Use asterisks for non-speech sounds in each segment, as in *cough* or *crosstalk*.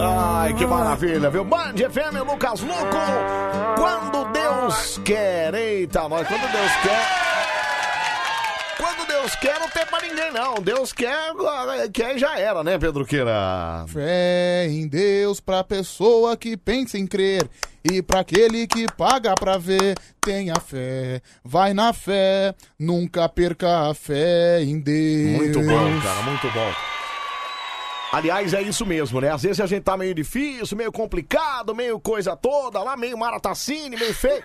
Ai, que maravilha, viu? Band FM, Lucas Luco. Quando Deus quer. Eita, nós, quando Deus quer. Quando Deus quer, não tem pra ninguém, não. Deus quer, agora, quer e já era, né, Pedro Queira? Fé em Deus pra pessoa que pensa em crer e pra aquele que paga pra ver. Tenha fé, vai na fé, nunca perca a fé em Deus. Muito bom, cara, muito bom. Aliás, é isso mesmo, né? Às vezes a gente tá meio difícil, meio complicado, meio coisa toda, lá meio maratacine, meio *laughs* feio.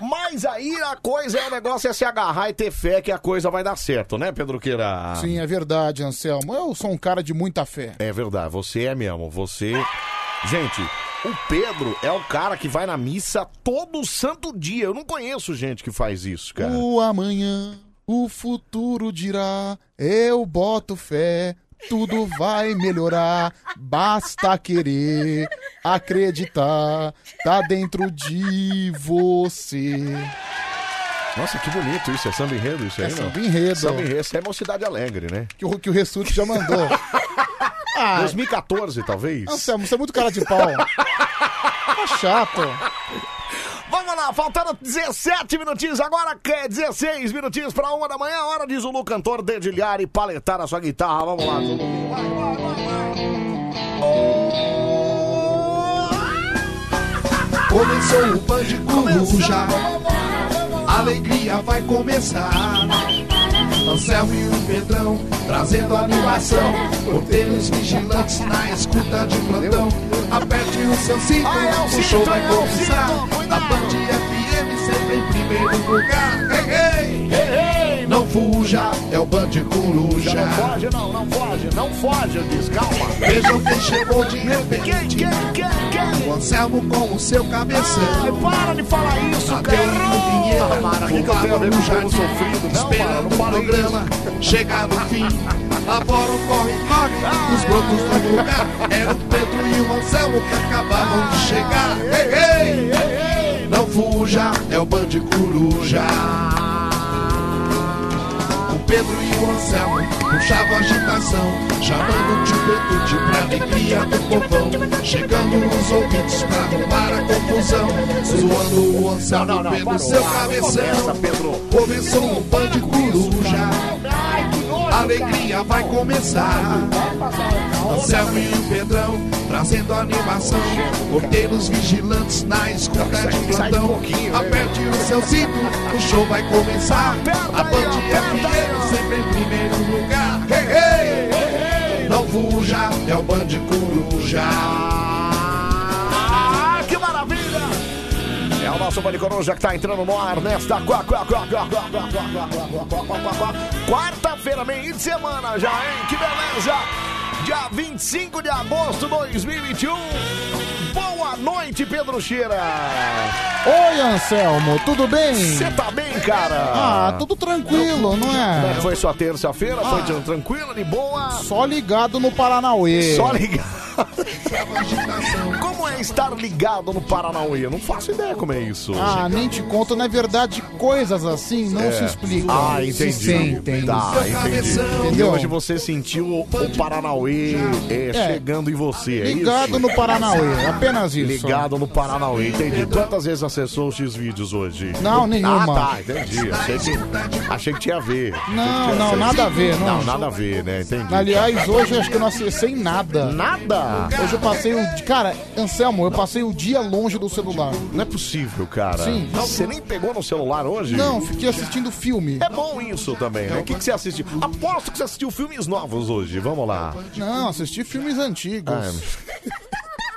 Mas aí a coisa é o negócio é se agarrar e ter fé que a coisa vai dar certo, né, Pedro Queira? Sim, é verdade, Anselmo. Eu sou um cara de muita fé. É verdade, você é mesmo, você. Gente, o Pedro é o cara que vai na missa todo santo dia. Eu não conheço gente que faz isso, cara. O amanhã, o futuro dirá, eu boto fé, tudo vai melhorar, basta querer, acreditar, tá dentro de você. Nossa, que bonito isso. É samba enredo isso aí, É não? samba enredo. Samba enredo. Isso é Mocidade Alegre, né? Que o, que o Ressute *laughs* já mandou. Ah, 2014, talvez. Anselmo, você é muito cara de pau. Tá chato. *laughs* Vamos lá, faltando 17 minutinhos agora, que é 16 minutinhos para uma da manhã, hora de Zulu Cantor dedilhar e paletar a sua guitarra. Vamos lá, Zulu. Vai, vai, vai, Começou o Band Coruja, a alegria vai começar. Anselmo e o Pedrão trazendo animação. Porteiros vigilantes na escuta de plantão. Aperte o seu cinto, Ah, é o o cinto, show vai é o começar. cinto, Na Band FM sempre em primeiro lugar. Hey, hey! Não fuja, é o Band Coruja. Não foge, não, não foge, não foge, eu disse, calma. Vejam quem chegou de repente. O Anselmo com o seu cabeção. para de falar isso, cara. Mara, que que eu tenho a ver com o é povo sofrido? Não, Espera Mara, o não para programa chegar no fim. Agora o corre, corre. Os brotos do lugar. Era o Pedro e o Anselmo que acabavam de chegar. Ei, ei, ei, ei. Não fuja, é o Band Coruja. O Pedro e o Anselmo puxavam a agitação, chamando o tio Pedro de alegria do povão. Chegando os ouvintes pra arrumar a confusão, zoando o Anselmo Não, não, não, pelo parou. seu Ah, cabeção. começa, Pedro. Começou um pão de coruja, a alegria vai começar. Anselmo e o Pedrão trazendo animação. Porteiros vigilantes na escuta de plantão. Aperte o seu cinto, o show vai começar. A Band FM sempre em primeiro lugar. Hey, hey! Não fuja, é o Band Coruja. Ah, que maravilha! É o nosso Bande Coruja que tá entrando no ar nesta qua- qua- qua- qua- qua- qua- qua- qua- qua- qua- qua- qua- qua- quarta-feira, meio de semana já, hein? Que beleza! Dia 25 de agosto de 2021. Boa noite, Pedro Cheira! Oi, Anselmo, tudo bem? Você tá bem, cara? Ah, tudo tranquilo, não Como é é? Ah. que Foi sua terça-feira, foi tran- tranquila, de boa. Só ligado no Paranauê. Só ligar. *laughs* como é estar ligado no Paranauê? Eu não faço ideia como é isso. Ah, nem te conto, na verdade, coisas assim não É. se explicam. Ah, entendi. Se sentem. Tá, entendi. E Entendeu? hoje você sentiu o, o Paranauê é, É. chegando em você, é Ligado isso? no Paranauê, apenas isso. Ligado no Paranauê, entendi. Quantas vezes acessou os X-Vídeos hoje? Não, nenhuma. Ah, tá, entendi. Achei que, achei que tinha a ver. Achei que Não, tinha não, acesso. nada a ver, não. Não, nada a ver, né? Entendi. tá. Aliás, hoje é eu acho que eu não acessei nada. Nada? Hoje eu passei o. di- Cara, Anselmo, eu passei o dia longe do celular. Não é possível, cara. Sim. Você nem pegou no celular hoje? Não, fiquei assistindo filme. É bom isso também, né? O que, que você assistiu? Aposto que você assistiu filmes novos hoje. Vamos lá. Não, assisti filmes Ah, é antigos.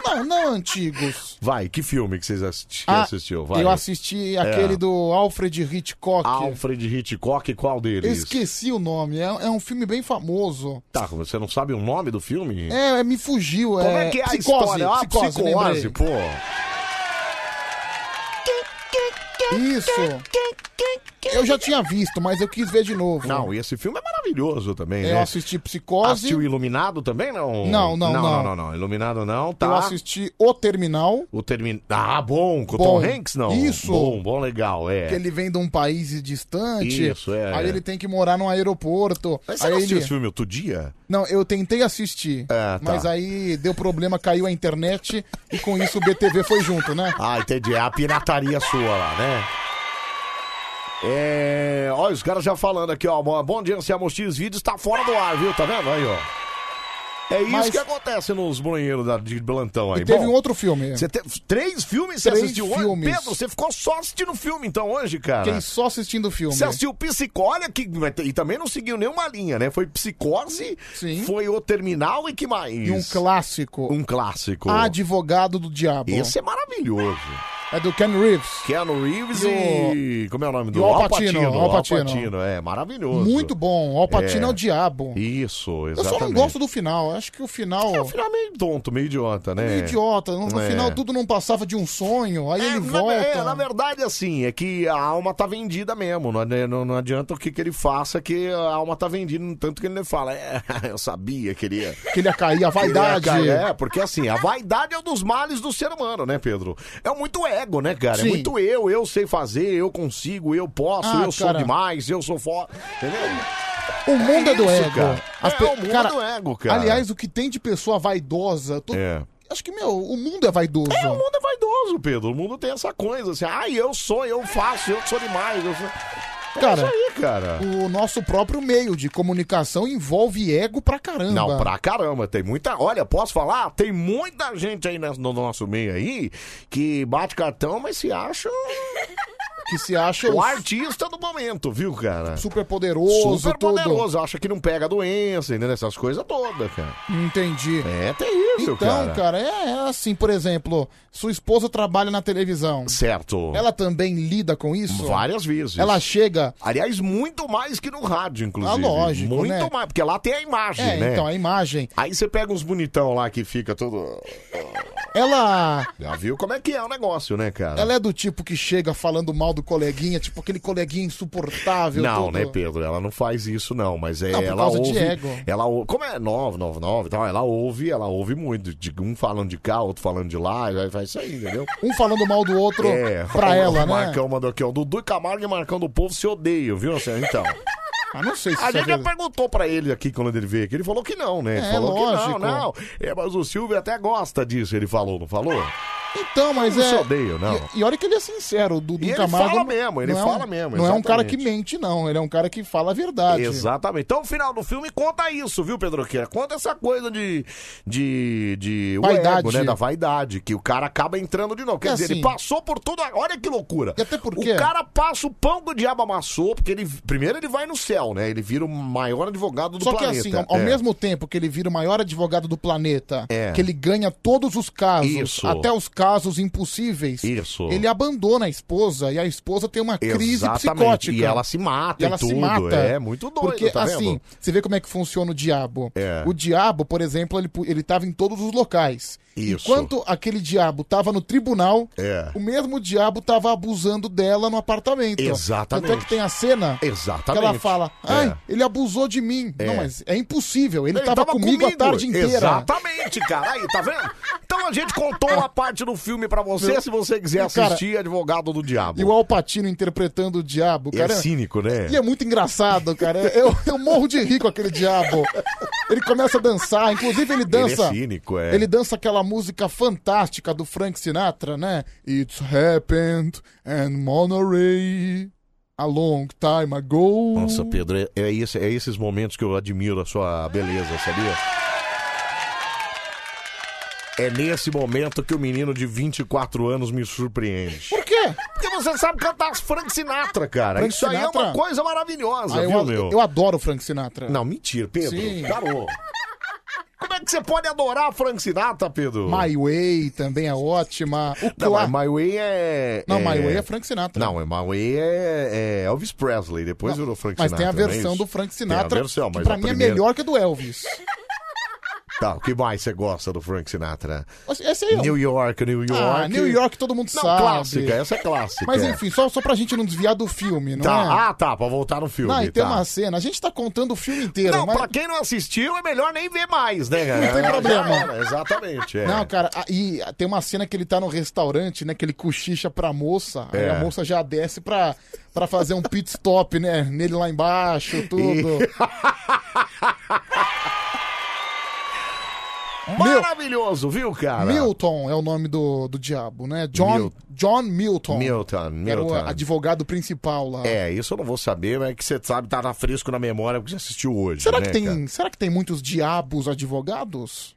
Não, não antigos. Vai, que filme que vocês assisti- que Ah, assistiu? Vai. Eu assisti aquele É. do Alfred Hitchcock. Alfred Hitchcock, qual Eu deles? esqueci o nome. É, é um filme bem famoso. Tá, você não sabe o nome do filme? É, é, me fugiu. Como é que é a psicose, história? Ah, Psicose, psicose, lembrei. pô. Isso. Eu já tinha visto, mas eu quis ver de novo. Não, e esse filme é maravilhoso também, Eu né? assisti Psicose. Assistiu Iluminado também, não? Não, não. não, não. Não, não, não. Iluminado não, tá. Eu assisti O Terminal, O termin... Ah, bom, com o Bom, Tom Hanks, não? isso. Bom, bom, legal, é. que ele vem de um país distante. Isso, é, Aí é. ele tem que morar num aeroporto. Mas você aí não assistiu ele... esse filme outro dia? Não, eu tentei assistir, Ah, tá. mas aí deu problema, caiu a internet e com isso o BTV foi junto, né? Ah, entendi. É a pirataria sua lá, né? É. Olha, os caras já falando aqui, ó. Bom bom dia, Anselmo X Vídeos tá fora do ar, viu? Tá vendo? Aí, ó. É isso Mas- que acontece nos banheiros da, de plantão aí. E teve Bom, um outro filme. Você teve três filmes que você Três assistiu hoje? filmes. Pedro, você ficou só assistindo filme então hoje, cara? Fiquei só assistindo o filme. Você assistiu Psicólia, que, e também não seguiu nenhuma linha, né? Foi Psicose, foi O Terminal e que mais? E um Ah, clássico. Um clássico. Advogado do Diabo. Esse é maravilhoso. Tá É do Ken Reeves. Keanu Reeves E e... Como é o nome do? e o Al Pacino, Al Pacino. é maravilhoso. Muito bom. Ó, Patino é. o Diabo. Isso, Eu exatamente. só não gosto do final. Eu Acho que o final. O final é meio tonto, meio idiota, né? meio idiota. No, no É. final tudo não passava de um sonho. Aí ele Na, volta. é, na verdade, assim, é que a alma tá vendida mesmo. Não, adi- não- não adianta o que, que ele faça, que a alma tá vendida. Tanto que ele fala, é, *laughs* eu sabia, queria. *laughs* Que ele ia cair, a vaidade. É, porque assim, a vaidade é um dos males do ser humano, né, Pedro? É muito ego, né, cara? Sim. É muito eu, eu sei fazer, eu consigo, eu posso, Ah, eu sou cara. demais, eu sou forte. Entendeu? O mundo é, do isso, ego. cara. As É, pe- o mundo é do ego, cara. Aliás, o que tem de pessoa vaidosa. eu tô- É. Acho que, meu, o mundo é vaidoso. É, o mundo é vaidoso, Pedro. O mundo tem essa coisa, assim, ai, eu sou, eu faço, eu sou demais. Eu sou... É Cara, isso aí, cara. O nosso próprio meio de comunicação envolve ego pra caramba. Não, pra caramba, tem muita. Olha, posso falar? Tem muita gente aí nas- no nosso meio aí que bate cartão, mas se acha *laughs* Que se acha um o o artista do momento, viu, cara? super poderoso, Super tudo. poderoso, acha que não pega doença, entendeu? Essas coisas todas, cara. Entendi. É terrível, então, cara. cara, é, é assim, por exemplo, sua esposa trabalha na televisão. Certo. Ela também lida com isso? Várias vezes. Ela chega. Aliás, muito mais que no rádio, inclusive. Ah, lógico, Muito né? mais, porque lá tem a imagem, É, né? então, a imagem. Aí você pega uns bonitão lá que fica todo. Ela. Já viu como é que é o negócio, né, cara? Ela é do tipo que chega falando mal do coleguinha, tipo aquele coleguinha insuportável. Não, tudo. né, Pedro? Ela não faz isso, não. Mas é, Não, por ela causa de ouve. ego. Ela ouve. Como é 999 e tal, ela ouve, ela ouve muito. De um falando de cá, outro falando de lá, e vai- faz isso aí, entendeu? Um falando mal do outro É, pra o- ela, o né? Marcão mandou aqui, ó. Dudu e Camargo e Marcão do Povo se odeiam, viu? Assim, Então. Ah, não sei se A isso é gente já verdade. perguntou pra ele aqui quando ele veio aqui. Ele falou que não, né? Ele É, falou lógico. que não, não. É, mas o Silvio até gosta disso, ele falou, não falou? Então, mas Não é. se odeio, não. E, e olha que ele é sincero, o Dudu E ele Camargo. fala mesmo, ele não é um- fala mesmo, Não é um cara exatamente. que mente, não. Ele é um cara que fala a verdade. Exatamente. Então, o final do filme conta isso, viu, Pedro Queira? Conta essa coisa de. de. de o Vaidade. ego, né? Da vaidade, que o cara acaba entrando de novo. Quer É dizer, ele assim. passou por tudo. Olha que loucura. E até porque- O cara passa o pão que o diabo amassou, porque ele. Primeiro ele vai no céu, né? Ele vira o maior advogado do Só planeta. que assim, ao, ao É. mesmo tempo que ele vira o maior advogado do planeta, É. que ele ganha todos os casos, Isso. até os casos impossíveis, Isso. ele abandona a esposa e a esposa tem uma crise Exatamente. psicótica. E ela se mata E e ela Ah, tudo. se mata. É muito doido, Porque, tá vendo? assim, você vê como é que funciona o diabo. É. O diabo, por exemplo, ele, pu- ele tava em todos os locais. Isso. Enquanto aquele diabo tava no tribunal, É. o mesmo diabo tava abusando dela no apartamento. Exatamente. Tanto é que tem a cena Exatamente. que ela fala, ai, É. ele abusou de mim. Não, mas é impossível. Ele, Ele tava, comigo, a tarde inteira. Exatamente, cara. Aí, tá vendo? Então a gente contou uma parte do filme pra você, se você quiser E, cara, assistir Advogado do Diabo. E o Alpatino interpretando o diabo, É cara. cínico, né? E é muito engraçado, cara. Eu, eu morro de rir com aquele diabo. Ele começa a dançar, inclusive ele dança. Ele é cínico, é. Ele dança aquela música fantástica do Frank Sinatra, né? It's happened and Monterey a long time ago. Nossa, Pedro, é, é esse- é esses momentos que eu admiro a sua beleza, sabia? É nesse momento que o menino de 24 anos me surpreende. Por quê? Porque você sabe cantar as Frank Sinatra, cara. Frank Isso aí é uma Sinatra? coisa maravilhosa, Ah, viu, eu, meu? eu adoro o Frank Sinatra. Não, mentira, Pedro. Sim. Parou. Como é que você pode adorar a Frank Sinatra, Pedro? My Way também é ótima. O Não, Cla- mas My Way é... Não, é... My Way é Frank Sinatra. Não, é My Way é, é Elvis Presley, depois virou Frank Mas Sinatra. tem a não é versão isso? do Frank Tem a Sinatra, versão, mas é que pra a mim é primeira- melhor que a do Elvis. Tá, o que mais você gosta do Frank Sinatra? Essa aí é New York, New York. Ah, New York todo mundo Não, sabe. clássica, essa é clássica. Mas enfim, só, só pra gente não desviar do filme, não Tá. é? Ah, tá, pra voltar no filme. Não, e tem tá. uma cena, a gente tá contando o filme inteiro, Não, mas... pra quem não assistiu, é melhor nem ver mais, né, cara? Não tem Já problema. era, Exatamente. é. Não, cara, aí tem uma cena que ele tá no restaurante, né? Que ele cochicha pra moça, aí É. a moça já desce pra, pra fazer um pit stop, né? Nele lá *laughs* embaixo, tudo. Maravilhoso, viu, cara? Milton é o nome do, do diabo, né? John, Mil- John Milton. Milton, Que Era o Milton. advogado principal lá. É, isso eu não vou saber, mas é que você sabe, tá na fresco na memória porque você assistiu hoje. Será, né, que tem, cara? será que tem muitos diabos advogados?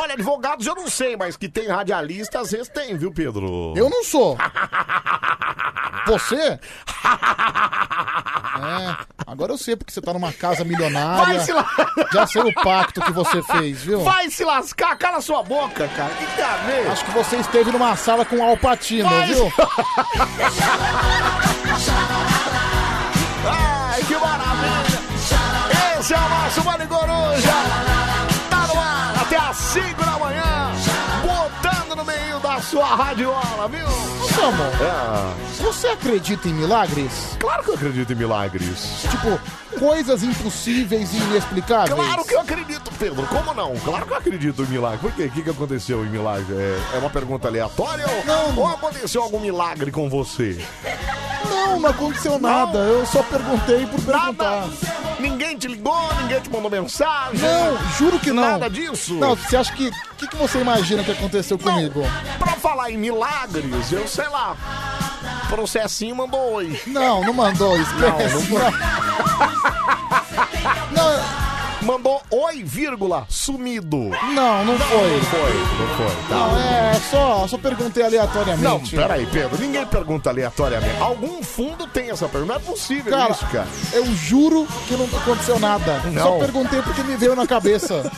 Olha, advogados eu não sei, mas que tem radialista às vezes tem, viu, Pedro? Eu não sou. Você? *laughs* É, agora eu sei porque você tá numa casa milionária. Vai se lá- Já sei o pacto que você fez, viu? Vai se lascar, cala sua boca, cara. Que que tá mesmo? Acho que você esteve numa sala com Alpatino, Vai- viu? Ai, que maravilha! Esse é o nosso Vale Coruja! Tá no ar até às 5 da manhã, botando no meio da sua radiola, viu? Samuel, É, você acredita em milagres? claro que eu acredito em milagres. Tipo, coisas impossíveis e inexplicáveis? Claro que eu acredito, Pedro. Como não? Claro que eu acredito em milagre. Por quê? O que, que aconteceu em milagre? É, é uma pergunta aleatória ou, ou aconteceu algum milagre com você? Não, não aconteceu nada. Eu só perguntei por perguntar. Ninguém te ligou, ninguém te mandou mensagem. Não, juro que não. Nada disso? Não, você acha que... O que, que você imagina que aconteceu comigo? Pra falar em milagres, eu sei lá. Processinho mandou oi. Não, não mandou, esquece. Não, *laughs* não, Mandou oi, vírgula, sumido. não, não foi. Não foi, não foi. Tá. Não, é, só, só perguntei Não, aleatoriamente. peraí, Pedro. Ninguém pergunta aleatoriamente. Algum fundo tem essa pergunta. Não é possível Cara, isso, cara. Eu juro que não aconteceu nada. Não. Só perguntei porque me veio na cabeça.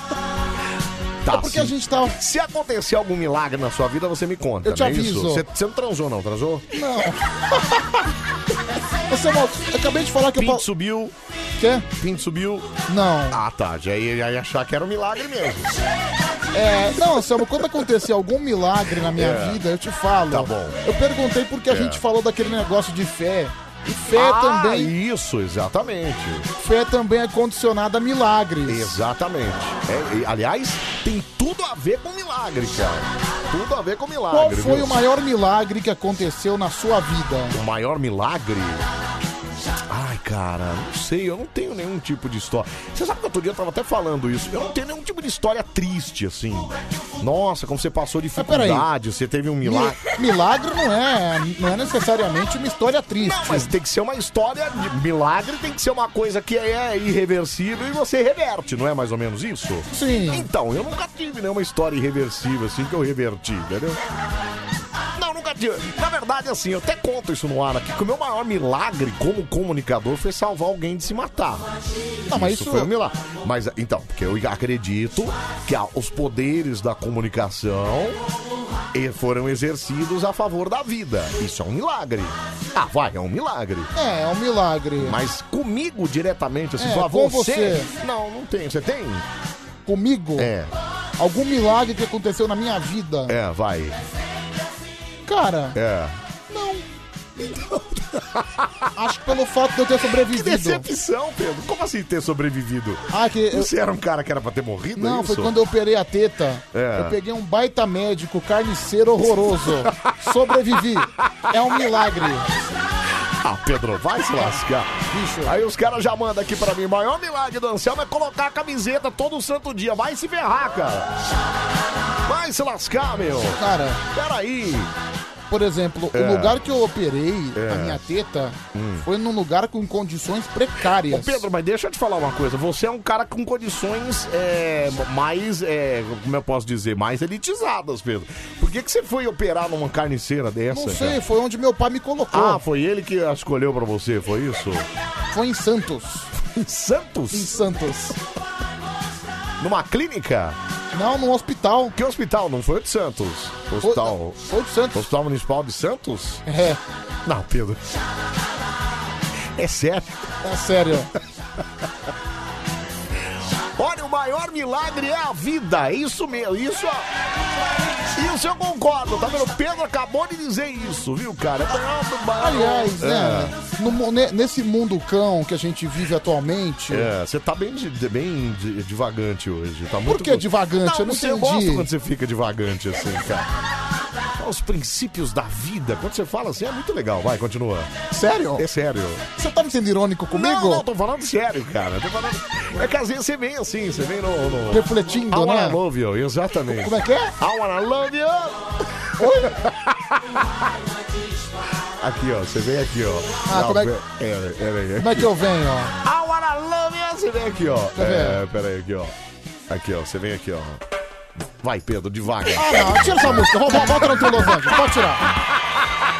Tá, é Porque sim. a gente tava. Se acontecer algum milagre na sua vida, você me conta. Eu te não é isso? aviso. Você, você não transou, não? Transou? *laughs* Não. Ô, Samuel, eu acabei de falar que eu. Pinto Pa... subiu, Quê? pinto subiu. Não. Ah, tá. Já ia, já ia achar que era um milagre mesmo. É, não, Samuel, quando acontecer algum milagre na minha É. vida, eu te falo. Tá bom. É. Eu perguntei porque a gente falou daquele negócio de fé. E fé ah, também. isso, exatamente. Fé também é condicionada a milagres. Exatamente. É, e, aliás, tem tudo a ver com milagre, cara. Tudo a ver com milagre. Qual foi viu? o maior milagre que aconteceu na sua vida? O maior milagre? Ai, cara, não sei, eu não tenho nenhum tipo de história. Você sabe que outro dia eu tava até falando isso. Eu não tenho nenhum tipo de história triste, assim. Nossa, como você passou dificuldade, você teve um milagre. Mi- Milagre não é, não é necessariamente uma história triste. Não, mas tem que ser uma história de milagre, tem que ser uma coisa que é irreversível e você reverte, não é mais ou menos isso? Sim. Então, eu nunca tive nenhuma história irreversível assim que eu reverti, entendeu? Não, nunca tive. Na verdade, assim, eu até conto isso no ar aqui, que o meu maior milagre como comunicador foi salvar alguém de se matar. Não, mas isso, isso- foi um milagre. Mas, então, porque eu acredito que ah, os poderes da comunicação eh, foram exercidos a favor da vida. Isso é um milagre. Ah, vai, é um milagre. É, é um milagre. Mas comigo diretamente, assim, É, só com você... você. Não, não tem. Você tem? Comigo, É, algum milagre que aconteceu na minha vida. é, vai. Cara, É. não. Então, *laughs* Acho que pelo fato de eu ter Que sobrevivido. decepção, Pedro. Como assim ter sobrevivido? Ah, que eu- Você era um cara que era pra ter morrido? é Não, isso? foi quando eu operei a teta. É. Eu peguei um baita médico, carniceiro horroroso. Sobrevivi. É um milagre. Ah, Pedro, vai se lascar. Bicho. Aí os caras já mandam aqui pra mim. Maior milagre do Anselmo é colocar a camiseta todo santo dia. Vai se ferrar, cara. Vai se lascar, meu. Cara, Peraí. Por exemplo, É. o lugar que eu operei a minha teta Hum. foi num lugar com condições precárias. Ô, Pedro, mas deixa eu te falar uma coisa. Você é um cara com condições é, mais, é, como eu posso dizer, mais elitizadas, Pedro. Por que, que você foi operar numa carniceira dessa? não cara? sei, foi onde meu pai me colocou. Ah, foi ele que a escolheu pra você, foi isso? Foi em Santos. Em Em Santos? Santos. Numa clínica? Não, num hospital. Que hospital? Não foi o de Santos? Foi, Hospital. foi de Santos. Hospital Municipal de Santos? É, Não, Pedro. É sério. é sério. *laughs* Olha, o maior milagre. milagre é a vida. É isso mesmo. Isso, ó. Isso eu concordo, tá vendo? O Pedro acabou de dizer isso, viu, cara? É Aliás, né? no mu- ne- nesse mundo cão que a gente vive atualmente. É, você tá bem, de- bem de- divagante hoje. Tá muito... que divagante? Não, Eu não sei, eu entendi. gosto quando você fica divagante assim, cara. Os princípios da vida, quando você fala assim, é muito legal. Vai, continua. Sério? É sério. Você tá me sendo irônico comigo? Não, não, tô falando sério, cara. Tô falando... É que às vezes você vem assim, você vem no. no... um Refletindo, I wanna né? love you, exatamente. um Como é que é? I wanna love you. Aqui, ó, você vem aqui, ó. Ah, como é que- que... É, é, é, Como é que eu venho, ó? *laughs* I wanna love you, você vem aqui, ó. Tá É, peraí, aqui, ó. Aqui, ó, você vem aqui, ó. Vai, Pedro, devagar. Ah, não, tira essa música. Volta, volta no teu Los Angeles. Pode tirar.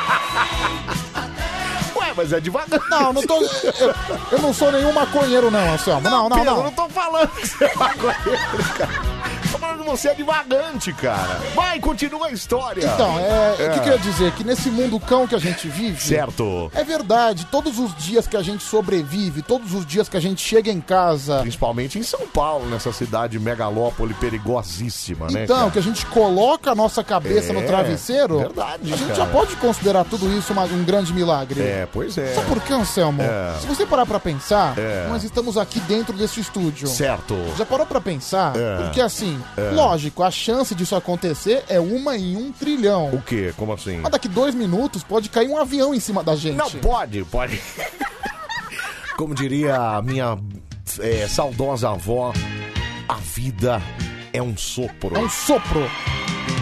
Ué, mas é devagar. Não, não tô. Eu, eu não sou nenhum maconheiro, não, Anselmo. Não, não, Pedro, eu não não. tô falando que você é maconheiro, cara. Tô falando que você é divagante, cara. Vai, continua a história. Então, é, o que que eu ia dizer? Que nesse mundo cão que a gente vive. Certo. É verdade, todos os dias que a gente sobrevive, todos os dias que a gente chega em casa. Principalmente em São Paulo, nessa cidade megalópole perigosíssima, né? Então, cara? que a gente coloca a nossa cabeça É, no travesseiro, verdade, a gente cara. já pode considerar tudo isso uma- um grande milagre. É, pois é. Só porque, Anselmo, É. se você parar pra pensar, É. nós estamos aqui dentro desse estúdio. Certo. Já parou pra pensar? É. Porque assim, É. lógico, a chance disso acontecer é uma em um trilhão. O quê? Como assim? Mas daqui dois minutos pode cair um avião em cima da gente. Não, pode, pode. *laughs* Como diria a minha é, saudosa avó, a vida é um sopro. É um sopro.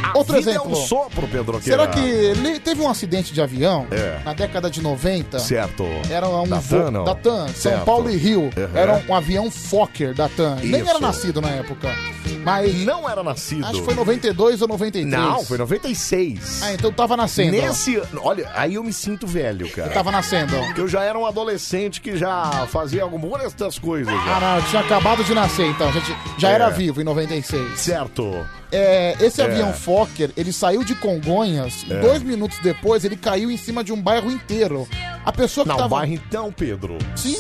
A Outro vida exemplo. é um sopro, Pedro. Será que ele teve um acidente de avião É. na década de 90? Certo. Era um Da voo TAM, não? da TAM, São Certo. Paulo e Rio. Uhum. Era um avião Fokker da TAM. Nem Isso. era nascido na época. Mas Não era nascido. acho que foi 92 ou 93. Não, foi 96. Ah, então tava nascendo. Nesse ano. Olha, aí eu me sinto velho, cara. Tava nascendo. Eu já era um adolescente que já fazia algumas das coisas. já. Ah, não, eu tinha acabado de nascer, então. Já, tinha- já É. era vivo em 96. Certo. É, esse É. avião Fokker, ele saiu de Congonhas. e Dois minutos depois, ele caiu em cima de um bairro inteiro. A pessoa que Não, tava... bairro então, Pedro. Sim.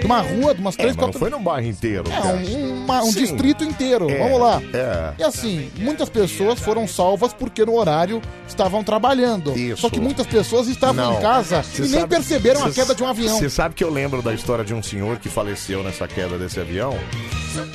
De uma rua, de umas É, três, mas não quatro... foi num bairro inteiro. É, cara. um, uma- um Sim. distrito inteiro. É, Vamos lá. é. E assim, muitas pessoas foram salvas porque no horário estavam trabalhando. Isso. Só que muitas pessoas estavam Não. Tá em casa Cê e nem sabe- perceberam a cê- queda de um avião. Você sabe que eu lembro da história de um senhor que faleceu nessa queda desse avião?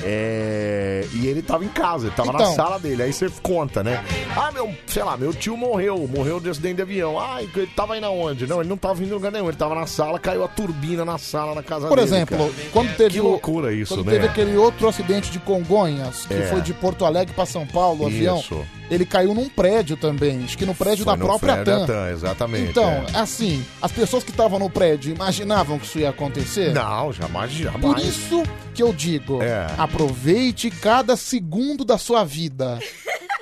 É, E ele tava em casa, ele tava na Então. sala dele. Aí você conta, né? Ah, meu, sei lá, meu tio morreu, morreu de acidente de avião. Ah, ele tava indo aonde? Não, ele não tava indo em lugar nenhum, ele tava na sala, caiu a turbina na sala na casa Por dele. exemplo, cara. É, quando teve Que o- loucura isso, Quando né? teve aquele outro acidente de Congonhas, que É. foi de Porto Alegre pra São Paulo, o avião, Isso. ele caiu num prédio também, acho que no prédio Foi da no própria Fred TAM. Atan, exatamente. Então, é. assim, as pessoas que estavam no prédio imaginavam que isso ia acontecer? Não, jamais, jamais. Por isso que eu digo, É. aproveite cada segundo da sua vida,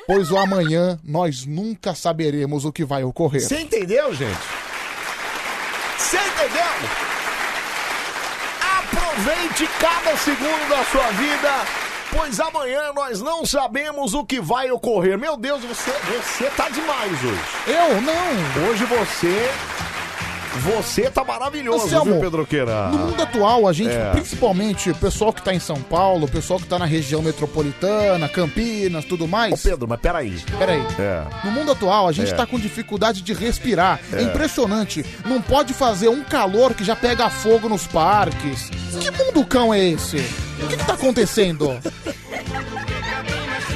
pois o amanhã nós nunca saberemos o que vai ocorrer. Você entendeu, gente? Você entendeu? Aproveite cada segundo da sua vida, pois amanhã nós não sabemos o que vai ocorrer. Meu Deus, você, você tá demais hoje. Eu não. Hoje você. Você tá maravilhoso, Anselmo, viu, Pedroqueira? No mundo atual, a gente, É. principalmente o pessoal que tá em São Paulo, o pessoal que tá na região metropolitana, Campinas, tudo mais. Ô, Pedro, mas peraí. Peraí. É. No mundo atual, a gente É. tá com dificuldade de respirar. É. É. impressionante. Não pode fazer um calor que já pega fogo nos parques. Que mundo cão é esse? O que, que tá acontecendo?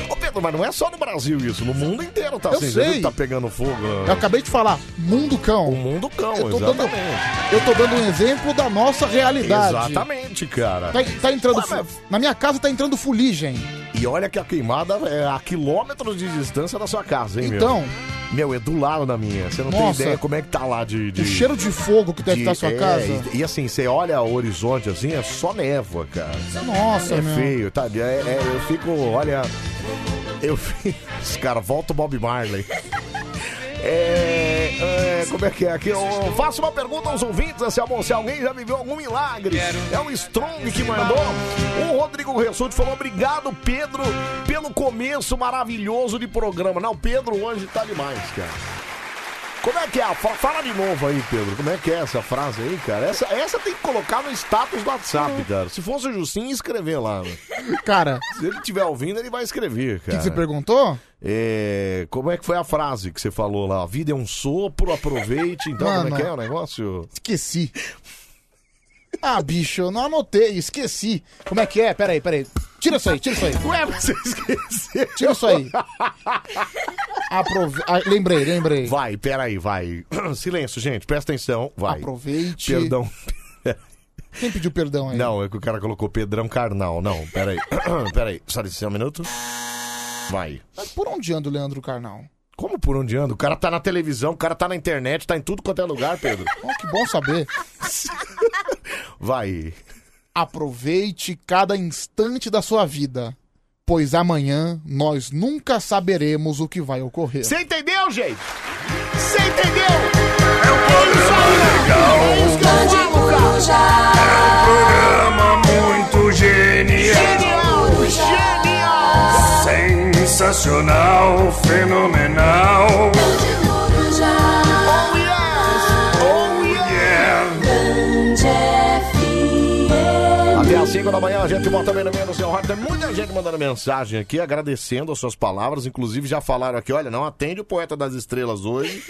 Ô, Pedro, mas não é só no Brasil isso. No mundo inteiro tá Eu assim. Você viu sei. É que tá pegando fogo. né? Eu acabei de falar, mundo O cão. mundo cão, Eu tô, dando, exatamente. eu tô dando um exemplo da nossa realidade. Exatamente, cara. Tá, tá entrando. Ué, mas- fu- Na minha casa tá entrando fuligem. E olha que a queimada é a quilômetros de distância da sua casa, hein, meu? Então. Meu, é do lado da minha. Você não Nossa. tem ideia como é que tá lá de. de... O cheiro de fogo que deve de- estar na sua é, casa. E, e assim, você olha o horizonte assim, é só névoa, cara. Nossa, É meu. feio, tá? É, é- eu fico, olha. Eu fico. *laughs* Cara, volta o Bob Marley. *laughs* É, é, Como é que é? Aqui eu faço uma pergunta aos ouvintes, se, amor, se alguém já viveu algum milagre. É o Strong que mandou. O Rodrigo Ressuti falou: obrigado, Pedro, pelo começo maravilhoso de programa. Não, Pedro hoje tá demais, cara. Como é que é? a fa- Fala de novo aí, Pedro. Como é que é essa frase aí, cara? Essa, essa tem que colocar no status do WhatsApp, cara. Se fosse o Jussim, ia escrever lá. Uhum. né? *laughs* Cara. Se ele estiver ouvindo, ele vai escrever, O que, cara. que você perguntou? É, como é que foi a frase que você falou lá? A vida é um sopro, aproveite. Então, como é Mano. que é o negócio? Esqueci. *laughs* Ah, bicho, eu não anotei, esqueci. Como é que é? Peraí, peraí. Tira isso aí, tira isso aí. Ué, é você esqueceu. Tira isso aí. Aprove... ah, lembrei, lembrei. Vai, peraí, vai. *clears throat* Silêncio, gente, presta atenção. Vai. Aproveite. Perdão. *laughs* Quem pediu perdão aí? Não, é que o cara colocou Pedrão Carnal. Não, peraí. *clears throat* peraí, só licença um minuto. Vai. Mas por onde anda o Leandro Carnal? Como por onde anda? O cara tá na televisão, o cara tá na internet, tá em tudo quanto é lugar, *laughs* Pedro. Oh, que bom saber. *laughs* Vai. Aproveite cada instante da sua vida, pois amanhã nós nunca saberemos o que vai ocorrer. Você entendeu, gente? Você entendeu? É um programa legal. É isso que eu falo, Programa muito genial. cara. Genial. Sensacional, fenomenal. Oh, yes. Oh, yes. Yeah. Até às 5 da manhã a gente bota bem no meio do seu rádio. Tem muita gente mandando mensagem aqui, agradecendo as suas palavras. Inclusive já falaram aqui, olha, não atende o Poeta das Estrelas hoje.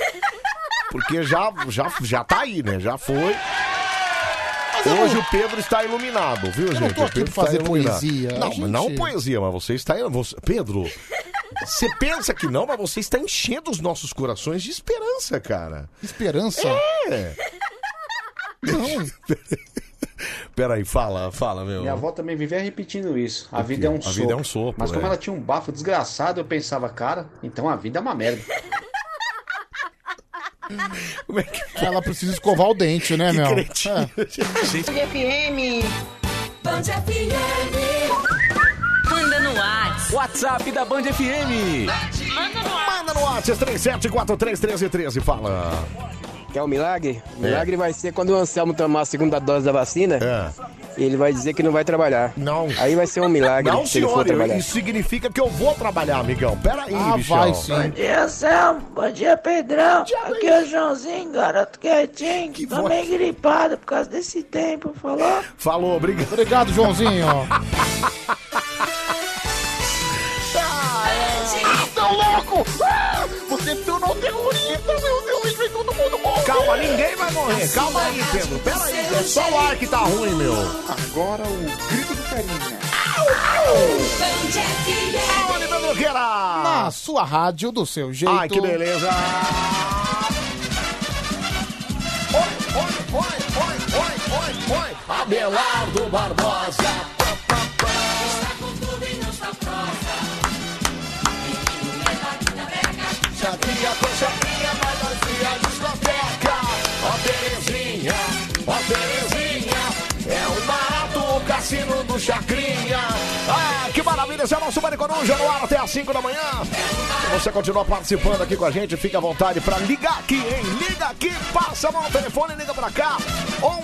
Porque já, já, já tá aí, né? Já foi. Hoje o Pedro está iluminado, viu, gente? tô O aqui Pedro pra fazer está iluminado. poesia. A Não, gente- não poesia, mas você está. Você... Pedro, você pensa que não, mas você está enchendo os nossos corações de esperança, cara. Esperança? É. Não. Peraí, fala, fala, meu. Minha avó também vivia repetindo isso. A vida é um A sopro. vida é um sopro, Mas como é. ela tinha um bafo desgraçado, eu pensava, cara, então a vida é uma merda. Como é que Ela precisa escovar o dente, né, meu? cretino. Band FM. Manda no WhatsApp. WhatsApp da Band FM. Manda no WhatsApp 37431313, fala. Quer um milagre? O milagre vai ser quando o Anselmo tomar a segunda dose da vacina, É. ele vai dizer que não vai trabalhar. Não. Aí vai ser um milagre Não, se ele for senhor, trabalhar. isso significa que eu vou trabalhar, amigão. Pera aí, Ah, bichão. vai sim. dia, Sam. Bom dia, Pedrão. Aqui é o Joãozinho, garoto quietinho. Que Tô meio gripado por causa desse tempo, falou? Falou, obrigado. Obrigado, Joãozinho. Tá, é. Tão louco! Ah, Você tornou terrorista, meu Deus, vem todo mundo morrer. Calma, ninguém vai morrer. Calma aí, Pedro. Pera aí, é só o ar que tá ruim, meu. Agora o grito do carinha. Band FM. Olha, meu blogueira. Na sua rádio, do seu jeito. Ai, que beleza! Oi, oi, oi, oi, oi, oi, oi! Abelardo Barbosa! pá, pá, pá. Já tinha coxadinha, mas fazia discoteca. Ó Terezinha, ó Terezinha, é o barato, o cassino do Chacrinha. Ah, que maravilha, esse é o nosso Bande Coruja no ar até às 5 da manhã. Você continua participando aqui com a gente, fica à vontade para ligar aqui, hein? Liga aqui, passa a mão no telefone, liga para cá.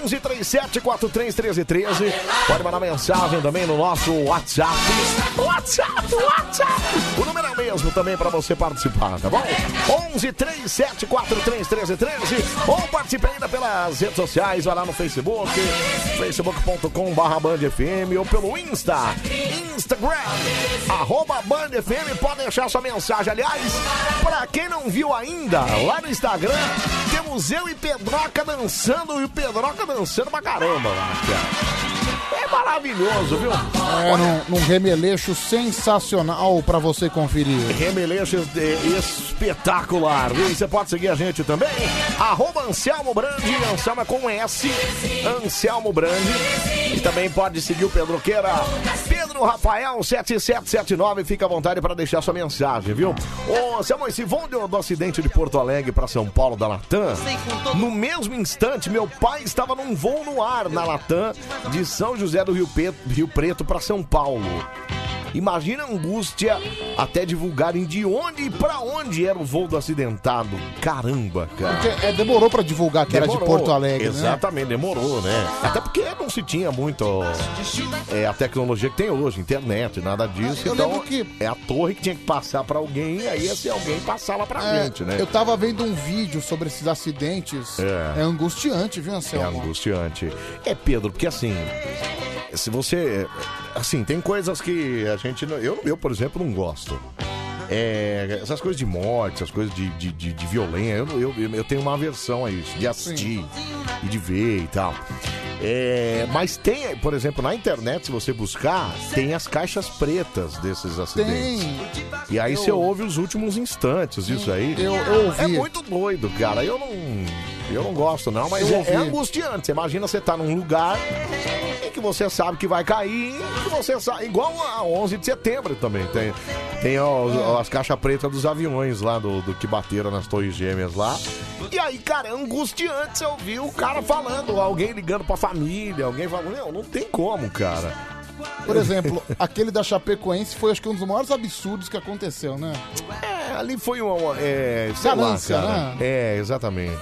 11 37 43 13 13. Pode mandar mensagem também no nosso WhatsApp. WhatsApp, WhatsApp. O número é o mesmo também para você participar, tá bom? 11 37 43 13 13. Ou participe ainda pelas redes sociais, vai lá no Facebook, facebook.com.br bandfm ou pelo Insta, Instagram, arroba bandfm. Pode deixar sua mensagem. Aliás, para quem não viu ainda, lá no Instagram temos eu e Pedroca dançando e o Pedroca dançando pra caramba lá, cara. É maravilhoso, viu? É, num, num remeleixo sensacional pra você conferir. Remeleixos de espetacular, viu? E Você pode seguir a gente também. Arroba Anselmo Brandi, Anselmo é com S, Anselmo Brandi. E também pode seguir o Pedro Queira, Pedro Rafael 7779. Fica à vontade para deixar sua mensagem, viu? Ô, Anselmo, esse voo do, do acidente de Porto Alegre para São Paulo da Latam, no mesmo instante, meu pai estava num voo no ar na Latam de São José do Rio, Pe- Rio Preto para São Paulo. Imagina a angústia até divulgarem de onde e pra onde era o voo do acidentado. Caramba, cara. Porque é, demorou pra divulgar que era de Demorou. Porto Alegre, né? Exatamente, demorou, né? Até porque não se tinha muito é, a tecnologia que tem hoje, internet, nada disso. Eu então, lembro que- é a torre que tinha que passar pra alguém, e aí ia ser alguém passar lá pra É, gente, né? Eu tava vendo um vídeo sobre esses acidentes. É. É, angustiante, viu, É Anselmo? angustiante. É, Pedro, porque assim, se você. Assim, tem coisas que a gente. não- Eu, eu por exemplo, não gosto. É, essas coisas de morte, essas coisas de, de, de, de violência, eu, não- eu, eu- eu tenho uma aversão a isso, de assistir e de ver e tal. É, mas tem, por exemplo, na internet, se você buscar, tem as caixas pretas desses acidentes. E aí você ouve os últimos instantes disso aí. eu- eu ouvi. É muito doido, cara. Eu não, eu não gosto, não, mas Eu é, é ouvi. angustiante. Você imagina você tá num lugar em que você sabe que vai cair, e que você sabe. Igual a 11 de setembro também. Tem, tem os- as caixas pretas dos aviões lá do, do que bateram nas torres gêmeas lá. E aí, cara, é angustiante você ouvir o cara falando, alguém ligando pra família, alguém falando, não, não tem como, cara. Por *laughs* exemplo, aquele da Chapecoense foi acho que um dos maiores absurdos que aconteceu, né? É, ali foi uma. uma- É, sei Ganância, lá, cara. né? É, exatamente.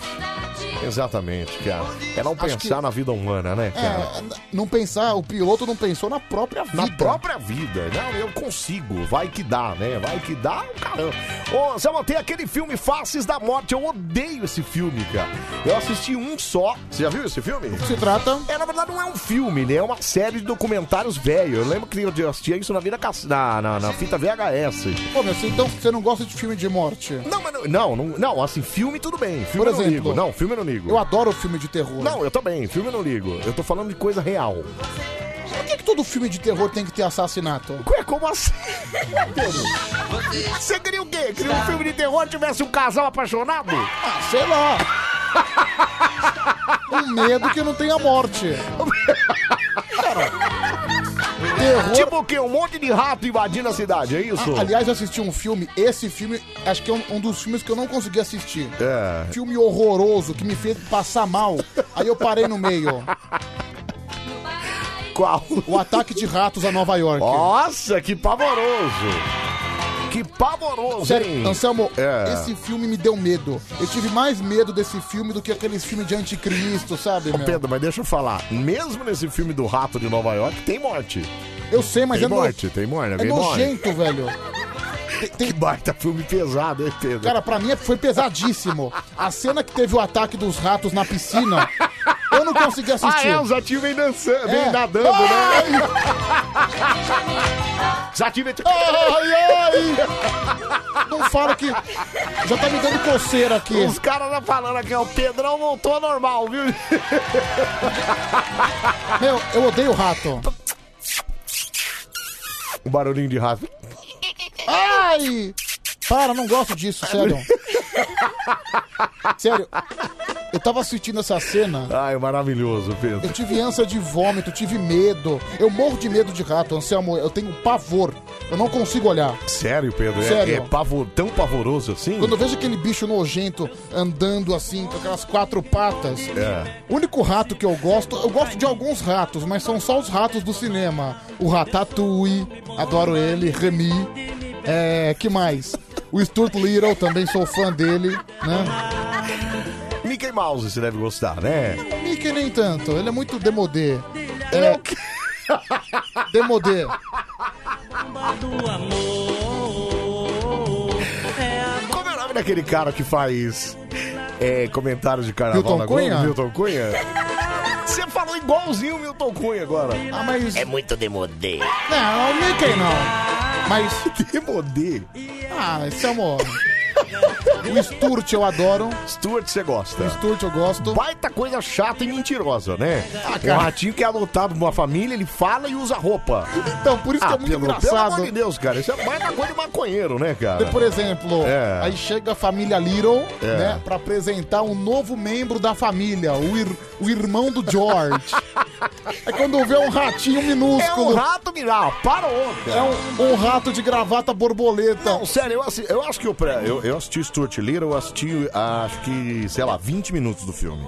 Exatamente, cara. É não Acho pensar que- na vida humana, né, cara? É, n- não pensar, o piloto não pensou na própria vida. Na própria vida, não, eu consigo, vai que dá, né? Vai que dá, caramba. Ô, Anselmo, tem aquele filme Faces da Morte, eu odeio esse filme, cara. Eu assisti um só. Você já viu esse filme? Se trata. É, na verdade, não é um filme, né? É uma série de documentários velho. Eu lembro que eu assistia isso na, vida, ca- na, na, na fita VHS. Pô, meu, você- então você não gosta de filme de morte? Não, mas não, não, não, não, assim, filme tudo bem. Filme Por eu não exemplo, ligo. Não, filme eu não ligo. Eu adoro filme de terror. Não, eu também, filme eu não ligo. Eu tô falando de coisa real. Por que, que todo filme de terror tem que ter assassinato? Ué, como assim? Você queria o quê? Queria um filme de terror que tivesse um casal apaixonado? Ah, sei lá. Um medo que não tenha morte. Cara, terror. Tipo o quê? Um monte de rato invadindo a cidade, é isso? Ah, aliás, eu assisti um filme. Esse filme, acho que é um, um dos filmes que eu não consegui assistir. É. Filme horroroso que me fez passar mal. Aí eu parei no meio. Qual? O ataque de ratos a Nova York. Nossa, que pavoroso! Que pavoroso, hein? Sério, Anselmo, É. esse filme me deu medo. Eu tive mais medo desse filme do que aqueles filmes de anticristo, sabe, Ô, meu? Pedro, mas deixa eu falar. Mesmo nesse filme do rato de Nova York, tem morte. Eu sei, mas tem é, no... morte, tem morte. é alguém morre. nojento, velho. *laughs* Que baita filme pesado, hein, Pedro? Cara, pra mim foi pesadíssimo. A cena que teve o ataque dos ratos na piscina, eu não consegui Ah, assistir. é, o Zatinho vem dançando, vem É. nadando, né? Zatinho vem... Ai, *laughs* ai! Não fala que. Já tá me dando coceira aqui. Os caras tá falando aqui, ó, o Pedrão voltou ao normal, viu? *laughs* Meu, eu odeio rato. O barulhinho de rato. *laughs* Ai! Para, não gosto disso, sério. Sério, eu tava assistindo essa cena, Ai, maravilhoso, Pedro. eu tive ânsia de vômito, tive medo. Eu morro de medo de rato, Anselmo, eu tenho pavor. Eu não consigo olhar. Sério, Pedro? É- Sério. É, pavor- tão pavoroso assim? Quando eu vejo aquele bicho nojento andando assim, com aquelas quatro patas. É. O único rato que eu gosto, eu gosto de alguns ratos, mas são só os ratos do cinema. O Ratatouille, adoro ele, Remy. É, que mais? O Stuart Little, também sou fã dele, né? Mickey Mouse você deve gostar, né? O Mickey nem tanto, ele é muito demodê. É, *laughs* demodê. Como é o nome daquele cara que faz é, comentários de carnaval Milton na Globo? Cunha? Milton Cunha? Você falou igualzinho o Milton Cunha agora. Ah, mas... muito demodê. Não, o Mickey não. Mas, Demodê. ah, esse amor... O Stuart eu adoro, Stuart, você gosta? o Stuart eu gosto. Ah, baita coisa chata e mentirosa, né? um ratinho que é adotado por uma família, ele fala e usa roupa. Ah, Então, por isso que é muito pelo, pelo engraçado. amor de Deus, cara. Isso é baita coisa de maconheiro, né, cara? Aí, Por exemplo, É. aí chega a família Little, É. né, pra apresentar um novo membro da família, o, ir- o irmão do George. *laughs* É quando vê um ratinho minúsculo. É um rato minúsculo. Para onde? É um, um rato de gravata borboleta. Não, sério, eu, assi- eu acho que eu, pre- eu, eu assisti Stuart Little, eu assisti, acho que, sei lá, 20 minutos do filme.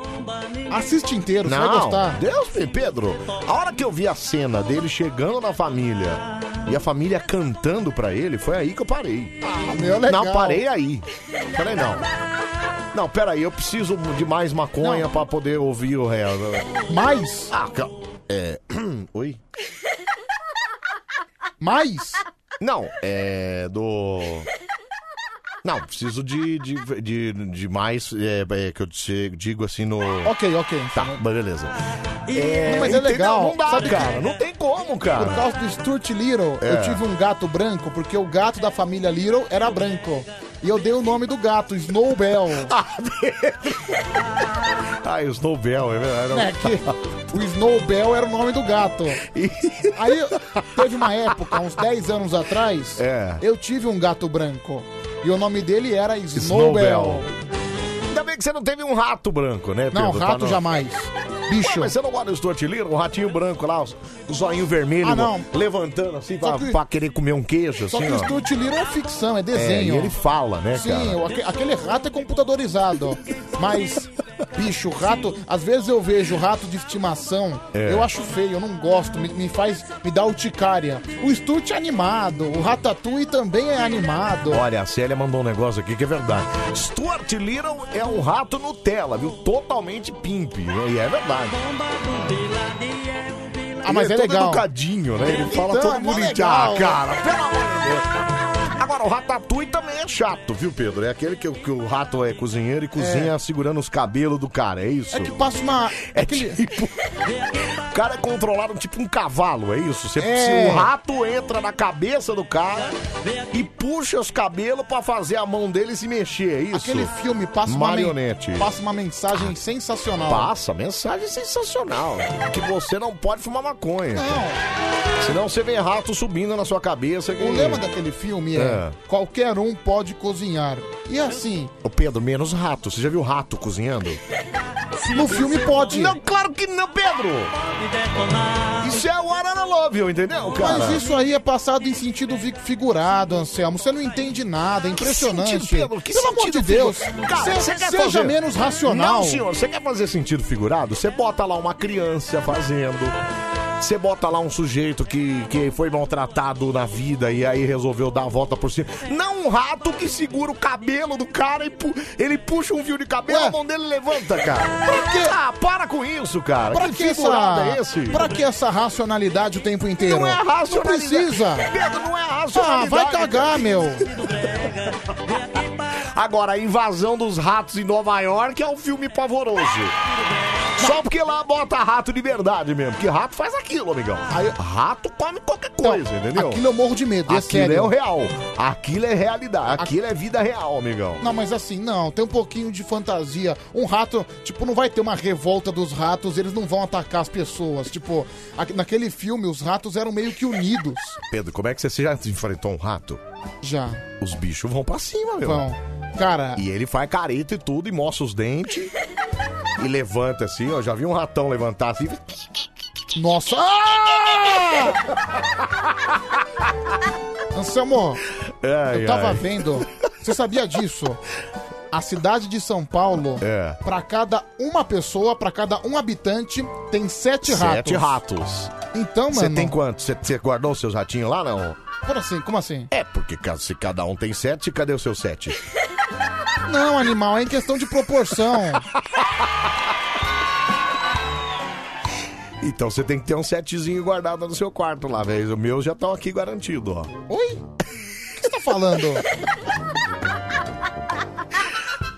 Assiste inteiro, você Não, vai gostar. Deus, me- Pedro, a hora que eu vi a cena dele chegando na família e a família cantando pra ele, foi aí que eu parei. Ah, meu, legal. Não, parei aí. Peraí, não. Não, peraí, eu preciso de mais maconha pra poder ouvir o real. Mais? Ah, cal... É. *clears throat* Oi? Mais? Não, é. Do. Não, preciso de, de, de, de mais. é, é, que eu te- digo assim no. Ok, ok. Tá, beleza. Não, mas é entendeu? legal. Não dá, Sabe cara. que- Não tem como, Por cara. causa do Stuart Little, É. eu tive um gato branco, porque o gato da família Little era branco. E eu dei o nome do *laughs* gato, Snowbell. Ah, e o Snowbell, é verdade. É que o Snowbell era o nome do gato. Aí teve uma época, uns 10 anos atrás, É. eu tive um gato branco. E o nome dele era Snowbell. Snowbell. Ainda bem que você não teve um rato branco, né, Pedro? Não, Pra rato jamais. Ué, Bicho. mas você não gosta do Stuart Little? Um ratinho branco lá, os- o zoinho vermelho Ah, não. levantando assim Só pra, que- pra querer comer um queijo, Só assim, que o ó. Stuart Little é ficção, é É, e desenho. ele fala, né, cara? Sim, o- aque- aquele rato é computadorizado. Mas, bicho, rato. Às vezes eu vejo rato de estimação, É. eu acho feio, eu não gosto, me, me faz. me dá urticária. O Sturt é animado, o Ratatouille também é animado. Olha, a Célia mandou um negócio aqui que é verdade. Stuart Little é um rato Nutella, viu? Totalmente pimp, né? E é verdade. Ah, mas Ele é legal. todo educadinho, né? Ele fala Então, é todo mó bonitinho. legal. Ah, cara, pelo amor de Deus. Agora, o Ratatouille também é chato, viu, Pedro? É aquele que, o- que o rato é cozinheiro e cozinha segurando os cabelos do cara, é isso? É que passa uma. É aquele- tipo. o cara é controlado tipo um cavalo, é isso? Você, É. se um rato entra na cabeça do cara e puxa os cabelos pra fazer a mão dele se mexer, é isso? Aquele filme passa uma, men- Marionete. passa uma mensagem sensacional. Passa, mensagem é sensacional. Que você não pode fumar maconha. Não, Senão você vê rato subindo na sua cabeça. que- o lema daquele filme é, É. qualquer um pode cozinhar. E assim, Ô Pedro, menos rato. Você já viu rato cozinhando? no filme pode. Não, claro que não, Pedro! Isso é o Arana Love, entendeu, cara? Mas isso aí é passado em sentido vi- figurado, Anselmo. Você não entende nada, é impressionante. Que sentido, Pedro? Que Pelo amor sentido de Deus, figurado? Cara, se- você quer seja fazer- menos racional. Não, senhor, você quer fazer sentido figurado? Você bota lá uma criança fazendo. Você bota lá um sujeito que, que foi maltratado na vida e aí resolveu dar a volta por cima. Não um rato que segura o cabelo do cara e pu- ele puxa um fio de cabelo, Ué? a mão dele levanta, cara. Ah, para com isso, cara. Pra que que, figurado essa, é esse? pra que essa racionalidade o tempo inteiro? Não é Não racionalidade. precisa. Pedro, não é Ah, racionalidade. vai cagar, meu. Agora, a invasão dos ratos em Nova York é um filme pavoroso. Só porque lá bota rato de verdade mesmo. Que rato faz aquilo, amigão. Aí, rato come qualquer coisa, entendeu? Aquilo eu morro de medo, é Aquilo sério. é o real. Aquilo é realidade. Aquilo é vida real, amigão. Não, mas assim, não, tem um pouquinho de fantasia. Um rato, tipo, não vai ter uma revolta dos ratos, eles não vão atacar as pessoas. Tipo, a- naquele filme, os ratos eram meio que unidos. Pedro, como é que você já enfrentou um rato? Já, Os bichos vão pra cima, meu. vão. Cara, E ele faz careta e tudo, e mostra os dentes. E levanta assim, ó. Já vi um ratão levantar assim. Nossa! Ah! Anselmo, Ai, eu tava ai. vendo. Você sabia disso? A cidade de São Paulo, É. pra cada uma pessoa, pra cada um habitante, tem sete ratos. Sete ratos. Então, Você mano. tem quantos? Você- Você guardou seus ratinhos lá, não? Por assim, como assim? É, porque ca- se cada um tem sete, cadê o seu sete? Não, animal, é em questão de *laughs* proporção. Então você tem que ter um setezinho guardado no seu quarto lá, velho. Os meus já estão aqui garantido, ó. Oi? O que você tá falando?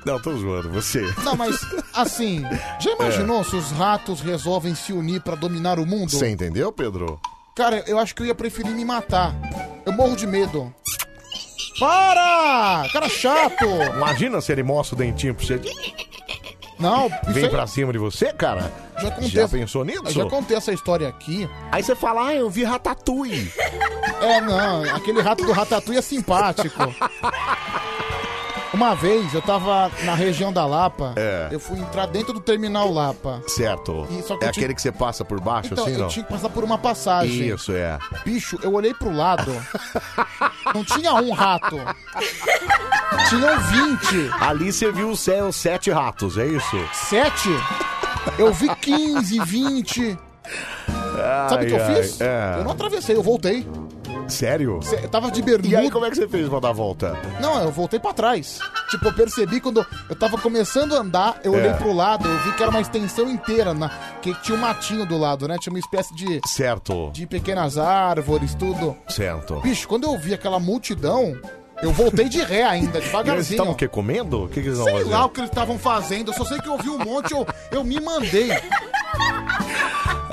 Não, tô zoando, você. Não, mas assim, já É. imaginou se os ratos resolvem se unir pra dominar o mundo? Você entendeu, Pedro? Cara, eu acho que eu ia preferir me matar. Eu morro de medo. Para! Cara chato! Imagina se ele mostra o dentinho pra você. Não, Vem aí- pra cima de você, cara. Já contei. Já pensou nisso? Eu já contei essa história aqui. Aí você fala, ah, eu vi ratatouille. É, não, aquele rato do Ratatouille é simpático. Uma vez eu tava na região da Lapa, É. eu fui entrar dentro do terminal Lapa. Certo. E só que É eu tinha- aquele que você passa por baixo, Então, assim, eu não? tinha que passar por uma passagem. Isso, é. Bicho, eu olhei pro lado. Não tinha um rato. Tinham 20. Ali você viu os se- os sete ratos, é isso? Sete? Eu vi 15, 20. Sabe o que eu Ai, ai, fiz? é. Eu não atravessei, eu voltei. Sério? Cê- Eu tava de bermuda. E aí, como é que você fez pra dar a volta? Não, eu voltei pra trás. Tipo, eu percebi quando eu tava começando a andar, eu É. olhei pro lado, eu vi que era uma extensão inteira, na... que tinha um matinho do lado, né? Tinha uma espécie de, Certo, de pequenas árvores, tudo. certo. Bicho, quando eu vi aquela multidão, eu voltei de ré ainda, E eles devagarzinho. estavam o quê? Comendo? O que, que eles Sei estavam lá o fazendo? que eles estavam fazendo, eu só sei que eu vi um monte, eu, eu me mandei.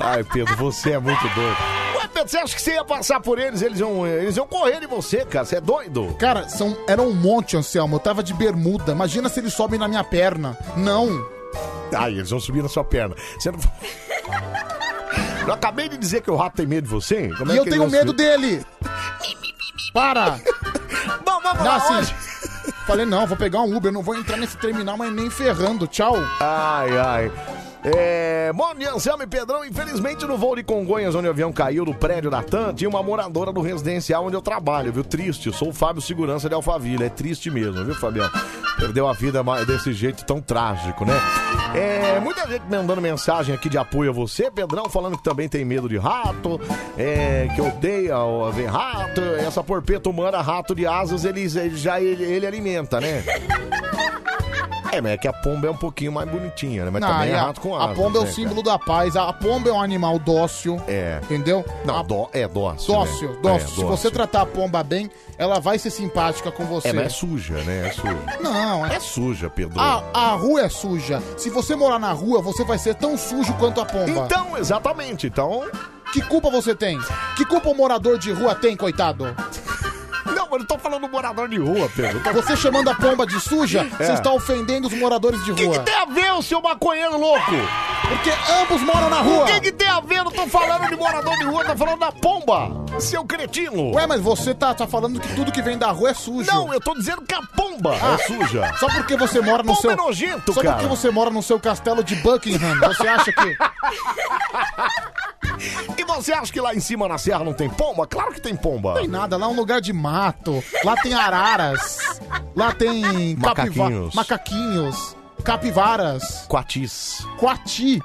Ai, Pedro, você é muito doido. Ué, Pedro, você acha que você ia passar por eles? Eles iam, eles iam correr em você, cara. Você é doido? Cara, são, era um monte, Anselmo, eu tava de bermuda, imagina se eles sobem na minha perna. Não. Ai, eles vão subir na sua perna. Você não... *laughs* Eu acabei de dizer que o rato tem medo de você? Como é E eu que eles tenho vão medo subir? dele! Para! *laughs* *laughs* Bom, vamos Não, lá, assim, hoje- Falei, não, vou pegar um Uber, não vou entrar nesse terminal, mas nem ferrando, tchau. Ai, ai. É, bom dia, Anselmo e Pedrão. Infelizmente, no voo de Congonhas, onde o avião caiu do prédio da TAM, tinha uma moradora do residencial onde eu trabalho, viu? Triste. Eu sou o Fábio Segurança de Alphaville. É triste mesmo, viu, Fabião? Perdeu a vida ma- desse jeito tão trágico, né? É, muita gente mandando mensagem aqui de apoio a você, Pedrão, falando que também tem medo de rato, é, que odeia ó, ver rato. Essa porpeta humana, rato de asas, ele, ele já ele- ele alimenta, né? É, mas é que a pomba é um pouquinho mais bonitinha, né? Mas Não, também Ah, e é a, rato com a asas. pomba é o né, símbolo da paz, a, a pomba é um animal dócil, cara? É. entendeu? Não, a, dó, é dócil. dócil, né? dócil. É, Se você tratar a pomba bem, ela vai ser simpática com você. É, mas é suja, né? É suja. Não, é... É suja, Pedro. A, a rua é suja. Se você morar na rua, você vai ser tão sujo quanto a pomba. Então, exatamente. Então. Que culpa você tem? Que culpa o morador de rua tem, coitado? Não, mas eu não tô falando morador de rua, Pedro. Eu É. tô- Você chamando a pomba de suja, você está ofendendo os moradores de O que, que rua. tem a ver, o seu maconheiro louco? Porque ambos moram na O rua. que, que tem a ver? Eu não tô falando de morador de rua, eu tô falando da pomba, seu cretino. Ué, mas você tá, tá falando que tudo que vem da rua é sujo. Ah. não, eu tô dizendo que a pomba é suja. Só porque você mora no Pomba seu. é nojento, Só cara. porque você mora no seu castelo de Buckingham. Você acha *laughs* que. E você acha que lá em cima na serra não tem pomba? Claro que tem pomba. Tem nada, lá é um lugar de mato. Lá tem araras. Lá tem Macaquinhos. capiva- macaquinhos. Capivaras. Quatis. Coati.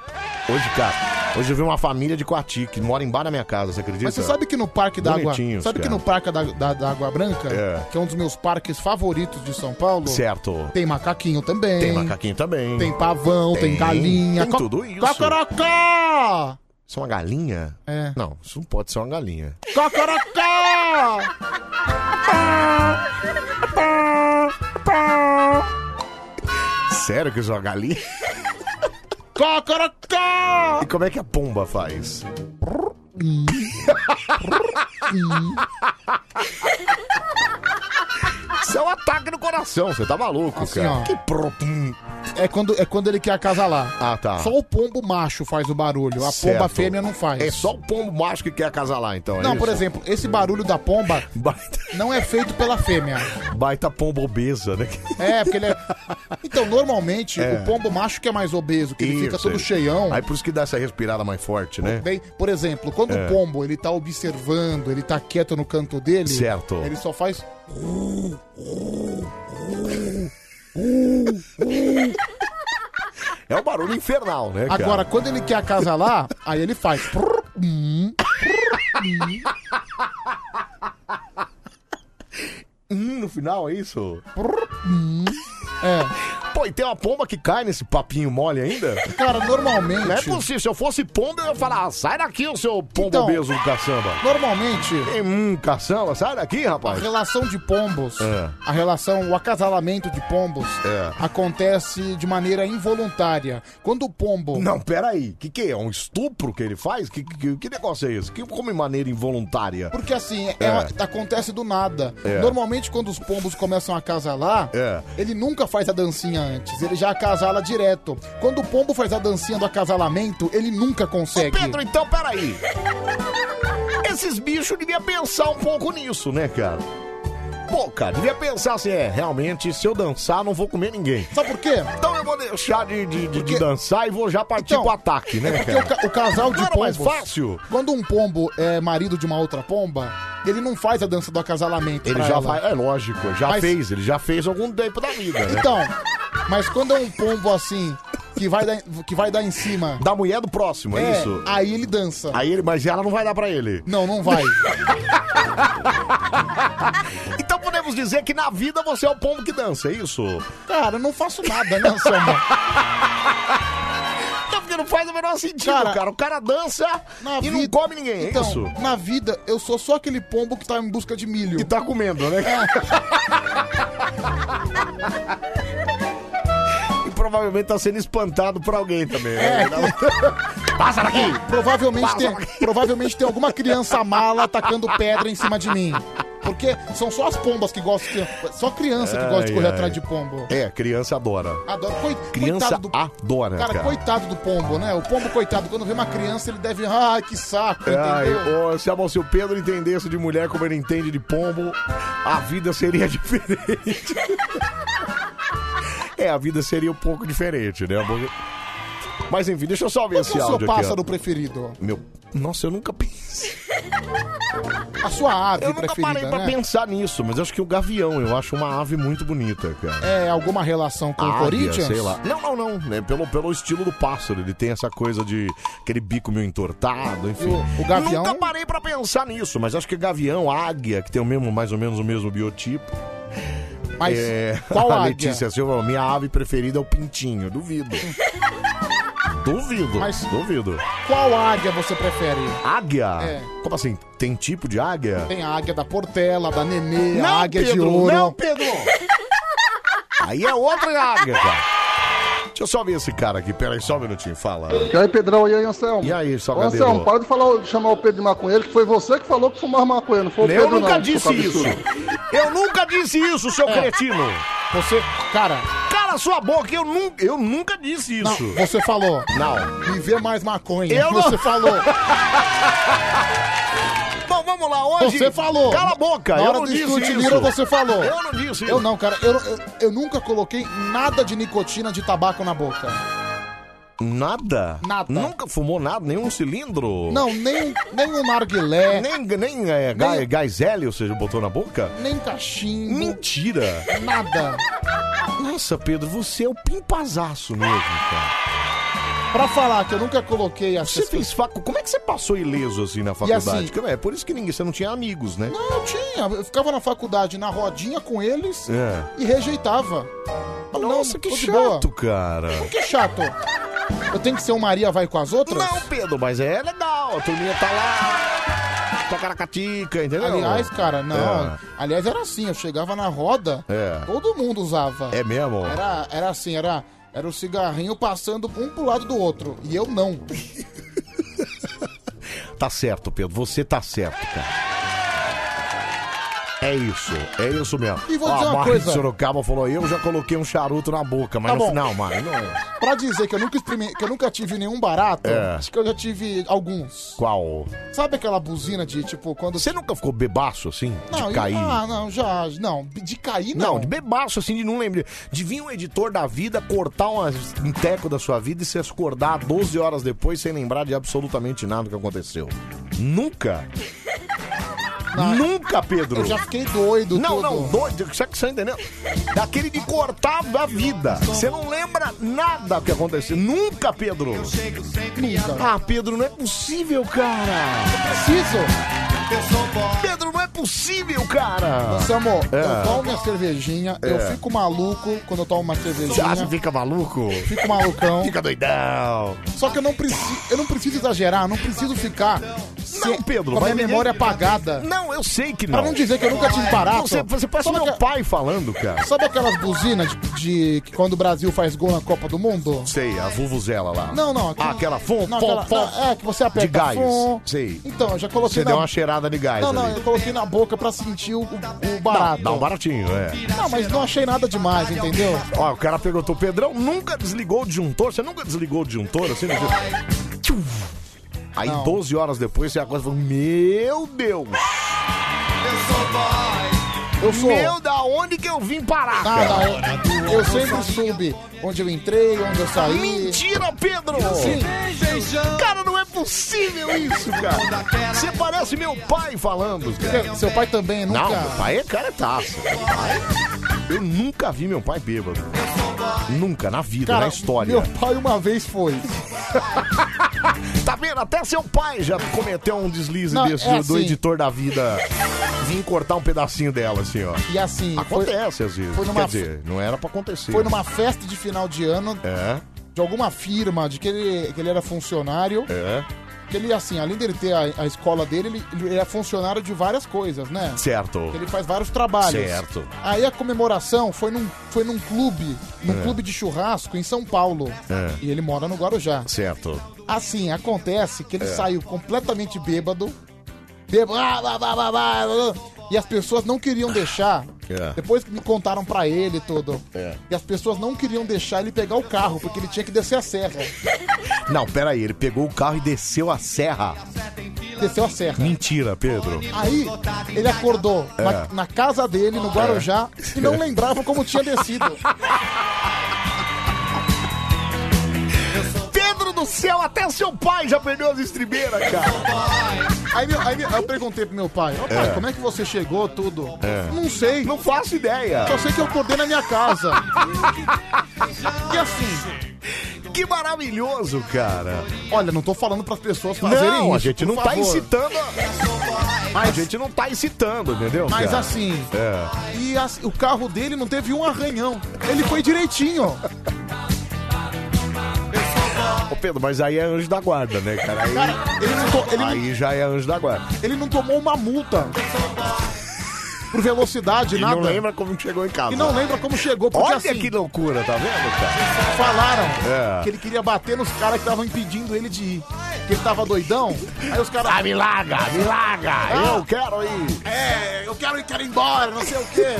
Hoje, cara, hoje eu vi uma família de Coati que mora embaixo da minha casa, você acredita? Mas você sabe que no Parque da Água. Então, Bonitinhos, Sabe que cara. no Parque da, da, da Água Branca, É. que é um dos meus parques favoritos de São Paulo, Certo. tem macaquinho também. Tem macaquinho também. Tem pavão, tem, Tem. galinha. Tem co- tudo isso. Cocorocó! Isso é uma galinha? É. Não, isso não pode ser uma galinha. Cocorocó! Sério que isso é uma galinha? Cocorocó! E como é que a pomba faz? Hum. Isso é um ataque no coração, você tá maluco, Assim, cara. ó. Que pro... hum. É quando, é quando ele quer acasalar. Ah, tá. Só o pombo macho faz o barulho, a Certo. pomba fêmea não faz. É só o pombo macho que quer acasalar, então, é Não, por isso? exemplo, esse barulho *laughs* da pomba Baita, não é feito pela fêmea. baita pomba obesa, né? É, porque ele é. Então, normalmente, É. o pombo macho que é mais obeso, que ele fica Isso, todo isso. cheião. Aí por isso que dá essa respirada mais forte, né? Bem, por exemplo, quando É. o pombo ele tá observando, ele tá quieto no canto dele, Certo. ele só faz. É um barulho infernal, né, cara? Agora, quando ele quer acasalar, aí ele faz. Hum, no final é isso? É. Pô, e tem uma pomba que cai nesse papinho mole ainda? Cara, normalmente. Não é possível. Se eu fosse pomba, eu ia falar, "Ah, sai daqui, o seu pombo Então. obeso do caçamba. Normalmente, Ei, Hum, caçamba, sai daqui, a rapaz. relação de pombos, É. a relação, o acasalamento de pombos É. acontece de maneira involuntária. Quando o pombo. Não, peraí. O que, que é? Um estupro que ele faz? Que, que, que negócio é esse? Que, como de maneira involuntária? Porque assim, é- É. é- acontece do nada. É. Normalmente, quando os pombos começam a acasalar, É. ele nunca faz a dancinha antes, ele já acasala direto. Quando o pombo faz a dancinha do acasalamento, ele nunca Ô, consegue. Pedro, então, *laughs* peraí. Esses bichos deviam pensar um pouco nisso, né, cara? boca. Devia pensar assim, é, realmente, se eu dançar, não vou comer ninguém. Sabe por quê? Então, Então eu vou deixar de, de, de- de dançar e vou já partir pro ataque, né, É Porque cara? o, ca- o casal de Não era é mais pombos. fácil? Quando um pombo é marido de uma outra pomba, ele não faz a dança do acasalamento. Ele pra já ela. vai, é lógico, já Mas- fez, ele já fez algum tempo da vida, né? Então, mas quando é um pombo assim, que vai dar, que vai dar em cima. Da mulher do próximo, é, isso? Aí ele dança. Aí ele, mas ela não vai dar pra ele. Não, não vai. *laughs* Então podemos dizer que na vida você é o pombo que dança, é isso? Cara, eu não faço nada, né, Anselmo? Então porque *laughs* não faz o menor sentido, cara. Cara, O cara dança Na e não vida- come ninguém, então, é isso? Na vida, eu sou só aquele pombo que tá em busca de milho. É, E tá comendo, né? e provavelmente tá sendo espantado por alguém também, né? *laughs* Passa daqui! um- Provavelmente Passa tem, daqui! provavelmente tem alguma criança mala tá? atacando pedra em cima de mim. Porque são só as pombas que gostam de. Só criança que gosta de Ai, correr ai. atrás de pombo. É, criança adora. Adoro. Coi, Criança coitado do, adora, cara, cara. coitado do pombo, né? O pombo, coitado, quando vê uma criança, ele deve. Ah, que saco, Ai, entendeu? ô, se, a, se o Pedro entendesse de mulher como ele entende de pombo, a vida seria *laughs* diferente. é, a vida seria um pouco diferente, né? Porque- Mas enfim, deixa eu só ver Qual que esse é o seu áudio aqui. pássaro ó. preferido? Meu, nossa, eu nunca *laughs* pensei. A sua ave Eu nunca parei preferida, pra né? pensar nisso, mas acho que o gavião, eu acho uma ave muito bonita, cara. É alguma relação com o Águia, Corinthians? sei lá. Não, não, não. né? Pelo, pelo estilo do pássaro. Ele tem essa coisa de aquele bico meio entortado, enfim. E o- o gavião? Nunca parei pra pensar nisso, mas acho que gavião, águia, que tem o mesmo, mais ou menos o mesmo biotipo. Mas É, *laughs* qual a águia? Letícia Silva, minha ave preferida é o pintinho. *laughs* Duvido. duvido. Mas- Duvido. Qual águia você prefere? Águia? É. Como assim? Tem tipo de águia? Tem a águia da Portela, da Nenê, a águia de ouro. Não, Pedro! Aí é outra águia, cara. Deixa eu só ver esse cara aqui, peraí, só um minutinho, fala. E aí, Pedrão, e aí, Anselmo? E aí, só Ô, Anselmo, para de, falar, de chamar o Pedro de maconheiro, que foi você que falou que fumava maconha, não foi o Eu Pedro, nunca não, disse seu isso! cabeçudo. Eu nunca disse isso, seu É. cretino! Você, cara, Cala sua boca, eu, nu eu nunca disse não, isso! você falou. Não. Viver mais maconha. Eu não- você falou. Bom, vamos lá, hoje... Você falou. Cala a boca, Na eu hora não do disse Instituto isso! Lira, você falou. Eu não disse isso! Eu não, cara. Eu, eu, eu nunca coloquei nada de nicotina de tabaco na boca. Nada? Nada. Nunca fumou nada, nenhum cilindro? Não, nem, nem um narguilé, Nem, nem, é, ga- Nem- gás hélio, ou seja, botou na boca? nem cachimbo, Mentira! nada. Nossa, Pedro, você é o pimpazaço mesmo, cara. Pra falar que eu nunca coloquei essas Você fez facu... Como é que você passou ileso assim na faculdade? É por isso que ninguém... Você não tinha amigos, né? Não, eu tinha. Eu ficava na faculdade, na rodinha com eles É. e rejeitava. Falava, não, Nossa, que tô de boa. chato, cara. Que é chato. Eu tenho que ser o Maria vai com as outras? Não, Pedro, mas é legal. A turminha tá lá... Toca na catica, entendeu? Aliás, cara, não. É. Aliás, era assim, eu chegava na roda, É. todo mundo usava. É mesmo? Era, era assim, era, era o cigarrinho passando um pro lado do outro. E eu não. Tá certo, Pedro. Você tá certo, cara. É isso, é isso mesmo. E vou Ó, dizer a uma Mari de coisa. Sorocaba falou, eu já coloquei um charuto na boca, mas Tá no bom. final, Mari, não *laughs* é. Pra dizer que eu nunca experimen- que eu nunca tive nenhum barato, É. acho que eu já tive alguns. Qual? Sabe aquela buzina de tipo quando Você nunca ficou bebaço assim? não, de e- cair? Ah, não, já, não, de cair não. Não, de bebaço, assim, de não lembrar. De vir um editor da vida, cortar umas- um teco da sua vida e se acordar 12 horas depois sem lembrar de absolutamente nada que aconteceu. *laughs* Nunca! Nunca, Pedro! Eu já fiquei doido Não, tudo. não, doido, será que você entendeu? Daquele de cortar da vida. Você não lembra nada que aconteceu. Nunca, Pedro! nunca. Ah, Pedro, não é possível, cara! Preciso. Pedro, não é possível, cara! Seu amor, É. eu tomo minha cervejinha, eu É. fico maluco quando eu tomo uma *laughs* Você cervejinha. acha que fica maluco? Fico malucão. Fica um doidão! Só que eu não preciso, eu não preciso exagerar, eu não preciso ficar se- Pedro, com a mas minha ninguém- memória apagada. Não, eu sei que não. Pra não dizer que eu nunca tive barato. Você, você parece sabe, meu aque- pai falando, cara. sabe aquelas buzinas de, de que quando o Brasil faz gol na Copa do Mundo? Sei, a vuvuzela lá. Não, não. Ah, aquela fom, não, fom, aquela- fom. não, é, que você De aperta. gás, fom. sei. Então, eu já coloquei Você na... deu uma cheirada de gás Não, não, ali. eu coloquei na boca pra sentir o, o barato. Dá um baratinho, é. Não, mas não achei nada demais, entendeu? Ó, o cara perguntou, Pedrão, nunca desligou o disjuntor? Você nunca desligou o disjuntor? Assim, não... Tchum. Aí, Não. 12 horas depois, você acorda e fala, meu Deus! Eu sou. Meu, da onde que eu vim parar? Ah, da cara? hora. Eu sempre soube onde eu entrei, onde eu saí. Mentira, Pedro! Sim. Cara, não é possível isso, cara. Você parece meu pai falando. Seu- seu pai também nunca- Não, meu pai é cara taça. Eu nunca vi meu pai bêbado. Nunca, na vida, Cara, na história. Meu pai uma vez foi. *laughs* Tá vendo? Até seu pai já cometeu um deslize Não, desse é do- do assim. editor da vida. Vim cortar um pedacinho dela, assim, ó. E assim, foi, Acontece às vezes. foi numa- Quer dizer, não era pra acontecer. foi numa festa de final de ano É, de alguma firma, de que ele, que ele era funcionário. é. Que ele, assim, além dele ter a, a escola dele, ele, ele é funcionário de várias coisas, né? Certo. Ele faz vários trabalhos. Certo. Aí a comemoração foi num, foi num clube, num É. clube de churrasco em São Paulo. É. E ele mora no Guarujá. Certo. Assim, acontece que ele É. saiu completamente bêbado. Bêbado. ah, blá, blá, blá, blá, blá, blá. e as pessoas não queriam deixar. É. Depois que me contaram pra ele e tudo. É. E as pessoas não queriam deixar ele pegar o carro, porque ele tinha que descer a serra. Não, pera aí, ele pegou o carro e desceu a serra. Desceu a serra. Mentira, Pedro. Aí ele acordou É. na, na casa dele, no Guarujá, e não lembrava como tinha descido. Pedro do céu, até seu pai já perdeu as estribeiras, cara. Aí, meu- aí meu- eu perguntei pro meu pai, "Ô, pai, É. como é que você chegou, tudo? É. Não sei. Não faço ideia. Eu sei que eu acordei na minha casa. e assim, Que maravilhoso, cara. Olha, não tô falando pras pessoas fazerem Não, isso. a gente não por tá favor. incitando. A gente não tá incitando, entendeu? Mas cara? assim, É. E as- o carro dele não teve um arranhão. Ele foi direitinho. Ô, Pedro, mas aí é anjo da guarda, né, cara? Aí, aí já é anjo da guarda. Ele não tomou uma multa. Por velocidade, E nada. não lembra como chegou em casa. E não lembra como chegou, porque Olha assim, que loucura, tá vendo, cara? falaram É. que ele queria bater nos caras que estavam impedindo ele de ir. Que ele tava doidão. Aí os caras. Ah, Ah, me larga, me larga, eu quero ir. É, eu quero, quero ir embora, não sei o quê.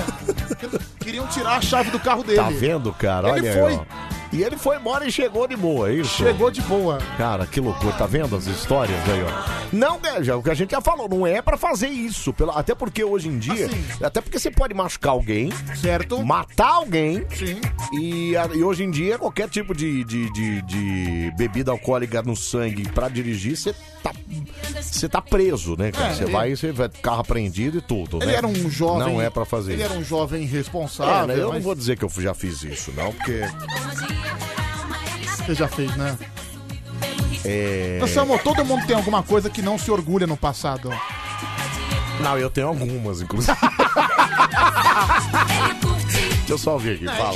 Queriam tirar a chave do carro dele. Tá vendo, cara? Ele Olha aí, foi. ó. E ele foi embora e chegou de boa, é isso? Chegou de boa. Cara, que loucura, tá vendo as histórias aí, ó? Não, é, já, o que a gente já falou, não é pra fazer isso. pela- até porque hoje em dia, até porque você pode machucar alguém, Assim. certo? Matar alguém. Sim. E, a- e hoje em dia, qualquer tipo de, de, de- de bebida alcoólica no sangue pra dirigir, você tá, você tá preso, né, cara? É, Você ele- vai, você vai carro apreendido e tudo, Ele né? era um jovem. Não é pra fazer Ele isso. era um jovem É, irresponsável. né, Eu não mas vou dizer que eu já fiz isso, não, porque. Você já fez, né? É... Anselmo, todo mundo tem alguma coisa que não se orgulha no passado. Não, eu tenho algumas, inclusive. Deixa eu só ouvir aqui, fala.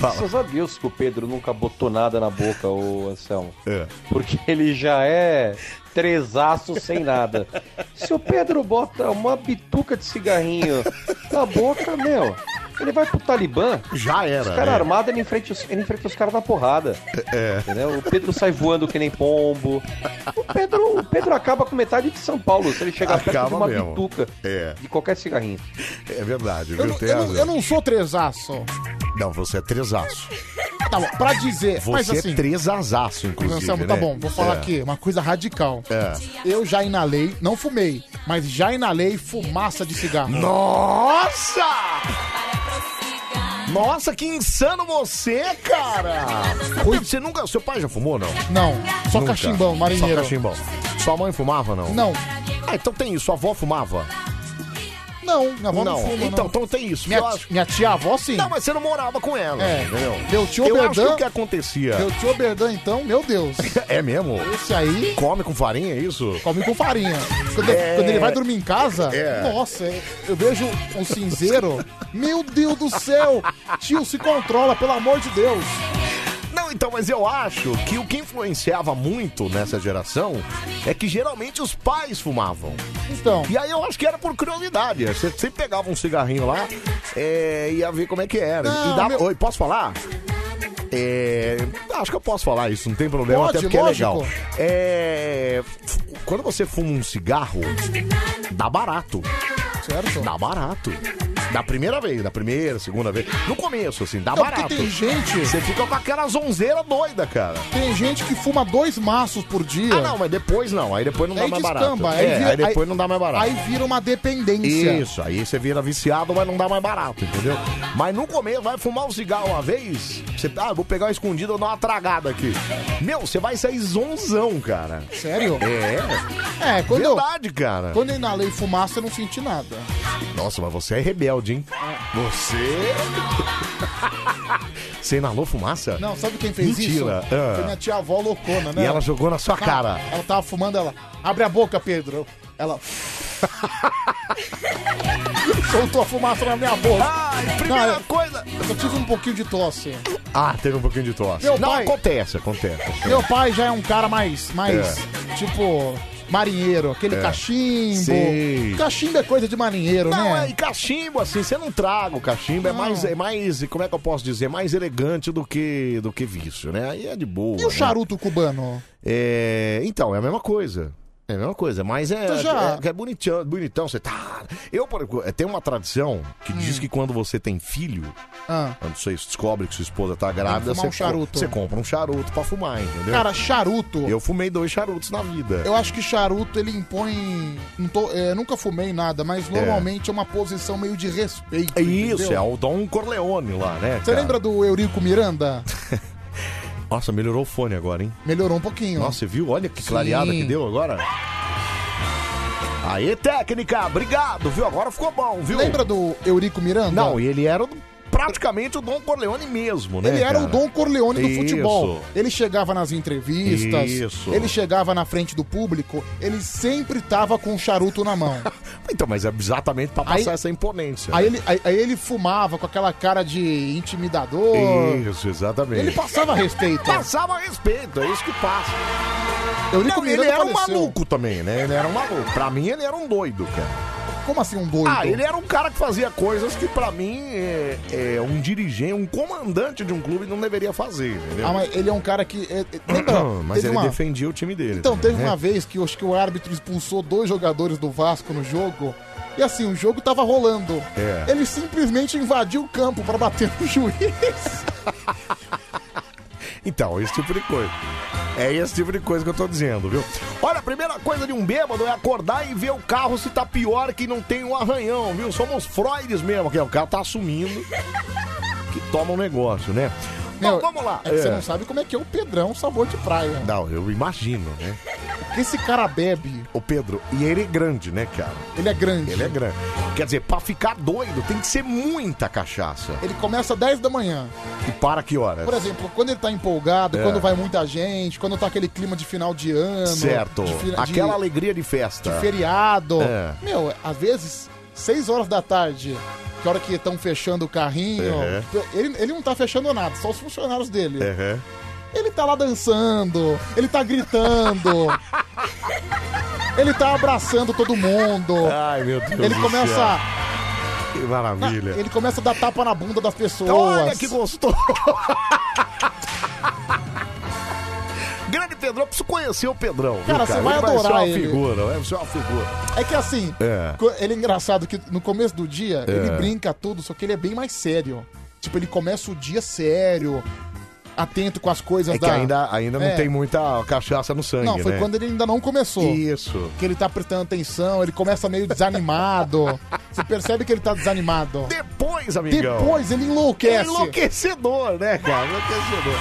Fala. Graças a Deus que o Pedro nunca botou nada na boca, ô Anselmo. É. Porque ele já é tresaço sem *laughs* nada. Tá Se o Pedro bota uma bituca de cigarrinho na boca, meu, ele vai pro Talibã. Já era. Os caras é. né? armados, ele enfrenta os, ele enfrenta os caras na porrada. É. Entendeu? O Pedro sai voando que nem pombo. O Pedro, o Pedro acaba com metade de São Paulo se ele chegar perto de Acaba uma mesmo. bituca É. de qualquer cigarrinho. É verdade, Eu, viu? não- Tem eu não, razão. eu não sou tresaço. Não, você é tresaço. Tá bom, pra dizer, Você mas assim. é tresaço, inclusive. Anselmo, né? tá bom, vou falar É. aqui, uma coisa radical. É. Eu já inalei, não fumei, mas já inalei fumaça de cigarro. Nossa! Nossa, que insano você, cara! Você nunca. Seu pai já fumou, não? Não, só Nunca. cachimbão, marinheiro. Só cachimbão. Sua mãe fumava, não? Não. Ah, então tem isso. Sua avó fumava? Não, minha avó não, fuma, Então, não. então tem isso. Minha, eu acho. minha tia avó sim. Não, mas você não morava com ela, É. entendeu? Meu tio Eu acho que Berdan- o que acontecia... Meu tio Berdan, então, meu Deus. É mesmo? Esse aí Come com farinha, é isso? come com farinha. Quando, É. quando ele vai dormir em casa, *laughs* É. nossa, eu vejo um cinzeiro. Meu Deus do céu! Tio, se controla, pelo amor de Deus. Não, então, mas eu acho que o que influenciava muito nessa geração é que geralmente os pais fumavam. Então, E aí eu acho que era por curiosidade. Você sempre pegava um cigarrinho lá é, ia ver como é que era. Não, E dava- meu- Oi, posso falar? É, acho que eu posso falar isso, não tem problema, Pode, até porque lógico. é legal. É, f- quando você fuma um cigarro, dá barato. certo? Dá barato. Da primeira vez, da primeira, segunda vez. No começo, assim, dá Não, porque barato. tem gente- Você fica com aquela zonzeira doida, cara. Tem gente que fuma dois maços por dia. Ah, não, mas depois não. Aí depois não dá Aí mais barato. descamba, aí É, vira- aí depois aí- não dá mais barato. aí vira uma dependência. Isso, aí você vira viciado, mas não dá mais barato, entendeu? Mas no começo, vai fumar um cigarro uma vez, você, ah, eu vou pegar uma escondida, eu dou uma tragada aqui. Meu, você vai sair zonzão, cara. Sério? É. É, quando eu- Verdade, cara. Quando eu inalei fumaça, eu não senti nada. Nossa, mas você é rebelde, hein? É. Você. é *laughs* você inalou fumaça? Não, sabe quem fez Mentira. isso? Ah. Foi minha tia avó loucona, né? E ela jogou na sua Tá, cara. Ela tava fumando, ela. Abre a boca, Pedro. *laughs* Ela. Soltou a fumaça na minha boca. Ai, primeira coisa. Eu tive um pouquinho de tosse. Ah, teve um pouquinho de tosse. Meu não, pai- acontece, acontece. Meu pai já é um cara mais. mais Tipo. Marinheiro, aquele É. cachimbo. Sei. Cachimbo é coisa de marinheiro, Não, né? é, e cachimbo, assim, você não traga o cachimbo, é mais, é mais, como é que eu posso dizer, mais elegante do que, do que vício, né? Aí é de boa. E o né? charuto cubano? É, então, é a mesma coisa. É a mesma coisa, mas é, Tu já- é, é bonitão, bonitão, você tá... Eu, por exemplo, tem uma tradição que diz que quando você tem filho, Hum. Ah. quando você descobre que sua esposa tá grávida, fumar você, um charuto. você compra um charuto pra fumar, entendeu? Cara, charuto. Eu fumei dois charutos na vida. É Eu acho que charuto ele impõe. Não tô, é, nunca fumei nada, mas normalmente é. uma posição meio de respeito. É Isso, entendeu? é o Dom Corleone lá, né? Você cara? lembra do Eurico Miranda? Nossa, melhorou o fone agora, hein? Melhorou um pouquinho. Nossa, você viu? Olha que clareada Sim. que deu agora. Aê, técnica, obrigado, viu? Agora ficou bom, viu? Lembra do Eurico Miranda? Não, e ele era praticamente o Dom Corleone mesmo, né? Ele era cara? o Dom Corleone do Isso. futebol. Ele chegava nas entrevistas, Isso. ele chegava na frente do público, ele sempre tava com um charuto *laughs* na mão. Então, mas é exatamente pra Aí- passar essa imponência. aí, ele, aí, aí ele fumava com aquela cara de intimidador. Isso, exatamente. Ele passava respeito. Passava respeito, é isso que passa. Eurico Não, ele Miranda era um faleceu. maluco também, né? Ele era um maluco. Pra mim, ele era um doido, cara. Como assim um doido? Ah, ele era um cara que fazia coisas que pra mim é, é um dirigente, um comandante de um clube não deveria fazer, entendeu? Ah, mas ele é um cara que. é- é- lembra? *coughs* *clears throat* Mas Teve ele uma- defendia o time dele. Então, também, teve né? uma vez que eu acho que o árbitro expulsou dois jogadores do Vasco no jogo. E assim, o jogo tava rolando. É. Ele simplesmente invadiu o campo pra bater no *laughs* juiz. Então, esse tipo de coisa. É esse tipo de coisa que eu tô dizendo, viu? Olha, a primeira coisa de um bêbado é acordar e ver o carro se tá pior que não tem um arranhão, viu? Somos Freuds mesmo, que é, o cara tá assumindo que toma um negócio, né? Bom, vamos lá. É que você É. não sabe como é que é o Pedrão sabor de praia. Não, eu imagino, né? Porque esse cara bebe, O Pedro, e ele é grande, né, cara? ele é grande. Ele é grande. Quer dizer, pra ficar doido tem que ser muita cachaça. Ele começa às 10 da manhã. E para que horas? Por exemplo, quando ele tá empolgado, É. quando vai muita gente, quando tá aquele clima de final de ano. Certo. de fina- de- Aquela alegria de festa. de feriado. Tá. É. Meu, às vezes, 6 horas da tarde, que hora que estão fechando o carrinho, Uhum. ele, ele não tá fechando nada, só os funcionários dele. Uhum. Ele tá lá dançando, ele *laughs* tá gritando. ele tá abraçando todo mundo. Ai, meu Deus Ele do começa, céu. Que maravilha. ele começa a dar tapa na bunda das pessoas. Olha que gostoso! Grande Pedrão, eu preciso conhecer o Pedrão. viu, Cara, você vai ele Vai adorar ser uma ele. figura, vai ser uma figura. É que assim, É. co- ele é engraçado que no começo do dia É. ele brinca tudo, só que ele é bem mais sério. Tipo, ele começa o dia sério, atento com as coisas É que da. ainda, ainda não É. tem muita cachaça no sangue, Não, foi né? quando ele ainda não começou. Isso. Que ele tá prestando atenção, ele começa meio *laughs* desanimado. Você percebe que ele tá desanimado. Depois, amigão. Depois ele enlouquece. é Enlouquecedor, né, cara? Enlouquecedor.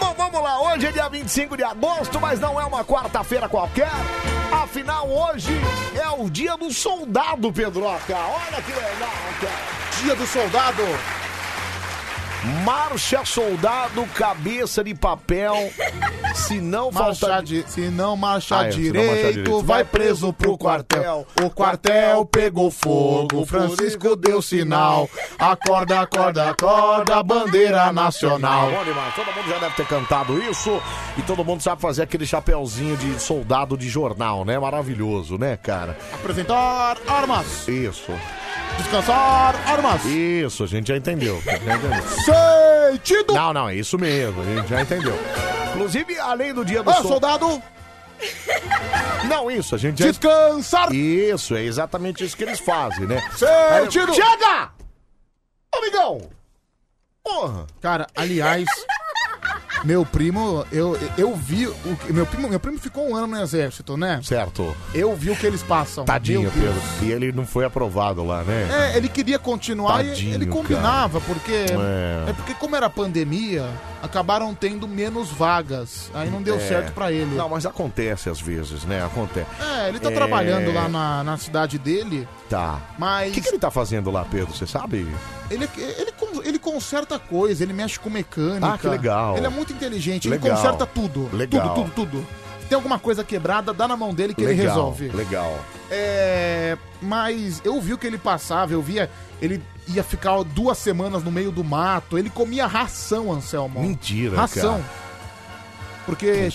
Bom, vamos lá. Hoje é dia 25 de agosto, mas não é uma quarta-feira qualquer. Afinal, hoje é o dia do soldado, Pedroca. Olha que legal, cara. Dia do soldado. Marcha soldado, cabeça de papel. Se não faltar Marchar di- Se não marchar, Ah, é, se não direito, marchar direito. vai preso pro quartel. O quartel pegou fogo, Francisco deu sinal. Acorda, acorda, acorda, bandeira nacional. Bom demais. Todo mundo já deve ter cantado isso e todo mundo sabe fazer aquele chapéuzinho de soldado de jornal, né? Maravilhoso, né, cara? Apresentar armas, Isso. descansar armas. Isso, a gente já entendeu. Já entendeu. *laughs* Sentido. Não, não, é isso mesmo, a gente já entendeu. Inclusive, além do dia do Ah, sol- soldado. Não, isso, a gente. Descansar! Isso, é exatamente isso que eles fazem, né? Seu Aí, tiro- Chega! Ô, amigão! Porra! Cara, aliás, meu primo, eu, eu vi. O, que- meu, primo, meu primo ficou um ano no exército, né? Certo. Eu vi o que eles passam. Tadinho, Meu Deus. Pedro. E ele não foi aprovado lá, né? É, ele queria continuar Tadinho, e ele combinava, porque. É. É. porque, como era pandemia, acabaram tendo menos vagas. Aí não deu É. certo pra ele. Não, mas acontece às vezes, né? Acontece. É, ele tá trabalhando lá na, na cidade dele, Tá. mas. O que, que ele tá fazendo lá, Pedro? Você sabe? Ele, ele, con- ele conserta coisa, ele mexe com mecânica. Ah, que legal. Ele é muito inteligente, ele Legal. conserta tudo. Legal. Tudo, tudo, tudo. Se tem alguma coisa quebrada, dá na mão dele que ele Legal, resolve. Legal. É. Mas eu vi o que ele passava, eu via. Ele ia ficar duas semanas no meio do mato, ele comia ração, Anselmo. Mentira, Ração. cara. Porque.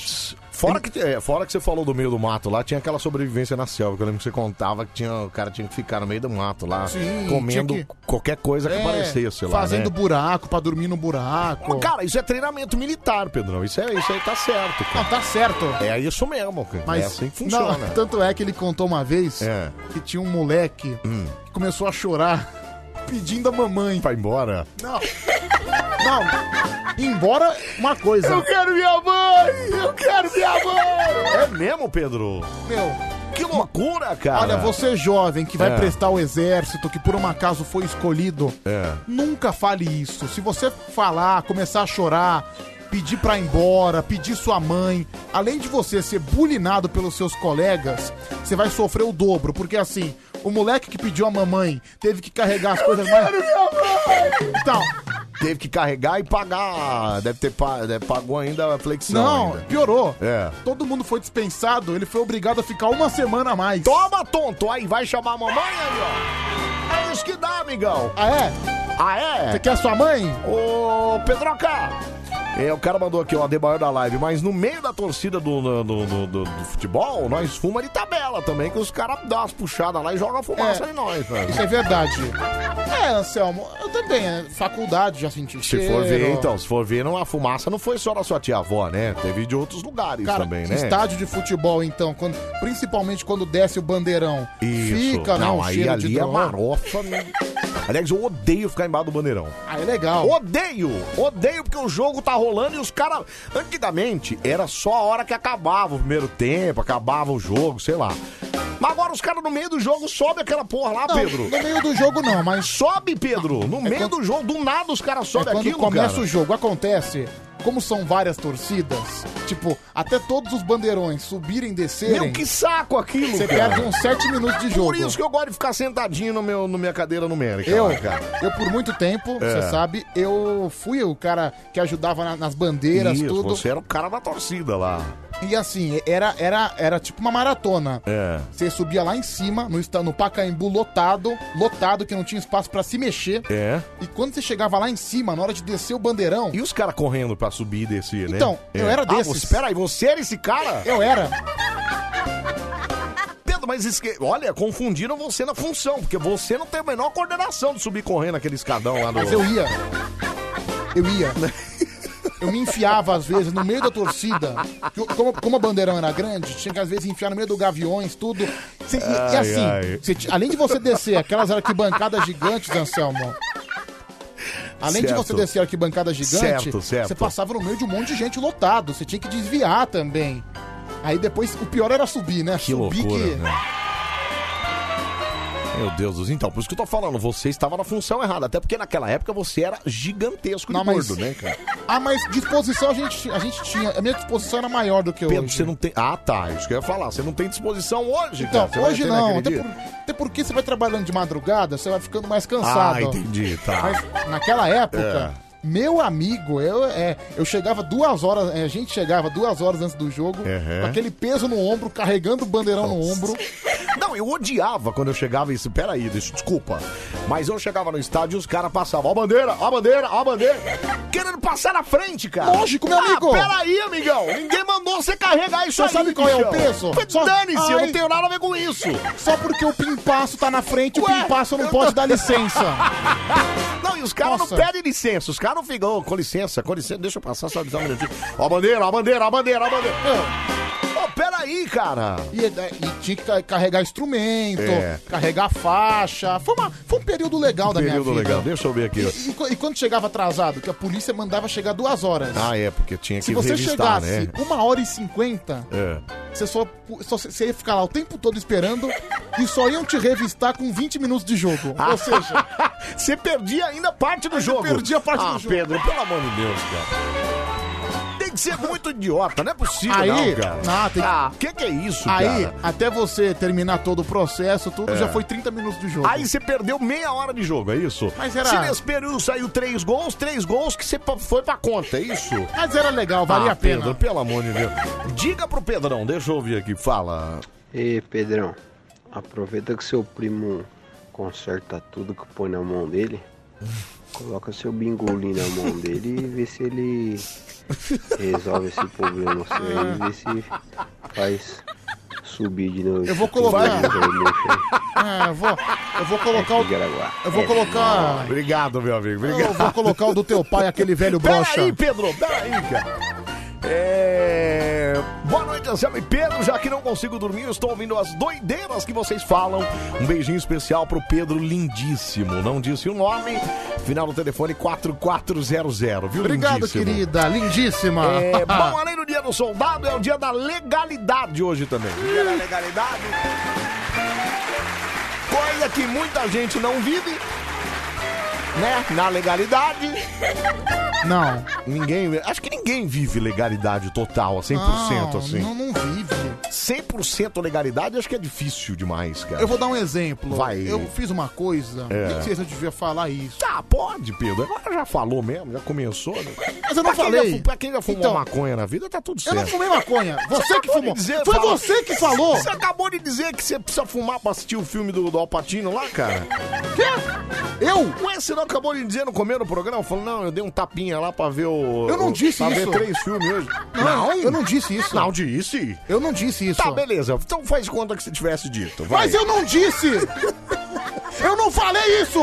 Fora que, é, fora que você falou do meio do mato lá, tinha aquela sobrevivência na selva, que eu lembro que você contava que tinha, o cara tinha que ficar no meio do mato lá, Sim, comendo tinha que- qualquer coisa que é, aparecesse lá, né? Fazendo buraco, pra dormir no buraco. Cara, isso é treinamento militar, Pedrão. Isso, é, isso aí tá certo. Cara. Não, tá certo. É isso mesmo, cara. Mas é assim que funciona. Não, tanto é que ele contou uma vez É. Hum. que tinha um moleque que começou a chorar *laughs* pedindo a mamãe. Vai embora? Não. Não. Embora uma coisa. Eu quero minha mãe! Eu quero minha mãe! É mesmo, Pedro? Meu. Que loucura, cara. Olha, você jovem que vai É. prestar o exército, que por um acaso foi escolhido, É. nunca fale isso. Se você falar, começar a chorar, pedir pra ir embora, pedir sua mãe, além de você ser bulinado pelos seus colegas, você vai sofrer o dobro, porque assim, o moleque que pediu a mamãe teve que carregar as coisas mais. Então, Teve que carregar e pagar. Deve ter pa- deve- pagou ainda a flexão. não, ainda. piorou. É. Todo mundo foi dispensado, ele foi obrigado a ficar uma semana a mais. Toma, tonto! Aí vai chamar a mamãe aí, ó. É isso que dá, amigão. Ah, é? Ah, é? Você quer sua mãe? Ô, Pedroca! É, o cara mandou aqui, ó, Adebayor da live, mas no meio da torcida do, do, do- do- do futebol, nós fuma de tabela também, que os caras dão umas puxadas lá e jogam fumaça em nós, velho. Isso é verdade. É, Anselmo, eu também, né? faculdade já senti Se for ver, então, se for ver, não, a fumaça não foi só da sua tia-avó, né? Teve de outros lugares Cara, também, né? estádio de futebol, então, quando, principalmente quando desce o bandeirão, Isso. fica né, não, um aí cheiro ali de é droga. marofa. né? Aliás, eu odeio ficar embaixo do bandeirão. Ah, é legal. Odeio, odeio porque o jogo tá rolando e os caras. Antigamente era só a hora que acabava o primeiro tempo, acabava o jogo, sei lá. Mas agora os caras no meio do jogo sobem aquela porra lá, Não, Pedro. No meio do jogo não, mas Sobe, Pedro. No meio do jogo, do nada os caras é sobem quando aquilo, começa cara. o jogo, acontece, como são várias torcidas, tipo, até todos os bandeirões subirem e descerem, Meu, que saco aquilo, você cara. perde uns 7 minutos de jogo. Por isso que eu gosto de ficar sentadinho no meu, no minha cadeira numérica. Eu, lá, cara. eu por muito tempo, É. você sabe, eu fui o cara que ajudava na- nas bandeiras, Isso, tudo. Você é era o cara da torcida lá. E assim, era, era, era tipo uma maratona. É. Você subia lá em cima, no, esta- no Pacaembu lotado, lotado, que não tinha espaço pra se mexer. É. E quando você chegava lá em cima, na hora de descer o bandeirão, E os caras correndo pra subir e descer, né? Então, eu era desses. Ah, você, peraí, você era esse cara? eu era. Pedro, mas esque... olha, confundiram você na função, porque você não tem a menor coordenação de subir correndo aquele escadão lá no... Mas eu ia. Eu ia. Eu me enfiava, às vezes, no meio da torcida. que eu- Como, como a bandeirão era grande, tinha que, às vezes, enfiar no meio do gaviões, tudo. Você- e, e Ai, assim, ai. você ti- além de você descer aquelas arquibancadas gigantes, Anselmo. Além de Certo. você descer a arquibancada gigante, Certo, certo. você passava no meio de um monte de gente lotado. Você tinha que desviar também. Aí depois, o pior era subir, né? Que subir loucura, né? Meu Deus do céu. Então, por isso que eu tô falando, você estava na função errada. Até porque naquela época você era gigantesco de Não, mas- gordo, né, cara? Ah, mas disposição a gente, a gente tinha. A minha disposição era maior do que Pedro, hoje. você não tem... Ah, tá, isso que eu ia falar. Você não tem disposição hoje, Então, cara. Você vai hoje ter não. naquele Até, dia? por- até porque você vai trabalhando de madrugada, você vai ficando mais cansado. Ah, entendi, É. tá. Mas naquela época, meu amigo, eu, é, eu chegava duas horas, é, a gente chegava duas horas antes do jogo, Uhum. com aquele peso no ombro, carregando o bandeirão no ombro. Não, eu odiava quando eu chegava isso. Peraí, deixa, desculpa. Mas eu chegava no estádio e os caras passavam. Ó a bandeira, ó a bandeira, ó a bandeira. Querendo passar na frente, cara. Lógico, meu amigo. Ah, peraí, amigão. Ninguém mandou você carregar isso Só aí, sabe qual é o bichão. peso? Só- Dane-se, eu Ai. não tenho nada a ver com isso. Só porque o pimpaço tá na frente, o Ué, pimpaço não eu pode tô- dar licença. *laughs* Não, e os caras não Nossa. pedem licença. Os caras não ficam, É. "Ô, com licença, com licença. Deixa eu passar só só um minutinho. Ó a bandeira, ó a bandeira, ó a bandeira, ó a bandeira. Meu, Ô, peraí, cara. E, é, né, e tinha que ca- carregar instrumento, É. carregar faixa. Foi, uma- foi um período legal da Período minha vida. legal, deixa eu ver aqui. E, co- e quando chegava atrasado, que a polícia mandava chegar duas horas. Ah, é, porque tinha que Se você assim, revistar, chegasse né? uma hora e cinquenta, É. você só, só você ia ficar lá o tempo todo esperando e só iam te revistar com 20 minutos de jogo. Ou seja, *laughs* você perdia ainda parte do jogo. Perdia parte ah, do jogo. Pedro, pelo amor de Deus, cara. Tem que ser muito idiota, não é possível, Aí, não, cara. ah, tem que- Ah, o que, que é isso, aí, cara? até você terminar todo o processo, tudo É. já foi 30 minutos de jogo. Aí você perdeu meia hora de jogo, é isso? Mas era- Se nesse período saiu três gols, três gols que você pa- foi pra conta, é isso? Mas era legal, valia Ah, a pena. Pedro, pelo amor de Deus. Diga pro Pedrão, deixa eu ouvir aqui, fala. Ei, Pedrão, aproveita que seu primo conserta tudo que põe na mão dele. Coloca seu bingolim na mão dele e vê se ele resolve esse problema seu aí, vê se faz subir de novo. Eu vou esse colocar- bingolim aí, *laughs* meu filho. É, eu vou, eu vou colocar o. Eu É vou colocar. Obrigado, meu amigo. Obrigado. Eu vou colocar o do teu pai, aquele velho brocha. Peraí, Pedro, peraí, cara. É... Boa noite, Anselmo e Pedro. Já que não consigo dormir, eu estou ouvindo as doideiras que vocês falam. Um beijinho especial pro Pedro lindíssimo. Não disse o nome. Final do telefone 4400, viu, Obrigado, lindíssimo? querida. Lindíssima. *laughs* É, bom, além do dia do soldado, é o dia da legalidade hoje também. Dia da legalidade. Coisa que muita gente não vive, né? Na legalidade. Não. Ninguém. Acho que ninguém vive legalidade total, a 100% assim. Não, não vive. 100% legalidade acho que é difícil demais, cara. Eu vou dar um exemplo. Vai. Eu fiz uma coisa, É. nem sei se eu devia falar isso. Tá, pode, Pedro. Agora já falou mesmo, já começou. né? Mas eu não Pra quem falei. já fu- pra quem já fumou Então, maconha na vida, tá tudo Eu certo. não fumei maconha. Você que acabou fumou. de dizer, Foi fala- você é que falou. Você acabou de dizer que você precisa fumar pra assistir o filme do, do Alpatino lá, cara. Quê? Eu? Ué, você não acabou de dizer no começo do programa? Falou, não, eu dei um tapinha lá pra ver o. Eu não o- disse pra isso. ver três filmes hoje. Não, eu não disse isso. Não disse. Eu não disse isso. Tá, beleza. Então faz conta que você tivesse dito. Vai. Mas eu não *laughs* disse! Eu não falei isso!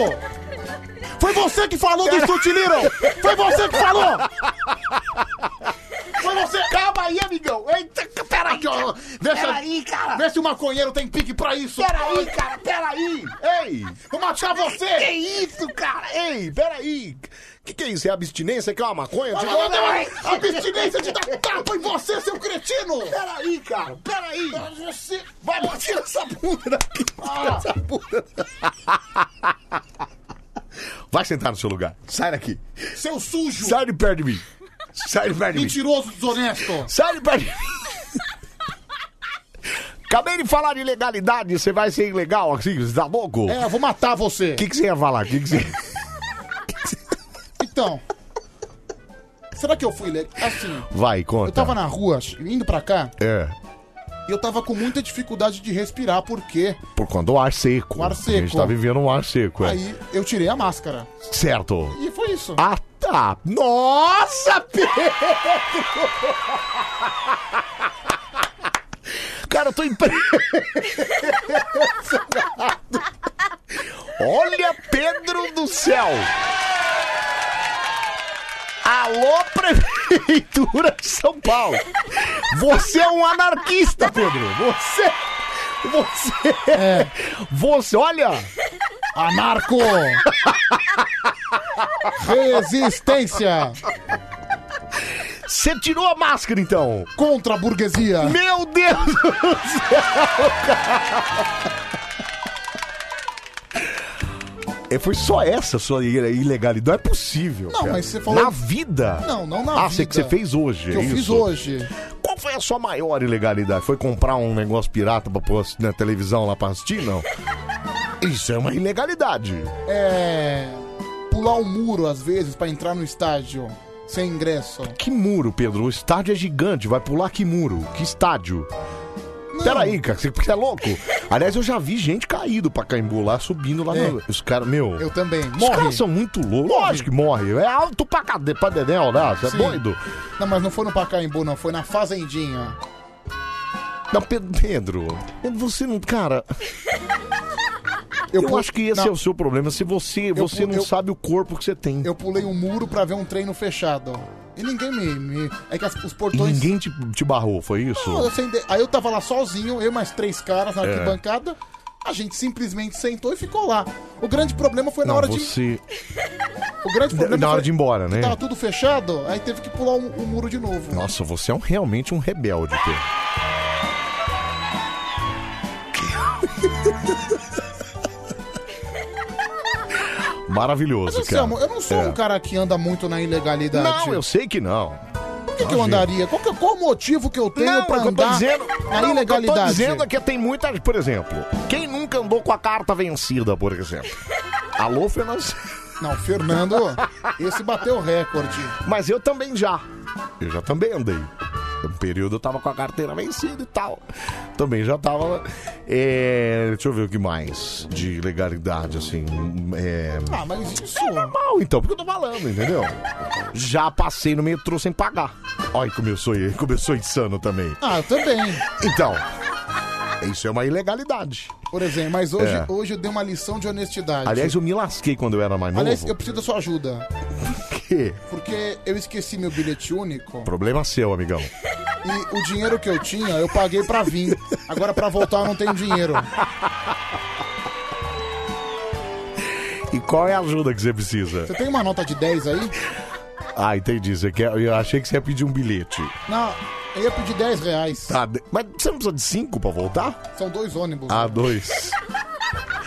Foi você que falou do Estutilirão! Foi você que falou! Foi você! Calma aí, amigão! Eita, peraí! Peraí, cara! Vê se o maconheiro tem pique pra isso! Peraí, cara! Peraí! Ei! Vou matar você! Que isso, cara? Ei, peraí. Que que é isso? É abstinência? Que é uma maconha? Mas Você- eu dei uma abstinência de dar tapa em você, seu cretino! Peraí, cara, peraí! Você... Vai, *laughs* tira essa bunda daqui! Tira essa bunda! Vai sentar no seu lugar. Sai daqui. Seu sujo! Sai de perto de mim. Sai de perto de mim. Mentiroso desonesto! Sai de perto de mim. Acabei de falar de legalidade, você vai ser ilegal assim? Você tá louco? É, eu vou matar você! O que, que você ia falar? Que que você... Então. Será que eu fui legal? Assim, Vai, conta. eu tava na rua, indo pra cá, É, e eu tava com muita dificuldade de respirar, porque por conta do ar seco. O ar A gente seco. tá vivendo um ar seco, é. aí eu tirei a máscara. Certo. E foi isso. Ah, tá. *laughs* Nossa, Pedro! Cara, eu tô impressionado. Olha, Pedro do céu. Alô, Prefeitura de São Paulo. Você é um anarquista, Pedro. Você... Você... Você... Olha... Anarco! *laughs* Resistência Você tirou a máscara, então. contra a burguesia! Meu Deus do céu, cara. É, foi só essa sua i- ilegalidade. Não é possível. Não, cara. mas você falou- Na vida. Não, não na Ah, você que você vida. fez hoje. Que eu é fiz isso? hoje. Qual foi a sua maior ilegalidade? Foi comprar um negócio pirata pra pôr na televisão lá pra assistir? Não. Isso é uma ilegalidade. É. Pular um muro às vezes pra entrar no estádio sem ingresso. Que muro, Pedro? O estádio é gigante. Vai pular que muro? Que estádio? Peraí, cara, você você é louco? Aliás, eu já vi gente caído pra Caimbu lá, subindo lá É. no. Os caras, meu. Eu também. Os Morre. caras são muito loucos. Lógico que morre. É alto pra, cade... pra Dedé, olha, você é Sim. doido. Não, mas não foi no Pacaembu, não, foi na Fazendinha. Não, Pe- Pedro, você não. Cara. Eu, pu- acho que esse não. é o seu problema. Se você, você pu- não eu- sabe o corpo que você tem. Eu pulei um muro pra ver um treino fechado. E ninguém me. me- é que as- os E portões. ninguém te, te barrou, foi isso? Não, eu sentei- Aí eu tava lá sozinho, eu e mais três caras na É. arquibancada. A gente simplesmente sentou e ficou lá. O grande problema foi na hora de. você... O grande Na, problema hora foi de ir embora, né? que tava tudo fechado, aí teve que pular o um, muro de novo. Nossa, você é um- realmente um rebelde, *laughs* Pedro. Maravilhoso, Mas assim, cara. amor, eu não sou É. um cara que anda muito na ilegalidade. Não, eu sei que não. Por que, que eu andaria? Qual, que- é, qual o motivo que eu tenho Não, pra o que eu tô andar dizendo- na não, o que eu ilegalidade? tô dizendo é que tem muita. Por exemplo, quem nunca andou com a carta vencida, por *laughs* exemplo? Alô, Fernando? Não, Fernando, esse bateu recorde. Mas eu também já. Eu já também andei. Um período eu tava com a carteira vencida e tal. Também já tava. É, deixa eu ver o que mais de legalidade, assim. É, Ah, mas isso. normal, então, porque eu tô falando, entendeu? Já passei no metrô sem pagar. Olha como eu sou, como eu sou insano também. Ah, eu também. Então, isso é uma ilegalidade. Por exemplo, mas hoje, É. hoje eu dei uma lição de honestidade. Aliás, eu me lasquei quando eu era mais novo. Aliás, eu preciso da sua ajuda. Que? Porque eu esqueci meu bilhete único Problema seu, amigão. e o dinheiro que eu tinha eu paguei pra vir. Agora pra voltar eu não tenho dinheiro. E qual é a ajuda que você precisa? Você tem uma nota de 10 aí? Ah, entendi. Você quer... Eu achei que você ia pedir um bilhete. Não, eu ia pedir 10 reais. Tá, de- mas você não precisa de cinco pra voltar? São dois ônibus. Ah, dois.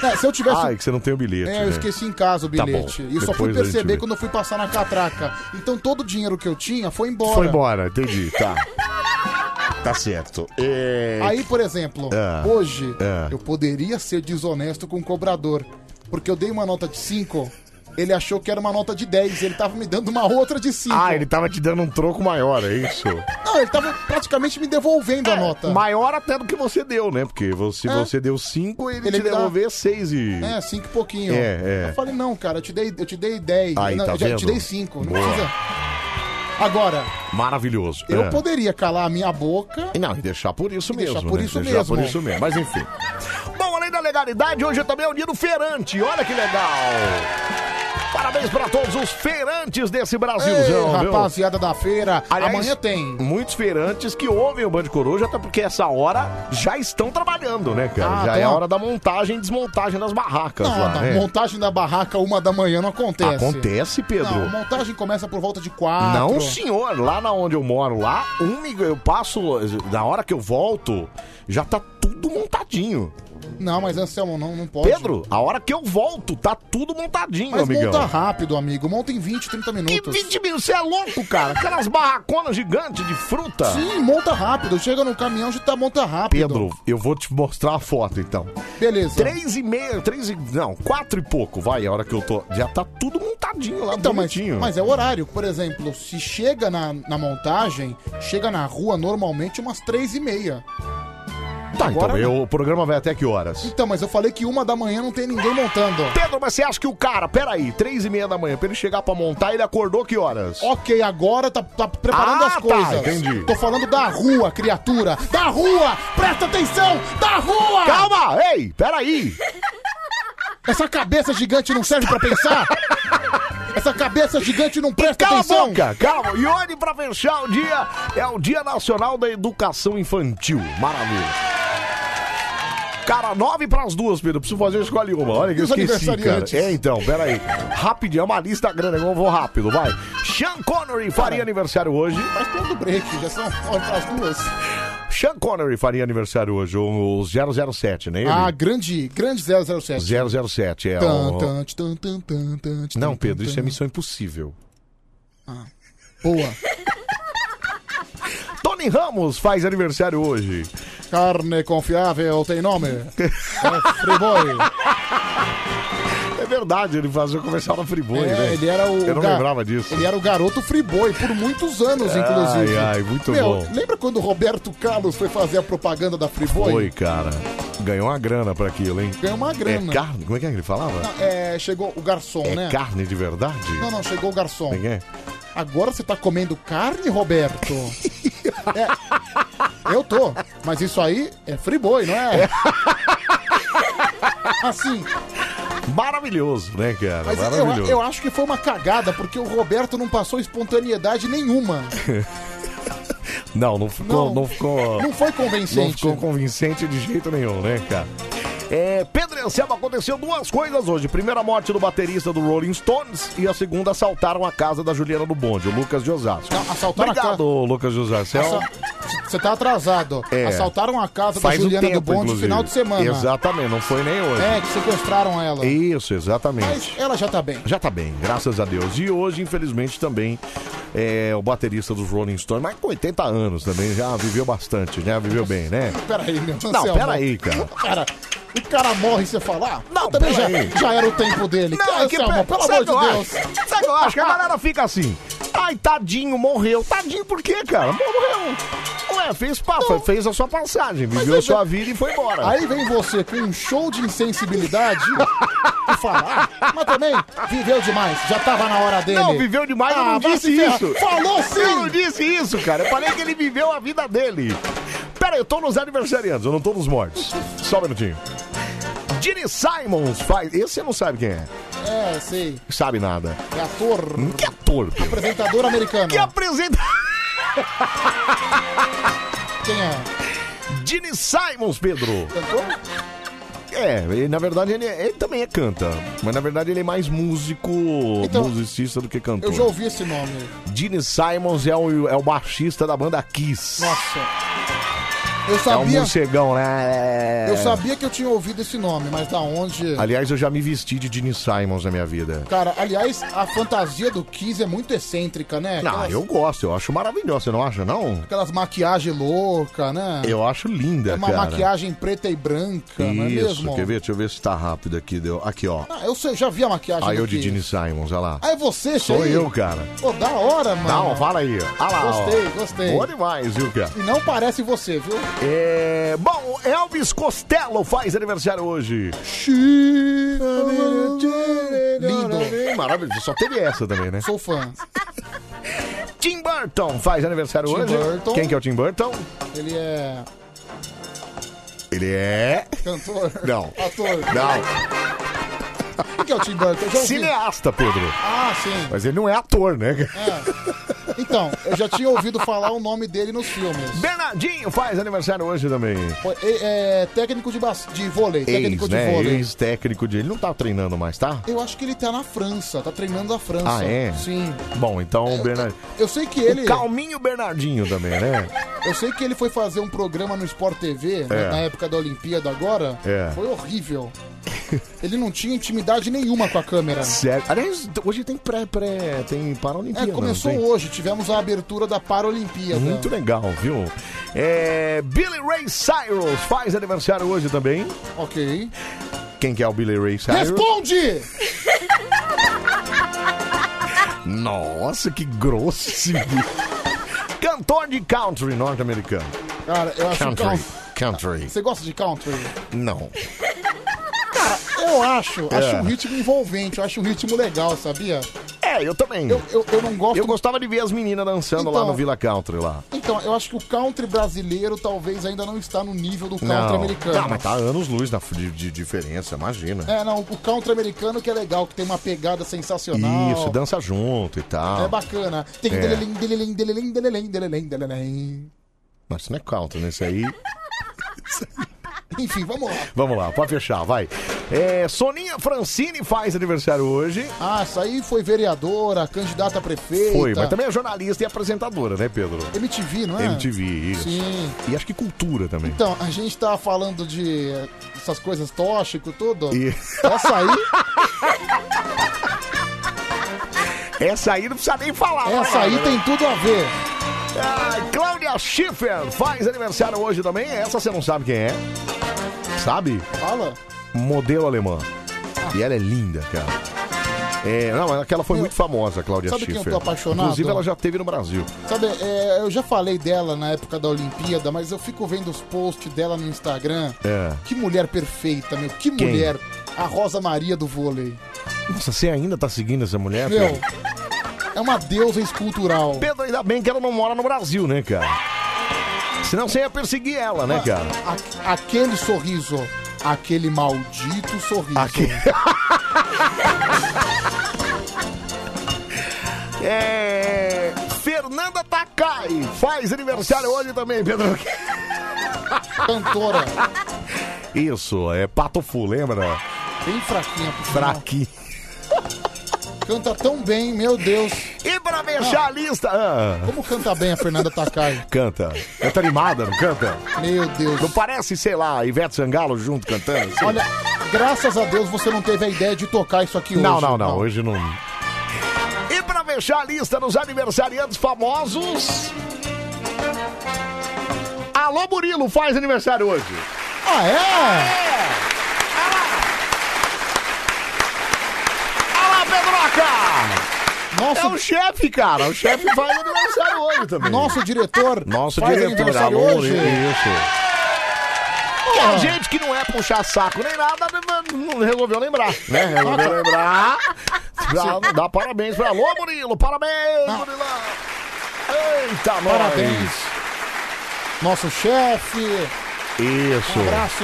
É, se eu tivesse. Ah, é que você não tem o bilhete. É, eu né? esqueci em casa o Tá bilhete. bom, e só depois fui a gente perceber vê. quando eu fui passar na catraca. Então todo o dinheiro que eu tinha foi embora. Foi embora, entendi. Tá. *laughs* Tá certo. É... Aí, por exemplo, Ah. hoje Ah. eu poderia ser desonesto com o cobrador. Porque eu dei uma nota de 5, ele achou que era uma nota de 10. Ele tava me dando uma outra de 5. Ah, ele tava te dando um troco maior, é isso? *laughs* Não, ele tava praticamente me devolvendo É. a nota. Maior até do que você deu, né? Porque você, É. você deu cinco, ele, Ele te me dá- devolver seis e... É, 5 e pouquinho. É, é. Eu falei, não, cara, eu te dei, eu te dei 10. Aí, não, tá eu já vendo? te dei 5. Não Boa. precisa. Agora, Maravilhoso. eu é. poderia calar a minha boca. Não, e deixar por isso mesmo. deixar por né? isso deixar mesmo. por isso mesmo. Mas enfim. Bom, além da legalidade, hoje também é o dia do feirante. Olha que legal. Parabéns pra todos os feirantes desse Brasilzão, Ei, viu? rapaziada da feira, Aliás, amanhã tem. Muitos feirantes que ouvem o Band Coruja, até porque essa hora já estão trabalhando, né, cara? Ah, já tá. é a hora da montagem e desmontagem das barracas Não, lá, não, né? montagem da barraca uma da manhã não acontece. Acontece, Pedro. Não, a montagem começa por volta de quatro. Não, senhor, lá na onde eu moro, lá, um, mig- eu passo, na hora que eu volto, já tá tudo montadinho. Não, mas Anselmo, não, não pode. Pedro, a hora que eu volto, tá tudo montadinho, mas amigão. monta rápido, amigo. Monta em 20, 30 minutos. 20 mil, você é louco, cara. Aquelas barraconas gigantes de fruta. Sim, monta rápido. Chega no caminhão, já tá monta rápido. Pedro, eu vou te mostrar a foto, então. Beleza. Três e meia, três e... Não, quatro e pouco, vai, a hora que eu tô. Já tá tudo montadinho lá, Então, mas, bonitinho. mas é o horário. Por exemplo, se chega na, na montagem, chega na rua normalmente umas três e meia. Tá, agora- né? então, eu, o programa vai até que horas? Então, mas eu falei que uma da manhã não tem ninguém montando. Pedro, mas você acha que o cara, peraí, três e meia da manhã, pra ele chegar pra montar, ele acordou que horas? Ok, agora tá, tá preparando Ah, as tá, coisas. entendi. Tô falando da rua, criatura. Da rua! Presta atenção! Da rua! Calma! Ei, peraí! Essa cabeça gigante não serve pra pensar? *laughs* Essa cabeça gigante não presta Cala a atenção? boca, calma. E olhe pra fechar o dia, é o Dia Nacional da Educação Infantil. Maravilha. Cara, nove pras duas, Pedro. Preciso fazer escolhe uma. Olha que eu Os esqueci, cara. aniversariantes. É, então, peraí. Rapidinho, é uma lista grande, eu vou rápido, vai. Sean Connery faria aniversário hoje. Mas todo break, já são as duas. Sean Connery faria aniversário hoje, o 007, né? Ele? Ah, grande, grande 007. 007, *laughs* é. Tan, o- tan, tan, tan, tan, tan, Não, tan, Pedro, isso é tan. Ah, Missão Impossível. Boa. Tony Ramos faz aniversário hoje. Carne confiável tem nome. É Friboi. É verdade, ele fazia o comercial da Friboi, É, né? ele era o Eu não ga- lembrava disso. Ele era o garoto Friboi por muitos anos, Ai, inclusive. ai, muito bom. Lembra quando o Roberto Carlos foi fazer a propaganda da Friboi? Foi, cara. Ganhou uma grana pra aquilo, hein? Ganhou uma grana. É carne? Como é que é que ele falava? Não, é, chegou o garçom, é né? carne de verdade? é Não, não, chegou o garçom. Ninguém? Agora você tá comendo *laughs* carne, Roberto? É, eu tô, É. mas isso aí é friboi, não é? Assim, Maravilhoso, né, cara? Mas eu, Maravilhoso. eu acho que foi uma cagada, porque o Roberto não passou espontaneidade nenhuma. *laughs* Não, não ficou, não, ficou. Não foi convincente. Não ficou convincente de jeito nenhum, né, cara? É, Pedro Anselmo, aconteceu duas coisas hoje. Primeira, a morte do baterista do Rolling Stones. E a segunda, assaltaram a casa da Juliana do Bonde, o Lucas de Osasco. assaltaram a Obrigado, Lucas de Osasco. É um- Você tá atrasado. É. Assaltaram a casa Faz da um Juliana tempo, do Bonde no inclusive. final de semana. Exatamente, não foi nem hoje. É, que sequestraram ela. Isso, exatamente. Mas ela já tá bem. Já tá bem, graças a Deus. E hoje, infelizmente, também é o baterista dos Rolling Stones, mas com 80 anos também, já viveu bastante, né? Viveu bem, né? Peraí, meu Não, Anselmo. peraí, cara. *laughs* Cara, o cara morre sem falar? Não, também já, peraí. *laughs* já era o tempo dele. Não, que Anselmo, pe- pelo sabe amor o que eu de Deus. acho? Sabe o que eu acho? Que a galera fica assim. Ai, tadinho, morreu. Tadinho por quê, cara? Morreu. Ué, fez papo, fez a sua passagem, viveu aí sua vem- vida e foi embora. Aí vem você com um show de insensibilidade e falar, mas também viveu demais, já tava na hora *laughs* dele. Não, viveu demais, eu Ah, não vai disse se ferrar. isso. Falou sim! Eu não disse isso, cara. Eu falei que ele viveu a vida dele. Pera, eu tô nos aniversariantes, eu não tô nos mortos. Só um minutinho. Gene Simons faz. Esse você não sabe quem é. É, sei. Sabe nada. É ator, Que ator, meu. apresentador americano. Que apresenta... Quem é? Gene Simons, Pedro. Cantor? É, ele, na verdade ele, é- ele também é canta. Mas na verdade ele é mais músico, musicista do que cantor. Então, Eu já ouvi esse nome. Gene Simons é o, é o baixista da banda Kiss. Nossa. Eu É um sabia, morcegão, né? eu sabia que eu tinha ouvido esse nome, mas da onde... Aliás, eu já me vesti de Gene Simons na minha vida. Cara, aliás, a fantasia do Kiss é muito excêntrica, né? Não, eu gosto, eu acho maravilhoso, você não acha, não? Aquelas maquiagens loucas, né? Eu acho linda, É uma cara. maquiagem preta e branca, não é Isso, mesmo? quer ver? Deixa eu ver se tá rápido aqui. Deu. Aqui, ó. Ah, eu sei, já vi a maquiagem Aí do eu de Kiss. Gene Simons, olha lá. Ah, é você, Cheio. Sou eu, cara. Pô, da hora, mano. Não, fala aí. Olha lá, ó. Gostei, gostei. Boa demais, viu, cara? E não parece você, viu? É... Bom, Elvis Costello faz aniversário hoje. Lindo. Maravilhoso. Só teve essa também, né? Sou fã. Tim Burton faz aniversário Tim hoje. Burton. Quem que é o Tim Burton? Ele é Ele é... cantor? Não. Ator? Não. O que é o Tim Burton? Eu já ouvi. Cineasta, Pedro. Ah, sim. Mas ele não é ator, né? Então, eu já tinha ouvido falar o nome dele nos filmes. Bernardinho faz aniversário hoje também. Foi- é, é, técnico de, bas... de vôlei. é técnico Ex, de né? vôlei. Ex-técnico de... Ele não tá treinando mais, tá? Eu acho que ele tá na França, tá treinando a França. Ah, é? Sim. Bom, então o Bernardinho... Eu sei que ele. O Calminho Bernardinho também, *laughs* né? Eu sei que ele foi fazer um programa no Sport TV, né, É. na época da Olimpíada agora. É. Foi horrível. *laughs* Ele não tinha intimidade nenhuma com a câmera. Sério. Aliás, hoje tem pré, pré, tem É, Paralimpíada. começou não tem? hoje, tivemos a abertura da Paralimpíada. Muito legal, viu? É, Billy Ray Cyrus faz aniversário hoje também. Ok. Quem que é o Billy Ray Cyrus? Responde! Nossa, que *laughs* grosso! Cantor de country norte-americano. Cara, eu acho Country. country. Country. Você gosta de country? Não. Ah, Eu acho, É. acho um ritmo envolvente, eu acho um ritmo legal, sabia? É, eu também. Eu, eu, eu não gosto. Eu gostava de ver as meninas dançando lá Então. no Villa Country lá. Então, eu acho que o country brasileiro talvez ainda não está no nível do country americano. não, mas tá anos luz na, de, de diferença, imagina. É, não, o country americano que é legal, que tem uma pegada sensacional. Isso, dança junto e tal. É bacana. Tem É. delelim, delelim, delelim, delelim, delelim, delelim. Mas isso não é country, né? Isso aí. Enfim, vamos lá. Vamos lá, pode fechar, vai. É, Soninha Francine faz aniversário hoje. Ah, essa aí foi vereadora, candidata a prefeita. Foi, mas também é jornalista e apresentadora, né, Pedro? MTV, não é? MTV, isso. Sim. E acho que cultura também. Então, a gente tá falando de eh, essas coisas tóxico tudo. E- Essa aí, Essa aí não precisa nem falar. essa né, aí né? tem tudo a ver. Ah, Cláudia Schiffer faz aniversário hoje também. Essa você não sabe quem é. Sabe? Fala. Modelo alemã. E ela é linda, cara. É, não, mas aquela foi muito famosa, Cláudia sabe quem eu Schiffer. tô apaixonado? Inclusive, ela já teve no Brasil. Sabe, eh, eu já falei dela na época da Olimpíada, mas eu fico vendo os posts dela no Instagram. É. Que mulher perfeita, meu. Que Quem? mulher. A Rosa Maria do vôlei. Nossa, você ainda tá seguindo essa mulher? Meu, Pedro? é uma deusa escultural. Pedro, ainda bem que ela não mora no Brasil, né, cara? Senão você ia perseguir ela, né, cara? A- aquele Ah, sorriso. Aquele maldito sorriso. *laughs* É... Fernanda Takai faz aniversário hoje também, Pedro. Cantora. Isso, é Pato Fu, lembra? Bem fraquinha, por sinal. Fraqui. Canta tão bem, meu Deus. E pra fechar a lista. Ah. Como canta bem a Fernanda Takai? Canta. Canta animada, não canta? Meu Deus. Não parece, sei lá, Ivete Sangalo junto cantando? assim? Olha, graças a Deus você não teve a ideia de tocar isso aqui hoje. não, não, não, hoje não. E pra fechar a lista dos aniversariantes famosos. Alô Murilo faz aniversário hoje. Ah, é? Olha lá, Pedroca! Nossa, é o chefe, cara. O chefe faz aniversário hoje também. Nosso diretor. Nosso faz diretor, aniversário alô, hoje. isso. Que a gente que não é puxar saco nem nada, não resolveu lembrar, né? Resolveu lembrar. Dá, dá parabéns pra Alô, Murilo. Parabéns, Murilão. Eita, nós. Parabéns. Nosso chefe. Isso. Um abraço.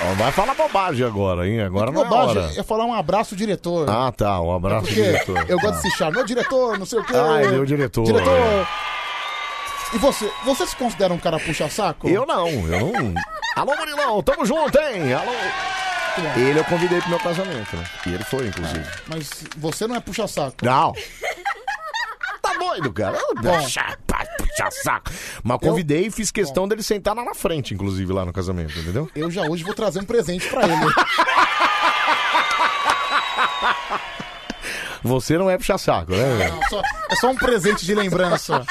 Vai- Vai falar bobagem agora, hein? Agora não é hora. Bobagem é falar um abraço, diretor. É Ah, tá. Um abraço, porque diretor. eu Tá. gosto de se chamar. Meu diretor, não sei o quê. Ah, ele é o diretor. Diretor. E você? Você se considera um cara puxa-saco? Eu não, eu não. Alô, Murilão, tamo junto, hein? Alô. Ele eu convidei pro meu casamento, né? E ele foi, inclusive. Mas você não é puxa-saco. Não. Tá doido, cara. Tá Puxa, pá, puxa saco. Mas convidei e fiz questão dele sentar lá na frente, inclusive, lá no casamento, entendeu? Eu já hoje vou trazer um presente pra ele. *laughs* Você não é puxa saco, né? velho? Não, só- é só um presente de lembrança.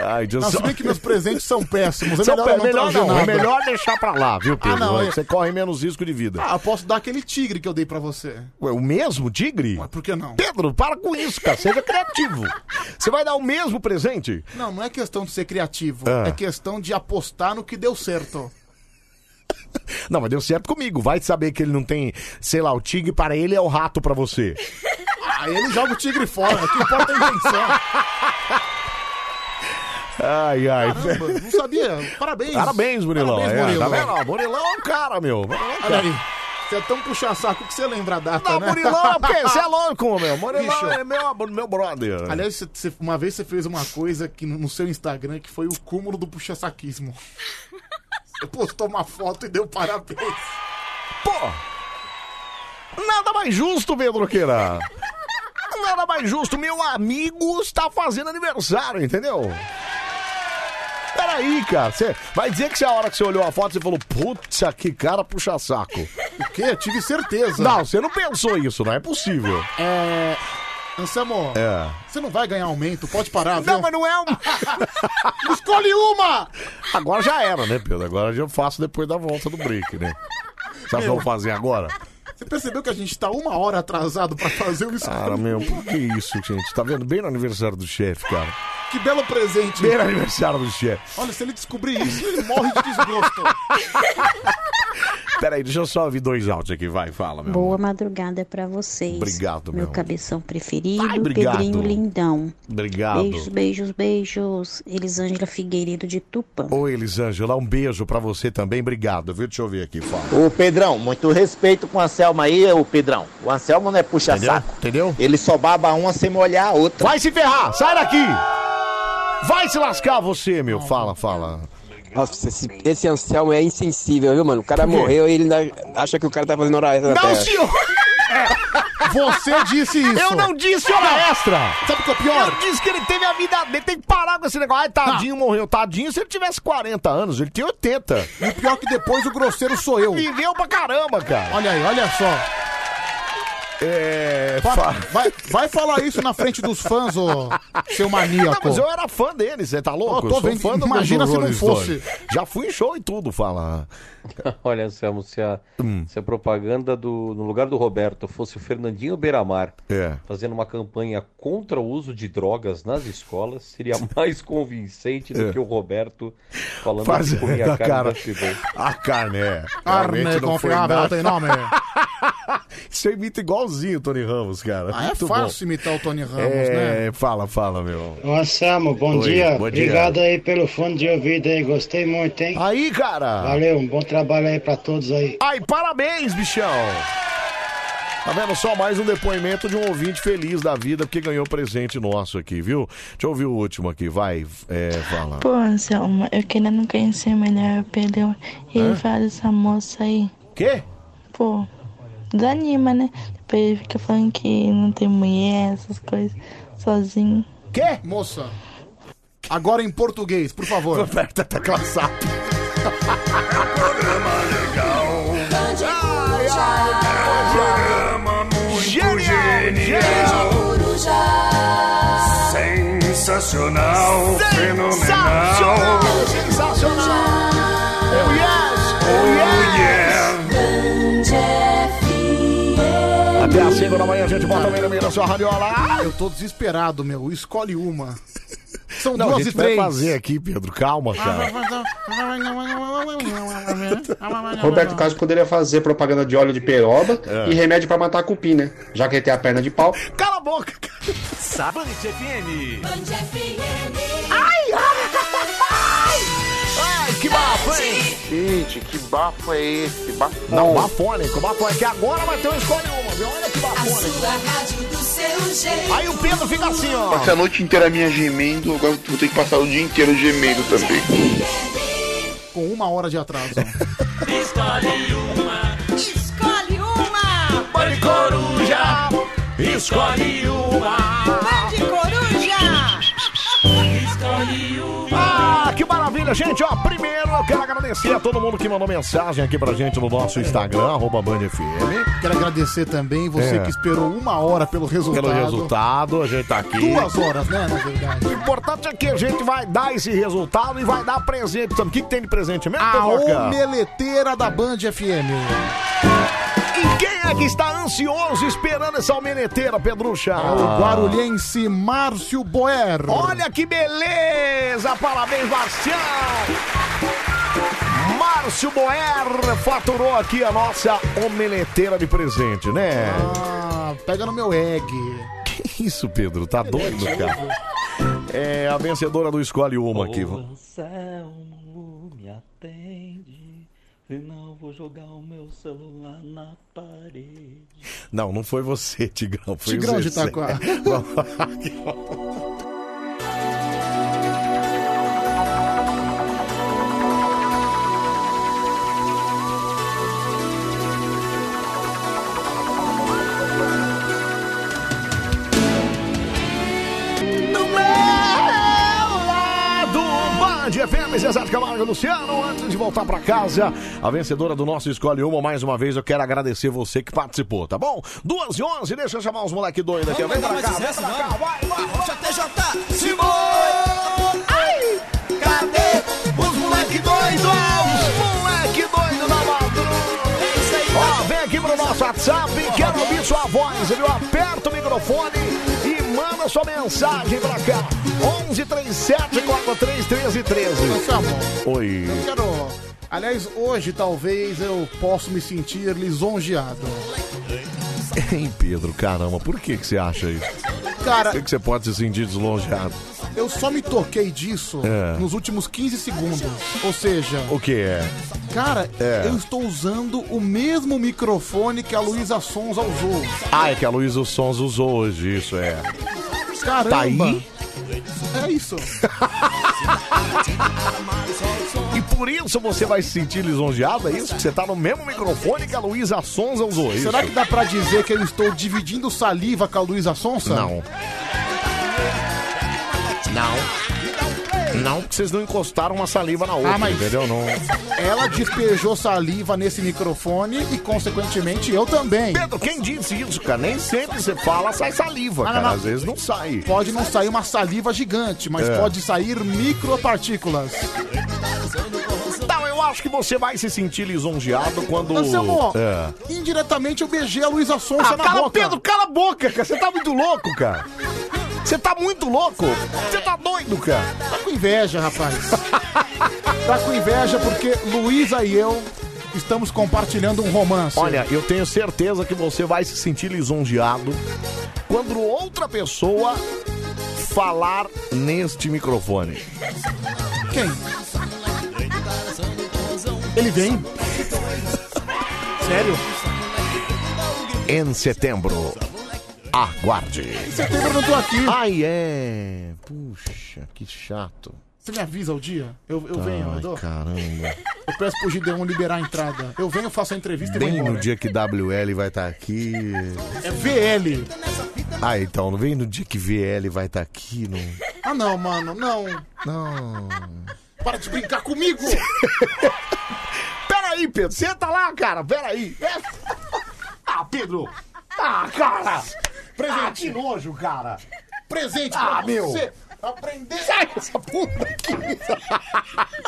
Ai, Deus Não, se bem que meus presentes são péssimos. É São melhor, pé- eu não melhor trazer não, é nada. melhor deixar pra lá, viu, Pedro? não, é- Você corre menos risco de vida. Ah, posso dar aquele tigre que eu dei pra você. Ué, o mesmo tigre? Por que não? Pedro, para com isso, cara. Seja *laughs* criativo. Você vai dar o mesmo presente? Não, não é questão de ser criativo. Ah. É questão de apostar no que deu certo. Não, mas deu certo comigo. Vai saber que ele não tem, sei lá, o tigre para ele é o rato pra você. Ah, ele joga o tigre fora. Que importa é a invenção. Ai, ai. Caramba, não sabia. Parabéns. Parabéns, Murilão. Parabéns, É, Murilo. tá vendo? Ó, Murilão é um cara, meu. Murilão é um Olha cara. aí. Você é tão puxa-saco que você lembra a data, Não, né? Murilão, porque você é louco, *laughs* meu. Murilão Bicho. é meu, meu brother. Aliás, você- você- uma vez você fez uma coisa que no no seu Instagram que foi o cúmulo do *laughs* puxa-saquismo. Você postou uma foto e deu parabéns. Pô! Nada mais justo, Pedroqueira. Nada mais justo. Meu amigo está fazendo aniversário, entendeu? Peraí, cara. Você vai dizer que se a hora que você olhou a foto, você falou, putz, que cara puxa saco. O quê? Tive certeza. Não, você não pensou isso, não é possível. É. Anselmo, É. você não vai ganhar aumento, pode parar, viu? Não, mas não é um. *laughs* Escolhe uma! Agora já era, né, Pedro? Agora eu faço depois da volta do break, né? Sabe o que eu vou fazer agora? Você percebeu que a gente tá uma hora atrasado pra fazer o escolhe? Cara, meu, por que isso, gente? Tá vendo? Bem no aniversário do chefe, cara. Que belo presente. Bem no aniversário do chefe. Olha, se ele descobrir isso, ele morre de desgosto. Peraí, deixa eu só ouvir dois áudios aqui, vai, fala, meu. Boa madrugada pra vocês. Obrigado, meu. meu. cabeção preferido, Ai, obrigado. Pedrinho Lindão. Obrigado. Beijos, beijos, beijos. Elisângela Figueiredo de Tupã. Oi, Elisângela, um beijo pra você também, obrigado, viu? Deixa eu ver aqui, fala. Ô Pedrão, muito respeito com o Anselmo aí, ô Pedrão. O Anselmo não é puxa-saco. Entendeu? Ele só baba uma sem molhar a outra. Vai se ferrar, sai daqui! Vai se lascar você, meu, fala, fala. Nossa, esse, esse Anselmo é insensível, viu, mano? O cara Por quê? morreu e ele ainda acha que o cara tá fazendo hora extra. na Não, terra. *laughs* senhor! Você disse isso. Eu não disse hora extra! Sabe o que é o pior? Eu disse que ele teve a vida dele, tem que parar com esse negócio. Ai, Ah. tadinho, morreu. Tadinho, se ele tivesse 40 anos, ele tem 80. E o pior é que depois o grosseiro sou eu. Viveu pra caramba, cara. Olha aí, olha só. É. Fa- fa- Vai, vai falar isso na frente dos fãs, ô seu maníaco. Não, mas eu era fã dele, você tá louco? Eu sou tô vendo- fã do imagina do se não Rolling fosse. Stone. Já fui em show e tudo, fala. *laughs* Hum. Olha, Anselmo, se a, se a propaganda do, no lugar do Roberto fosse o Fernandinho Beiramar É. fazendo uma campanha contra o uso de drogas nas escolas, seria *laughs* mais convincente do É. que o Roberto falando Faz que comia da carne cara. da Shiboi. A carne é. Carne Realmente não foi confiável nada. tem nome. *laughs* Você imita igualzinho o Tony Ramos, cara. Ah, é Muito fácil bom. imitar o Tony Ramos, né? É, fala, fala, meu. Ô Anselmo, bom Oi, dia. bom dia. Obrigado aí pelo fone de ouvido aí, gostei muito, hein? Aí, cara! Valeu, um bom trabalho aí pra todos aí. Ai, parabéns, bichão! Tá vendo só mais um depoimento de um ouvinte feliz da vida porque ganhou presente nosso aqui, viu? Deixa eu ouvir o último aqui, vai, é, fala. Pô, Anselmo, eu queria não conhecer melhor o Pedro e Hã? É? ele fala dessa moça aí. Quê? Pô, desanima, né? Depois ele fica falando que não tem mulher, essas coisas, sozinho. Quê? Moça, agora em português, por favor. Roberta tá cansado. Sensacional, fenomenal. Oh yes, oh yeah. Até às 5 da manhã a gente volta bem no meio da sua radiola. Eu tô desesperado, meu. Escolhe uma. São Não, a duas e gente vai três. fazer aqui, Pedro, calma, cara. Roberto Carlos poderia fazer propaganda de óleo de peroba É. e remédio pra matar a cupim, né? Já que ele tem a perna de pau. Cala a boca, cara. Band FM. Ai, ai, ai, que bafo, hein? Gente, que bafo é esse? Bafo. Não, bafônico, bafônico, que agora vai ter um escolhe uma, viu? Olha que A bafônico. sua rádio do seu jeito. Aí o Pedro fica assim, ó. Passei a noite inteira minha gemendo, agora vou ter que passar o dia inteiro gemendo também. Com uma hora de atraso. Escolhe uma. Escolhe uma. Bande coruja. Escolhe uma. Bande coruja. Escolhe Ah, que maravilha, gente. Ó, primeiro eu quero agradecer a todo mundo que mandou mensagem aqui pra gente no nosso Instagram, arroba Band FM. Quero agradecer também você É. que esperou uma hora pelo resultado. Pelo resultado, a gente tá aqui. Duas horas, né, na verdade. O importante é que a gente vai dar esse resultado e vai dar presente também. O que, que tem de presente mesmo, A Pedroca? omeleteira da Band FM. E quem é que está ansioso esperando essa almeneteira, Pedrucha? É O guarulhense Márcio Boer. Olha que beleza! Parabéns, Marcião! Márcio Boer faturou aqui a nossa omeleteira de presente, né? Ah, pega no meu egg. Que isso, Pedro? Tá doido, cara? É a vencedora do Escolhe Uma aqui. Anselmo, me atende. Senão vou jogar o meu celular na parede. Não, não foi você, *laughs* Tigrão. Foi Tigrão o de Zezé. *laughs* Itaquá. No meu lado, Band FM, Cesar Camargo e Luciano. Antes de voltar pra casa, a vencedora do nosso Escolhe Uma, mais uma vez, eu quero agradecer você que participou, tá bom? Duas e onze, deixa eu chamar os moleque doido aqui. ó. Vem pra cá, vem pra cá. vai, vai. JJ, Simone. Ai. Cadê os moleque doido? Os moleque doido da madrugada. É isso aí. Ó, vem aqui pro nosso WhatsApp, quero ouvir sua voz, viu? Aperta o microfone e manda sua mensagem pra cá. 11 37 43 13 13. Então tá Oi. Eu quero. Aliás, hoje talvez eu possa me sentir lisonjeado. *laughs* Hein, Pedro, caramba, por que, que você acha isso? Cara- Por que, que você pode se sentir deslongeado? Eu só me toquei disso É. nos últimos 15 segundos. Ou seja, O que é? cara, É. eu estou usando o mesmo microfone que a Luísa Sonza usou. Ah, é que a Luísa Sons usou hoje, isso é. Caramba! Tá aí? *laughs* É isso. E por isso você vai se sentir lisonjeado, é isso? Que você tá no mesmo microfone que a Luísa Sonza usou, é isso? Será que dá pra dizer que eu estou dividindo saliva com a Luísa Sonza? Não. Não. Não, porque vocês não encostaram uma saliva na outra, Ah, mas- entendeu? Não. Ela despejou saliva nesse microfone e, consequentemente, eu também. Pedro, quem disse isso, cara? Nem sempre você fala, sai saliva, Ah, não, cara. não. Às vezes não sai. Pode não sair uma saliva gigante, mas É. pode sair micropartículas. Não, eu acho que você vai se sentir lisonjeado quando. Anselmo, É. indiretamente eu beijei a Luísa Sonza Ah, na cala, boca. Pedro, cala a boca, cara. Você tá muito louco, cara. Você tá muito louco. Você tá doido, cara. Tá com inveja, rapaz. tá com inveja porque Luísa e eu estamos compartilhando um romance. Olha, eu tenho certeza que você vai se sentir lisonjeado quando outra pessoa falar neste microfone. Quem? Ele vem? Sério? Em setembro. Aguarde. Em setembro eu não tô aqui. Ai, é. Puxa, que chato. Você me avisa o dia? Eu, eu Ai, venho, eu dou. *laughs* caramba. Eu peço pro Gideon liberar a entrada. Eu venho, faço a entrevista e vou Bem embora. no dia que WL vai estar aqui. É VL. Ah, então, não vem no dia que VL vai estar aqui, não. Ah, não, mano, não. Não. Para de brincar comigo. Peraí, Pedro, senta lá, cara, peraí. É. *laughs* Ah, Pedro! Ah, cara! Presente. Ah, que nojo, cara! Presente Ah, pra meu. você. Aprender. Sai dessa puta aqui.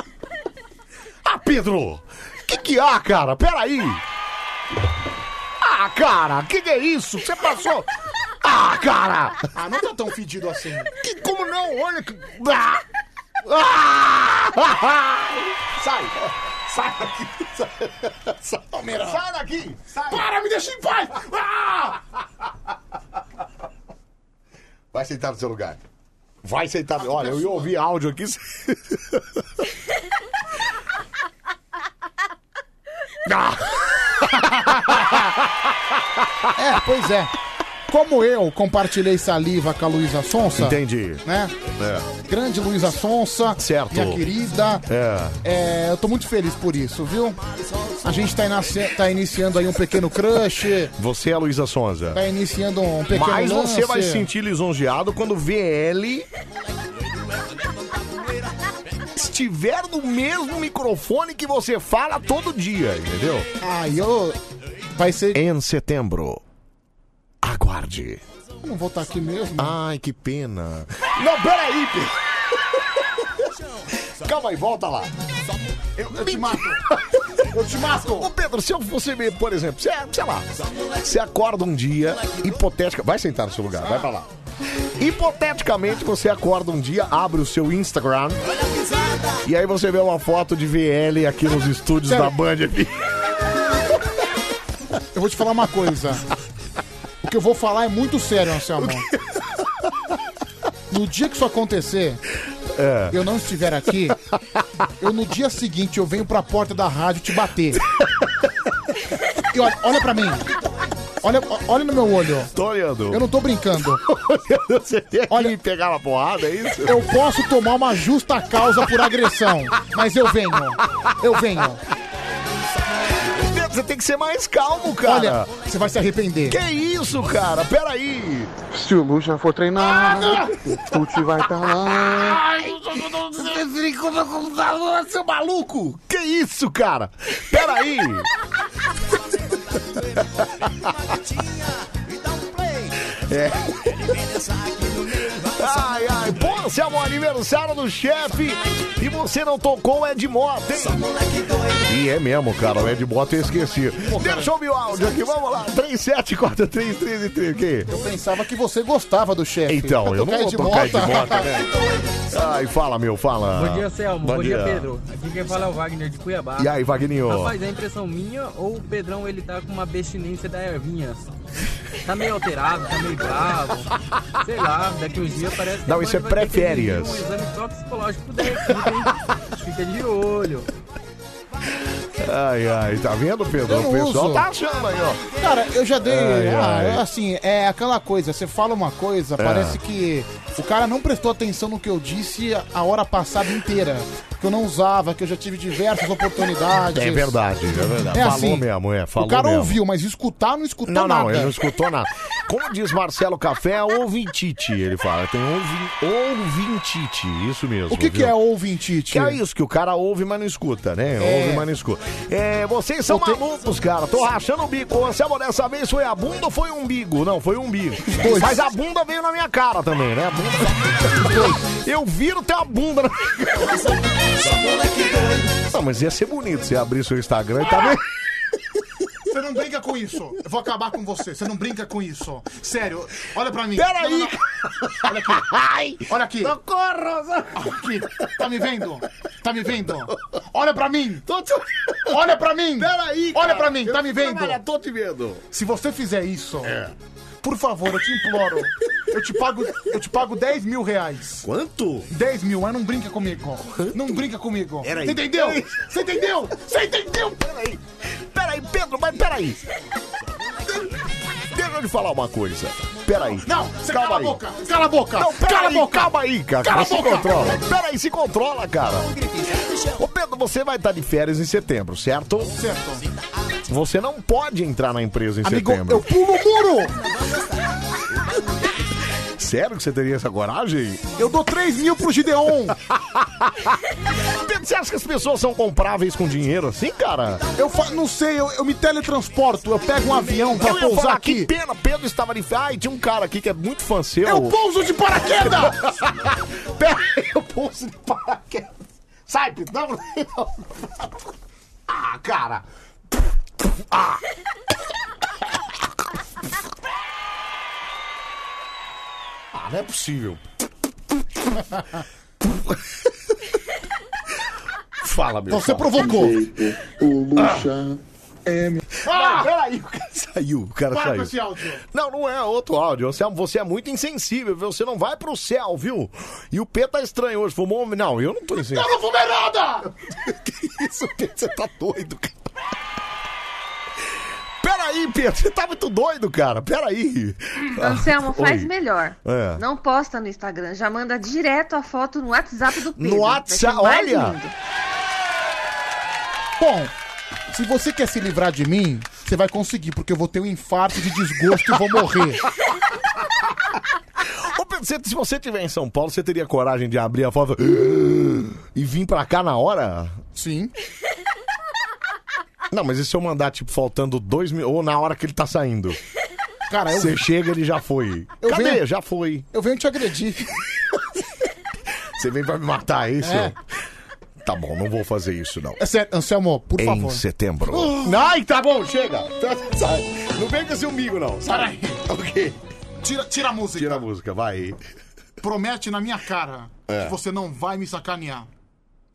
*laughs* Ah, Pedro! Que que há, cara? Peraí! Ah, cara, que que é isso? Você passou... Ah, cara! Ah, não tá tão fedido assim. Que como não? Olha que... Ah! Ah! Sai! Sai daqui! Sai, sai, Palmeira. sai daqui! Sai. Para, me deixa em paz. Ah! Vai sentar no seu lugar. Vai sentar. Olha, eu ia ouvir áudio aqui. *laughs* *laughs* Ah! É, pois é. Como eu compartilhei saliva com a Luísa Sonsa. Entendi. Né? É. Grande Luísa Sonsa. Certo. Minha querida. É. É, eu tô muito feliz por isso, viu? A gente tá, inace- tá iniciando aí um pequeno crush, Você é a Luísa Sonza. tá iniciando um pequeno Mas você lance. vai se sentir lisonjeado quando VL estiver no mesmo microfone que você fala todo dia, entendeu? Ah, e eu Vai ser. Em setembro. *laughs* Aguarde. eu não vou estar aqui mesmo. Ai, que pena. Não, peraí, *laughs* Pedro. Calma aí, volta lá. Eu, eu te mato. Eu te mato. Ô Pedro, se eu fosse, me- por exemplo, você, sei lá, você acorda um dia, hipotética, vai sentar no seu lugar, vai pra lá. Hipoteticamente, você acorda um dia, abre o seu Instagram e aí você vê uma foto de VL aqui nos estúdios Sério? da Band *laughs* aqui. Eu vou te falar uma coisa. O que eu vou falar é muito sério, Anselmo. No dia que isso acontecer, eu não estiver aqui, eu no dia seguinte eu venho pra porta da rádio te bater. E olha, olha pra mim. Olha, olha no meu olho. Tô olhando. Eu não tô brincando. *laughs* Você tem que me pegar na porrada, é isso? Eu posso tomar uma justa causa por agressão, mas eu venho. Eu venho. Pedro, você tem que ser mais calmo, cara. Olha, você vai se arrepender. Que isso, cara? Peraí. Ah, Se o Lucha for treinar, o Tuti vai estar lá. Você se encontra com o calor, seu maluco! Que isso, cara? Peraí! É. Ai, ai, pô, se é o aniversário do chefe e você não tocou é o Ed Mota, hein? E é mesmo, cara, o Ed Mota eu esqueci. Deixa eu ouvir o áudio aqui, vamos lá, 374333, que? Eu pensava que você gostava do chefe. Então, eu não vou tocar Ed Mota, moto. né? Ai, fala, meu, Ah. fala. Bom dia, Selmo. Bom, Bom dia. dia. Pedro. Aqui quem fala é o Wagner de Cuiabá. E aí, Wagninho? Rapaz, é impressão minha ou o Pedrão ele tá com uma abstinência da ervinha? Tá meio alterado, tá meio bravo. Sei lá, daqui uns dias parece que Não, a isso mãe é vai ter que pré-férias. exigir Um exame toxicológico dele, *laughs* hein? Fica de olho. Ai, ai, tá vendo, Pedro? Eu não O pessoal uso. tá achando aí, ó. Cara, eu já dei. Ai, ah, ai. Assim, é aquela coisa, você fala uma coisa, É. parece que o cara não prestou atenção no que eu disse a hora passada inteira. Que eu não usava, que eu já tive diversas oportunidades. É verdade, é verdade. Ah, É falou assim, mesmo, é. Falou o cara mesmo. ouviu, mas escutar não escutou Não, nada. não, ele não escutou nada. Como diz Marcelo Café, ouvintite, ele fala. Tem ouvin... ouvintite, isso mesmo. O que, que viu? é ouvintite? Que é isso, que o cara ouve, mas não escuta, né? É. Ouve, mas não escuta. É, vocês são malucos, cara. Tô rachando o bico. O Anselmo dessa vez foi a bunda ou foi o umbigo? Não, foi o umbigo. dois. Mas a bunda veio na minha cara também, né? A *laughs* bunda... Eu viro até a bunda na minha *laughs* cara. Não, mas ia ser bonito se abrir seu Instagram e tá vendo? Você não brinca com isso. Eu vou acabar com você. Você não brinca com isso. Sério, olha pra mim. Peraí. Não, não, não. Olha aqui. Olha aqui. Socorro! Aqui. Tá me vendo? Tá me vendo? Olha pra mim. Olha pra mim! Peraí, Olha cara, pra mim, eu tá me sou vendo? trabalhador de medo. Se você fizer isso, É. por favor, eu te imploro. Eu te pago, eu te pago 10 mil reais. Quanto? 10 mil, mas não brinca comigo. Não brinca comigo. Peraí. Você entendeu? Peraí. Você entendeu? Você entendeu? Peraí. Peraí, Pedro, mas peraí. Deixa eu te falar uma coisa. Peraí. Não, você cala a boca, cala a boca, Não, pera cala a aí, boca. Calma aí, cara. Cala a se boca. controla. Peraí, se controla, cara. Ô, Pedro, você vai estar de férias em setembro, certo? Certo. Você não pode entrar na empresa em Amigo, setembro. eu pulo o muro. Sério que você teria essa coragem? Eu dou 3 mil pro Gideon. *laughs* Pedro, você acha que as pessoas são compráveis com dinheiro assim, cara? Eu fa- não sei, eu, eu me teletransporto. Eu pego um avião pra Eu ia falar, pousar que aqui. pena, Pedro estava ali. Ai, tinha um cara aqui que é muito fã seu. Eu pouso de paraquedas! *laughs* Pera aí, eu pouso de paraquedas. Sai, Pedro, não, não. *laughs* Ah, cara. Ah. Ah, não é possível. Fala, meu Você fala. provocou. O Lucha é... Ah, peraí, o cara saiu. O cara Para saiu. com esse áudio. Não, não é outro áudio. Anselmo, você é muito insensível, viu? Você não vai pro céu, viu? E o P tá estranho hoje. Fumou um... Não, eu não tô insensível. Eu não fumei nada! Isso, Pedro, você tá doido, cara. Peraí, Pedro, você tá muito doido, cara. Peraí. Hum, Anselmo, Então, faz Ah, Oi. melhor. É. Não posta no Instagram, já manda direto a foto no WhatsApp do Pedro. No Vai ser WhatsApp, mais olha. lindo. Bom, se você quer se livrar de mim, você vai conseguir, porque eu vou ter um infarto de desgosto e vou morrer. Ô, Pedro, você- se você estiver em São Paulo, você teria coragem de abrir a foto "Ah", e vir pra cá na hora? Sim. Não, mas e se eu mandar, tipo, faltando dois mil... Ou na hora que ele tá saindo? Cara, eu- Você chega, ele já foi. Eu Cadê? venho- Já foi. Eu venho te agredir. Você vem pra me matar, é isso? É. Tá bom, não vou fazer isso, não. É sério, Anselmo, por em favor. setembro. Ai, tá bom, chega. Não vem com esse umbigo, não. Sai. Ok. assim. Tira, tira a música. Tira a música, vai. Promete na minha cara É. que você não vai me sacanear.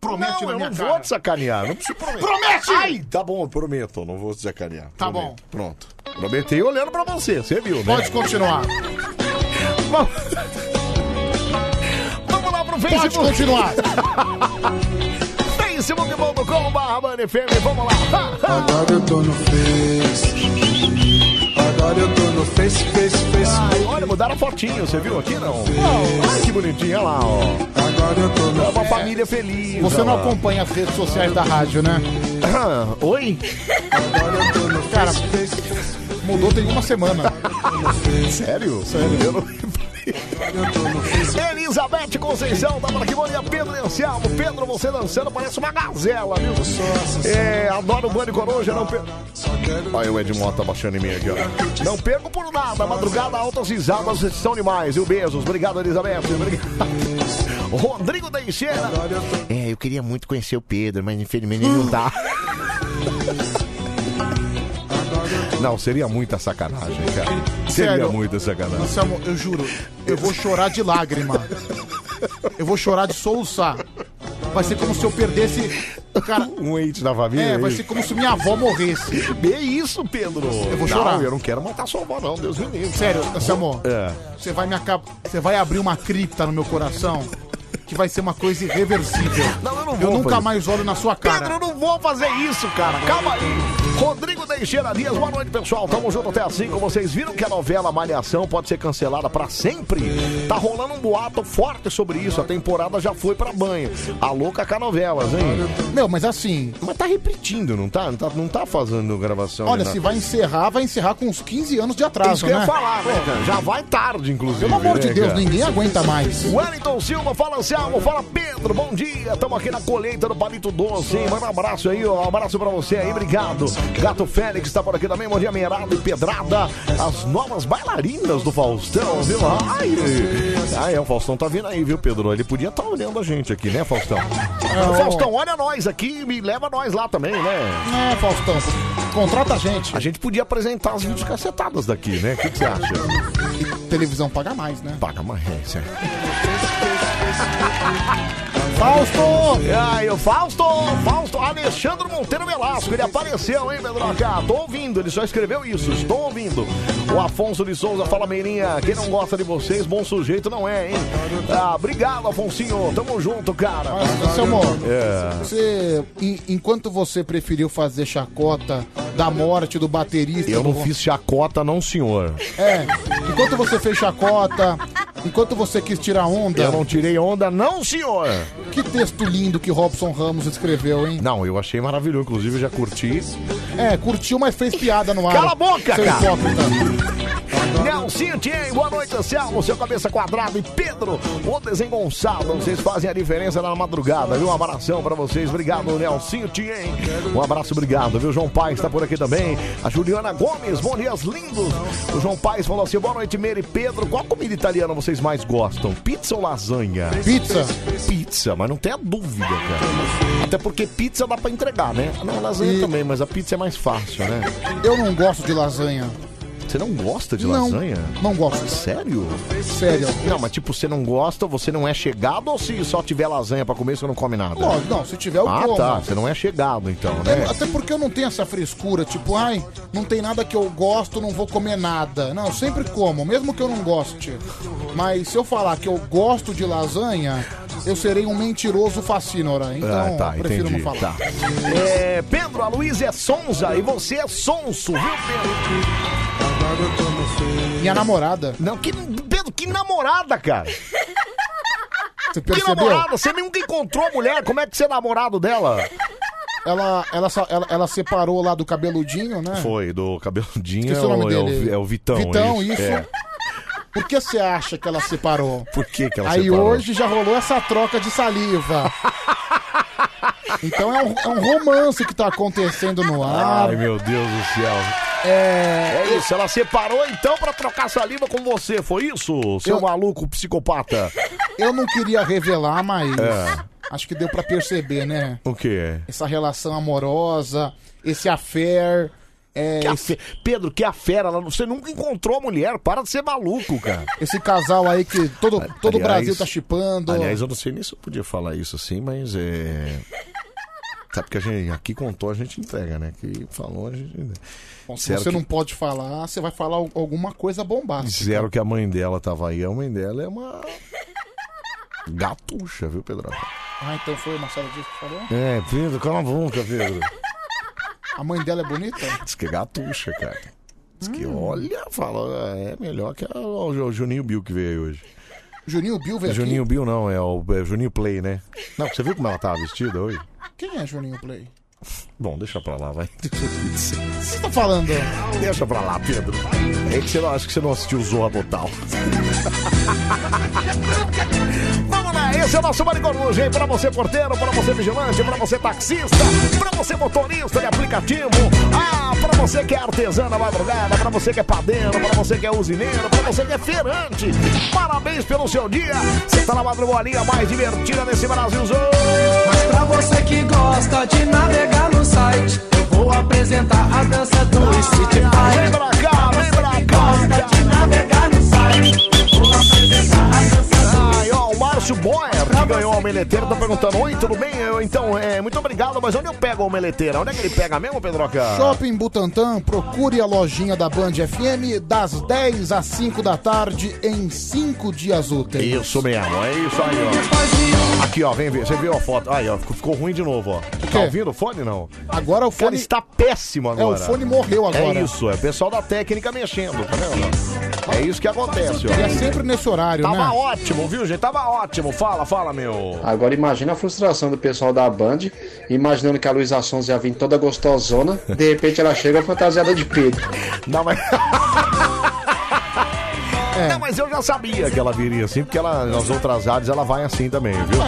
Promete não, na eu minha não vou cara. te sacanear. Não preciso prometer. Promete! Ai, tá bom, eu prometo. Não vou te sacanear. Tá Prometo. bom. Pronto. Prometei olhando pra você, você viu, né? Pode continuar. Vamos- Vamos lá pro Facebook. Pode continuar. Facebook.com Vamos lá. Agora eu tô no Face. Agora eu tô no Face, Face, Face. Olha, mudaram a fotinho, você viu aqui não? Ai, que bonitinha lá, ó. Agora eu tô É uma família feliz. Você não ó lá. acompanha as redes sociais da rádio, né? *laughs* Oi? Cara, mudou tem uma semana. Sério? Sério. Eu não... Elizabeth Conceição tá da Marquimonia Pedro Anselmo. Pedro, você dançando parece uma gazela, viu? É, adoro o Bande Coruja, não perco. Olha o Ed Mota baixando em mim aqui, ó. Não perco por nada. Madrugada, altas risadas, vocês são demais. E o beijos. Obrigado, Elizabeth. Obrigado. *laughs* Rodrigo Teixeira. É, eu queria muito conhecer o Pedro, mas infelizmente ele não tá. dá. *laughs* Não, seria muita sacanagem, cara. Seria Sério. muita sacanagem. Anselmo, eu juro, eu vou chorar de lágrima. Eu vou chorar de soluçar. Vai ser como se eu perdesse. Cara, Um hate na família? é, é vai isso? ser como se minha avó morresse. É isso, Pedro. Eu Não, vou chorar. eu não quero matar sua avó, não. Deus me livre. Sério, Anselmo, É. você vai me acabar. Você vai abrir uma cripta no meu coração que vai ser uma coisa irreversível. Não, eu não Eu vou nunca fazer. mais olho na sua Pedro, cara. eu não vou fazer isso, cara. Calma aí. Rodrigo Teixeira Dias, boa noite, pessoal. Tamo junto até às 5. Vocês viram que a novela Malhação pode ser cancelada pra sempre? Tá rolando um boato forte sobre isso. A temporada já foi pra banho. A louca com a novelas, hein? Meu, mas assim. Mas tá repetindo, não tá? Não tá, não tá fazendo gravação. Olha, né? se vai encerrar, vai encerrar com uns 15 anos de atraso, Isso que eu né? ia falar, né, cara? Já vai tarde, inclusive. Pelo amor né, de Deus, cara? ninguém aguenta mais. Wellington Silva, fala Anselmo, fala Pedro, bom dia. Estamos aqui na colheita do Palito Doce, hein? Manda um abraço aí, ó. Um abraço pra você aí, obrigado. Gato Félix tá por aqui também, bom dia, Meirado e Pedrada. As novas bailarinas do Faustão, viu? Ai, ai, é, o Faustão tá vindo aí, viu, Pedro? Ele podia estar olhando a gente aqui, né, Faustão? Ô, Faustão, olha nós aqui e leva nós lá também, né? É, Faustão, contrata a gente. A gente podia apresentar as vídeos cacetadas daqui, né? O que que você acha? Televisão paga mais, né? Paga mais, é, certo. Fausto! E aí, o Fausto! Fausto Alexandre Monteiro Velasco, ele apareceu, hein, Pedroca? Tô ouvindo, ele só escreveu isso, estou ouvindo. O Afonso de Souza fala, Meirinha, quem não gosta de vocês, bom sujeito não é, hein? Ah, obrigado, Afonsinho, tamo junto, cara. Seu amor, É. você, en- enquanto você preferiu fazer chacota da morte do baterista. Eu não do- fiz chacota, não, senhor. É, enquanto você fez chacota, enquanto você quis tirar onda. Eu não tirei onda, não, senhor! Então. Que texto lindo que Robson Ramos escreveu, hein? Não, eu achei maravilhoso, inclusive eu já curti. É, curtiu, mas fez piada no ar. Cala a boca, seu cara! hipócrita. Nelson Tien, boa noite, Anselmo, seu cabeça quadrada e Pedro, o desengonçado, vocês fazem a diferença na madrugada, viu? Um abração pra vocês, obrigado, Nelson Tien. Um abraço, obrigado, viu? João Paes tá por aqui também, a Juliana Gomes, bom dia, lindos. O João Paes falou assim, boa noite, Meire e Pedro, qual comida italiana vocês mais gostam? Pizza ou lasanha? Pizza. Pizza, mas não tenha dúvida, cara. Até porque pizza dá pra entregar, né? Não, lasanha também, mas a pizza é mais fácil, né? Eu não gosto de lasanha. Você não gosta de Não, lasanha? não gosto. Sério? Sério. Não, mas tipo, você não gosta, você não é chegado ou se só tiver lasanha pra comer, você não come nada? Lógico, não, se tiver eu Ah, como. tá. Você não é chegado, então, né? É, até porque eu não tenho essa frescura, tipo, ai, não tem nada que eu gosto, não vou comer nada. Não, eu sempre como, mesmo que eu não goste. Mas se eu falar que eu gosto de lasanha, eu serei um mentiroso fascínora. Então, Ah, tá, eu prefiro entendi. não falar. Tá. É, Pedro, a Luísa é sonza e você é sonso, viu, Pedro? Minha namorada. Não, que, Pedro, que namorada, cara? Você Que percebeu? namorada? Você nunca encontrou a mulher, como é que você é namorado dela? Ela, ela, sa- ela, ela separou lá do cabeludinho, né? Foi, do *laughs* cabeludinho, Esqueci o nome é, o, dele. é o Vitão. Vitão, isso. É. Por que você acha que ela separou? Por que que ela Aí separou? hoje já rolou essa troca de *laughs* saliva. então é um, é um romance que tá acontecendo no ar. Ai, meu Deus do céu. ah, É. É isso, ela separou então pra trocar saliva com você, foi isso, seu Eu- maluco *laughs* psicopata? Eu não queria revelar, mas É. acho que deu pra perceber, né? O quê? Essa relação amorosa, esse affair. É, Que a esse, fe- Pedro, é que a fera, ela não- você nunca encontrou a mulher, para de ser maluco, cara. esse casal aí que todo, todo o Aliás- Brasil tá chipando. Aliás, eu não sei nem se eu podia falar isso assim, mas é... Sabe que a gente aqui contou, a gente entrega, né? Que falou, a gente... Bom, se Disseram você que- não pode falar, você vai falar al- alguma coisa bombástica. Disseram que a mãe dela tava aí, a mãe dela é uma... Gatuxa, viu, Pedro? Ah, então foi o Marcelo Dias que falou? É, Pedro, cala a boca, Pedro. A mãe dela é bonita? Diz que é gatuxa, cara. Diz que olha, fala, é melhor que a- o Ju- Juninho Bill que veio aí hoje. Juninho Bill veio aqui? Juninho Bill não, é o é o Juninho Play, né? Não, você viu como ela tava vestida hoje? Quem é Juninho Play? Bom, deixa pra *laughs* lá, vai. O que você tá falando? Deixa pra lá, Pedro. É que você não, acho que você não assistiu o Zorra Total. *laughs* Vamos lá, esse é o nosso Mari Coruja, hein? Pra você porteiro, pra você vigilante, pra você taxista, pra você motorista de aplicativo, ah, pra você que é artesã na madrugada, pra você que é padeiro, pra você que é usineiro, pra você que é feirante. Parabéns pelo seu dia. Você tá na madrugolinha mais divertida desse Brasilzão. Mas pra você que gosta de navegar no site, eu vou apresentar a dança do Street Fighter. Vem pra cá, vem pra cá. Gosta de navegar no site, eu vou apresentar a Ai, ó, o Márcio Boyer, que ganhou a omeleteira, tá perguntando: Oi, tudo bem? Eu, então, é, muito obrigado, mas onde eu pego a omeleteira? Onde é que ele pega mesmo, Pedroca? Shopping Butantã, procure a lojinha da Band FM das 10 às 5 da tarde em 5 dias úteis. Isso mesmo, é isso aí, ó. Aqui, ó, vem ver, você viu a foto. Aí, ó, ficou, ficou ruim de novo, ó. Tá ouvindo o fone, não? Agora o fone está péssimo agora. É, o fone morreu agora. É isso, é o pessoal da técnica mexendo, tá vendo? É isso que acontece, ó. E é sempre nesse horário, Tava né? ótimo, viu, gente? Tava ótimo. Fala, fala, meu. Agora imagina a frustração do pessoal da Band, imaginando que a Luísa Sonza ia vir toda gostosona, de repente ela chega fantasiada de Pedro. Não, mas... é. Não, Ah, mas eu já sabia que ela viria assim, porque ela, nas outras áreas ela vai assim também, viu?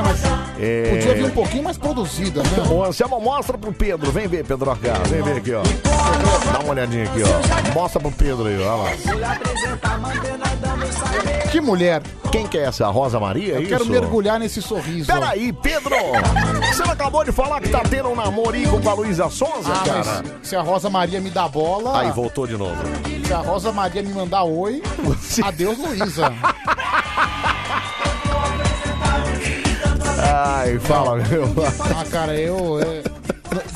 É... Podia vir um pouquinho mais produzida, né? Ô, Anselmo, mostra pro Pedro. Vem ver, Pedro Arca. Vem ver aqui, ó. Dá uma olhadinha aqui, ó. Mostra pro Pedro aí, ó. Olha lá. Que mulher. Quem que é essa? A Rosa Maria? Eu isso? quero mergulhar nesse sorriso. Peraí, Pedro! Você não acabou de falar que tá tendo um namorico com a Luísa Sonza, Ah, cara? mas se a Rosa Maria me dá bola, Aí, voltou de *laughs* novo. se a Rosa Maria me mandar oi, adeus Luísa. Ai, fala, meu. Ah, cara, eu. é,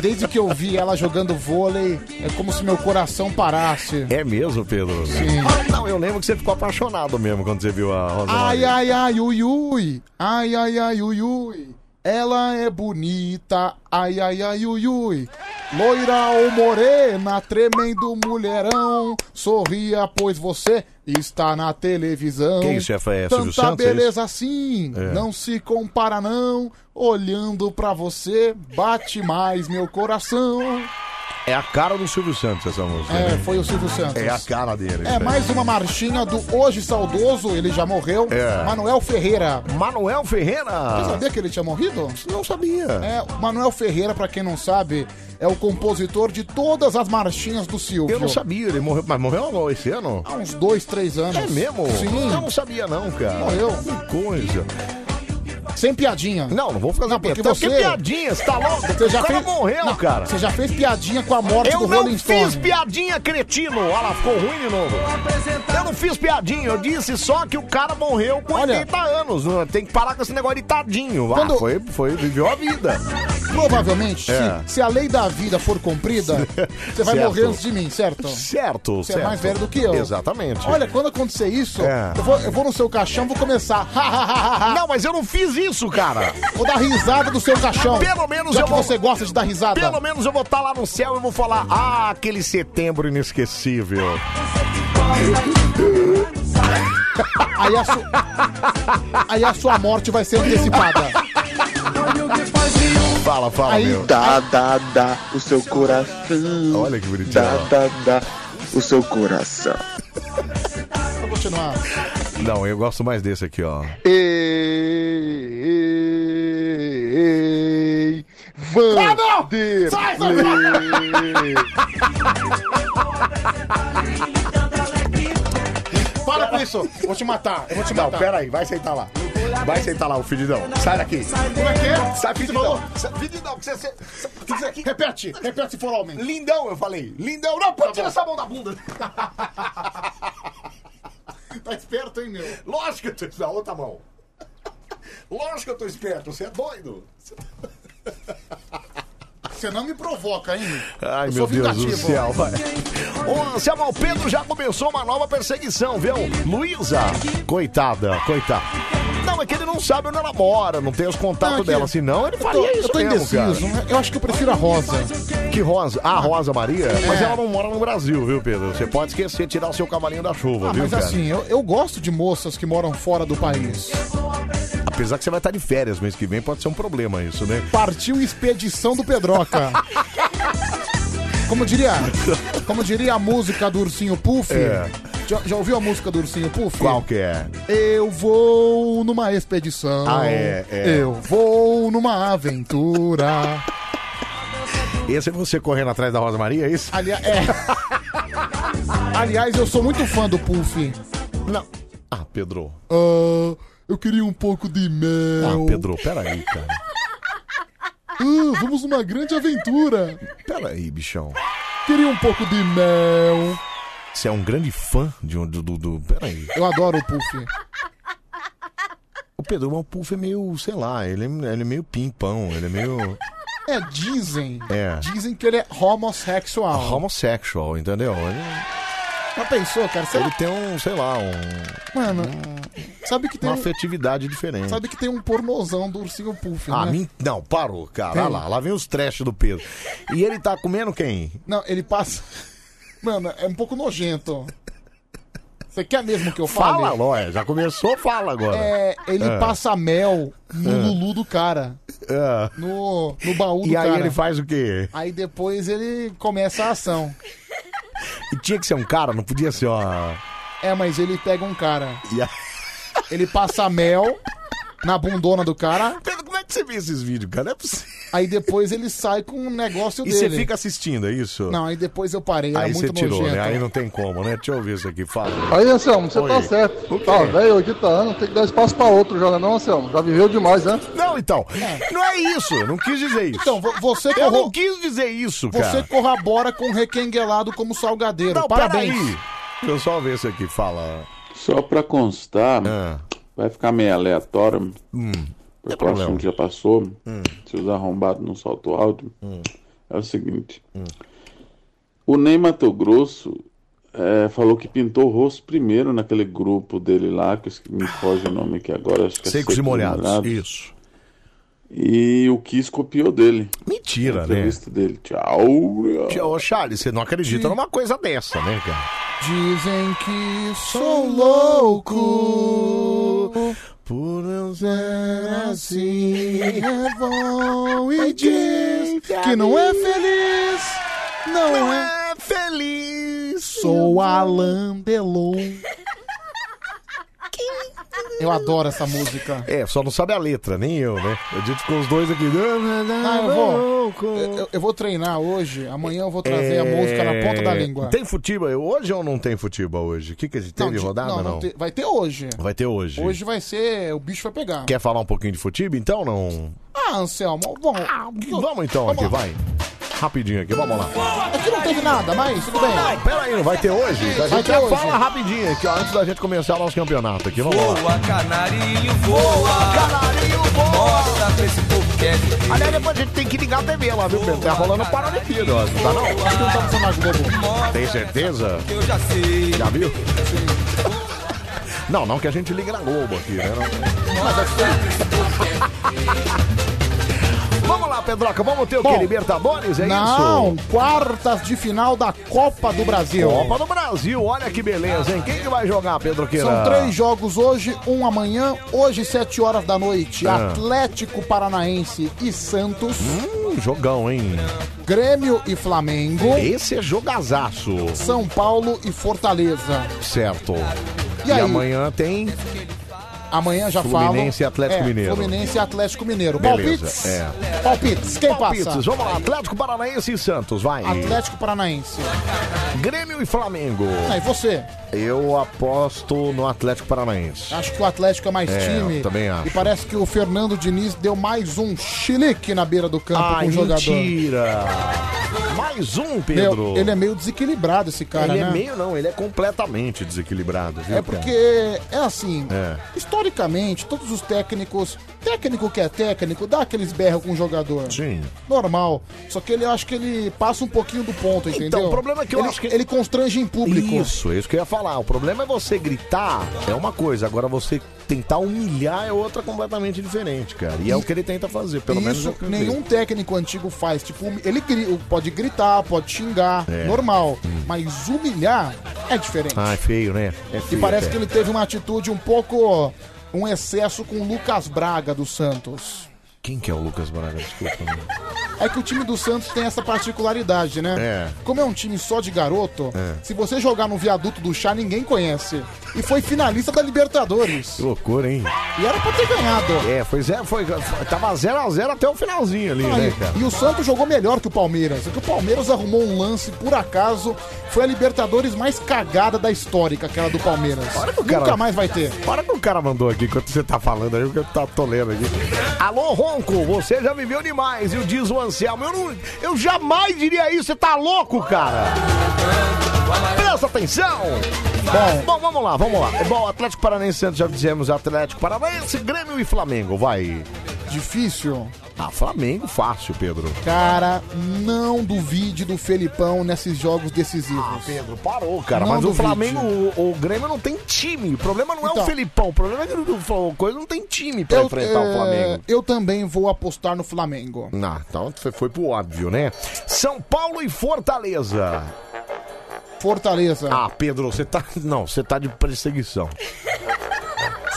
Desde que eu vi ela jogando vôlei, é como se meu coração parasse. É mesmo, Pedro? Sim. Não, eu lembro que você ficou apaixonado mesmo quando você viu a Ai, Rosário. ai, ai, ui, ui. Ai, ai, ai, ui, ui. Ela é bonita, ai, ai, ai, ui, ui. Loira ou morena, tremendo mulherão. Sorria, pois você está na televisão. Quem isso é? É Silvio Tanta Santos, é beleza assim, É. não se compara não. Olhando pra você, bate mais meu coração. É a cara do Silvio Santos essa música. É, né? foi o Silvio Santos. É a cara dele. isso É aí. mais uma marchinha do hoje saudoso, ele já morreu, É. Manuel Ferreira. Manuel Ferreira? Você sabia que ele tinha morrido? Não sabia. É, o Manuel Ferreira, pra quem não sabe, é o compositor de todas as marchinhas do Silvio. Eu não sabia, ele morreu, mas morreu agora esse ano? Há uns dois, três anos. É mesmo? Sim. Eu não sabia não, cara. Morreu. Que coisa. Sem piadinha. Não, não vou ficar Não, porque Então, você... que piadinha? Você tá louco? Você já O cara fez... morreu, Não, cara. Você já fez piadinha com a morte eu do não Rolling fiz Stone. piadinha, cretino. Olha lá, ficou ruim de novo. Eu não fiz piadinha, eu disse só que o cara morreu com 80 anos. Tem que parar com esse negócio de tadinho. Ah, Quando- foi, foi, viveu a vida. Provavelmente, É. se, se a lei da vida *laughs* for cumprida, você vai Certo. morrer antes de mim, certo? Certo, Você certo. é mais velho do que eu. Exatamente. Olha, quando acontecer isso, É. eu, vou, eu vou no seu caixão, vou começar. Não, mas eu não fiz isso, cara. Vou dar risada do seu caixão. Pelo menos Já eu que vou- você gosta de dar risada. Pelo menos eu vou estar lá no céu e vou falar: Ah, aquele setembro inesquecível. Aí a, su- Aí a sua morte vai ser antecipada. Fala, fala, Aí- meu. Dá, dá, dá o seu coração. Olha que bonitinho. Dá, dá, dá o seu coração. Vou continuar. Não, eu gosto mais desse aqui, ó. Ei, ei, ei. Ah, não! Vanderlei. Sai, sai, Para com isso. Vou te matar. Eu vou te Não, matar. pera aí, vai sentar lá. Vai sentar lá, o fedidão. Sai daqui. Como é que é? Sai, fedidão. Sai, Fedidão, que você- Você- Repete. Repete se for homem. Lindão, eu falei. Lindão, não, pô, tira essa mão da bunda. *laughs* Tá esperto, hein, meu? Lógico que eu tô esperto. Da outra mão. Lógico que eu tô esperto, você é doido. Você não me provoca, hein? Ai, Eu meu sou Deus do vingativo. céu. vai. Ô, Anselmo, o Pedro já começou uma nova perseguição, viu? Luísa, coitada, coitada. Não, é que ele não sabe onde ela mora, não tem os contatos Não, é que- dela, senão ele Eu tô- faria isso eu tô mesmo, cara. indeciso. né? Eu acho que eu prefiro a rosa. Que Rosa? Ah, Rosa Maria? É. Mas ela não mora no Brasil, viu, Pedro? Você pode esquecer de tirar o seu cavalinho da chuva, Ah, viu, mas cara? assim, eu, eu gosto de moças que moram fora do país. Apesar que você vai estar de férias mês que vem, pode ser um problema isso, né? Partiu expedição do *laughs* Pedroca. Como diria, como diria a música do Ursinho Puff? É. Já, já ouviu a música do Ursinho Puff? Qual que é? Eu vou numa expedição. Ah, é, é. Eu vou numa aventura. Esse é você correndo atrás da Rosa Maria, é isso? *laughs* Ali- é. Aliás, eu sou muito fã do Puff. Não. Ah, Pedro. Ah, eu queria um pouco de mel. Ah, Pedro, peraí, cara. Ah, vamos numa grande aventura. Peraí, bichão. Queria um pouco de mel. Você é um grande fã de um. Do, do, do... Peraí. Eu adoro o Puff. O Pedro, mas o Puff é meio, sei lá, ele é, ele é meio pimpão, ele é meio. É, dizem. É. Dizem que ele é homossexual. Ah, Homossexual, entendeu? Ele, é- Já pensou, cara? Será- ele tem um, sei lá, um, Mano, sabe que tem uma um, afetividade diferente. sabe que tem um pornozão do ursinho Puff, Ah, né? min- não, parou, cara. Tem. Olha lá, lá vem os trash do Pedro. E ele tá comendo quem? Não, ele passa. *laughs* Mano, é um pouco nojento. Você quer mesmo que eu fale? Fala, Lóia. Já começou, fala agora. É, ele Ah. passa mel no Ah. Lulu do cara. Ah. No, no baú do E aí cara. ele faz o quê? Aí depois ele começa a ação. E tinha que ser um cara, não podia ser uma. É, mas ele pega um cara. E aí- Ele passa mel na bundona do cara. Pedro, como é que você vê esses vídeos, cara? Não é possível. Aí depois ele sai com um negócio E você dele. fica assistindo, é isso? Não, aí depois eu parei, era aí você muito tirou, nojento. né? Aí não tem como, né? Deixa eu ver isso aqui, fala. Aí, Anselmo, você Oi. tá certo. Tá velho, 80 anos, tem que dar espaço pra outro, já não é não, Anselmo? Já viveu demais, né? Não, então. Não é isso. Eu não quis dizer isso. Então, vo- você eu corro- não quis dizer isso, Você cara. corrobora com um requenguelado como salgadeiro. Não, Parabéns. peraí. Deixa eu só ver isso aqui, fala. Ah. Só pra constar, vai ficar meio aleatório, O Hum, problema. próximo Hum. que já passou, se os arrombados não salto alto, é o seguinte. Hum. O Ney Mato Grosso eh, falou que pintou o rosto primeiro naquele grupo dele lá, que eu esque- me foge o nome aqui agora. Acho que é Secos e molhados, isso. E o Kiss copiou dele. Mentira, A né? entrevista dele. Tchau. Tio, Ô, Charles, você não acredita numa coisa dessa, né, cara? Dizem que sou louco por não ser assim. É bom e é diz que não é feliz, não, é. feliz. Sou Alan Delon. Eu adoro essa música. É, só não sabe a letra, nem eu, né? Eu dito com os dois aqui. Ah, eu vou. Eu, eu vou treinar hoje, amanhã eu vou trazer a música na ponta da É, língua. Tem futebol hoje ou não tem futebol hoje? O que, que tem de de- rodada não? te- vai ter hoje. Vai ter hoje. Hoje vai ser. O bicho vai pegar. Quer falar um pouquinho de futebol então? Não. Ah, Anselmo, vamos. Vamos então aqui, vai. Rapidinho aqui, vamos lá. Aqui É não teve nada, mas tudo bem. Não, pera aí, não vai ter hoje? A Vai gente ter já hoje. fala rapidinho aqui, ó, antes da gente começar o nosso campeonato aqui, vamos lá. Voa, canarinho, voa. Canarinho, voa. Mostra pra esse povo que é de Deus. Aliás, depois a gente tem que ligar a TV lá, viu, Pedro? Tá rolando Paralimpíada, ó, não tá não? Acho que então não tá passando mais Globo. Tem certeza? Eu já sei. Já viu? Não, não que a gente liga na Globo aqui, né? Não. é Vamos lá, Pedroca, vamos ter o que? Libertadores, é não, isso? quartas de final da Copa do Brasil. Copa do Brasil, olha que beleza, hein? Quem que vai jogar, Pedro Queira? São três jogos hoje, um amanhã, hoje, sete horas da noite. Ah. Atlético Paranaense e Santos. Hum, jogão, hein? Grêmio e Flamengo. Esse é jogazaço. São Paulo e Fortaleza. Certo. E aí? amanhã tem Amanhã já falo. Fluminense e Atlético É, Mineiro. Fluminense e Atlético Mineiro. Beleza, Palpites? é. Palpites, quem passa? Palpites, vamos lá. Atlético Paranaense e Santos, vai. Atlético Paranaense. Grêmio e Flamengo. Ah, e você? Eu aposto no Atlético Paranaense. Acho que o Atlético é mais É, time. eu também acho. E parece que o Fernando Diniz deu mais um chilique na beira do campo Ai, Ah, com o jogador. Ah, mentira. Mais um, Pedro. Meu, ele é meio desequilibrado, esse cara, Ele né? é meio não, ele é completamente desequilibrado, viu, É cara? porque é assim, É. historicamente, todos os técnicos. Técnico que é técnico, dá aqueles berros com o jogador. Sim. Normal. Só que ele eu acho que ele passa um pouquinho do ponto, entendeu? o problema é que eu ele, acho que- ele constrange em público. Isso, é isso que eu ia falar. O problema é você gritar, é uma coisa. Agora você tentar humilhar é outra completamente diferente, cara. E é o que ele tenta fazer, pelo menos. é Isso o que eu nenhum técnico antigo faz. Tipo, ele gri- pode gritar, pode xingar, É. normal. Mas humilhar é diferente. Ah, é feio, né? É E feio, parece é. que ele teve uma atitude um pouco. um excesso com o Lucas Braga do Santos. Quem que é o Lucas Braga? Desculpa. né? É que o time do Santos tem essa particularidade, né? É. Como é um time só de garoto, É. se você jogar no viaduto do chá, ninguém conhece. E foi finalista da Libertadores. Que loucura, hein? E era pra ter ganhado. É, foi zero, foi, foi- tava 0x0 zero a zero até o finalzinho ali, Aí, né, cara? e o Santos jogou melhor que o Palmeiras. É que o Palmeiras arrumou um lance, por acaso, foi a Libertadores mais cagada da histórica, aquela do Palmeiras. Nunca mais vai ter. Para que o cara mandou aqui enquanto você tá falando aí, porque eu tá, tô lendo aqui. Alô, Ronco, você já viveu demais, eu diz o Anselmo. Eu, não- eu jamais diria isso, você tá louco, cara. Presta atenção. Bom, vamos lá, vamos lá. É Bom, Atlético Paranaense Santos, já dizemos Atlético Paranaense, Grêmio e Flamengo, vai. Difícil. Ah, Flamengo fácil, Pedro. Cara, não duvide do Felipão nesses jogos decisivos. Ah, Pedro, parou, Cara, mas o Flamengo, o, o Grêmio não tem time. O problema não é o Então. Felipão, o problema é que o, o Coisa não tem time pra enfrentar o Flamengo. é, Eu também vou apostar no Flamengo. Ah, então foi, foi pro óbvio, né? São Paulo e Fortaleza. Fortaleza. Ah, Pedro, você tá. *laughs* Não, você tá de perseguição.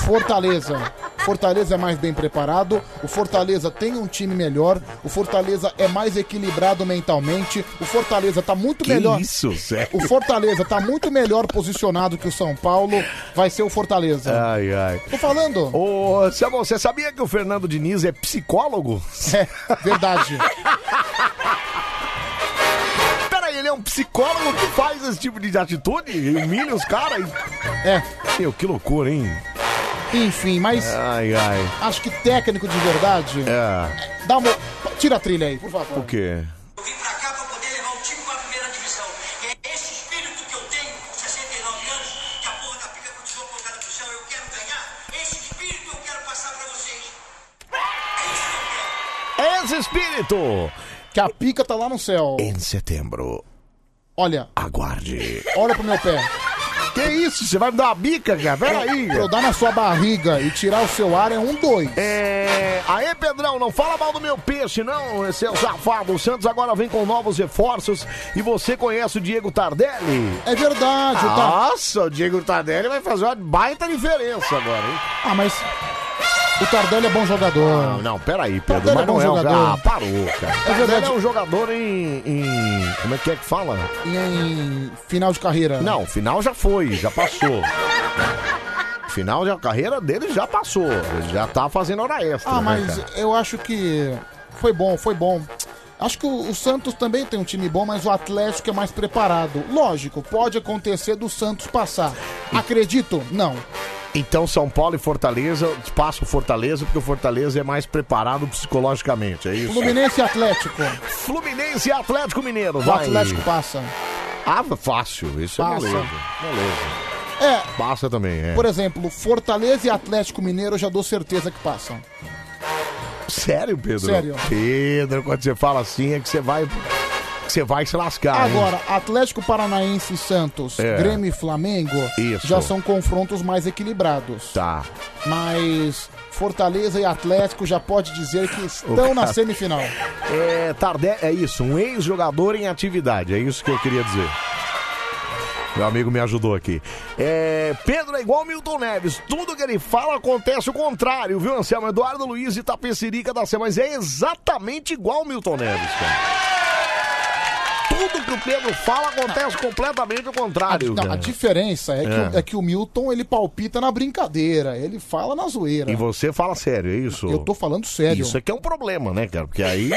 Fortaleza. Fortaleza é mais bem preparado, o Fortaleza tem um time melhor, o Fortaleza é mais equilibrado mentalmente, o Fortaleza tá muito melhor. isso, sério? O Fortaleza tá muito melhor posicionado que o São Paulo, vai ser o Fortaleza. Ai, ai. Tô falando? Ô, Samuel, você sabia que o Fernando Diniz é psicólogo? É, verdade. *laughs* Peraí, ele é um psicólogo que faz esse tipo de atitude? E Humilha os caras? e- É. Meu, que loucura, hein? Enfim, mas Ai, ai. acho que técnico de verdade. É. Dá uma. Tira a trilha aí, por favor. O quê? Espírito. Que a pica tá lá no céu. Em setembro. Olha. Aguarde. Olha pro meu pé. É, Que isso? Você vai me dar uma bica, cara? Peraí. Pra eu dar na sua barriga e tirar o seu ar é um dois. É. Aê, Pedrão, não fala mal do meu peixe, não, seu safado. O Santos agora vem com novos reforços e você conhece o Diego Tardelli? É verdade, o Tar- Nossa, o Diego Tardelli vai fazer uma baita diferença agora, hein? Ah, mas. O Tardelli é bom jogador. Não, não, peraí, Pedro, Tardelli mas é bom não é um jogador. jogador. Ah, parou, cara. É verdade. Tardelli é um jogador em, em- Como é que é que fala? E em final de carreira. Não, final já foi, já passou. Final da carreira dele já passou. Ele já tá fazendo hora extra. Ah, né, mas cara? eu acho que foi bom, foi bom. Acho que o o Santos também tem um time bom, mas o Atlético é mais preparado. Lógico, pode acontecer do Santos passar. Acredito? Não. Então São Paulo e Fortaleza, passa o Fortaleza, porque o Fortaleza é mais preparado psicologicamente, é isso? Fluminense e Atlético. Fluminense e Atlético Mineiro, O vai. Atlético passa. Ah, fácil, isso Passa. é beleza. Beleza. É, Passa também, é. por exemplo, Fortaleza e Atlético Mineiro eu já dou certeza que passam. Sério, Pedro? Sério. Pedro, quando você fala assim é que você vai. Que você vai se lascar. Tá, hein? Agora, Atlético Paranaense e Santos, É. Grêmio e Flamengo Isso. já são confrontos mais equilibrados. Tá. Mas Fortaleza e Atlético já pode dizer que *laughs* O estão na cara- *laughs* semifinal. É, Tardé, é isso, um ex-jogador em atividade, é isso que eu queria dizer. Meu amigo me ajudou aqui. É, Pedro é igual Milton Neves, tudo que ele fala acontece o contrário, viu, Anselmo? Eduardo Luiz e Tapecerica da Semana, mas é exatamente igual o Milton Neves, cara. É. Tudo que o Pedro fala acontece completamente o contrário. Não, cara. a diferença é que, É. O, é que o Milton ele palpita na brincadeira, ele fala na zoeira. E você fala sério, é isso? Eu tô falando sério. Isso aqui é um problema, né, cara? Porque aí.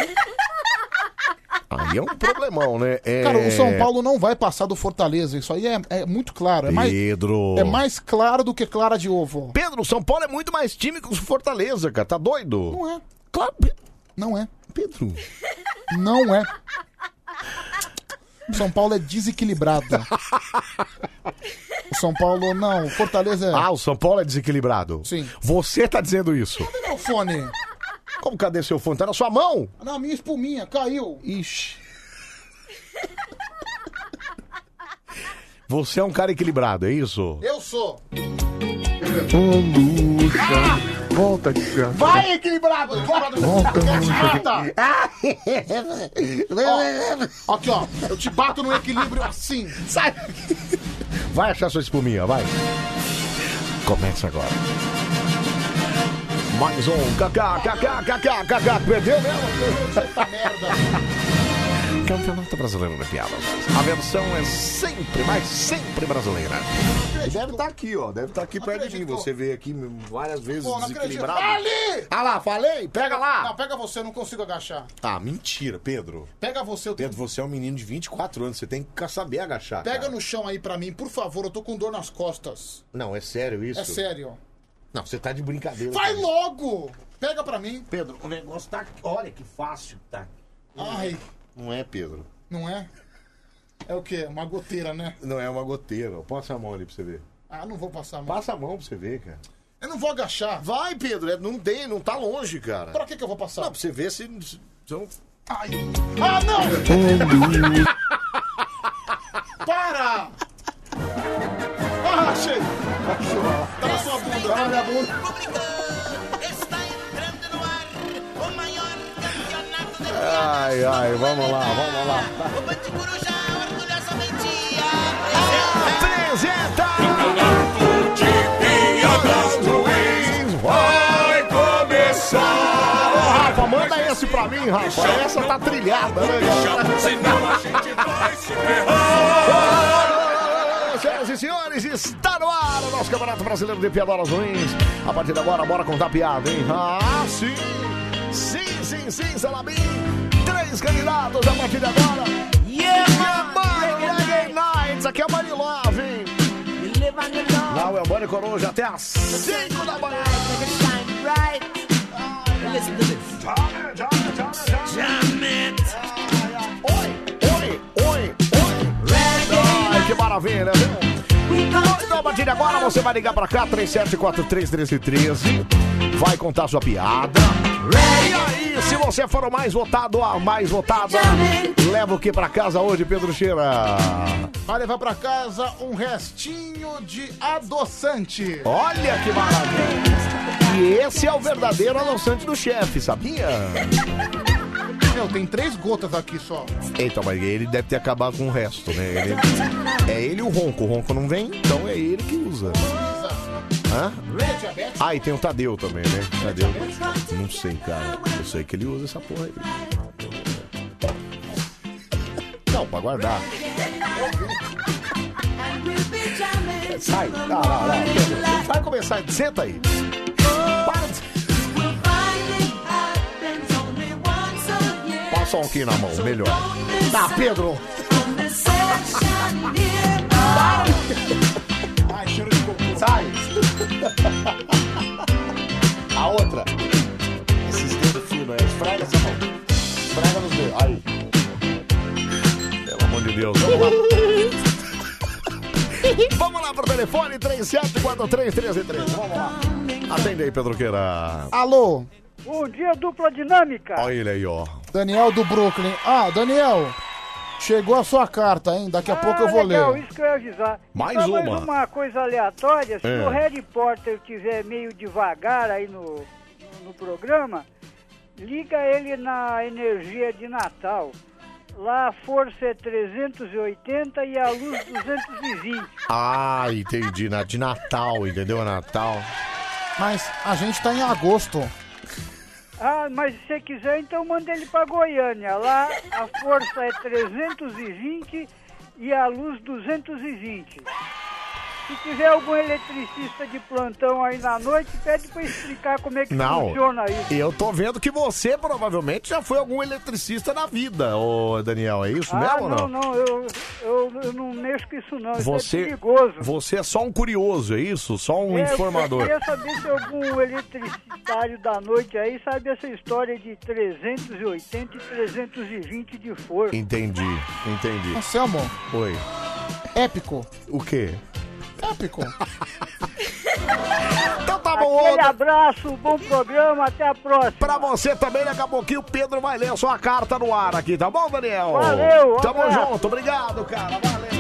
Aí é um problemão, né? É... *laughs* Cara, o São Paulo não vai passar do Fortaleza, isso aí é, é muito claro. É mais, Pedro. é mais claro do que clara de ovo. Pedro, o São Paulo é muito mais time que o Fortaleza, cara. Tá doido? Não é. Claro. Não é. Pedro. Não é. O São Paulo é desequilibrado. O São Paulo, não. o Fortaleza é. Ah, o São Paulo é desequilibrado. Sim. Você tá dizendo isso. Cadê meu fone? Como cadê seu fone? Tá na sua mão? Na minha espuminha, caiu. Ixi. Você é um cara equilibrado, é isso? Eu sou. Luxa. Volta de casa. Vai, equilibrado! Volta, Ó, Aqui, ó. Eu te bato no equilíbrio assim. Sai! Vai achar sua espuminha, vai. Começa agora. Mais um. Cacá, cacá, cacá, cacá. *laughs* Perdeu mesmo? Campeonato Brasileiro de Piadas. A versão é sempre, mas sempre brasileira. Deve estar aqui, ó. Deve estar aqui perto de mim. Você veio aqui várias vezes Pô, não acredito. desequilibrado. Ali! Ah lá, falei? Pega lá! Não, pega você, eu não consigo agachar. Ah, mentira, Pedro. Pega você, eu tenho... Pedro, você é um menino de 24 anos. Você tem que saber agachar. Pega Ah, cara. no chão aí pra mim, por favor, eu tô com dor nas costas. Não, é sério isso? É sério. Não, você tá de brincadeira. Vai comigo. logo! Pega pra mim. Pedro, o negócio tá. Olha que fácil que tá. Ai, Não é, Pedro. não é? É o quê? Uma goteira, né? Não é uma goteira. Passa a mão ali pra você ver. Ah, não vou passar a mão. Passa a mão pra você ver, cara. Eu não vou agachar. Vai, Pedro. é- Não tem, não tá longe, cara. Pra que que eu vou passar? Não, pra você ver se. se- se não- Ai. Ah, não! Para! Ah, achei! Tá na sua bunda. Tá na minha bunda. Ai, ai, vamos lá, vamos lá. Vai começar. Ô, Rafa, manda esse pra mim, Rafa. Essa tá trilhada, né? Senhoras e senhores, está no ar o nosso Campeonato Brasileiro de Piadoras Ruins. A partir de agora, bora contar piada, hein? Ah, sim! Sim, sim, sim, Salabim! Três candidatos a partir de agora! Yeah, yeah, yeah, Isso aqui é Money Love, hein? Lá é o Elbani Coruja até às 5 da manhã! Oi, oi, oi! Ai, que maravilha, né? Então, a partir de agora, você vai ligar pra cá, 37431313, vai contar sua piada. E aí, E se você for o mais votado, a mais votada, leva o que pra casa hoje, Pedro Cheira? Vai levar pra casa um restinho de adoçante. Olha que maravilha! E esse é o verdadeiro adoçante do chefe, sabia? Meu, tem três gotas aqui só. Então, mas ele deve ter acabado com o resto, né? Ele- É ele o ronco. O ronco não vem, então é ele que usa. Hã? Ah, e tem o Tadeu também, né? Tadeu. Não sei, cara. Eu sei que ele usa essa porra aí. Não, pra guardar. Sai, não, não, não. Vai começar, senta aí. Para de... Passa um aqui na mão, melhor. Tá, Pedro. Ai, cheiro de cocô. Sai. *laughs* A outra. Esses dedos finos aí. Esfrega essa mão. Esfrega nos dedos. Aí. Pelo amor de Deus. Vamos lá. *laughs* Vamos lá pro telefone 37431313. Vamos lá. Atende aí, Pedro Queira. Alô, Bom dia, dupla dinâmica. Olha ele aí, ó. Daniel do Brooklyn. Ah, Daniel, chegou a sua carta, hein? Daqui a pouco eu Ah, vou Ah, legal, ler. isso que eu ia avisar. Mais Então, uma. Mais uma coisa aleatória. Se É. o Harry Potter tiver meio devagar aí no, no, no programa, liga ele na energia de Natal. Lá a força é 380 e a luz 220. Ah, entendi. Na- De Natal, entendeu? É Natal. Mas a gente tá em agosto. Ah, mas se você quiser, então manda ele pra Goiânia. Lá a força é 320 e a luz 220. Se tiver algum eletricista de plantão aí na noite, pede pra explicar como é que Não. funciona isso. Eu tô vendo que você provavelmente já foi algum eletricista na vida, ô Daniel. É isso ah, mesmo ou não, não, eu, eu, eu não mexo com isso não, isso é Você, perigoso. você é só um curioso, é isso? Só um É, informador. Eu queria saber se algum eletricitário da noite aí sabe essa história de 380 e 320 de força. Entendi, entendi. Anselmo. Oi. Épico. O quê? Épico. Então tá bom, Aquele abraço, bom programa, até a próxima. Pra você também, daqui a pouquinho o Pedro vai ler a sua carta no ar aqui, tá bom, Daniel? Valeu, um Tamo abraço. junto, obrigado, cara. Valeu.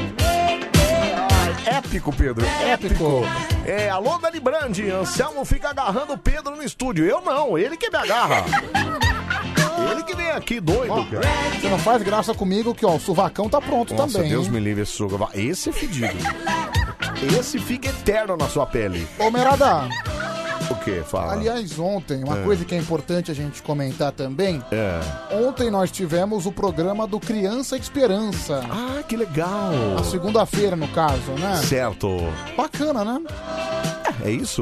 Épico, Pedro. Épico. É, alô, Dani Brandi. Anselmo fica agarrando o Pedro no estúdio. Eu não, ele que me agarra. ele que vem aqui, doido, cara. Você não faz graça comigo que, ó, o suvacão tá pronto Nossa, também. Deus hein? me livre esse suco. Esse é fedido. Esse fica eterno na sua pele. Ô, Merada, O que, fala? aliás, ontem, uma Ah. É. coisa que é importante a gente comentar também. É. Ontem nós tivemos o programa do Criança Esperança. Ah, que legal! A segunda-feira, no caso, né? Certo. Bacana, né? É isso?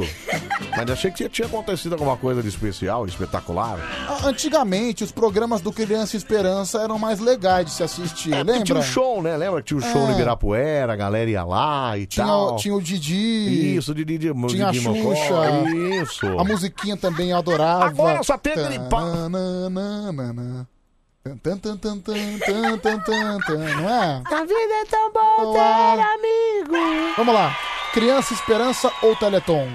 Mas achei que tinha acontecido alguma coisa de especial, espetacular. A- Antigamente, os programas do Criança Esperança eram mais legais de se assistir, Porque É, Tinha lembra? o show, né? Lembra que tinha o show É. no Ibirapuera, a galera ia lá e Tinha, tal. tinha o Didi. Isso, de Didi Tinha a Didi Mocó, Xuxa. Isso. A musiquinha também eu adorava. Agora só tem aquele pa- Tananana. Tan, tan, tan, tan, tan, tan, tan, tan, Não é? A vida é tão bom ter amigo. Vamos lá. Criança Esperança ou Teleton?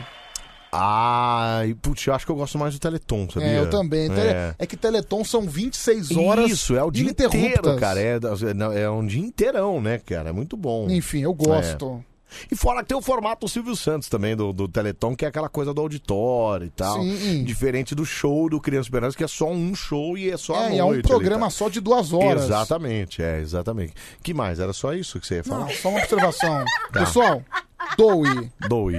Ai, putz, eu acho que eu gosto mais do Teleton, sabia? É, eu também. Tele- É. É. que Teleton são 26 horas Isso, é o dia ininterruptas. inteiro, cara. É, é um dia inteirão, né, cara? É muito bom. É. Enfim, eu gosto. E fora que tem o formato Silvio Santos também, do, do Teleton, que é aquela coisa do auditório e tal. Sim. Diferente do show do Criança Esperança, que é só um show e é só a É, noite. e é um ali, programa tá? só de duas horas. Exatamente, é, exatamente. Que mais? Era só isso que você ia falar? Não, só uma observação. *laughs* Tá. Pessoal, doe. Doe.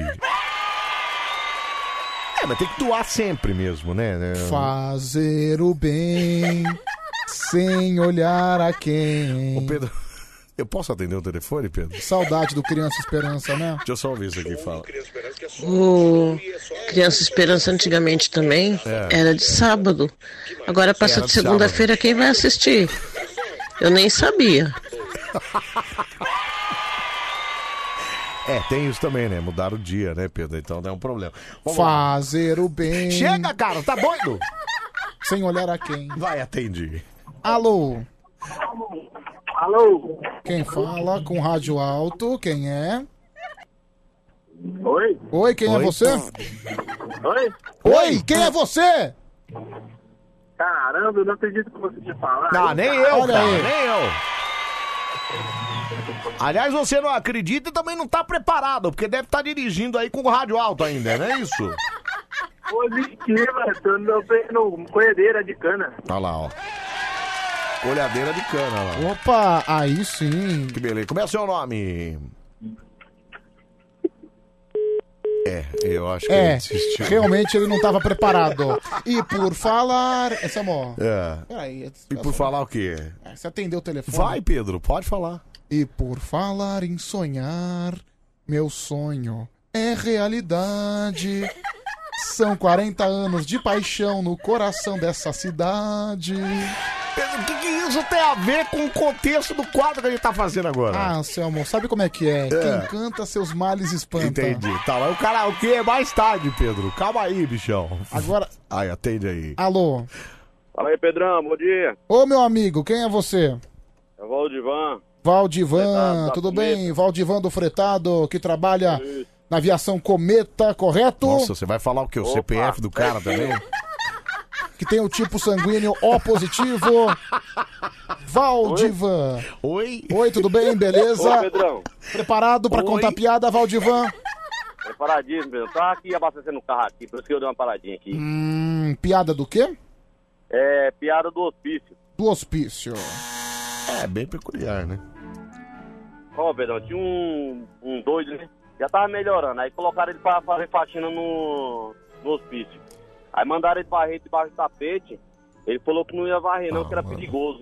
É, mas tem que doar sempre mesmo, né? né? Fazer o bem sem olhar a quem. Ô, Pedro, eu posso atender o telefone, Pedro? Saudade do Criança Esperança, né? Deixa eu só ouvir isso aqui, fala. O Criança Esperança antigamente também É. era de sábado. Agora passa Era de de sábado. segunda-feira, quem vai assistir? Eu nem sabia. É, tem isso também, né? Mudar o dia, né, Pedro? Então não é um problema. Vamos lá. Fazer o bem. Chega, cara, tá doido? Sem olhar a quem. Vai, atende. Alô, Alô? quem fala com rádio alto? Quem é? Oi? Oi, quem é Oi. você? Oi? Oi, quem é você? Caramba, eu não acredito que você tinha falado. Ah, nem eu, Olha cara, aí. nem eu. Aliás, você não acredita e também não tá preparado, porque deve estar dirigindo aí com o rádio alto ainda, não é isso? Positiva, tô no, no coedeira de cana. Olha lá, ó. Olhadeira de cana, ó lá. Opa, aí sim. Que beleza. Como é o seu nome? É, eu acho que ele É, desistiu. realmente ele não tava preparado. E por falar. É, Samuel. É. Peraí, É, E por falar o quê? você atendeu o telefone? Vai, Pedro, pode falar. E por falar em sonhar, meu sonho é realidade. São 40 anos de paixão no coração dessa cidade. O que, que isso tem a ver com o contexto do quadro que a gente tá fazendo agora? Ah, Selmo, sabe como é que é? Quem canta seus males espanta. Entendi. Tá, mas o karaokê é mais tarde, Pedro. Calma aí, bichão. Agora. Ai, atende aí. Alô? Fala aí, Pedrão, bom dia. Ô, meu amigo, quem é você? É o Valdivan. tá Valdivan, Fretado, tudo da bem? Valdivan do Fretado, que trabalha na aviação Cometa, correto? Nossa, você vai falar o quê? O CPF do cara também? Que tem o tipo sanguíneo O positivo. Valdivan. Oi? Oi, tudo bem? Beleza? Oi, Pedrão. Preparado pra Oi. contar piada, Valdivan? Preparadíssimo, Pedrão. Tá aqui abastecendo o carro aqui, por isso que eu dei uma paradinha aqui. Hum, piada do quê? É, piada do hospício. Do hospício. É, bem peculiar, né? Ó, Pedrão, tinha um, um doido, né? Já tava melhorando, aí colocaram ele pra fazer faxina no, no hospício. Aí mandaram ele varrer debaixo do tapete. Ele falou que não ia varrer, não, que era perigoso.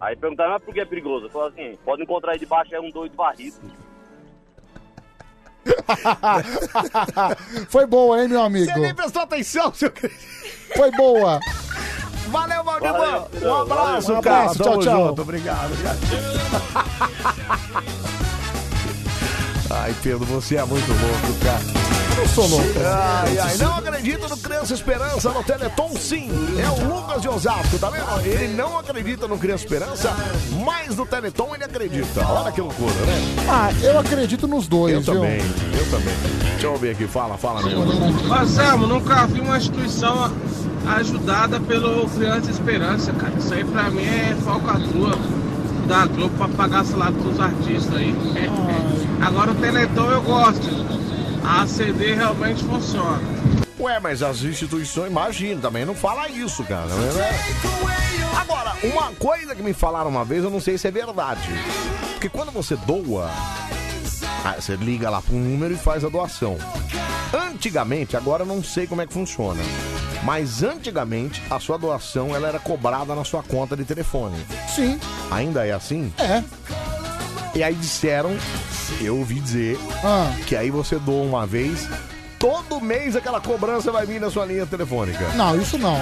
Aí perguntaram, mas por que é perigoso? Eu falei assim, pode encontrar aí debaixo, é um doido varrido. *laughs* Foi boa, hein, meu amigo? Você nem prestou atenção, seu Foi boa. Valeu, Valdivan. Valeu, Um abraço, valeu. cara. Um abraço, tchau, Tamo tchau. junto. Obrigado, obrigado. *laughs* Ai, Pedro, você é muito louco, cara. Eu não sou louco. Ai, ai, não acredito no Criança Esperança no Teleton, sim. É o Lucas de Osasco, tá vendo? Ele não acredita no Criança Esperança, mas no Teleton ele acredita. Olha que loucura, né? Ah, eu acredito nos dois, Eu viu? também, eu também. Deixa eu ver aqui, fala, fala mesmo. Marcelo, nunca vi uma instituição ajudada pelo Criança Esperança, cara. Isso aí pra mim é falcatrua da Globo pra pagar salário dos artistas aí. Agora o Teleton eu gosto. A CD realmente funciona. Ué, mas as instituições, imagina, também não fala isso, cara. Agora, uma coisa que me falaram uma vez, eu não sei se é verdade. Porque quando você doa, ah, você liga lá para um número e faz a doação. Antigamente, agora eu não sei como é que funciona, mas antigamente a sua doação ela era cobrada na sua conta de telefone. Sim. Ainda é assim? É. E aí disseram, eu ouvi dizer, Ah. que aí você doa uma vez, todo mês aquela cobrança vai vir na sua linha telefônica. Não, isso não.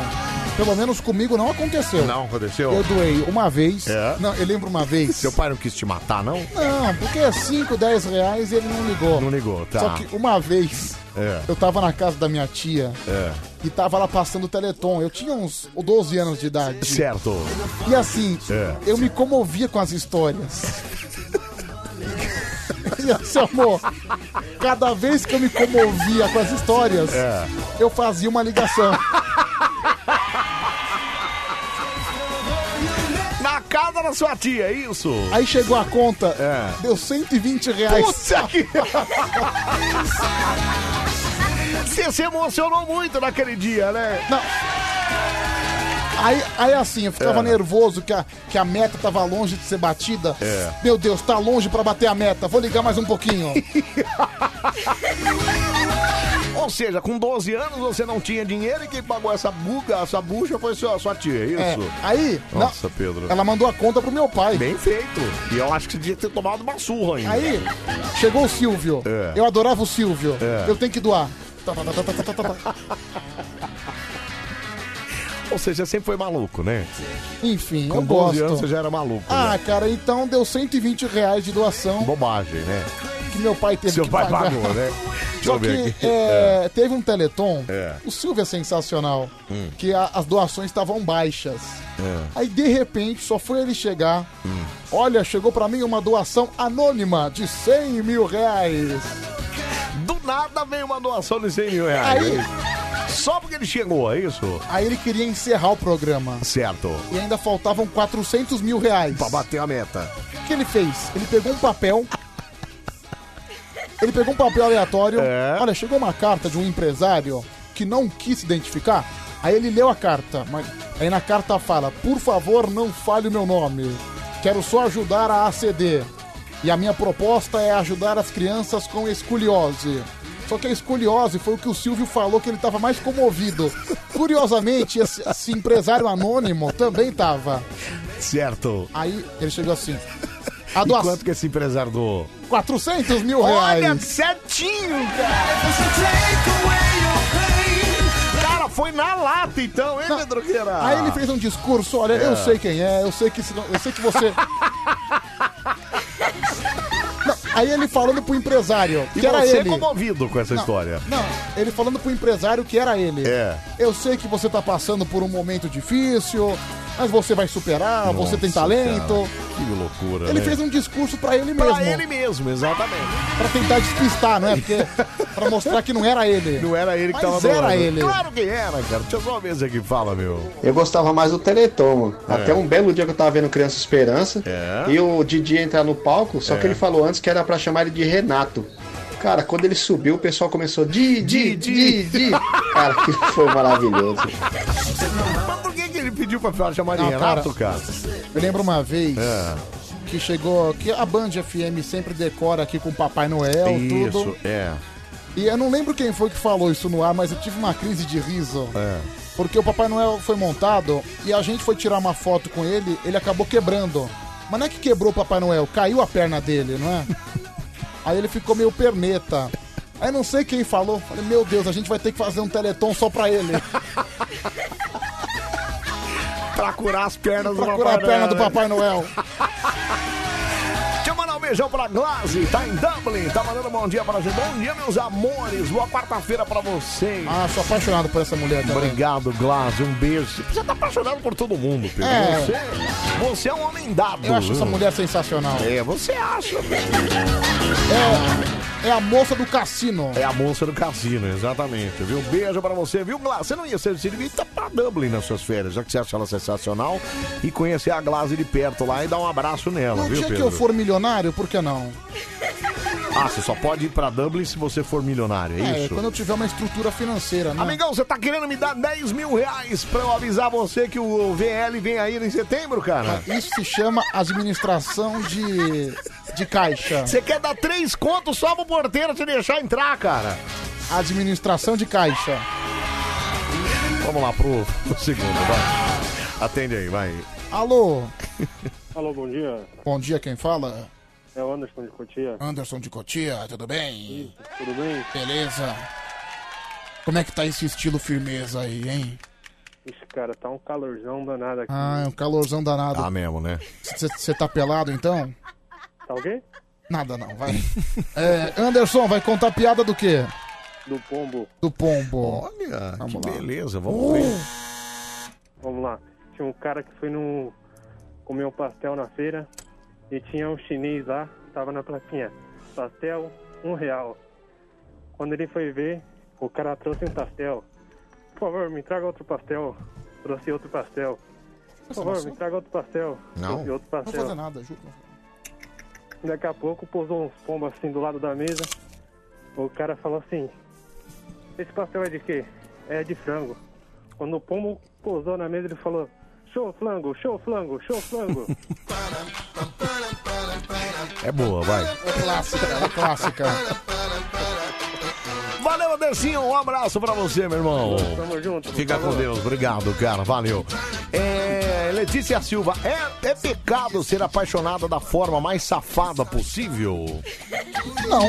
Pelo menos comigo não aconteceu. Não aconteceu? Eu doei uma vez. É? Não, eu lembro uma vez. Seu pai não quis te matar, não? Não, porque é 5, 10 reais ele não ligou. Não ligou, tá. Só que uma vez É. eu tava na casa da minha tia É. e tava lá passando o Teleton. Eu tinha uns 12 anos de idade. Certo. E assim, É. eu me comovia com as histórias. *laughs* E assim, amor, cada vez que eu me comovia com as histórias, É. eu fazia uma ligação. Na casa da sua tia, é isso? Aí chegou a conta, É. deu 120 reais. Puta que- *laughs* Você se emocionou muito naquele dia, né? Não. Aí, aí assim, eu ficava É. nervoso que a, que a meta tava longe de ser batida. É. Meu Deus, tá longe pra bater a meta. Vou ligar mais um pouquinho. Ou seja, com 12 anos você não tinha dinheiro e quem pagou essa buga, essa bucha foi sua, sua tia, é É, isso? aí, Nossa, Pedro. ela mandou a conta pro meu pai. Bem feito. E eu acho que você devia ter tomado uma surra ainda. Aí, chegou o Silvio. É. Eu adorava o Silvio. É. Eu tenho que doar. Tá, tá, tá, tá, tá, tá, tá. Ou seja, sempre foi maluco, né? Enfim, Com eu 12 gosto. anos você já era maluco. Ah, né? cara, então deu 120 reais de doação Bobagem, né? que meu pai teve Seu que pai pagar. pagou, né? Deixa Só eu ver que aqui. é, teve um Teleton, É. o Silvio é sensacional, Hum. que a- as doações estavam baixas. É. Aí, de repente, só foi ele chegar. Hum. Olha, chegou pra mim uma doação anônima de 100 mil reais. Do nada veio uma doação de 100 mil reais. Aí, né? Só porque ele chegou, é isso? Aí ele queria encerrar o programa. Certo. E ainda faltavam 400 mil reais. Pra bater a meta. O que, que ele fez? Ele pegou um papel. Ele pegou um papel aleatório. É. Olha, chegou uma carta de um empresário que não quis se identificar. Aí ele leu a carta. Mas... Aí na carta fala: Por favor, não fale o meu nome. Quero só ajudar a ACD. E a minha proposta é ajudar as crianças com escoliose. Só que a escoliose foi o que o Silvio falou que ele estava mais comovido. Curiosamente, esse, esse empresário anônimo também estava. Certo. Aí ele chegou assim. A doação... quanto que esse empresário doou? 400 mil Olha, reais. certinho, Cara, foi na lata então, hein, Pedroqueira? Aí ele fez um discurso, olha, É. eu sei quem é, eu sei que se não- eu sei que você. *laughs* Não, aí ele falando pro empresário, E que era você é ele. comovido com essa Não, história. Não, ele falando pro empresário que era ele. É. Eu sei que você tá passando por um momento difícil, mas você vai superar, Ah, você tem Nossa, talento. cara, que loucura, Ele né? fez um discurso pra ele mesmo. Pra ele mesmo, exatamente. Pra tentar *laughs* despistar, não é? Porque pra mostrar que não era ele. Não era ele que Mas tava era doando. ele. Claro que era, cara. Deixa eu só ver se aqui fala, meu. Eu gostava mais do Teleton, mano. É. Até um belo dia que eu tava vendo Criança Esperança e o Didi entrar no palco, só que É. ele falou antes que era pra chamar ele de Renato. Cara, quando ele subiu, o pessoal começou Didi, Didi, Didi. Cara, que foi maravilhoso. Mas por que, que ele pediu pra falar chamar de Não, Renato, cara? Eu lembro uma vez É. que chegou. que a Band FM sempre decora aqui com Papai Noel, Isso, tudo. é. E eu não lembro quem foi que falou isso no ar, mas eu tive uma crise de riso. É. Porque o Papai Noel foi montado e a gente foi tirar uma foto com ele, ele acabou quebrando. Mas não é que quebrou o Papai Noel, caiu a perna dele, não *laughs* é? Aí ele ficou meio perneta. Aí não sei quem falou. Falei, meu Deus, a gente vai ter que fazer um teleton só pra *laughs* ele. Pra curar as pernas pra do curar a Papai perna Noel, do né? Papai Noel. Deixa eu mandar um beijão pra Glaze, tá em Dublin, tá mandando bom dia pra gente. Bom dia, meus amores, boa quarta-feira pra vocês. Ah, sou apaixonado por essa mulher também. Obrigado, Glaze, um beijo. Você tá apaixonado por todo mundo, Pedro. É. Você, você é um homem dado. Eu acho viu? essa mulher sensacional. É, você acha, É, é a moça do cassino. É a moça do cassino, exatamente, viu? Beijo pra você, viu, Glaze? Você não ia ser, você devia estar pra Dublin nas suas férias, já que você acha ela sensacional. E conhecer a Glaze de perto lá e dar um abraço nela, No viu, dia que Pedro? eu for milionário, por que não? Ah, você só pode ir pra Dublin se você for milionário, é, É, isso? quando eu tiver uma estrutura financeira, né? Amigão, você tá querendo me dar 10 mil reais pra eu avisar você que o VL vem aí em setembro, cara? Isso se chama administração de, de caixa. Você quer dar três contos só pro porteiro te deixar entrar, cara? Administração de caixa. Vamos lá pro, pro segundo, vai. Atende aí, vai. Alô, *laughs* Alô, bom dia. bom dia, quem fala? É o Anderson de Cotia. Anderson de Cotia, tudo bem? Tudo bem? Beleza? Como é que tá esse estilo firmeza aí, hein? Esse cara tá um calorzão danado aqui. Ah, é um calorzão danado. Tá mesmo, né? Você tá pelado então? Tá ok? Nada não, vai. É, Anderson, vai contar piada do quê? Do pombo. Do pombo. Olha, Vamos que lá. Uh! beleza, vamos ver. Vamos lá. Tinha um cara que foi no. comer um pastel na feira e tinha um chinês lá, tava na plaquinha. Pastel, um real. Quando ele foi ver, o cara trouxe um pastel. Por favor, me traga outro pastel. Trouxe outro pastel. Por Nossa, favor, nossa. me traga outro pastel. Não. Trouxe outro Não pastel. vou fazer nada, juro. Daqui a pouco pousou uns pombos assim do lado da mesa. O cara falou assim: Esse pastel é de quê? É de frango. Quando o pombo pousou na mesa, ele falou: Show flango, show flango, show *laughs* flango. É boa, vai. Clássica, né? é clássica. Valeu, Andercinho. Um abraço pra você, meu irmão. Tamo junto. Fica com Deus. Obrigado, cara. Valeu. É, Letícia Silva, é, é pecado ser apaixonada da forma mais safada possível? Não.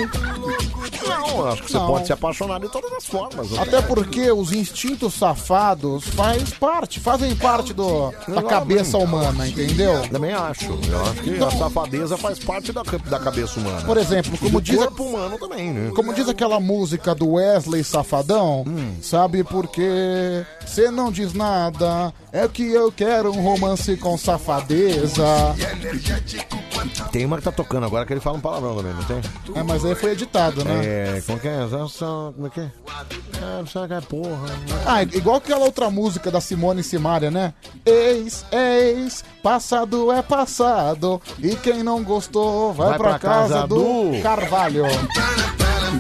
Não, acho que você Não. pode se apaixonar de todas as formas. né? Até porque os instintos safados faz parte, fazem parte do, da cabeça humana, entendeu? Então- Também acho. Eu acho que a safadeza faz parte da, ca- da cabeça humana. Por exemplo, do como diz a- corpo humano também, né? Como diz aquela música do Wesley Safadão, Hum. sabe por quê? Cê não diz nada, é que eu quero um romance com safadeza. Tem uma que tá tocando agora que ele fala um palavrão também, não tem? É, mas É, aí foi editado, né? É, como Como é que é? Eu sou- Como é que é? Ah, não sei o que é porra. Ah, igual aquela outra música da Simone e Simaria, né? Ex, ex, passado é passado. E quem não gostou vai, pra, casa, do, Carvalho. *laughs*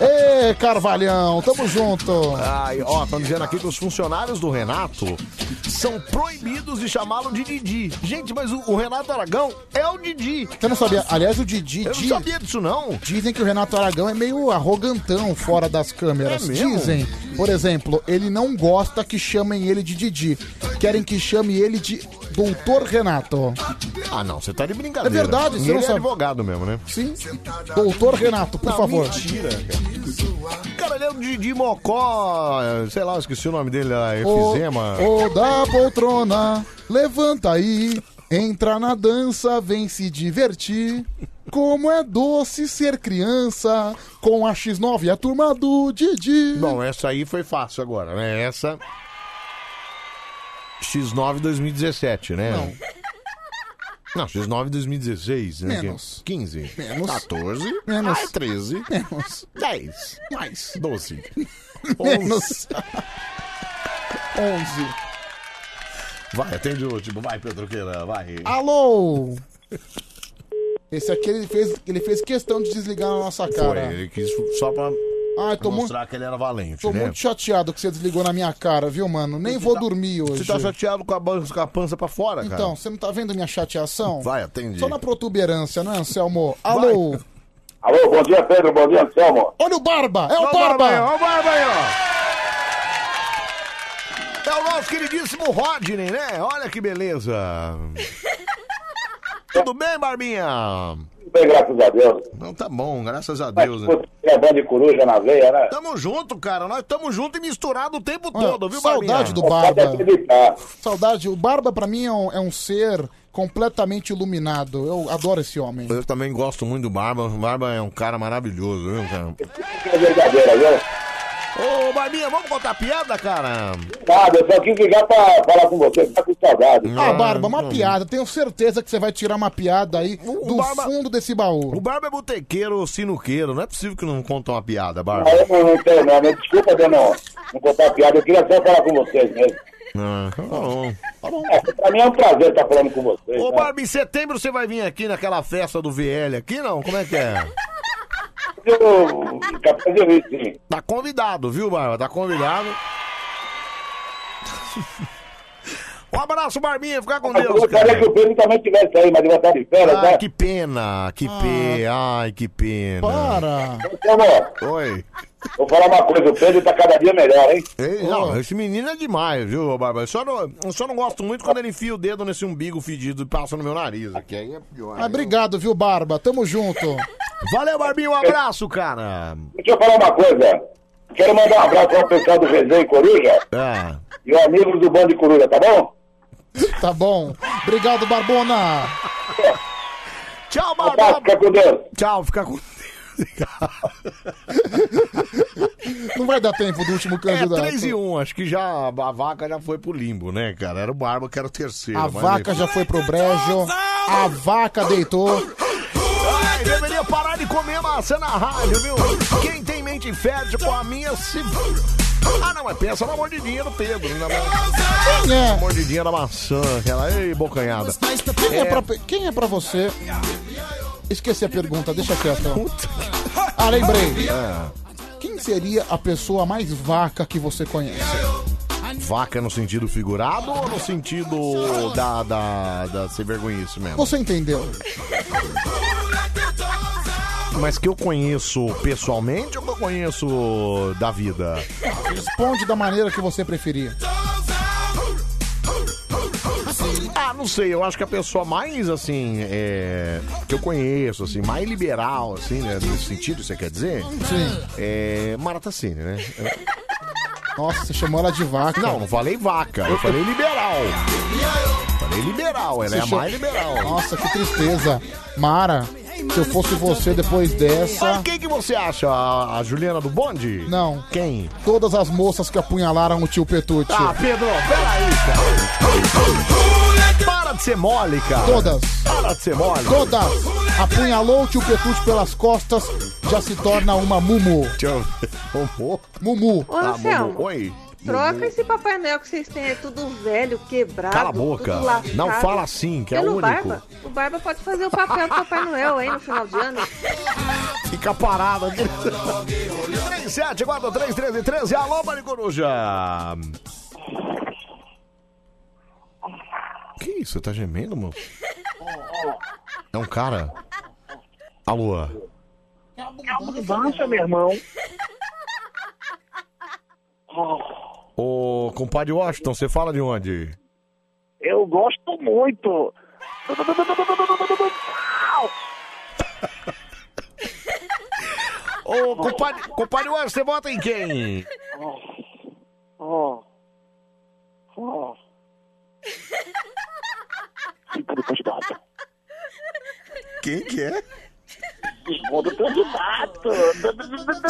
Ê, Carvalhão, tamo junto. Ai, ó, estão Tá dizendo aqui que os funcionários do Renato são proibidos de chamá-lo de Didi. Gente, mas o, o Renato Aragão é o Didi. Você não sabia? Aliás, o Didi. Eu não di- sabia disso, não. Dizem que o Renato Aragão é meio arrogantão fora das câmeras. É mesmo? Dizem, por exemplo, ele não gosta que chamem ele de Didi. Querem que chame ele de Doutor Renato. Ah, não, você tá de brincadeira. É verdade, E você não ele é sabe. advogado mesmo, né? Sim. Doutor Renato, por Não, favor. Mentira, cara. Cara, ele é o Didi Mocó, sei lá, eu esqueci o nome dele, era Efizema. Ô, ô da poltrona, levanta aí, entra na dança, vem se divertir. Como é doce ser criança com a X9 e a turma do Didi. Bom, essa aí foi fácil agora, né? Essa. X9 2017, né? Não. X9 2016, né? Ah, Menos. 15. Menos. 14. Menos. Ai, 13. Menos. 10. Mais. 12. Menos. 11. Vai, atende o último. Vai, Pedroqueira, vai. Alô! Esse aqui ele fez, ele fez questão de desligar na nossa Foi, cara. ele quis só pra Ai, tô muito, mostrar que ele era valente, tô né? muito chateado que você desligou na minha cara, viu, mano? Nem Você vou tá- dormir hoje. Você tá chateado com a, ban- com a pança pra fora, cara? Então, você não tá vendo minha chateação? Vai, atende. Só na protuberância, não é, Anselmo? Alô! Alô, bom dia, Pedro, bom dia, Anselmo. Olha o Barba! É Olha o Barba! aí, olha o Barba aí, ó. É o nosso queridíssimo Rodney, né? Olha que beleza. Tudo bem, Barbinha? Tudo bem, graças a Deus. Então tá bom, graças a Mas, Deus. né? putz, é bando de coruja na veia, né? Tamo junto, cara. Nós tamo junto e misturado o tempo Olha, todo, viu, Barbinha? Ah, saudade do Barba. Saudade. O Barba, pra mim, é um, é um ser completamente iluminado. Eu adoro esse homem. Eu também gosto muito do Barba. O Barba é um cara maravilhoso, viu, cara? É verdadeira, viu? Ô, Barbinha, vamos contar piada, cara? Nada, eu só quis ligar pra falar com você, tá com saudade. Ah, Barba, uma piada. Tenho certeza que você vai tirar uma piada aí do Barba- fundo desse baú. O Barba é botequeiro ou sinuqueiro. Não é possível que não conta uma piada, Barba. Ah, eu não, não tenho nome, desculpa de eu não, não contar piada, eu queria só falar com vocês mesmo. Ah, tá bom. É, pra mim é um prazer estar falando com vocês. Ô, né? Barba, em setembro você vai vir aqui naquela festa do VL aqui, não? Como é que é? Eu, capaz de eu ir, sim. Tá convidado, viu, Barba? Tá convidado. Um abraço, Barbinha. Fica com Mas eu Deus, gostaria cara. que o Pedro também tivesse aí, mas ele vai estar de férias, Ai, né? que pena, que pena. Ai, que pena. Para! Anselmo, Oi. vou falar uma coisa, o Pedro tá cada dia melhor, hein? Ei, não, esse menino é demais, viu, Barba? Eu só não, eu só não gosto muito quando ele enfia o dedo nesse umbigo fedido e passa no meu nariz. Aqui aí é pior. Ah, obrigado, viu, Barba? Tamo junto. Valeu, Barbinho. Um abraço, cara. Deixa eu falar uma coisa. Quero mandar um abraço ao pessoal do Resenha e Coruja É. Ah. e aos amigos do Bando de Coruja, tá bom? Tá bom. Obrigado, Barbona. Tchau, Barba. Fica com Deus. Tchau, fica com Não vai dar tempo do último É candidato. 3 e 1, acho que já a vaca já foi pro limbo, né, cara? Era o Barba que era o terceiro. A mas vaca enfim. já foi pro brejo. A vaca deitou. Ai, deveria parar de comer maçã na rádio, viu? Quem tem mente fértil com a minha se. Ah, não, mas pensa na mordidinha do Pedro, né? É. Mordidinha da maçã, aquela. Ei, bocanhada. Quem é, pra, quem é pra você? Esqueci a pergunta, deixa quieto. Ah, lembrei. É. Quem seria a pessoa mais vaca que você conhece? Vaca no sentido figurado ou no sentido da. da. da sem vergonhice mesmo? Você entendeu? Mas que eu conheço pessoalmente ou que eu conheço da vida? Responde da maneira que você preferir. Ah, não sei, eu acho que a pessoa mais, assim, é, que eu conheço, assim, mais liberal, assim, né, nesse sentido, você quer dizer? Sim. É Maratacine, né? Eu- Nossa, você chamou ela de vaca. Não, não falei vaca, eu falei liberal. Falei liberal, ela é a Você mais cham- liberal. Nossa, que tristeza. Mara, se eu fosse você depois dessa. Mas quem que você acha? A a Juliana do Bonde? Não. Quem? Tá, Todas as moças que apunhalaram o tio Petute. Ah, Pedro, peraí, cara. Para de ser mole, cara. Todas. Para de ser mole. Todas. Apunhalou-te o Petúcio pelas costas, já se torna uma Mumu. Mumu? Mumu. Ô, Anselmo. Oi. Troca esse Papai Noel que vocês têm, é tudo velho, quebrado. Cala a boca. tudo lascado. Não fala assim, que é Pelo o único. Barba, o Barba pode fazer o papel do Papai Noel aí no final de ano. Fica parado aqui. 37431313. Alô, Maricoruja. Que isso? Você tá gemendo, moço? É um cara? Alô? Dança, meu irmão. Ô, compadre Washington, você fala de onde? Eu gosto muito. Ô, compadre, compadre Washington, você vota em quem? Ó. Ó. Fica do candidato. Quem que é? Segundo candidato.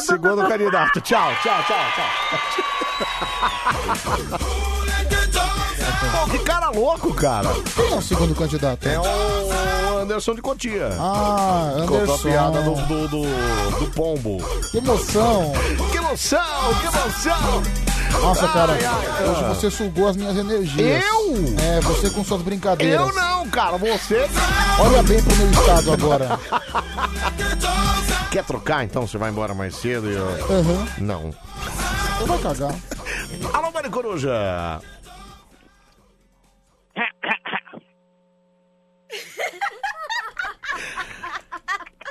Segundo candidato. Tchau, tchau, tchau, tchau. Pô, que cara louco, cara. Quem é o segundo candidato? É o Anderson de Cotia. Ah, Contou a Anderson. piada do, do, do, do pombo. Que emoção. Que emoção, que emoção. Nossa, cara, Ai, ai, hoje ah. você sugou as minhas energias. Eu? É, você com suas brincadeiras. Eu não, cara, você. Olha bem pro meu estado agora. Quer trocar então? Você vai embora mais cedo e eu. Uhum. Não. *laughs* Eu vou cagar. Alô, Mário Coruja.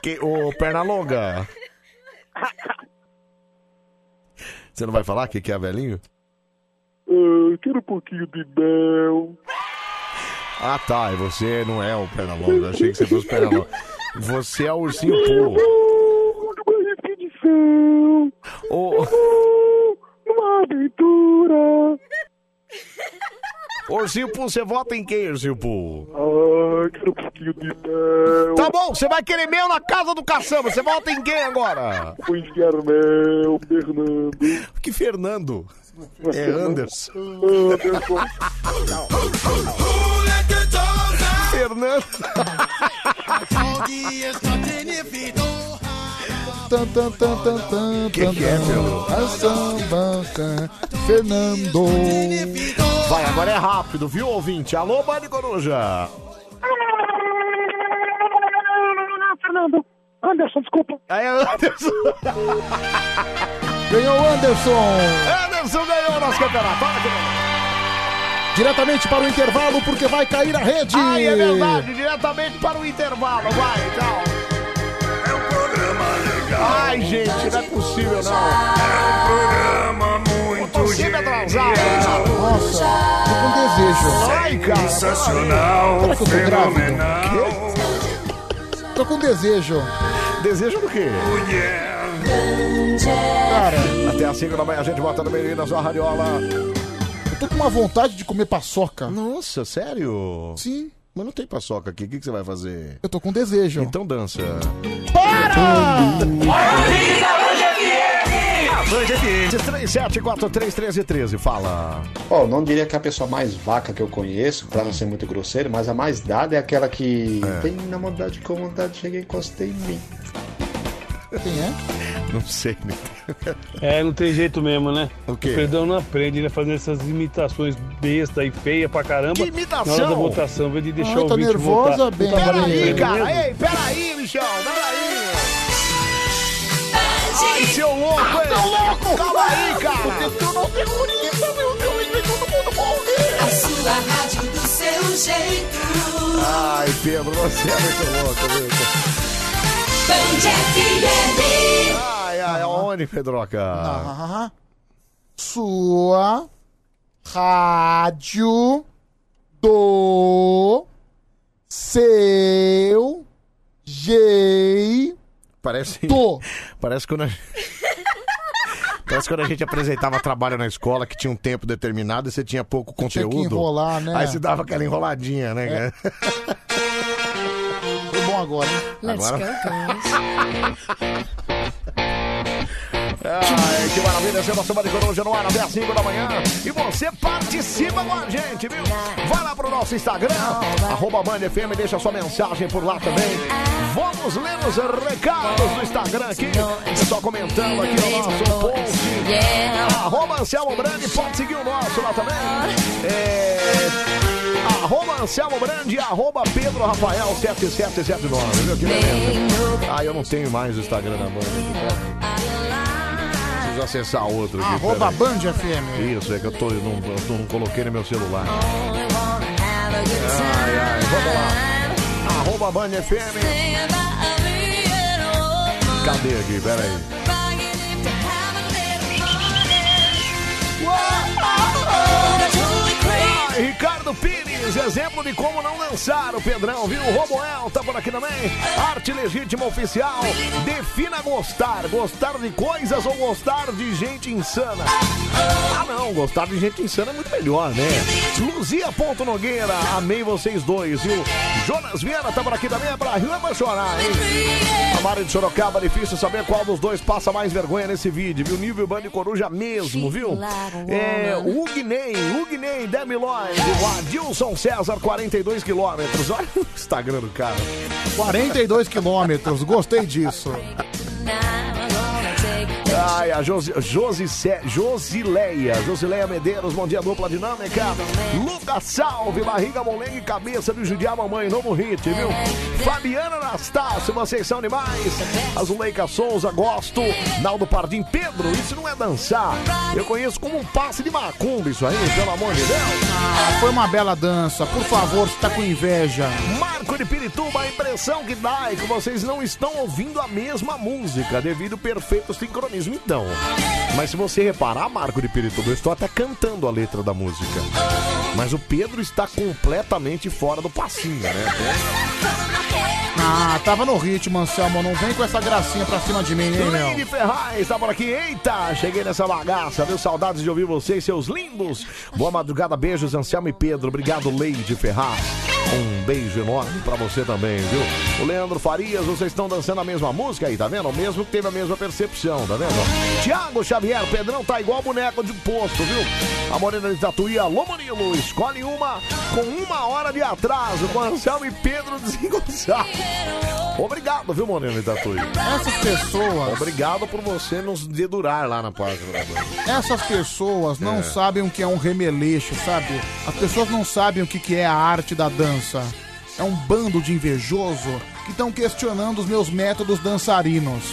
Que, ô, Pernalonga. Você não vai falar que que é velhinho? Eu quero um pouquinho de mel. Ah, tá. E você não é o Pernalonga. Achei que você fosse o Pernalonga. Você é o ursinho Poo. Ô, Uma aventura. ô, ursinho Poo, você vota em quem, ursinho Poo? Ai, quero um pouquinho de mel. Tá bom, você vai querer mel na casa do caçamba. Você vota em quem agora? Vou enfiar mel, Fernando. Que Fernando? É Anderson. Anderson. Fernando. Tan, tan, tan, tan, tan, Que que é, meu? A samba, can, Fernando. Vai, agora é rápido, viu, ouvinte? Alô, Bani Coruja. Fernando. Anderson, desculpa. Aí, Anderson. Ganhou o Anderson. Anderson ganhou o nosso campeonato. Fala, campeonato. Diretamente para o intervalo, porque vai cair a rede. Ai, é verdade, diretamente para o intervalo. Vai, tchau. É um Ai, gente, não é possível, não. É um programa muito Você atrasado. Nossa, tô com desejo. Ai, cara. Sensacional, Será que eu tô fenomenal. Tô com desejo. Desejo do quê? Cara, Até às 5 da manhã a gente volta no meio na sua radiola. eu tô com uma vontade de comer paçoca. Nossa, sério? Sim. Mas não tem paçoca aqui, o que, que você vai fazer? Eu tô com desejo. Então dança. Hum. A Band FM. 37431313, fala. Ó, não diria que é a pessoa mais vaca que eu conheço, pra não ser muito grosseiro, mas a mais dada é aquela que tem na maldade com vontade, cheguei e encostei em mim. Quem é? Não sei, né? É, não tem jeito mesmo, né? O quê? Perdão não aprende, ele fazendo essas imitações besta e feia pra caramba. Que imitação? Na hora da votação, ele deixou Ai, o tá ouvinte nervosa, votar. Bem? Não tá valendo Peraí, mesmo. cara. Ei, peraí, bichão, peraí. Ai, seu louco, hein? Seu louco! Calma aí, cara. Eu não tenho bonita, meu Deus, vem todo mundo morrer. A sua rádio do seu jeito. Ai, Pedro, você é muito louco, viu? Band FM. Ai, ai, aonde, Pedroca? Ah, sua rádio do seu jeito. Parece. Parece quando a... Parece quando a gente apresentava trabalho na escola que tinha um tempo determinado e você tinha pouco Tinha conteúdo. que enrolar, né? É. Aí você dava aquela enroladinha, né? cara? Foi bom agora, hein? Let's Agora- go, Ai, Que maravilha, chama a de Coruja no ar até às 5 da manhã. E você participa com a gente, viu? Vai lá pro nosso Instagram, arroba Band FM, deixa sua mensagem por lá também. Vamos ler os recados do Instagram aqui. Só comentando aqui o nosso post. Arroba Anselmo Brandi, pode seguir o nosso lá também. É... Arroba Anselmo Brandi, arroba Pedro Rafael 7779, viu? Que beleza. Ah, eu não tenho mais o Instagram da Band. Preciso acessar outro aqui. Arroba peraí. Band FM. Isso, é que eu, tô, eu, não, eu não coloquei no meu celular. Ai, ai, vamos lá. Arroba Band FM. Cadê aqui? Pera aí. Ai, Ricardo Pires, exemplo de como não lançar o Pedrão, viu? O Romuel tá por aqui também. Arte legítima oficial. Defina gostar. Gostar de coisas ou gostar de gente insana? Ah, não. Gostar de gente insana é muito melhor, né? Luzia Ponto Nogueira, amei vocês dois, viu? Jonas Vieira tá por aqui também. É pra Rama chorar, hein? A Mari de Sorocaba, difícil saber qual dos dois passa mais vergonha nesse vídeo, viu? Nível Band Coruja mesmo, viu? É, o Ugnei, Ugnei, Demiloy, o Adilson César, 42 quilômetros. Olha o Instagram do cara. 42 quilômetros, gostei disso. Ai, a Josi, Josi, Ce- Josileia, Josileia Medeiros, bom dia, dupla dinâmica. Lucas Salve, barriga, molenga e cabeça do judiar mamãe, novo hit, viu? Fabiana Anastácio, vocês são demais. Azuleika Souza, gosto. Naldo Pardim, Pedro, isso não é dançar. Eu conheço como um passe de macumba isso aí, pelo amor de Deus. Ah, foi uma bela dança, por favor, se tá com inveja. Marco de Pirituba, a impressão que dá é que vocês não estão ouvindo a mesma música devido ao perfeito sincronismo, então. Mas se você reparar, Marco de Pirituba, eu estou até cantando a letra da música. Mas o Pedro está completamente fora do passinho, né? Ah, tava no ritmo, Anselmo, não vem com essa gracinha pra cima de mim, hein, meu? Leide Ferraz tá por aqui. Eita, cheguei nessa bagaça, viu? Saudades de ouvir vocês, seus lindos. Boa madrugada, beijos, Anselmo e Pedro. Obrigado, Leide Ferraz. Um beijo enorme pra você também, viu? O Leandro Farias, vocês estão dançando a mesma música aí, tá vendo? O mesmo que teve a mesma percepção, tá vendo? Tiago Xavier, Pedrão tá igual boneco de posto, viu? A Morena de Tatuí, alô Murilo, escolhe uma com uma hora de atraso, com Anselmo e Pedro *laughs* desengonçados. Obrigado, viu, Morena de Tatuí? Essas pessoas. Obrigado por você nos dedurar lá na página da Band. Essas pessoas não É. sabem o que é um remeleixo, sabe? As pessoas não sabem o que que é a arte da dança. É um bando de invejoso que estão questionando os meus métodos dançarinos.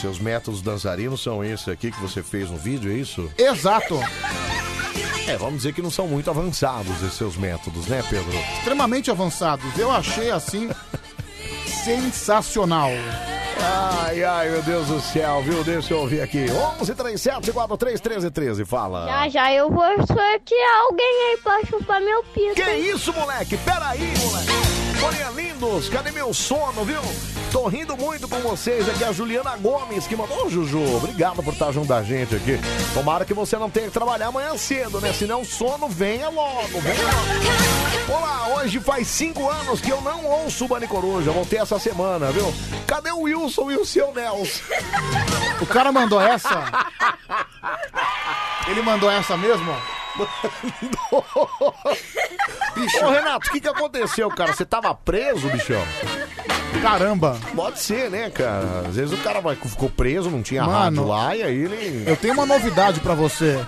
Seus métodos dançarinos são esse aqui que você fez no vídeo, é isso? Exato. É, vamos dizer que não são muito avançados esses seus métodos, né, Pedro? Extremamente avançados. Eu achei assim sensacional. Ai, ai, meu Deus do céu, viu? Deixa eu ouvir aqui. 11 37 43 13 13, fala. Já já eu vou sortear alguém aí pra chupar meu pinto. Que isso, moleque? Peraí, moleque. Olha, lindos, cadê meu sono, viu? Tô rindo muito com vocês. Aqui é a Juliana Gomes que mandou. Ô, Juju, obrigado por estar junto da gente aqui. Tomara que você não tenha que trabalhar amanhã cedo, né? Senão o sono venha É logo, venha logo. Olá, hoje faz cinco anos que eu não ouço o Bani Coruja. Voltei essa semana, viu? Cadê o Wilson e o seu Nelson? O cara mandou essa? Ele mandou *laughs* essa mesmo? Bicho. Ô, Renato, o que, que aconteceu, cara? Você tava preso, bichão? Caramba! Pode ser, né, cara? Às vezes o cara vai, ficou preso, não tinha rádio Mano, lá, e aí ele. Eu tenho uma novidade pra você.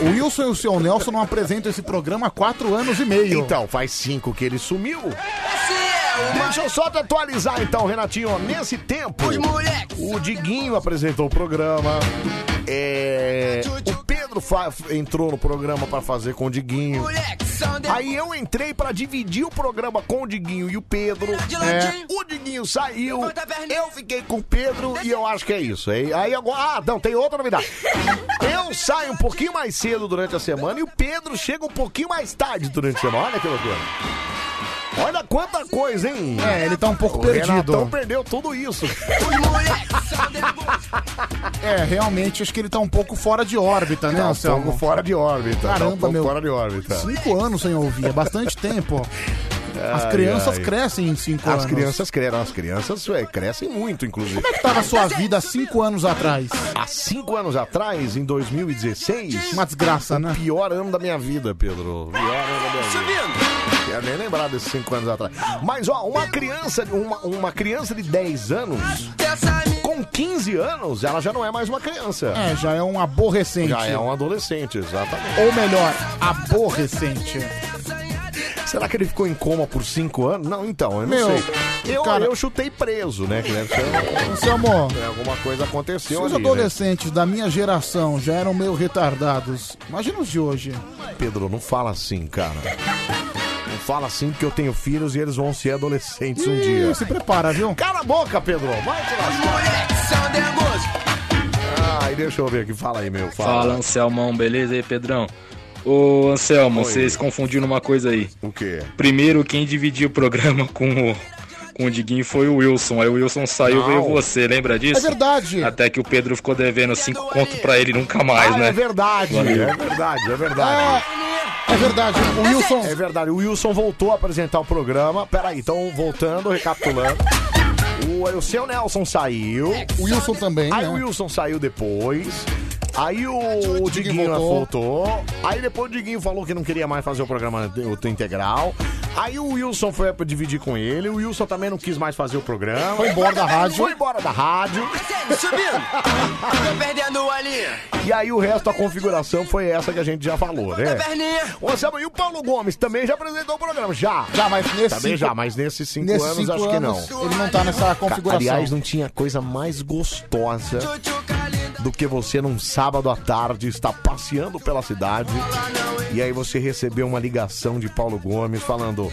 O Wilson e o seu Nelson não apresentam esse programa há quatro anos e meio. Então, faz cinco que ele sumiu. Deixa eu só te atualizar então, Renatinho. Nesse tempo, o Diguinho apresentou o programa. É, O Pedro fa- entrou no programa pra fazer com o Diguinho. Aí eu entrei pra dividir o programa com o Diguinho e o Pedro. né? É. O Diguinho saiu, eu fiquei com o Pedro e eu acho que é isso. Aí aí agora. Ah, não, tem outra novidade. Eu saio um pouquinho mais cedo durante a semana e o Pedro chega um pouquinho mais tarde durante a semana. Olha que loucura. Olha quanta coisa, hein? É, ele tá um pouco o perdido. Renatão perdeu tudo *laughs* isso. É, realmente, acho que ele tá um pouco fora de órbita, né, Tá um Anselmo? pouco fora de órbita, tá um Caramba, pouco meu. fora de órbita. Cinco anos sem ouvir, é bastante tempo. As crianças ai. crescem em 5 anos. As crianças crescem, as crianças é, crescem muito, inclusive. Como é que tava a sua vida há 5 anos atrás? Há cinco anos atrás, em 2016. Uma desgraça, o né? Pior ano da minha vida, Pedro. Pior ano da minha vida. Quero nem lembrar desses cinco anos atrás. Mas, ó, uma criança, uma, uma criança de 10 anos, com 15 anos, ela já não é mais uma criança. É, já é um aborrecente. Já é um adolescente, exatamente. Ou melhor, aborrecente. Será que ele ficou em coma por cinco anos? Não, então, eu não Meu, sei. Eu, cara- eu chutei preso, né? Que deve ser- É, Seu amor. Alguma coisa Se aconteceu os ali, né? adolescentes da minha geração já eram meio retardados, imagina os de hoje. Pedro, não fala assim, cara. Não fala assim porque eu tenho filhos e eles vão ser adolescentes um Ih, dia. Se prepara, viu? Cala a boca, Pedro. Vai te lascar. Ai, deixa eu ver aqui. Fala aí, meu. Fala. Fala, Anselmão, beleza aí, Pedrão? Ô, Anselmo, Oi. vocês confundiram uma coisa aí. O quê? Primeiro, quem dividiu o programa com o, com o Diguinho foi o Wilson. Aí o Wilson saiu, Não. veio você, lembra disso? É verdade. Até que o Pedro ficou devendo cinco conto pra ele nunca mais, Ah, né? é verdade. Valeu. É verdade, é verdade. É verdade, o Wilson. É verdade, o Wilson voltou a apresentar o programa. Peraí, então voltando, *laughs* recapitulando. O, o seu Nelson saiu. O Wilson também. É, Aí o Wilson saiu depois. Aí o, o Diguinho voltou. Aí depois o Diguinho falou que não queria mais fazer o programa de- o integral. Aí o Wilson foi pra dividir com ele. O Wilson também não quis mais fazer o programa. Foi embora da rádio. Foi embora da rádio. Subindo. Tô perdendo a linha. E aí o resto da configuração foi essa que a gente já falou, né? Ô, Anselmo, e o Paulo Gomes também já apresentou o programa? Já. Já, mas nesse Também cinco- Tá já, mas nesses cinco Nesses anos cinco acho anos, que não. ele não tá nessa Ca- configuração. Aliás, não tinha coisa mais gostosa do que você num sábado à tarde estar passeando pela cidade e aí você receber uma ligação de Paulo Gomes falando: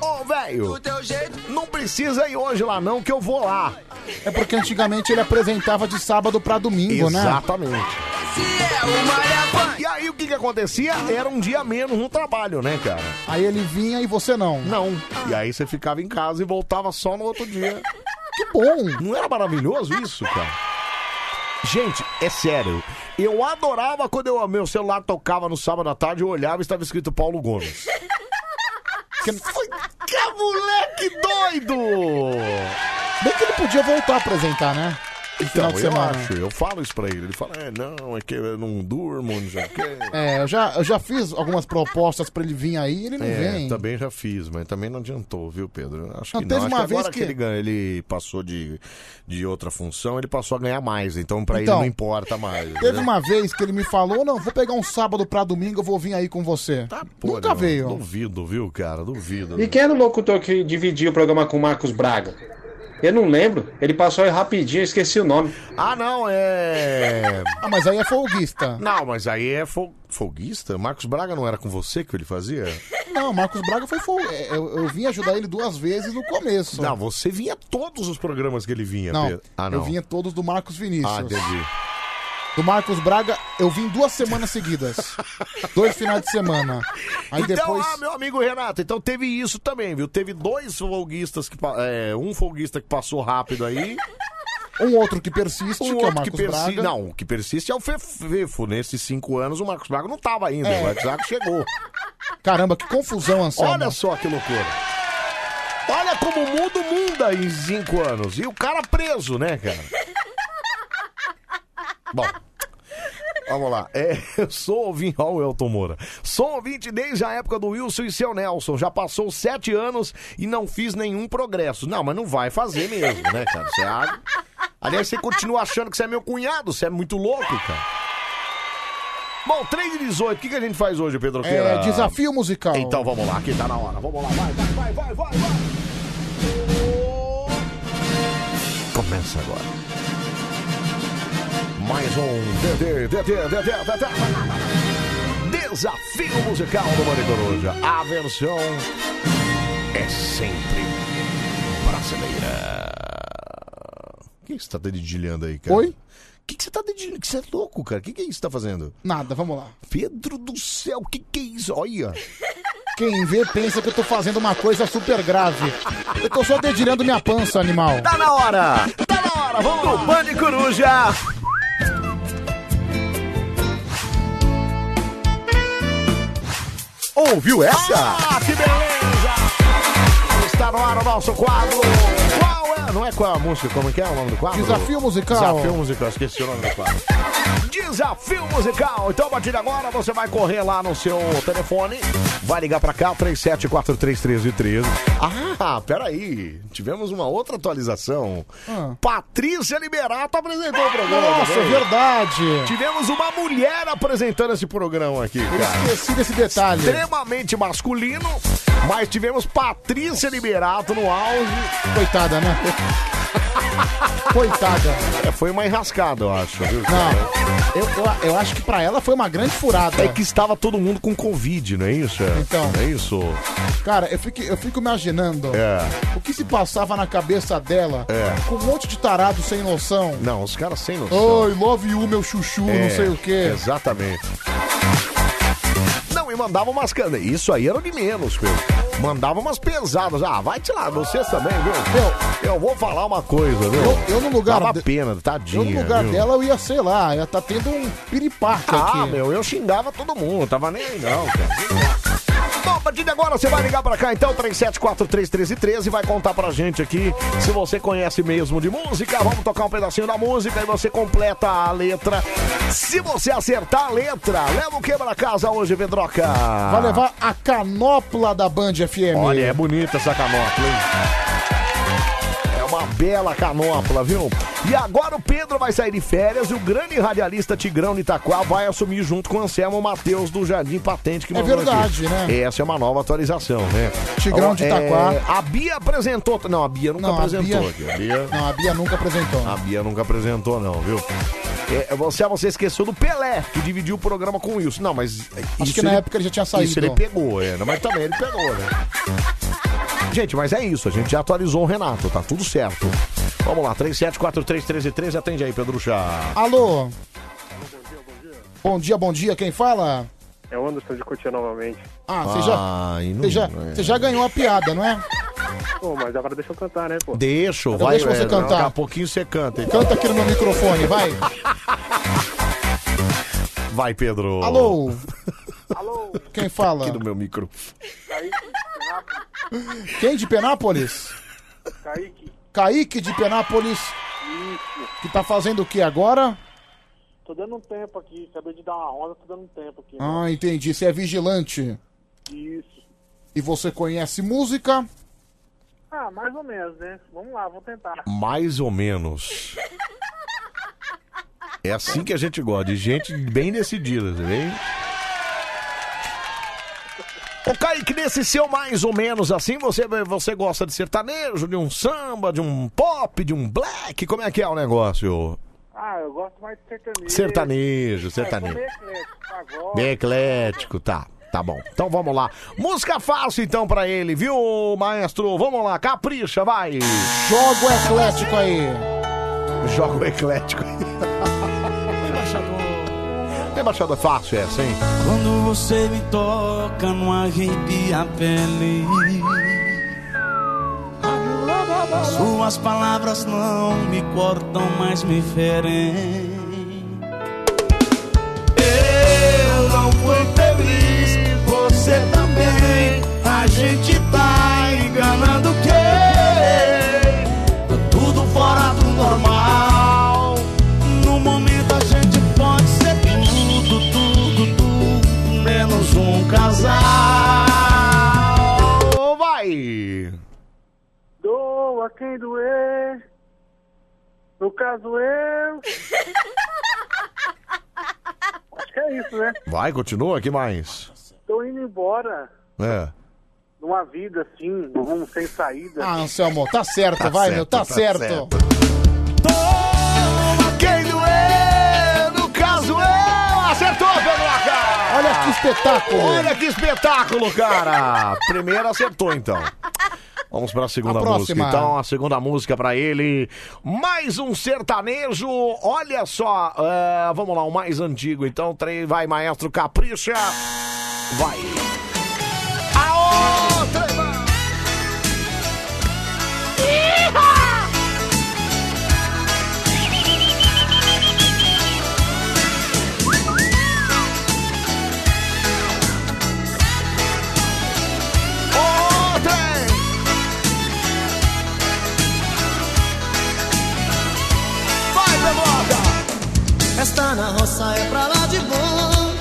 Ô, velho, é não precisa ir hoje lá não que eu vou lá. É porque antigamente ele apresentava de sábado pra domingo, né? Exatamente. E aí o que que acontecia? Era um dia menos no trabalho, né, cara? Aí ele vinha e você não. Não. E aí você ficava em casa e voltava só no outro dia. *laughs* Que bom! Não era maravilhoso isso, cara? Gente, é sério. Eu adorava quando eu, meu celular tocava no sábado à tarde, eu olhava e estava escrito Paulo Gomes. Que... Foi- é que moleque doido! Bem que ele podia voltar a apresentar, né? No Então, eu acho, eu falo isso pra ele. Ele fala, é, não, é que eu não durmo, não sei o *laughs* quê. É, eu já, eu já fiz algumas propostas pra ele vir aí, ele não É, vem. também já fiz, mas também não adiantou, viu, Pedro? Acho Não, que teve não. Acho uma que agora vez que, que- ele, ganha- ele passou de, de outra função, ele passou a ganhar mais. Então, pra Então, ele não importa mais. Teve né? uma vez que ele me falou, não, vou pegar um sábado pra domingo, eu vou vir aí com você. Pô, Nunca não, veio. Duvido, viu, cara? Duvido. E quem era o locutor que dividia o programa com o Marcos Braga? Eu não lembro. Ele passou aí rapidinho, eu esqueci o nome. Ah, não, é. *laughs* Ah, mas aí é folguista. Não, mas aí é fo- folguista? Marcos Braga não era com você que ele fazia? Não, Marcos Braga foi fol... é, eu, eu vim ajudar ele duas vezes no começo. Não, você vinha todos os programas que ele vinha, Não, Pedro. Ah, não. eu vinha todos do Marcos Vinícius. Ah, entendi. Do Marcos Braga, eu vim duas semanas seguidas. Dois finais de semana. Aí então, depois. ah, meu amigo Renato, então teve isso também, viu? Teve dois folguistas que. pa- É, um folguista que passou rápido *laughs* aí. ah, Um outro que persiste, que é o Marcos Braga. Não, o que persiste é o Fefefo. Nesses cinco anos, o Marcos Braga não tava ainda. É. O Marcos Braga chegou. Caramba, que confusão, Anselmo. Olha só que loucura. Olha como muda o mundo aí em cinco anos. E o cara preso, né, cara? Bom. Vamos lá. É, *laughs* eu sou ouvinte. Ó, o Elton Moura. Sou ouvinte desde a época do Wilson e seu Nelson. Já passou sete anos e não fiz nenhum progresso. Não, mas não vai fazer mesmo, né, cara? Você acha? Aliás, você continua achando que você é meu cunhado. Você é muito louco, cara. Bom, 3 e 18. O que, que a gente faz hoje, Pedro? É, desafio musical. Então vamos lá, que tá na hora. Vamos lá, vai, vai, vai, vai, vai, vai. Começa agora. Mais um DD, DD, DD, DD. Desafio musical do Mani Coruja. A versão é sempre brasileira. O que você tá dedilhando aí, cara? Oi? O que que você tá dedilhando? Que você é louco, cara? O que, que é isso que você tá fazendo? Nada, vamos lá. Pedro do céu, o que, que é isso? *laughs* Olha. Quem vê pensa que eu tô fazendo uma coisa super grave. Eu tô só dedilhando minha pança, animal. Tá na hora! Tá na hora, vamos lá! Bande Coruja! Ouviu essa? Ah, que beleza! agora o nosso quadro. Qual é? Não é qual a música, como que é o nome do quadro? Desafio musical. Desafio musical, esqueci o nome do quadro. Desafio musical. Então, a partir de agora, você vai correr lá no seu telefone, vai ligar pra cá, 37431313. Ah, peraí, tivemos uma outra atualização. Patrícia Liberato apresentou o programa. Ah. Nossa, também. verdade. Tivemos uma mulher apresentando esse programa aqui, cara. Esqueci desse detalhe. Extremamente masculino, mas tivemos Patrícia Liberato no auge. *laughs* Coitada, né? Coitada. É, foi uma enrascada, eu acho, viu? cara? Não, eu, eu, eu acho que pra ela foi uma grande furada. É que estava todo mundo com Covid, não é isso? É? Então. É isso? Cara, eu fico, eu fico imaginando É. o que se passava na cabeça dela É. com um monte de tarado sem noção. Não, os caras sem noção. Oi, love you, meu chuchu, É, não sei o quê. Exatamente. Não, e mandava umas canas. Isso aí era o de menos, meu. Mandava umas pesadas. Ah, vai te lá, vocês também, viu? Eu, vou falar uma coisa, viu? Eu- eu no lugar Dava de- pena, tadinha. Eu, no lugar É, viu? dela, eu ia, sei lá, ia tá tendo um piripaque Ah, aqui. meu, eu xingava todo mundo, tava nem aí não, cara. Bom, a partir de agora você vai ligar pra cá então, 37431313 e vai contar pra gente aqui se você conhece mesmo de música. Vamos tocar um pedacinho da música e você completa a letra. Se você acertar a letra, leva o quebra-casa hoje, Pedroca. Vai levar a canopla da Band FM. Olha, é bonita essa canopla, hein? É uma bela canopla, viu? E agora o Pedro vai sair de férias e o grande radialista Tigrão de Itaquá vai assumir junto com o Anselmo Matheus do Jardim Patente que É mandou aqui. verdade, né? Essa é uma nova atualização, né? Tigrão de Itaquá. É, a Bia apresentou. Não, a Bia nunca Não, a apresentou. Bia- aqui. A Bia... Não, a Bia nunca apresentou. A Bia nunca apresentou, não, viu? É, você, você esqueceu do Pelé, que dividiu o programa com o Wilson. Não, mas. é, Acho isso que na época ele já tinha saído. Isso ele pegou, é. Mas também ele pegou, né? Gente, mas é isso. A gente já atualizou o Renato, tá tudo certo. Vamos lá, 37431313, atende aí, Pedro Chá. Alô? Bom dia, bom dia, quem fala? É o Anderson de Cotia novamente. Ah, você já, Ai, não- você já, é. você já ganhou a piada, não é? Pô, mas agora deixa eu cantar, né, pô? Deixa, Eu vai. deixo você é, cantar. Daqui a pouquinho você canta. então. Canta aqui no meu microfone, vai. Vai, Pedro. *laughs* Alô? Quem fala? Aqui no meu microfone. Quem de Penápolis? Kaique. Kaique de Penápolis, Isso. que tá fazendo o que agora? Tô dando um tempo aqui. Acabei de dar uma onda, tô dando um tempo aqui. Ah, entendi. Você é vigilante. Isso. E você conhece música? Ah, mais ou menos, né? Vamos lá, vou *laughs* tentar. Mais ou menos. É assim que a gente gosta, de gente bem decidida, você vê? Ô Kaique, nesse seu mais ou menos assim, você, você gosta de sertanejo, de um samba, de um pop, de um black? Como é que é o negócio? Ah, eu gosto mais de sertanejo. Sertanejo, É, sertanejo. eu sou meio eclético, pagode. Bem eclético, tá. Tá bom. Então vamos lá. Música fácil então pra ele, viu, maestro? Vamos lá, capricha, vai. Joga o eclético aí. Joga o eclético *laughs* aí. Bem baixada é fácil essa, hein? Quando você me toca, não arrepia a pele. Suas palavras não me cortam, mas me ferem. Eu não fui feliz, você também. A gente tá enganando quem? Tudo fora do normal. No momento a gente pode ser tudo, tudo, tudo, menos um casal. Ô, vai! Doa quem doer. No caso *laughs* eu. Acho que é isso, né? Vai, continua, que mais? Tô indo embora É. numa vida assim, num rumo sem saída. Ah, Anselmo, tá certo, vai, meu, tá, certo. Quem doer, no caso eu! Acertou, Pedroca! Olha que espetáculo! Olha que espetáculo, cara! Primeira acertou, então. Vamos pra segunda A música. próxima. Então, a segunda música pra ele. Mais um sertanejo. Olha só. é, vamos lá, o mais antigo. Então, três, vai, maestro, capricha. Vai. A outra. Outra. na roça é pra lá de bom.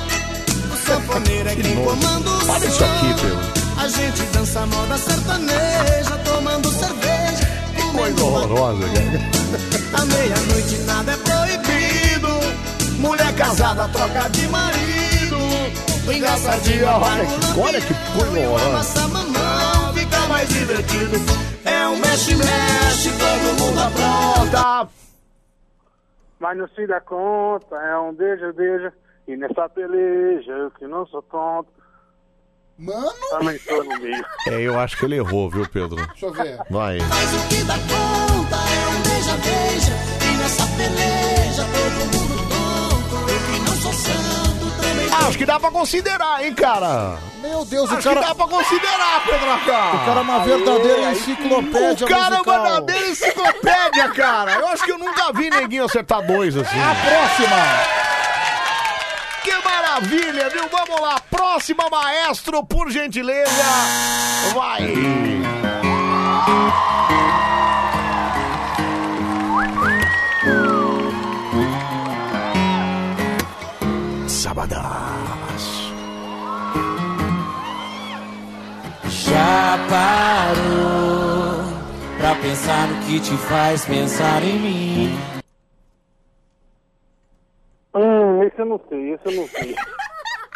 O sanfoneiro é Que quem nojo. comanda o Olha isso som. aqui, Pedro. A gente dança moda sertaneja, tomando cerveja. Coisa horrorosa, cara. À meia-noite nada é proibido. Mulher casada troca de marido. Engraçadinha, Olha que, olha que coisa horrorosa. passa mamão, fica mais divertido. É um mexe-mexe, todo mundo apronta. Mas não se dá conta, é um beijo, beijo. E nessa peleja eu que não sou tonto. Mano! Também tô no meio. É, eu acho que ele errou, viu, Pedro? Deixa eu ver. Vai. que dá conta é um beija-beija. E nessa peleja todo mundo tonto. Eu que não sou santo também. Acho que dá pra considerar, hein, cara? Meu Deus, Acho o cara. que dá pra considerar, Pedro Acá. O cara é uma verdadeira enciclopédia O cara é musical. uma verdadeira enciclopédia, cara. Eu acho que eu nunca vi neguinho acertar dois assim. A próxima. Que maravilha, viu? Vamos lá. Próxima, maestro, por gentileza. Vai. Sabadás. Já parou *laughs* pra pensar no que te faz pensar em mim? Hum, isso eu não sei, isso eu não sei.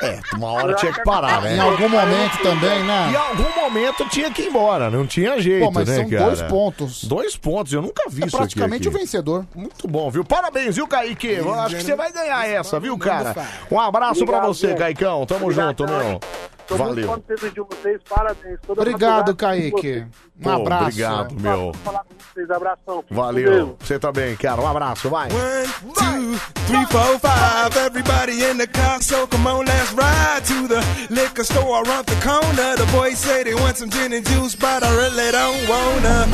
É, uma hora tinha que parar, né? Em algum momento também, né? Em algum momento tinha que ir embora, não tinha jeito, Pô, mas né, são cara? dois pontos. Dois pontos, eu nunca vi É isso aqui. praticamente aqui. o vencedor. Muito bom, viu? Parabéns, viu, Kaique? Eu acho que você vai ganhar essa, viu, cara? Um abraço pra Obrigado, você, gente. Caicão. Tamo Obrigado, junto, meu. Tô muito Valeu. contente de vocês, parabéns. Toda faculdade Obrigado, com Kaique. vocês. Um abraço. Obrigado, meu. Vocês, abração. Valeu. Você também, cara. Um abraço, vai. Two, three, four, five. Everybody in the car, so come on, let's ride to the liquor store around the corner. The boys say they want some gin and juice, but I really don't wanna.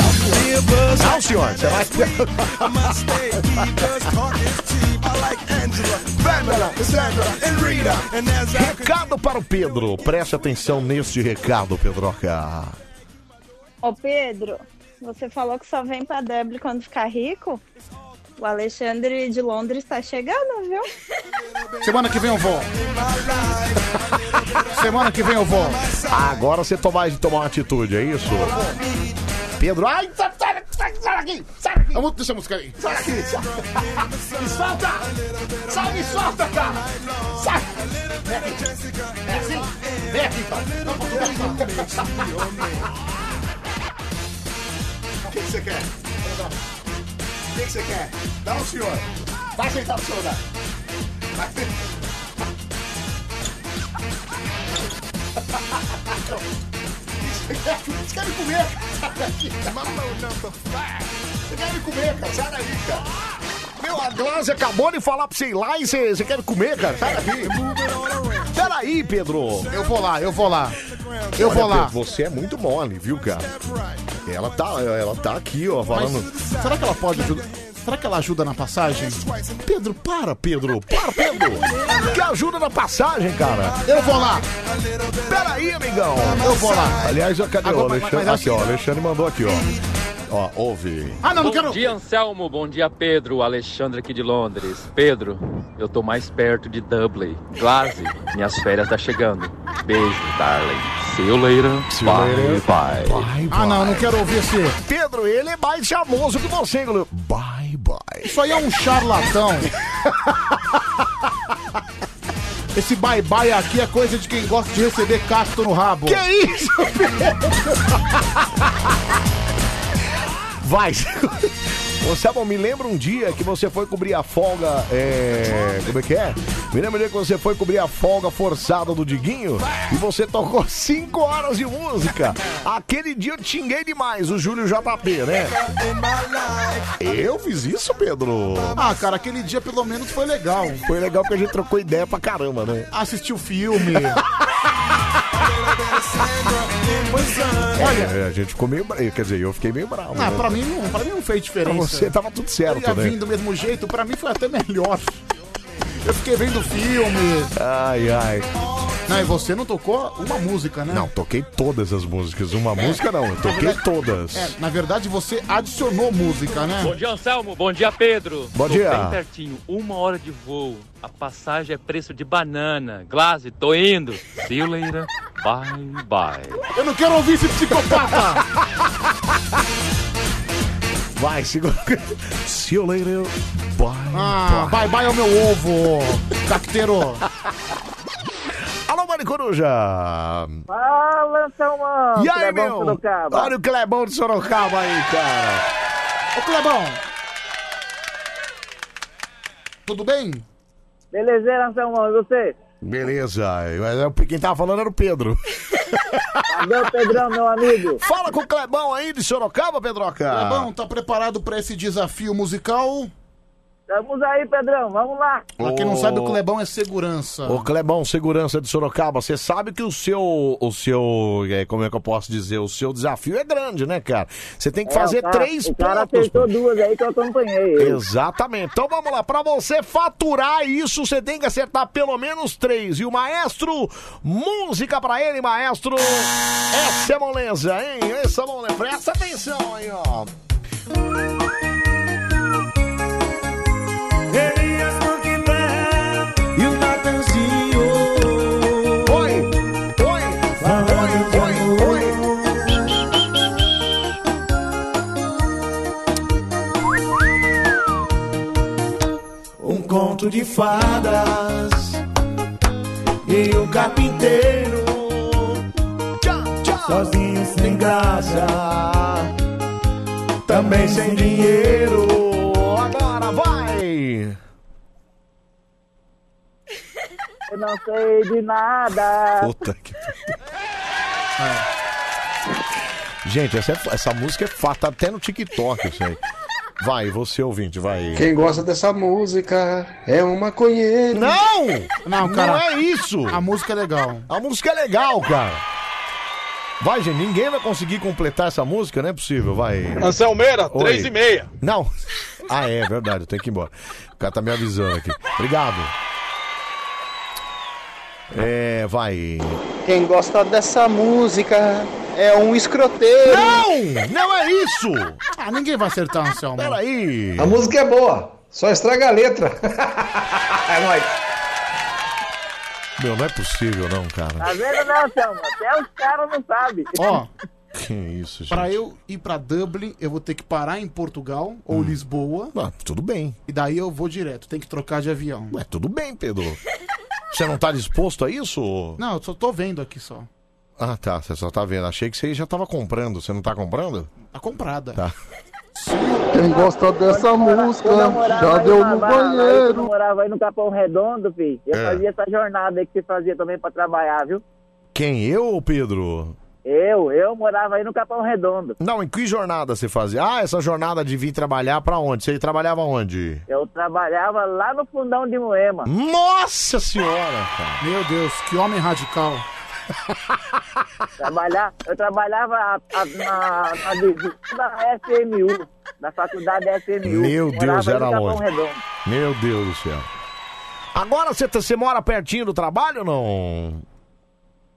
Beer buzz. Não, senhor, você vai. I must stay because talk is cheap. I like Angela, Pamela, Sandra, and Rita. And as I Recado para o Pedro. Preste atenção neste recado, Pedroca. Ô Pedro, você falou que só vem pra Dublin quando ficar rico? O Alexandre de Londres tá chegando, viu? Semana que vem eu vou. Semana que vem eu vou. Agora você tomar, tomar uma atitude, é isso? Pedro, ai, sai, sai, sai, sai daqui, sai daqui. Vamos deixar a música aí. Sai daqui, sai. Me solta. Sai, me solta, cara. Sai. Vem aqui. Vem assim. Vem aqui, cara. Não, não, O que você quer? O que você quer? Dá um senhor. Vai sentar o senhor. dá. Vai sentar. Você quer me comer? Sai daqui. Mamão number five. Você quer me comer, cara? Sai daí, cara. Meu, a Glaze acabou de falar pra você ir lá e você você quer comer, cara? Sai daqui. Peraí, Pedro. Eu vou lá, eu vou lá. Eu vou Olha, lá. Pedro, você é muito mole, viu, cara? Ela tá, ela tá aqui, ó, falando. Será que ela pode ajudar? Será que ela ajuda na passagem? Pedro, para, Pedro. Para, Pedro. Que ajuda na passagem, cara. Eu vou lá. Peraí, amigão. Eu vou lá. Aliás, ó, cadê o Agora, mas- é Alexandre? mas acho aqui, ó, o Alexandre mandou aqui, ó. Ó, ouve. Ah, não, não bom quero- dia, Anselmo. Bom dia, Pedro. Alexandre aqui de Londres. Pedro, eu tô mais perto de Dublin. Glaze, minhas férias tá chegando. Beijo, darling. See you later. bye, later. bye. Ah, não, não quero ouvir esse. Pedro, ele é mais charmoso que você, Glu. Bye, bye. Isso aí é um charlatão. Esse bye-bye aqui é coisa de quem gosta de receber cacto no rabo. Que isso, Vai. *laughs* Ô, Selma, me lembra um dia que você foi cobrir a folga. É... Como é que é? Me lembra um dia que você foi cobrir a folga forçada do Diguinho e você tocou *laughs* 5 horas de música. Aquele dia eu te xinguei demais, o Júlio JP, né? Eu fiz isso, Pedro? Ah, cara, aquele dia pelo menos foi legal. Foi legal porque a gente trocou ideia pra caramba, né? Assistiu filme. é. Olha, a gente ficou meio bravo. Quer dizer, eu fiquei meio bravo. Ah, né? pra mim, não, pra mim não fez diferença. Pra você tava tudo certo, Eu ia né? vim do mesmo jeito, Ah. pra mim foi até melhor. Eu fiquei vendo filme. Ai, ai. Não, e você não tocou uma música, né? Não, toquei todas as músicas. Uma É. música não, eu Na toquei verdade- todas. É, na verdade, você adicionou música, né? Bom dia, Anselmo. Bom dia, Pedro. Bom Tô dia. Bem pertinho. Uma hora de voo. A passagem é preço de banana. Glaze, tô indo. See you later. Bye, bye. Eu não quero ouvir esse psicopata! Vai, segura. See you later. Bye. Ah, bye bye ao meu ovo, cacteiro. Alô, Mari Coruja. Fala, Anselmão! E aí, Clebão meu? Sorocaba. Olha o Clebão de Sorocaba aí, cara. Ô, Clebão. Tudo bem? Belezeira, Anselmão, e você? Beleza. Mas Quem tava falando era o Pedro. Cadê o Pedrão, meu amigo? Fala com o Clebão aí de Sorocaba, Pedroca. Clebão, tá preparado pra esse desafio *laughs* musical? Vamos aí, Pedrão, vamos lá. Pra quem não Ô. sabe, o Clebão é segurança. Ô Clebão, segurança de Sorocaba, você sabe que o seu, o seu, é, como é que eu posso dizer, o seu desafio é grande, né, cara? Você tem que É, fazer o cara- três O cara pontos. acertou duas aí que eu acompanhei. Exatamente. Então vamos lá, pra você faturar isso, você tem que acertar pelo menos três. E o maestro, música pra ele, maestro. Essa é moleza, hein? Essa é moleza. Presta atenção aí, ó. Elias Manquibé e o Natanzinho. Oi, oi, oi, oi, oi. Um conto de fadas e o carpinteiro. Sozinho sem graça, também sem dinheiro. Agora vai! Eu não sei de nada. Puta que. Gente, essa, é fa- essa música é fato, tá até no TikTok isso aí. Vai, você ouvinte, vai. Quem gosta dessa música é um maconheiro. Não! Não, cara. Não é isso! A música é legal. A música é legal, cara. Vai, gente, ninguém vai conseguir completar essa música, não é possível, vai. Anselmeira, Oi. três e meia. Não. *laughs* Ah, é, verdade, eu tenho que ir embora. O cara tá me avisando aqui. Obrigado. É, vai. Quem gosta dessa música é um escroteiro. Não! Não é isso! Ah, ninguém vai acertar, Anselmo. Peraí. A música é boa, só estraga a letra. *laughs* é nóis. Meu, não é possível, não, cara. Tá vendo, né, Anselmo? Até os caras não sabem. *laughs* Ó, Que isso, gente. pra eu ir pra Dublin, eu vou ter que parar em Portugal ou Lisboa. Ah, tudo bem. E daí eu vou direto, tem que trocar de avião. Ué, tudo bem, Pedro. Você não tá disposto a isso? Não, eu só tô vendo aqui só. Ah, tá. Você só tá vendo. Achei que você já tava comprando. Você não tá comprando? Tá comprada. Tá. Quem gosta dessa música Eu namorava já aí deu na- no na- na- Eu banheiro. morava aí no Capão Redondo, filho. Eu É. fazia essa jornada aí que você fazia também pra trabalhar, viu? É, Quem? Eu ou Pedro? Eu, eu morava aí no Capão Redondo. Não, em que jornada você fazia? Ah, essa jornada de vir trabalhar pra onde? Você trabalhava onde? Eu trabalhava lá no fundão de Moema. Nossa senhora, cara. Meu Deus, que homem radical. Trabalhar, *laughs* eu trabalhava a- a- na, na visita da FMU, da faculdade da FMU. Meu Morava Deus, aí no era Capão longe. Redondo. Meu Deus do céu. Agora você, tá- você mora pertinho do trabalho ou não?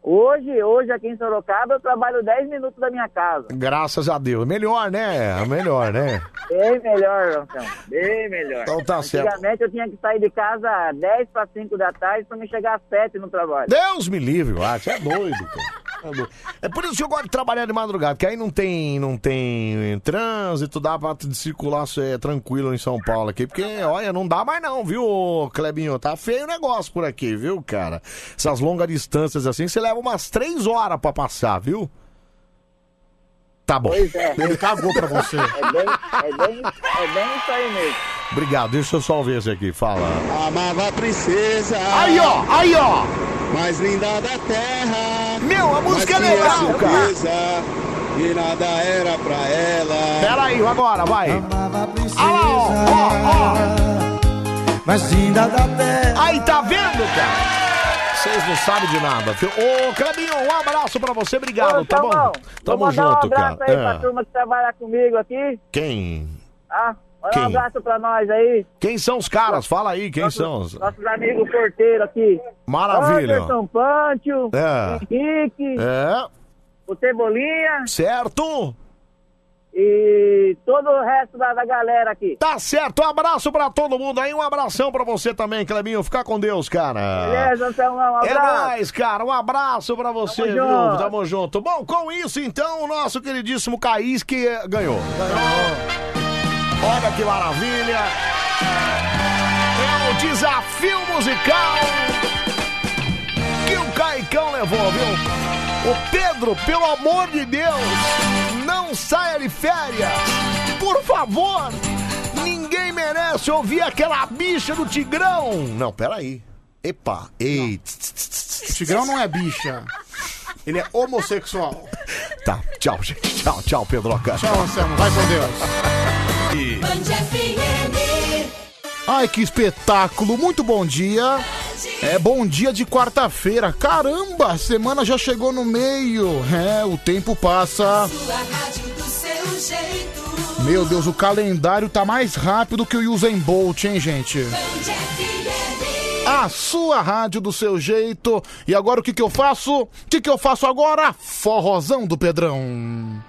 Hoje, hoje aqui em Sorocaba, eu trabalho 10 minutos da minha casa. Graças a Deus. Melhor, né? Melhor, né? Bem melhor, Antão. Bem melhor. Então tá certo. Antigamente eu tinha que sair de casa às 10 para 5 da tarde para me chegar às 7 no trabalho. Deus me livre, eu acho. É doido, cara. É doido. É por isso que eu gosto de trabalhar de madrugada, que aí não tem, não tem trânsito, dá pra t- circular é, tranquilo em São Paulo aqui, porque, olha, não dá mais não, viu, Clebinho? Tá feio o negócio por aqui, viu, cara? Essas longas distâncias assim, você leva umas três horas pra passar, viu? Tá bom. Pois é. Ele cagou pra você. É bem, é bem, é bem isso aí mesmo. Obrigado, deixa eu só ver esse aqui, fala. Amava a princesa. Aí, ó, aí, ó. Mais linda da terra. Meu, a música mas é que legal, era cara. surpresa, E nada era pra ela. Pera aí, agora, vai. Ah. Mas ainda dá pé. Aí, tá vendo, cara? Vocês não sabem de nada. filho. Ô, Clebinho, um abraço pra você, obrigado, Ô, tá bom? Salmão, Tamo Então, vou mandar junto, um abraço cara. aí pra É. turma que trabalha comigo aqui. Quem? Ah, Olha Quem? um abraço pra nós aí. Quem são os caras? Fala aí, quem são? os- Nossos amigos sorteiros aqui. Maravilha. Anderson Pâncio, É. Henrique, É, o Cebolinha certo? e todo o resto da, da galera aqui. Tá certo, um abraço pra todo mundo aí, um abração pra você também, Clebinho. Fica com Deus, cara. Beleza, então, um abraço. Ah. É nóis, cara. Um abraço pra você, Tamo viu? junto. Tamo junto. Bom, com isso, então, o nosso queridíssimo Caís que eh, ganhou. Olha que maravilha. É o desafio musical que o Caicão levou, viu? O Pedro, pelo amor de Deus, não saia de férias. Por favor, ninguém merece ouvir aquela bicha do Tigrão. Não, peraí. Epa, ei. tss, tss, tss, tss. Tigrão não é bicha. Ele é homossexual. Tá, tchau, gente. Tchau, tchau, Pedroca. Tchau, Anselmo. Vai com Deus. Ai, que espetáculo! Muito bom dia! É bom dia de quarta-feira. Caramba, a semana já chegou no meio. É, o tempo passa. Sua rádio do seu jeito. Meu Deus, o calendário tá mais rápido que o Usain Bolt, hein, gente? A sua rádio do seu jeito. E agora o que que eu faço? O que que eu faço agora? Forrozão do Pedrão.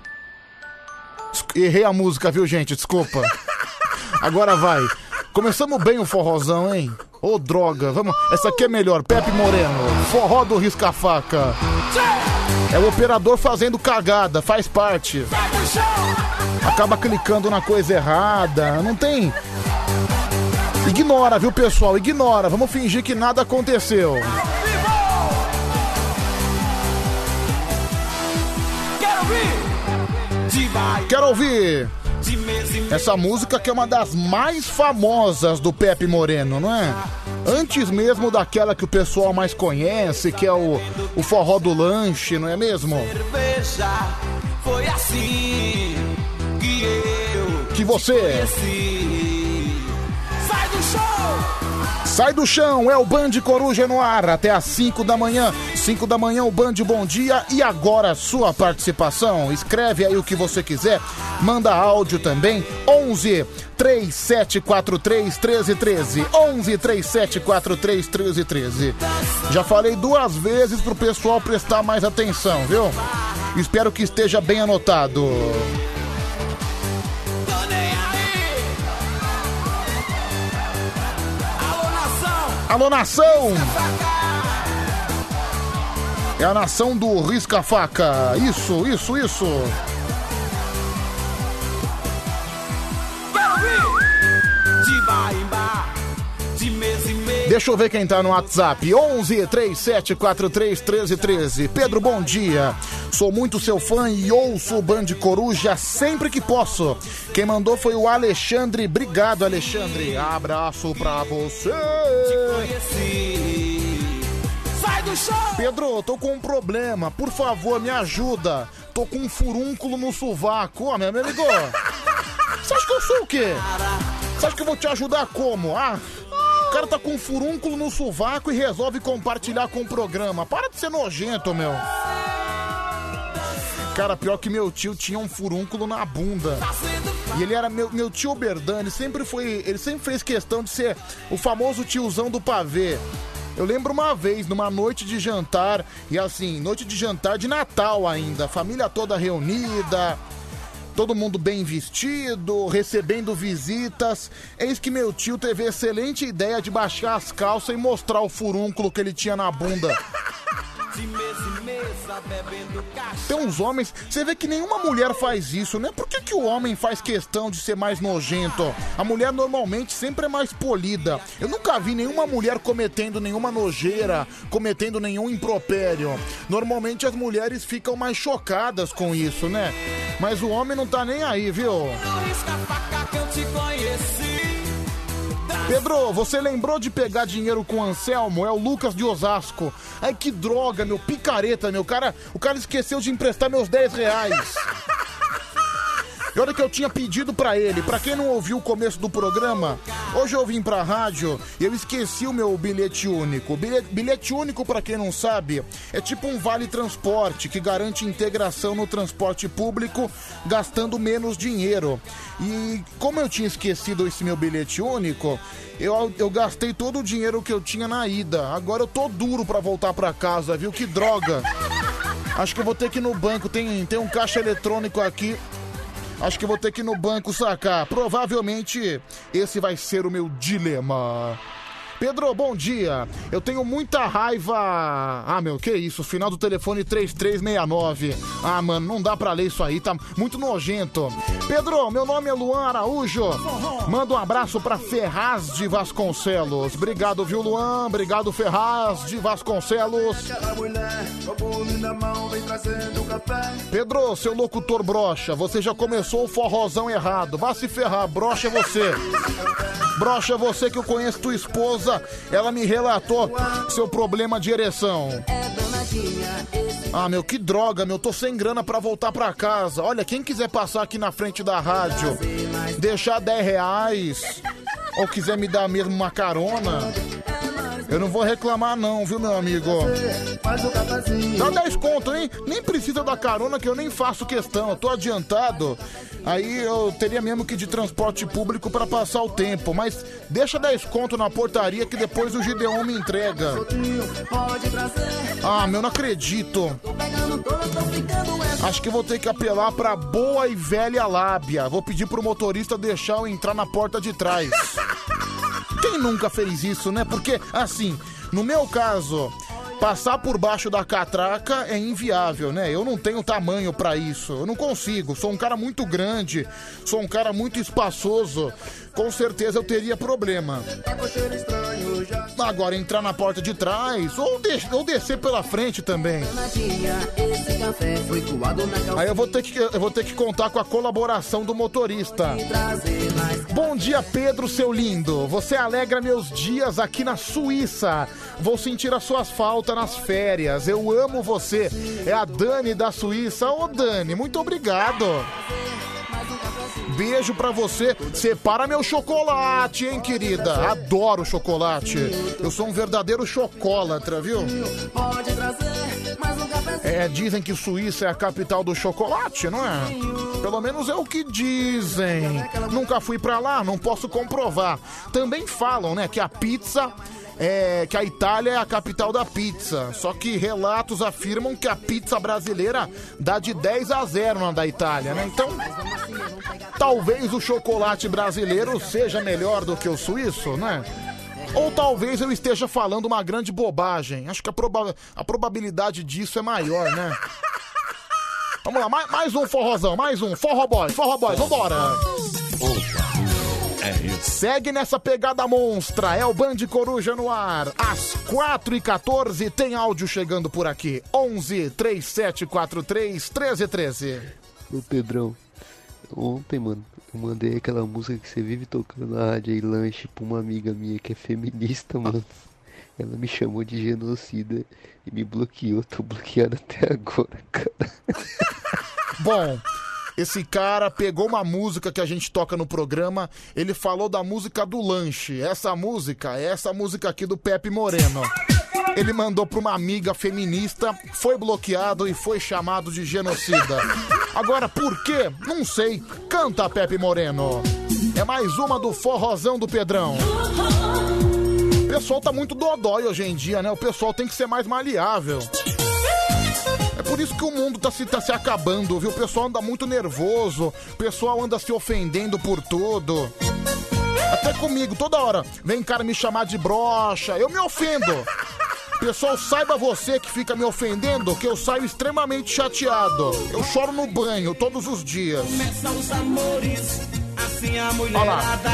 Es- Errei a música, viu, gente? Desculpa. Agora vai. Começamos bem o forrozão, hein? Ô, droga, vamos. Essa aqui é melhor. Pepe Moreno, forró do risca-faca. É o operador fazendo cagada, faz parte. Acaba clicando na coisa errada, não tem. Ignora, viu, pessoal? Ignora. Vamos fingir que nada aconteceu. Quero vir. Quero ouvir De mesa em essa música que é uma das mais famosas do Pepe Moreno, não é? Antes mesmo daquela que o pessoal mais conhece, que é o, o forró do lanche, não é mesmo? cerveja. Foi assim que eu Que você conheci. assim. Sai do show. Sai do chão, é o Band Coruja no ar, até às 5 da manhã. 5 da manhã, o Band Bom Dia. E agora, sua participação. Escreve aí o que você quiser. Manda áudio também. 11 3743 1313. 11 3743 1313. Já falei duas vezes pro pessoal prestar mais atenção, viu? Espero que esteja bem anotado. Alô, nação! É a nação do risca-faca. Isso, isso, isso. Quero vir. De bar em bar. De mesa em mesa. Deixa eu ver quem tá no WhatsApp. 11 37 43 13 13. Pedro, bom dia. Sou muito seu fã e ouço o Band Coruja sempre que posso. Quem mandou foi o Alexandre. Obrigado, Alexandre. Abraço pra você. Sai do show. Pedro, eu tô com um problema. Por favor, me ajuda. Tô com um furúnculo no sovaco. Ó, meu *laughs* amigo. Você acha que eu sou o quê? Você acha que eu vou te ajudar como? Ah, o cara tá com um furúnculo no sovaco e resolve compartilhar com o programa. Para de ser nojento, meu. Cara, pior que meu tio tinha um furúnculo na bunda. E ele era meu, meu tio Berdan, ele sempre foi, ele sempre fez questão de ser o famoso tiozão do pavê. Eu lembro uma vez, numa noite de jantar, e assim, noite de jantar de Natal ainda, família toda reunida, todo mundo bem vestido, recebendo visitas. Eis que meu tio teve a excelente ideia de baixar as calças e mostrar o furúnculo que ele tinha na bunda. De mesa em mesa, bebendo caixa. Tem uns homens, você vê que nenhuma mulher faz isso, né? Por que, que o homem faz questão de ser mais nojento? A mulher normalmente sempre é mais polida. Eu nunca vi nenhuma mulher cometendo nenhuma nojeira, cometendo nenhum impropério. Normalmente as mulheres ficam mais chocadas com isso, né? Mas o homem não tá nem aí, viu? Risca a faca que eu te conheci. Pedro, você lembrou de pegar dinheiro com o Anselmo? É o Lucas de Osasco. Ai, que droga, meu. Picareta, meu. Cara, o cara esqueceu de emprestar meus 10 reais. E olha que eu tinha pedido pra ele, pra quem não ouviu o começo do programa, hoje eu vim pra rádio e eu esqueci o meu bilhete único. Bilhete, bilhete único, pra quem não sabe, é tipo um vale transporte que garante integração no transporte público gastando menos dinheiro. E como eu tinha esquecido esse meu bilhete único, eu, eu gastei todo o dinheiro que eu tinha na ida. Agora eu tô duro pra voltar pra casa, viu? Que droga! Acho que eu vou ter que ir no banco, tem, tem um caixa eletrônico aqui. Acho que eu vou ter que ir no banco sacar. Provavelmente esse vai ser o meu dilema. Pedro, bom dia. Eu tenho muita raiva. Ah, meu, que isso? Final do telefone 3369. Ah, mano, não dá pra ler isso aí, tá muito nojento. Pedro, meu nome é Luan Araújo. Manda um abraço pra Ferraz de Vasconcelos. Obrigado, viu, Luan? Obrigado, Ferraz de Vasconcelos. Aquela mulher com o bolo na mão vem trazendo café. Pedro, seu locutor brocha, você já começou o forrozão errado. Vá se ferrar, brocha é você. Brocha é você que eu conheço tua esposa, ela me relatou seu problema de ereção. É Ah, meu, que droga, meu. Tô sem grana pra voltar pra casa. Olha, quem quiser passar aqui na frente da rádio, deixar 10 reais, ou quiser me dar mesmo uma carona, eu não vou reclamar, não, viu, meu amigo? Dá 10 conto, hein? Nem precisa da carona, que eu nem faço questão. Eu tô adiantado. Aí eu teria mesmo que ir de transporte público pra passar o tempo. Mas deixa 10 conto na portaria que depois o Gideon me entrega. Ah, meu, não acredito. Acho que vou ter que apelar pra boa e velha lábia. Vou pedir pro motorista deixar eu entrar na porta de trás. Quem nunca fez isso, né? Porque, assim, no meu caso, passar por baixo da catraca é inviável, né? Eu não tenho tamanho pra isso. Eu não consigo. Sou um cara muito grande, sou um cara muito espaçoso. Com certeza eu teria problema. Agora, entrar na porta de trás ou, des- ou descer pela frente também. Esse café foi coado na Aí eu vou, ter que, eu vou ter que contar com a colaboração do motorista. Bom dia, Pedro, seu lindo. Você alegra meus dias aqui na Suíça. Vou sentir as suas faltas nas férias. Eu amo você. É a Dani da Suíça. Ô, Dani, muito obrigado. Beijo pra você. Separa meu chocolate, hein, querida? Adoro chocolate. Eu sou um verdadeiro chocólatra, viu? Pode trazer mais um cafezinho. É, dizem que Suíça é a capital do chocolate, não é? Pelo menos é o que dizem. Nunca fui pra lá, não posso comprovar. Também falam, né, que a pizza é que a Itália é a capital da pizza. Só que relatos afirmam que a pizza brasileira dá de 10 a 0 na da Itália, né? Então, assim, talvez o chocolate brasileiro seja melhor do que o suíço, né? Ou talvez eu esteja falando uma grande bobagem. Acho que a, proba- a probabilidade disso é maior, né? Vamos lá, mais, mais um forrozão, mais um. Forro boy, forro boy, vambora. é Segue nessa pegada monstra, é o Band Coruja no ar. Às 4 e 14 tem áudio chegando por aqui. 11 3743 1313. Ô Pedrão, ontem, mano, eu mandei aquela música que você vive tocando na rádio aí, lanche, pra uma amiga minha que é feminista, mano. Ela me chamou de genocida e me bloqueou, tô bloqueado até agora, cara. Bom, esse cara pegou uma música que a gente toca no programa, ele falou da música do lanche. Essa música é essa música aqui do Pepe Moreno. Ele mandou pra uma amiga feminista, foi bloqueado e foi chamado de genocida. Agora, por quê? Não sei. Canta, Pepe Moreno. É mais uma do forrozão do Pedrão. O pessoal tá muito dodói hoje em dia, né? O pessoal tem que ser mais maleável. É por isso que o mundo tá se, tá se acabando, viu? O pessoal anda muito nervoso, o pessoal anda se ofendendo por tudo. Até comigo, toda hora. Vem cara me chamar de brocha, eu me ofendo. Pessoal, saiba você que fica me ofendendo que eu saio extremamente chateado. Eu choro no banho todos os dias. Começam os amores, assim a Olha lá. mulherada.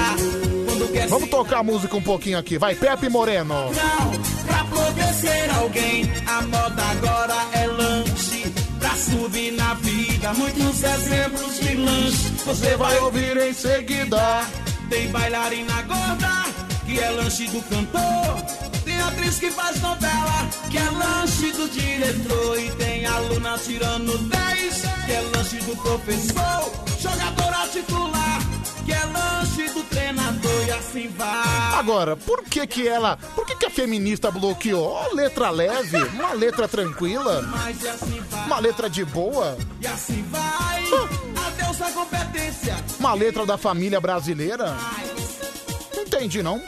Quando quer Vamos tocar a música um pouquinho aqui. Vai, Pepe Moreno. sinal pra poder ser alguém, a moda agora é lanche. Pra subir na vida, muitos exemplos de lanche. Você vai ouvir em seguida. Tem bailarina gorda, que é lanche do cantor. Tem atriz atriz que faz novela, que é lanche do diretor e tem aluna tirando 10, que é lanche do professor, jogadora titular, que é lanche do treinador e assim vai. Agora, por que que ela... Por que que a feminista bloqueou? Ó, letra leve, uma letra tranquila, Mas e assim vai, uma letra de boa, e assim vai. Uh! Adeus à competência. uma letra da família brasileira. Não Entendi, não.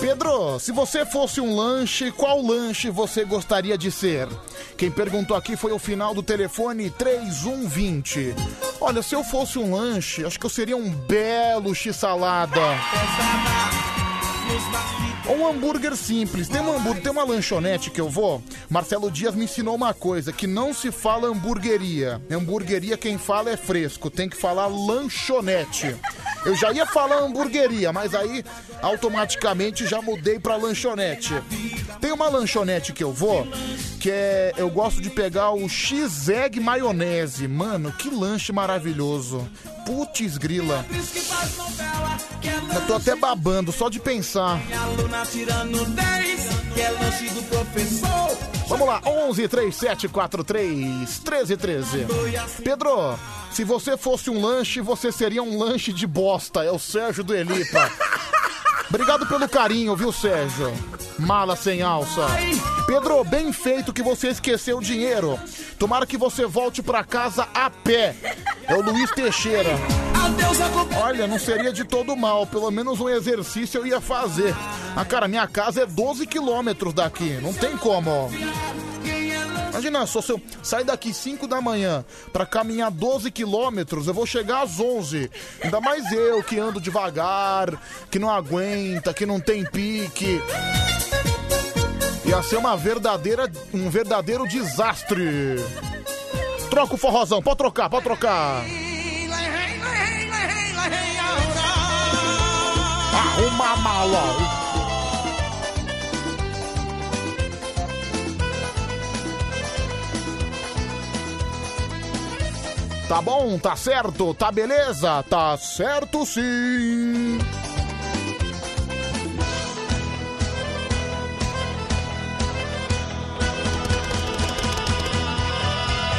Pedro, se você fosse um lanche, qual lanche você gostaria de ser? Quem perguntou aqui foi o final do telefone 3120. Olha, se eu fosse um lanche, acho que eu seria um belo x-salada. Ou um hambúrguer simples. Tem, um hambúrguer, tem uma lanchonete que eu vou. Marcelo Dias me ensinou uma coisa: que não se fala hambúrgueria. Hambúrgueria quem fala é fresco, tem que falar lanchonete. Eu já ia falar hambúrgueria, mas aí automaticamente já mudei pra lanchonete. Tem uma lanchonete que eu vou, que é. Eu gosto de pegar o X-Egg maionese. Mano, que lanche maravilhoso. Putz grila. Eu tô até babando, só de pensar. E é aluna tirando 10, que é lanche do professor. Vamos lá, 11 3743 1313. Pedro, se você fosse um lanche, você seria um lanche de bosta. É o Sérgio do Elipa. Obrigado pelo carinho, viu, Sérgio? Mala sem alça. Pedro, bem feito que você esqueceu o dinheiro. Tomara que você volte pra casa a pé. É o Luiz Teixeira. Olha, não seria de todo mal. Pelo menos um exercício eu ia fazer. Ah, cara, minha casa é 12 quilômetros daqui. Não tem como, ó. Imagina só, se eu sair daqui 5 da manhã pra caminhar 12 quilômetros, eu vou chegar às 11. Ainda mais eu que ando devagar, que não aguenta, que não tem pique. Ia ser uma verdadeira, um verdadeiro desastre. Troca o forrozão, pode trocar, pode trocar. Arruma a mala. Tá bom, tá certo, tá beleza, tá certo sim.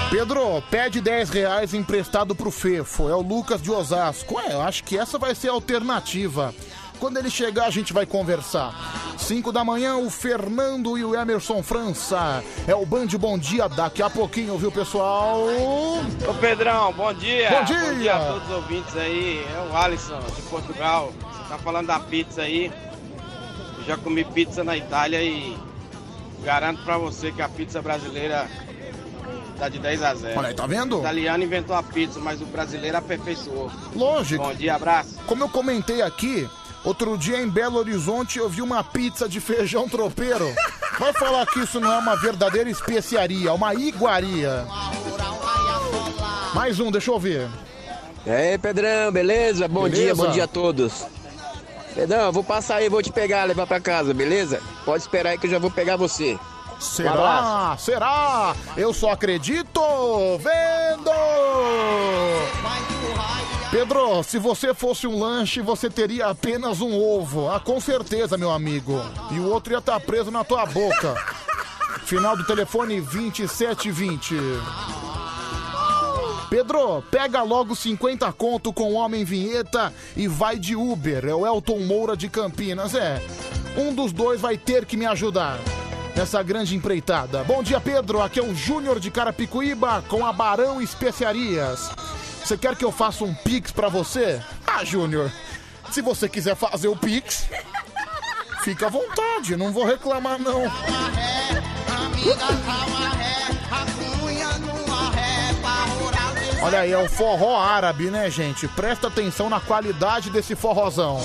Pedro, pede 10 reais emprestado pro Fefo. É o Lucas de Osasco. É, eu acho que essa vai ser a alternativa. Quando ele chegar, a gente vai conversar. 5 da manhã, o Fernando e o Emerson França. É o Band Bom Dia daqui a pouquinho, viu, pessoal? Ô Pedrão, bom dia. Bom dia. a todos os ouvintes aí. É o Alisson, de Portugal. Você tá falando da pizza aí. Eu já comi pizza na Itália e garanto pra você que a pizza brasileira tá de 10 a 0. Olha aí, tá vendo? O italiano inventou a pizza, mas o brasileiro aperfeiçoou. Lógico. Bom dia, abraço. Como eu comentei aqui, outro dia em Belo Horizonte eu vi uma pizza de *laughs* feijão tropeiro. Vai falar que isso não é uma verdadeira especiaria, é uma iguaria. Mais um, deixa eu ouvir. E aí, Pedrão, beleza? Bom Beleza. dia, bom dia a todos. Pedrão, eu vou passar aí, vou te pegar, levar pra casa, beleza? Pode esperar aí que eu já vou pegar você. Um abraço. Será? Será? Eu só acredito vendo! Pedro, se você fosse um lanche, você teria apenas um ovo. Ah, com certeza, meu amigo. E o outro ia estar preso na tua boca. Final do telefone 2720. Pedro, pega logo 50 conto com o Homem Vinheta e vai de Uber. É o Elton Moura de Campinas, é. Um dos dois vai ter que me ajudar nessa grande empreitada. Bom dia, Pedro. Aqui é o Júnior de Carapicuíba com a Barão Especiarias. Você quer que eu faça um pix pra você? Ah, Júnior, se você quiser fazer o pix, fica à vontade, não vou reclamar não. Olha aí, é o forró árabe, né, gente? Presta atenção na qualidade desse forrozão.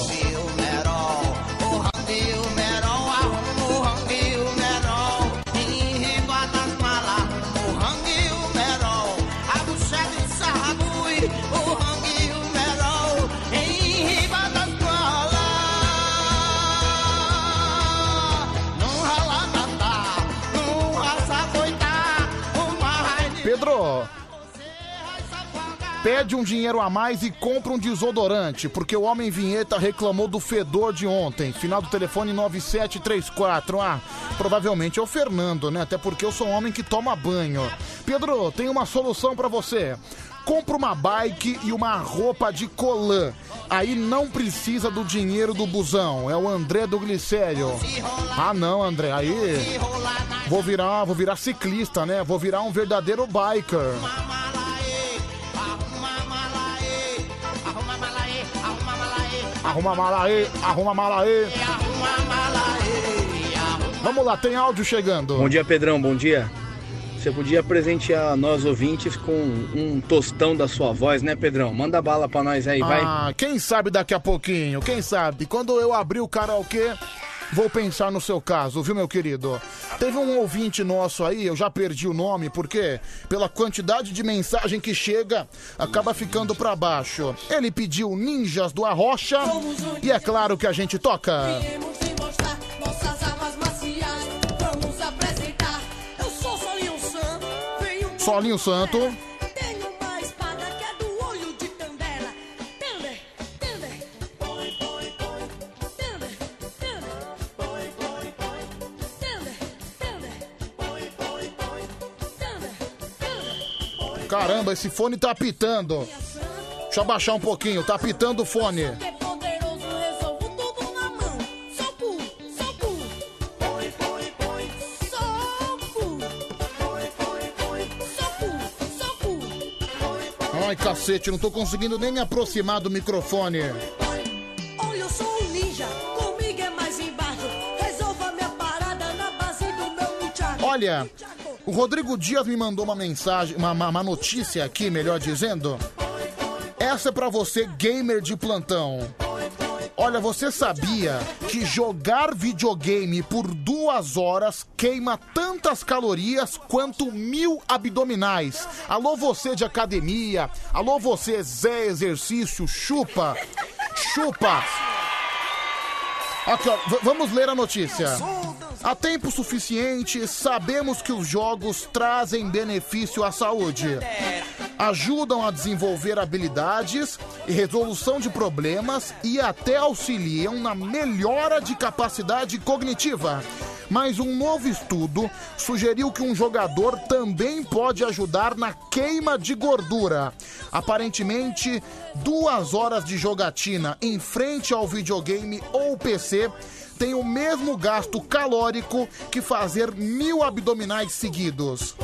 Pedro, Pede um dinheiro a mais e compra um desodorante, porque o Homem Vinheta reclamou do fedor de ontem. Final do telefone 9734. Ah, provavelmente é o Fernando, né? Até porque eu sou um homem que toma banho. Pedro, tem uma solução pra você. Compra uma bike e uma roupa de colã. Aí não precisa do dinheiro do busão. É o André do Glicério. Ah, não, André. Aí vou virar, vou virar ciclista, né? Vou virar um verdadeiro biker. Arruma a mala aí, arruma a mala aí. Vamos lá, tem áudio chegando. Bom dia, Pedrão, bom dia. Você podia presentear nós ouvintes com um tostão da sua voz, né, Pedrão? Manda bala pra nós aí, vai. Ah, quem sabe daqui a pouquinho, quem sabe? Quando eu abrir o karaokê, vou pensar no seu caso, viu, meu querido? Teve um ouvinte nosso aí, eu já perdi o nome, porque pela quantidade de mensagem que chega, acaba ficando pra baixo. Ele pediu ninjas do Arrocha, e é claro que a gente toca. Solinho Santo. é Caramba, esse fone tá apitando. Deixa eu abaixar um pouquinho, tá apitando o fone. Ai, cacete, não tô conseguindo nem me aproximar do microfone. Olha, eu sou um ninja, comigo é mais embaixo. Resolva minha parada na base do meu muchacho. Olha, o Rodrigo Dias me mandou uma mensagem, uma, uma- uma notícia aqui, melhor dizendo. Essa é pra você, gamer de plantão. Olha, você sabia que jogar videogame por duas horas queima tantas calorias quanto mil abdominais? Alô, você de academia. Alô, você, Zé Exercício. Chupa. Chupa. Aqui, ó, v- vamos ler a notícia. Há tempo suficiente, sabemos que os jogos trazem benefício à saúde. Ajudam a desenvolver habilidades e resolução de problemas e até auxiliam na melhora de capacidade cognitiva. Mas um novo estudo sugeriu que um jogador também pode ajudar na queima de gordura. Aparentemente, duas horas de jogatina em frente ao videogame ou PC tem o mesmo gasto calórico que fazer mil abdominais seguidos.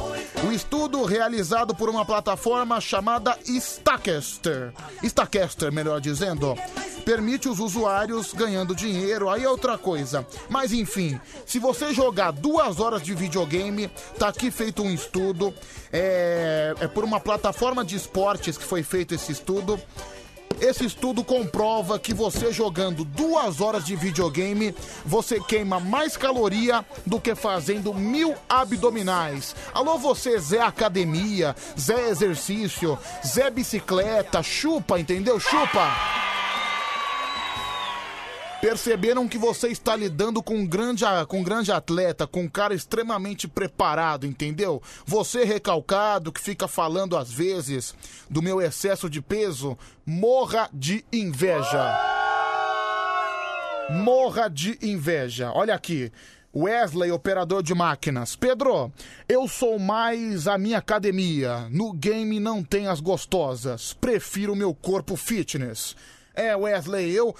O estudo realizado por uma plataforma chamada Stacaster, Stacaster, melhor dizendo, permite os usuários ganhando dinheiro, aí é outra coisa. Mas enfim, se você jogar duas horas de videogame, tá aqui feito um estudo, é, é por uma plataforma de esportes que foi feito esse estudo. Esse estudo comprova que você jogando duas horas de videogame, você queima mais caloria do que fazendo mil abdominais. Alô, você, Zé Academia, Zé Exercício, Zé Bicicleta, chupa, entendeu? Chupa! Perceberam que você está lidando com um grande, a- com um grande atleta, com um cara extremamente preparado, entendeu? Você recalcado, que fica falando às vezes do meu excesso de peso, morra de inveja. Morra de inveja. Olha aqui. Wesley, operador de máquinas. Pedro, eu sou mais a minha academia. No game não tem as gostosas. Prefiro meu corpo fitness. É, Wesley, eu,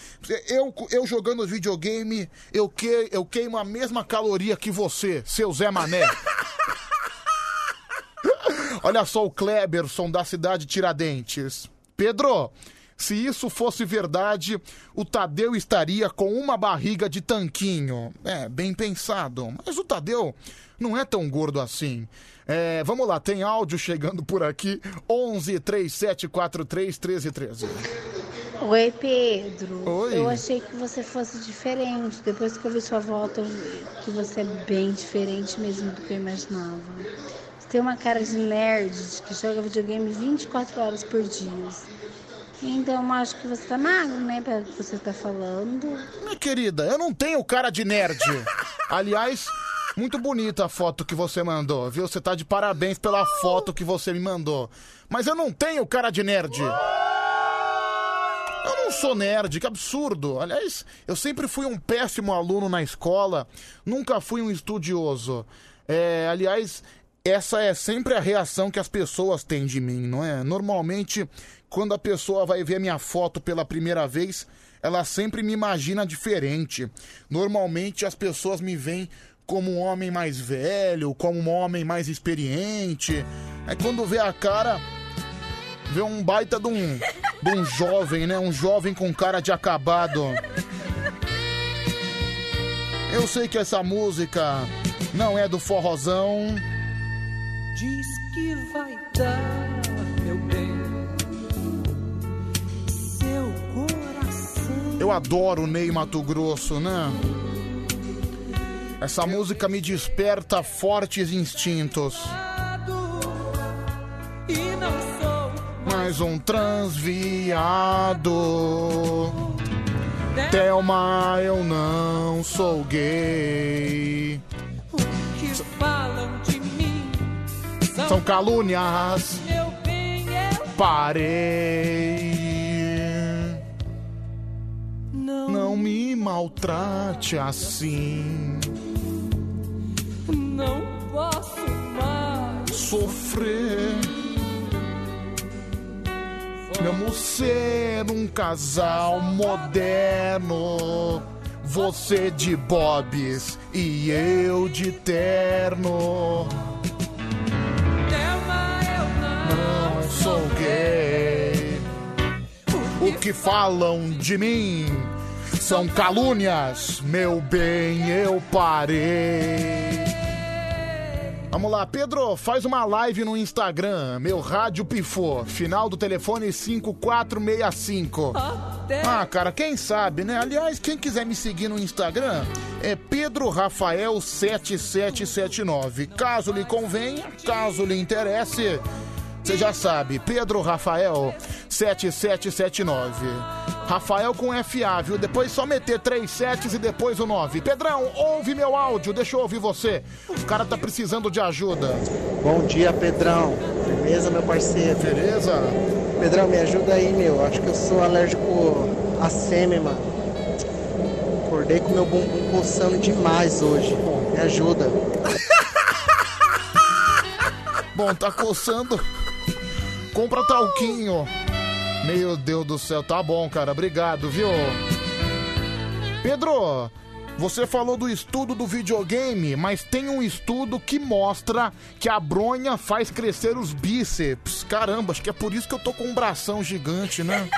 eu, eu jogando videogame, eu, que, eu queimo a mesma caloria que você, seu Zé Mané. Olha só o Kleberson da cidade Tiradentes. Pedro, se isso fosse verdade, o Tadeu estaria com uma barriga de tanquinho. É, bem pensado. Mas o Tadeu não é tão gordo assim. É, vamos lá, tem áudio chegando por aqui. 11 3743 1313. Oi, Pedro. Oi. Eu achei que você fosse diferente. Depois que eu vi sua volta, eu vi que você é bem diferente mesmo do que eu imaginava. Você tem uma cara de nerd de que joga videogame 24 horas por dia. Então, eu acho que você tá magro, né? Pelo que você tá falando. Minha querida, eu não tenho cara de nerd. Aliás, Muito bonita a foto que você mandou, viu? Você tá de parabéns pela foto que você me mandou. Mas eu não tenho cara de nerd. Eu não sou nerd, que absurdo. Aliás, eu sempre fui um péssimo aluno na escola, nunca fui um estudioso. É, aliás, essa é sempre a reação que as pessoas têm de mim, não é? Normalmente, quando a pessoa vai ver minha foto pela primeira vez, ela sempre me imagina diferente. Normalmente, as pessoas me veem como um homem mais velho, como um homem mais experiente. É quando vê a cara, vê um baita de um, de um jovem, né? Um jovem com cara de acabado. Eu sei que essa música não é do forrozão. Diz que vai dar, meu bem, seu coração. Eu adoro o Ney Mato Grosso, né? Essa música me desperta fortes instintos. E não sou Mais um transviado. Thelma, eu não sou gay. o que falam de mim. São calúnias. Meu bem, eu Parei. Não me maltrate assim. não posso mais. Sofrer. Vamos ser um casal moderno. Você de bobs e eu de terno. Thelma, eu não. Não sou gay. O que falam de mim são calúnias, meu bem, eu parei. Vamos lá, Pedro, faz uma live no Instagram. Meu rádio pifou. Final do telefone 5465. Ah, cara, quem sabe, né? Aliás, quem quiser me seguir no Instagram é Pedro Rafael 7779. Caso lhe convenha, caso lhe interesse, você já sabe, Pedro Rafael 7779. Rafael com FA, viu? Depois só meter três sets e depois o 9. Pedrão, ouve meu áudio, deixa eu ouvir você. O cara tá precisando de ajuda. Bom dia, Pedrão. Beleza, meu parceiro? Beleza? é Pedrão, me ajuda aí, meu. Acho que eu sou alérgico a sêmen, mano. Acordei com meu bumbum coçando demais hoje. Me ajuda. Bom, tá coçando. Compra talquinho. Meu Deus do céu, tá bom, cara. Obrigado, viu? Pedro, você falou do estudo do videogame, mas tem um estudo que mostra que a bronha faz crescer os bíceps. Caramba, acho que é por isso que eu tô com um bração gigante, né?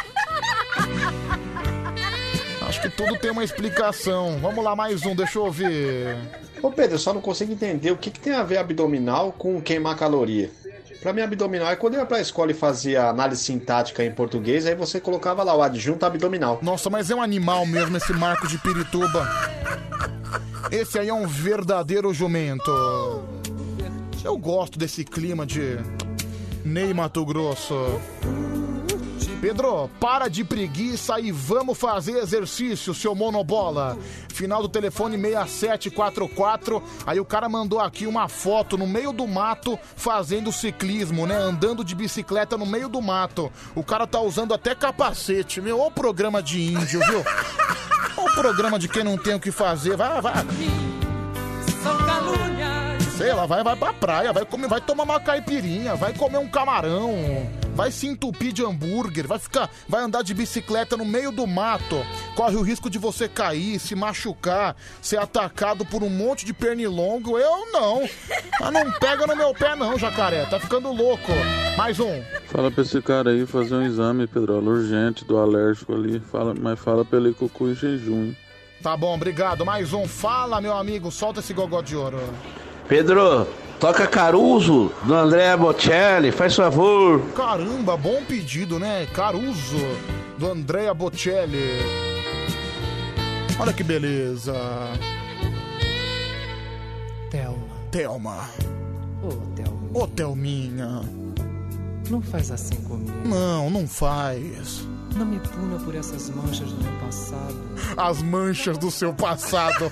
Acho que tudo tem uma explicação. Vamos lá, mais um, deixa eu ouvir. Ô Pedro, eu só não consigo entender o que, que tem a ver abdominal com queimar caloria. Pra mim, abdominal é quando eu ia pra escola e fazia análise sintática em português, aí você colocava lá o adjunto abdominal. Nossa, mas é um animal mesmo esse Marco de Pirituba. Esse aí é um verdadeiro jumento. Eu gosto desse clima de Ney Mato Grosso. Pedro, para de preguiça e vamos fazer exercício, seu monobola. Final do telefone 6744. Aí o cara mandou aqui uma foto no meio do mato fazendo ciclismo, né? Andando de bicicleta no meio do mato. O cara tá usando até capacete, meu. Ô programa de índio, viu? Ô programa de quem não tem o que fazer. Vai, vai. São calúnias. Sei lá, vai, vai pra praia, vai, comer, vai tomar uma caipirinha, vai comer um camarão, vai se entupir de hambúrguer, vai ficar, vai andar de bicicleta no meio do mato, corre o risco de você cair, se machucar, ser atacado por um monte de pernilongo. Eu não. Mas não pega no meu pé não, jacaré, tá ficando louco. Mais um. Fala pra esse cara aí fazer um exame, Pedrola, urgente, do alérgico ali. Fala, mas fala pra ele cocô em jejum. hein? Tá bom, obrigado. Mais um. Fala, meu amigo, solta esse gogó de ouro. Pedro, toca Caruso, do André Bocelli, faz favor. Caramba, bom pedido, né? Caruso, do Andrea Bocelli. Olha que beleza. Thelma. Thelma. Ô, Thelminha, Ô, Thelminha. não faz assim comigo. Não, não faz. Não me puna por essas manchas do meu passado. As manchas do seu passado.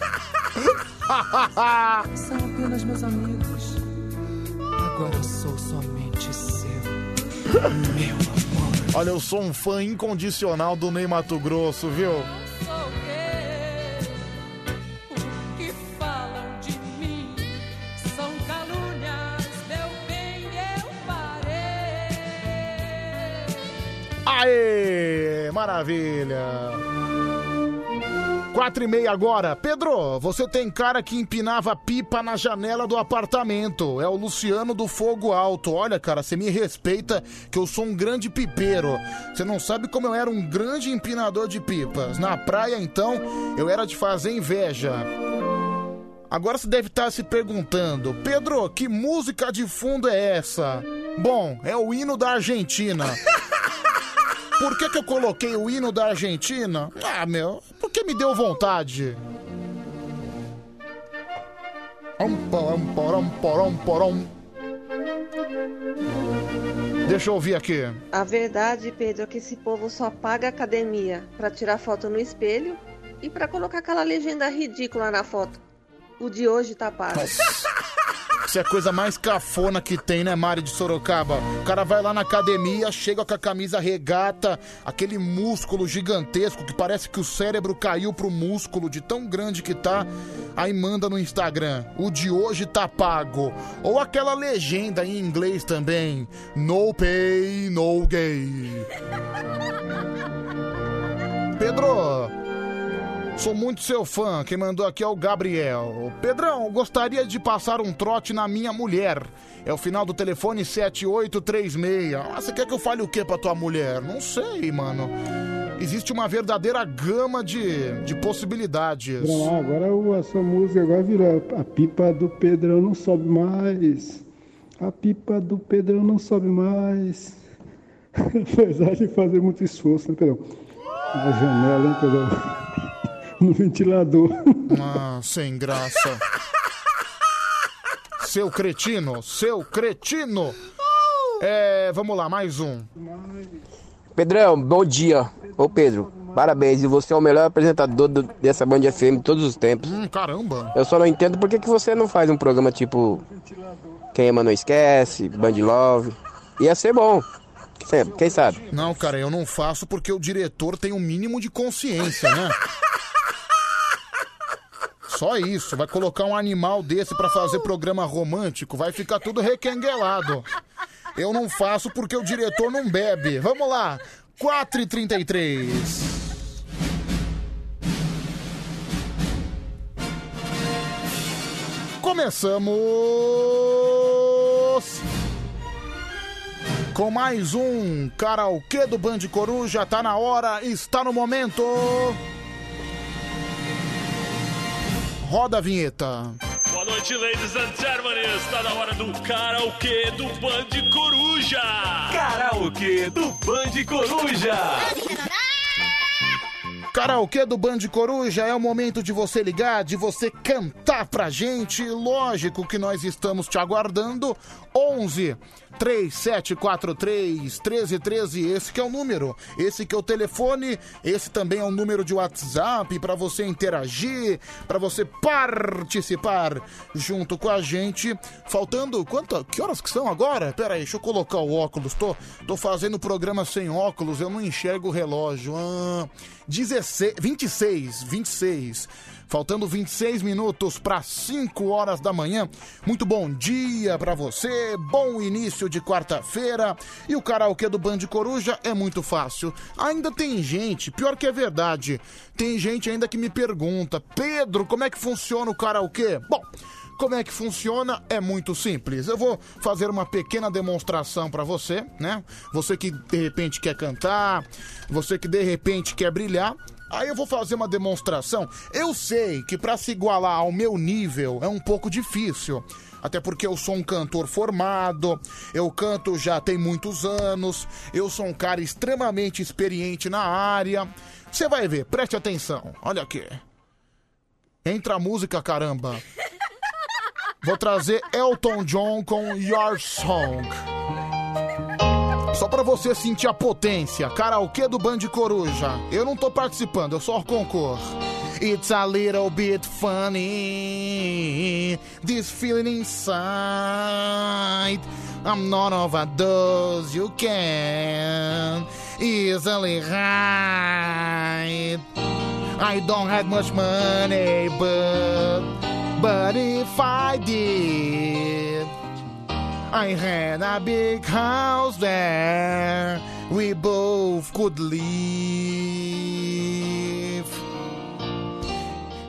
São apenas meus amigos. Agora eu sou somente seu. Meu Olha, eu sou um fã incondicional do Ney Mato Grosso, viu? Sou eu. O que falam de mim são calúnias, meu bem, eu parei. Aê! Maravilha! Quatro e meia agora. Pedro, você tem cara que empinava pipa na janela do apartamento. É o Luciano do Fogo Alto. Olha, cara, você me respeita que eu sou um grande pipeiro. Você não sabe como eu era um grande empinador de pipas. Na praia, então, eu era de fazer inveja. Agora você deve estar se perguntando, Pedro, que música de fundo é essa? Bom, é o hino da Argentina. Por que, que eu coloquei o hino da Argentina? Ah, meu, porque me deu vontade. Om, porom, porom, porom, porom. Deixa eu ouvir aqui. A verdade, Pedro, é que esse povo só paga academia pra tirar foto no espelho e pra colocar aquela legenda ridícula na foto. O de hoje tá pago. Isso é a coisa mais cafona que tem, né, Mari de Sorocaba? O cara vai lá na academia, chega com a camisa regata, aquele músculo gigantesco que parece que o cérebro caiu pro músculo de tão grande que tá. Aí manda no Instagram, o de hoje tá pago. Ou aquela legenda em inglês também, no pay, no gay. Pedro, sou muito seu fã. Quem mandou aqui é o Gabriel. Pedrão, gostaria de passar um trote na minha mulher. É o final do telefone 7836. Ah, você quer que eu fale o que pra tua mulher? Não sei, mano. Existe uma verdadeira gama de, de possibilidades. Não, agora o- a sua música agora virou a pipa do Pedrão não sobe mais. A pipa do Pedrão não sobe mais. *laughs* Apesar de fazer muito esforço, né, Pedrão? Na janela, hein, Pedrão? *laughs* No ventilador. Ah, sem *laughs* graça. Seu cretino, seu cretino. É, vamos lá, mais um. Pedrão, bom dia. Ô Pedro, parabéns. E você é o melhor apresentador do- dessa Band FM de todos os tempos. Hum, caramba. Eu só não entendo por que, que você não faz um programa tipo Quem Ama Não Esquece, Band Love. Ia ser bom. Quem sabe- Quem sabe? Não, cara, eu não faço porque o diretor tem um mínimo de consciência, né? Só isso, vai colocar um animal desse pra fazer programa romântico, vai ficar tudo requenguelado. Eu não faço porque o diretor não bebe. Vamos lá, 4h33. Começamos com mais um karaokê do Band Coruja. Tá na hora, está no momento. Roda a vinheta. Boa noite, ladies and gentlemen. Está na hora do karaokê do Band Coruja. Karaokê do Band Coruja. Karaokê do Band Coruja é o momento de você ligar, de você cantar pra gente. Lógico que nós estamos te aguardando. 11 3743 1313, esse que é o número. Esse que é o telefone, esse também é o número de WhatsApp pra você interagir, pra você participar junto com a gente. Faltando quanto? Que horas que são agora? Pera aí, deixa eu colocar o óculos. Tô, tô fazendo programa sem óculos, eu não enxergo o relógio. Ah, 16, 26, 26. Faltando 26 minutos para 5 horas da manhã. Muito bom dia pra você, bom início de quarta-feira. E o karaokê do Band Coruja é muito fácil. Ainda tem gente, pior que é verdade, tem gente ainda que me pergunta: Pedro, como é que funciona o karaokê? Bom, como é que funciona? É muito simples. Eu vou fazer uma pequena demonstração pra você, né? Você que de repente quer cantar, você que de repente quer brilhar. Aí eu vou fazer uma demonstração. Eu sei que pra se igualar ao meu nível é um pouco difícil. Até porque eu sou um cantor formado, eu canto já tem muitos anos, eu sou um cara extremamente experiente na área. Você vai ver, preste atenção. Olha aqui. Entra a música, caramba. Vou trazer Elton John com Your Song. Só pra você sentir a potência. Karaokê do Band Coruja. Eu não tô participando, eu só concor. It's a little bit funny. This feeling inside. I'm not overdose, you can easily hide. I don't have much money, but but if I did, I had a big house there we both could live.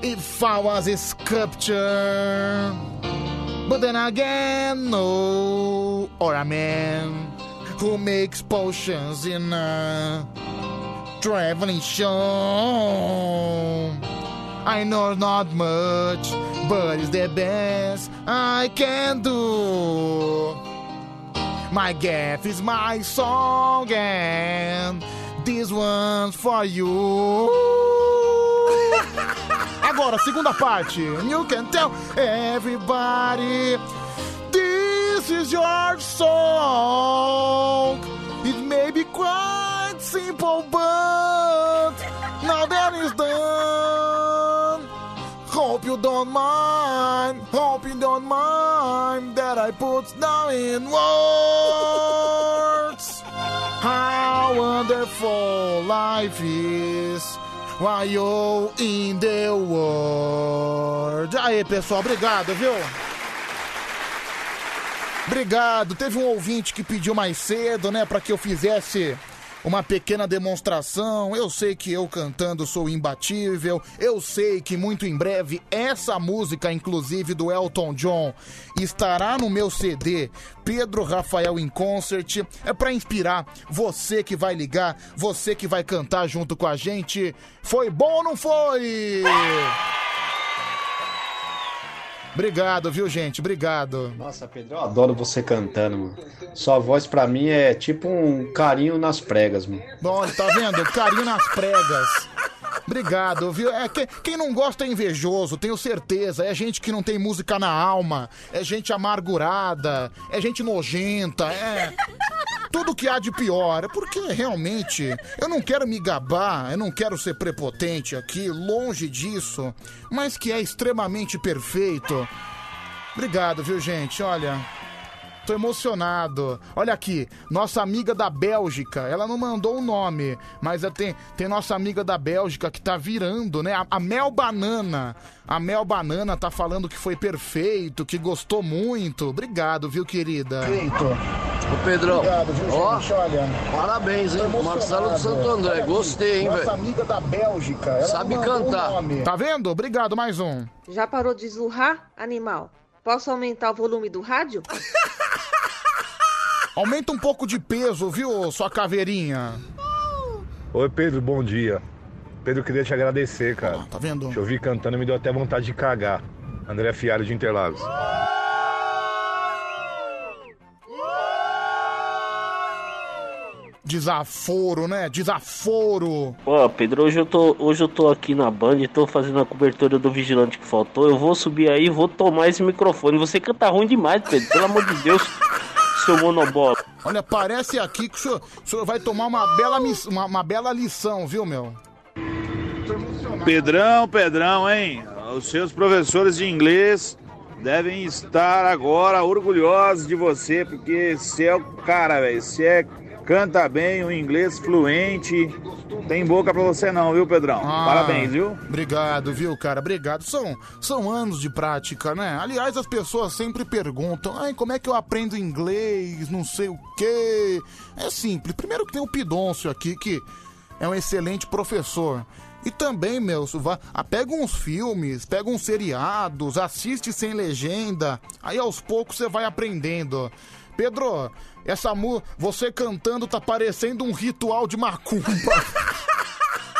If I was a sculpture, but then again, no, or a man who makes potions in a traveling show. I know not much, but it's the best I can do. My gaff is my song, and this one's for you. Agora, segunda parte. You can tell everybody this is your song. It may be quite simple, but now that is done. Hope you don't mind. Hope you don't mind that I put down in words how wonderful life is. While you're in the world. Aê, pessoal, obrigado, viu? Obrigado. Teve um ouvinte que pediu mais cedo, né, para que eu fizesse uma pequena demonstração. Eu sei que eu cantando sou imbatível. Eu sei que muito em breve essa música, inclusive do Elton John, estará no meu CD Pedro Rafael in Concert. É para inspirar você que vai ligar, você que vai cantar junto com a gente. Foi bom ou não foi? Obrigado, viu, gente? Obrigado. Nossa, Pedro, eu adoro você cantando, mano. Sua voz pra mim é tipo um carinho nas pregas, mano. Bom, tá vendo? Carinho nas pregas. Obrigado, viu? É, que- quem não gosta é invejoso, tenho certeza. É gente que não tem música na alma, é gente amargurada, é gente nojenta, é. Tudo que há de pior, É porque realmente eu não quero me gabar, eu não quero ser prepotente aqui, longe disso, mas que é extremamente perfeito. Obrigado, viu, gente? Olha, Tô emocionado. Olha aqui, nossa amiga da Bélgica. Ela não mandou o nome, mas ela tem, tem nossa amiga da Bélgica que tá virando, né? A, a Mel Banana. A Mel Banana tá falando que foi perfeito, que gostou muito. Obrigado, viu, querida? Perfeito. Ô Pedrão, Obrigado, viu, ó, gente? Olha. parabéns, hein? Tô Marcelo do Santo André, Olha aqui, gostei, hein, Nossa velho? amiga da Bélgica. Ela Sabe não mandou o cantar. nome. Tá vendo? Obrigado, mais um. Já parou de zurrar, animal? Posso aumentar o volume do rádio? Aumenta um pouco de peso, viu, sua caveirinha? Oi, Pedro, bom dia. Pedro, queria te agradecer, Ah, cara. Tá vendo? Te ouvir cantando me deu até vontade de cagar. André Fialho de Interlagos. Desaforo, né? Desaforo. Ó, Pedro, hoje eu, tô, hoje eu tô aqui na Band, tô fazendo a cobertura do Vigilante que faltou. Eu vou subir aí, vou tomar esse microfone. Você canta ruim demais, Pedro, pelo amor de Deus, *laughs* seu monobola. Olha, parece aqui que o senhor, o senhor vai tomar uma bela, miss- uma, uma bela lição, viu, meu? Pedrão, Pedrão, hein? Os seus professores de inglês devem estar agora orgulhosos de você, porque você é o cara, velho. Você é, canta bem o inglês fluente. Tem boca pra você não, viu, Pedrão? Ah, Parabéns, viu? Obrigado, viu, cara? Obrigado. São, são anos de prática, né? Aliás, as pessoas sempre perguntam: ai, como é que eu aprendo inglês? Não sei o quê. É simples. Primeiro que tem o Pidôncio aqui, que é um excelente professor. E também, meu, isso vá- ah, pega uns filmes, pega uns seriados, assiste sem legenda. Aí aos poucos você vai aprendendo. Pedro, essa mu você cantando tá parecendo um ritual de macumba. *laughs*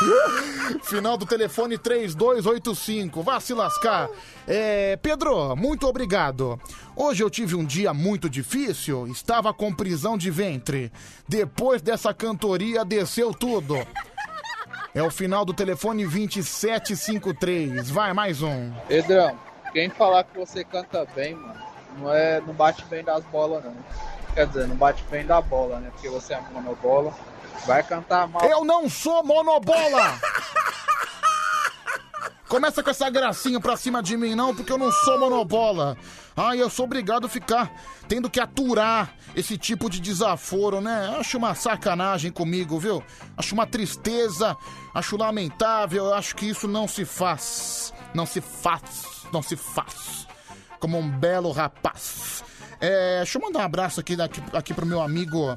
Final do telefone 3285. Vá se lascar. É, Pedro, muito obrigado. Hoje eu tive um dia muito difícil. Estava com prisão de ventre. Depois dessa cantoria, desceu tudo. É o final do telefone 2753. Vai, mais um. Pedrão, quem falar que você canta bem, mano, não é, não bate bem das bolas, não. Quer dizer, não bate bem da bola, né? Porque você é monobola. Vai cantar mal. Eu não sou monobola! Começa com essa gracinha pra cima de mim, não, porque eu não sou monobola. Ai, eu sou obrigado a ficar tendo que aturar esse tipo de desaforo, né? Acho uma sacanagem comigo, viu? Acho uma tristeza, acho lamentável, eu acho que isso não se faz. Não se faz, não se faz. Como um belo rapaz. É, deixa eu mandar um abraço aqui, daqui, aqui pro meu amigo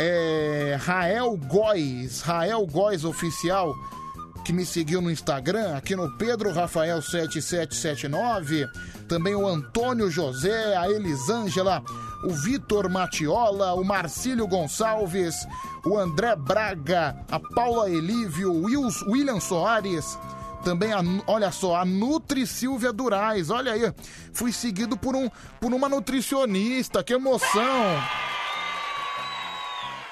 é, Rael Góes, Rael Góes Oficial, que me seguiu no Instagram, aqui no Pedro Rafael 7779, também o Antônio José, a Elisângela, o Vitor Matiola, o Marcílio Gonçalves, o André Braga, a Paula Elívio, o Wils- William Soares, também, a, Nu- olha só, a Nutri Silvia Durais, olha aí, fui seguido por, um, por uma nutricionista, que emoção!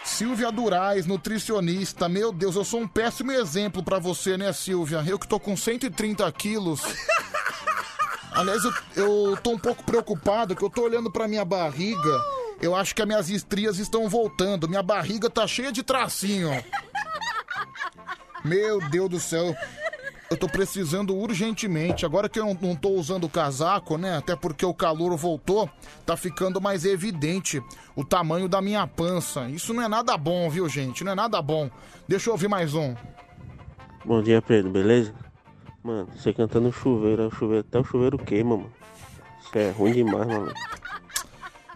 Silvia Durais, nutricionista. Meu Deus, eu sou um péssimo exemplo pra você, né, Silvia? Eu que tô com 130 quilos. Aliás, eu, eu tô um pouco preocupado que eu tô olhando pra minha barriga. Eu acho que as minhas estrias estão voltando. Minha barriga tá cheia de tracinho. Meu Deus do céu. Eu tô precisando urgentemente. Agora que eu não- não tô usando o casaco, né? Até porque o calor voltou, tá ficando mais evidente o tamanho da minha pança. Isso não é nada bom, viu, gente? Não é nada bom. Deixa eu ouvir mais um. Bom dia, Pedro, beleza? Mano, você cantando chuveiro, aí o chuveiro, até o chuveiro queima, mano. Isso é ruim demais, mano.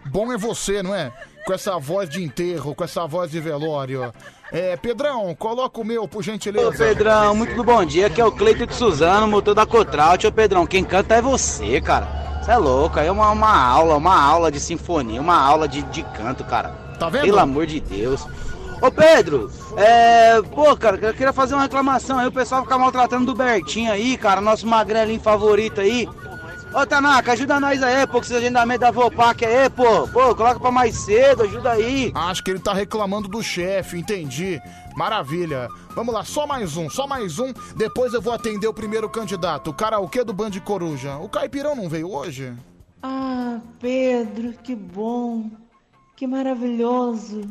Bom é você, não é? Com essa voz de enterro, com essa voz de velório. É, Pedrão, coloca o meu, por gentileza. Ô Pedrão, muito do bom dia, aqui é o Cleiton de Suzano, motor da Cotraut. Ô Pedrão, quem canta é você, cara. Você é louco, aí é uma, uma aula, uma aula de sinfonia, uma aula de, de canto, cara. Tá vendo? Pelo amor de Deus. Ô Pedro, é. Pô, cara, eu queria fazer uma reclamação aí, o pessoal fica maltratando do Bertinho aí, cara, nosso magrelinho favorito aí. Ô Tanaka, ajuda nós aí, pô, com esse agendamento da Vopac aí, pô. Pô, coloca pra mais cedo, ajuda aí. Acho que ele tá reclamando do chefe, entendi. Maravilha. Vamos lá, só mais um, só mais um. Depois eu vou atender o primeiro candidato, o karaokê do Band Coruja. O Caipirão não veio hoje? Ah, Pedro, que bom. Que maravilhoso.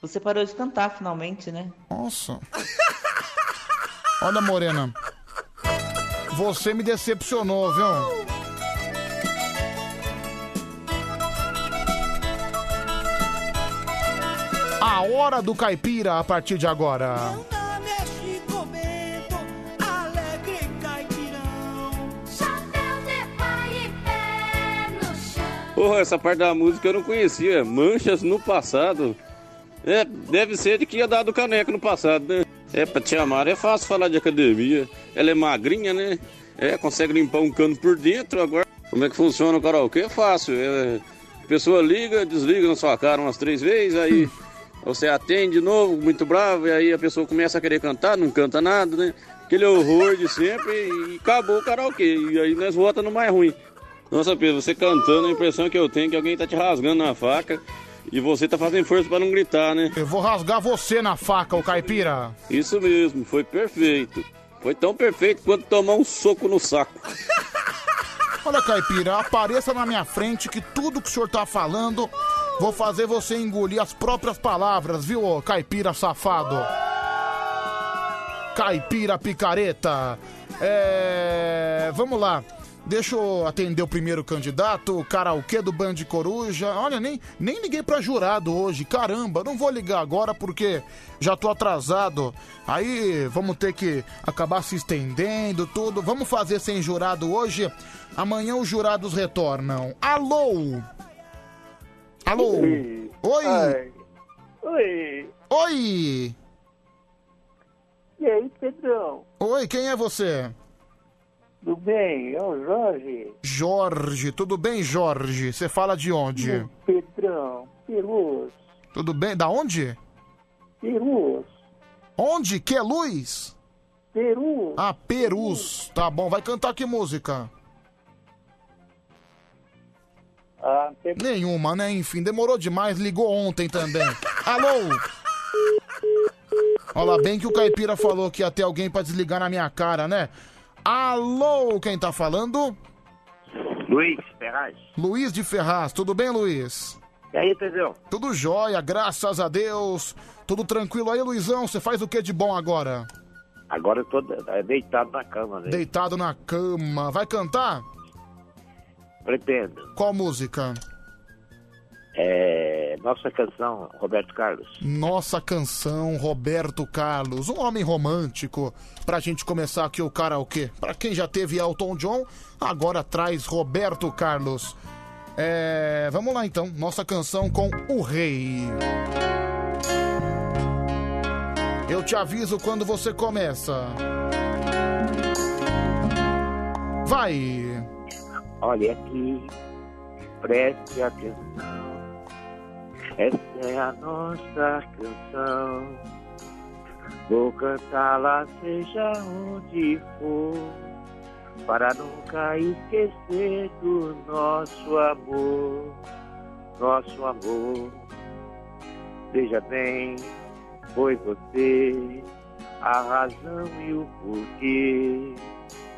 Você parou de cantar finalmente, né? Nossa. Olha, Morena. Você me decepcionou, viu? A hora do caipira a partir de agora. Mexe comendo, alegre caipirão. Chapéu de pai e pé no chão. Porra, essa parte da música eu não conhecia. Manchas no passado. É, deve ser de que ia dar do caneco no passado, né? É, pra te amar é fácil falar de academia. Ela é magrinha, né? É, consegue limpar um cano por dentro agora. Como é que funciona o karaokê? É fácil. É, a pessoa liga, desliga na sua cara umas três vezes, aí você atende de novo, muito bravo, e aí a pessoa começa a querer cantar, não canta nada, né? Aquele horror de sempre e acabou o karaokê. E aí nós volta no mais ruim. Nossa, Pedro, você cantando, a impressão que eu tenho é que alguém tá te rasgando na faca e você tá fazendo força pra não gritar, né? Eu vou rasgar você na faca, o caipira. Isso mesmo, foi perfeito. Foi tão perfeito quanto tomar um soco no saco. Olha, caipira, apareça na minha frente que tudo que o senhor tá falando, vou fazer você engolir as próprias palavras, viu, ô caipira safado? Caipira picareta. É. Vamos lá. Deixa eu atender o primeiro candidato, o karaokê do Band Coruja. Olha, nem, nem liguei pra jurado hoje. Caramba, não vou ligar agora porque já tô atrasado. Aí vamos ter que acabar se estendendo, tudo. Vamos fazer sem jurado hoje. Amanhã os jurados retornam. Alô! Alô! Oi. Oi! Oi, Oi! e aí, Pedrão? Oi, quem é você? Tudo bem? É o Jorge? Jorge, tudo bem, Jorge? Você fala de onde? Pedrão, Perus, Tudo bem? Da onde? Perus, Onde? Que luz? Peru. Ah, Perus. Tá bom, vai cantar que música? Nenhuma, né? Enfim, demorou demais, ligou ontem também. Alô? Olha lá, bem que o Caipira falou que ia ter alguém pra desligar na minha cara, né? Alô, quem tá falando? Luiz Ferraz. Luiz de Ferraz, tudo bem, Luiz? E aí, Pedrão? Tudo jóia, graças a Deus. Tudo tranquilo aí, Luizão? Você faz o que de bom agora? Agora eu tô de- é, deitado na cama, né? Deitado na cama. Vai cantar? Pretendo. Qual música? É, nossa canção, Roberto Carlos. Nossa canção, Roberto Carlos, um homem romântico. Pra gente começar aqui o karaokê. Pra quem já teve Elton John, agora traz Roberto Carlos. É, vamos lá então, nossa canção com o rei. Eu te aviso quando você começa. Vai! Olha aqui, preste atenção. Essa é a nossa canção. Vou cantá-la, seja onde for, para nunca esquecer do nosso amor. Nosso amor. Veja bem, foi você a razão e o porquê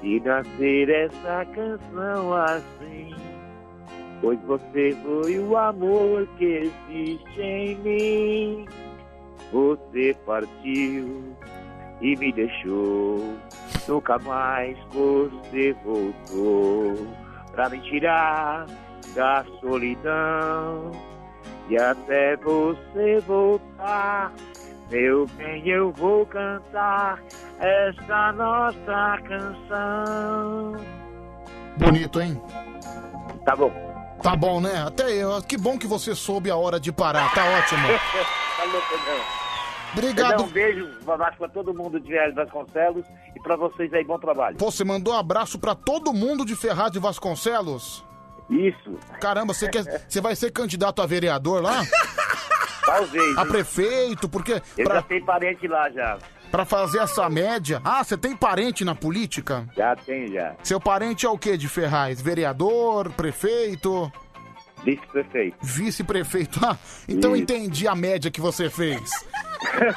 de nascer essa canção assim. Pois você foi o amor que existe em mim. Você partiu e me deixou. Nunca mais você voltou pra me tirar da solidão. E até você voltar, meu bem, eu vou cantar esta nossa canção. Bonito, hein? Tá bom. Tá bom, né? Até eu. Que bom que você soube a hora de parar, tá *laughs* ótimo. tá louco, não. Obrigado. Então, um beijo, um abraço pra todo mundo de Viagem Vasconcelos e pra vocês aí, bom trabalho. Pô, você mandou um abraço pra todo mundo de Ferraz de Vasconcelos? Isso. Caramba, você, quer, você vai ser candidato a vereador *laughs* lá? Talvez. A hein? prefeito? Porque Eu pra, já tenho parente lá já. pra fazer essa média... Ah, você tem parente na política? Já tenho já. Seu parente é o que de Ferraz? Vereador? Prefeito? Vice-prefeito. Vice-prefeito. *laughs* Ah, então entendi a média que você fez.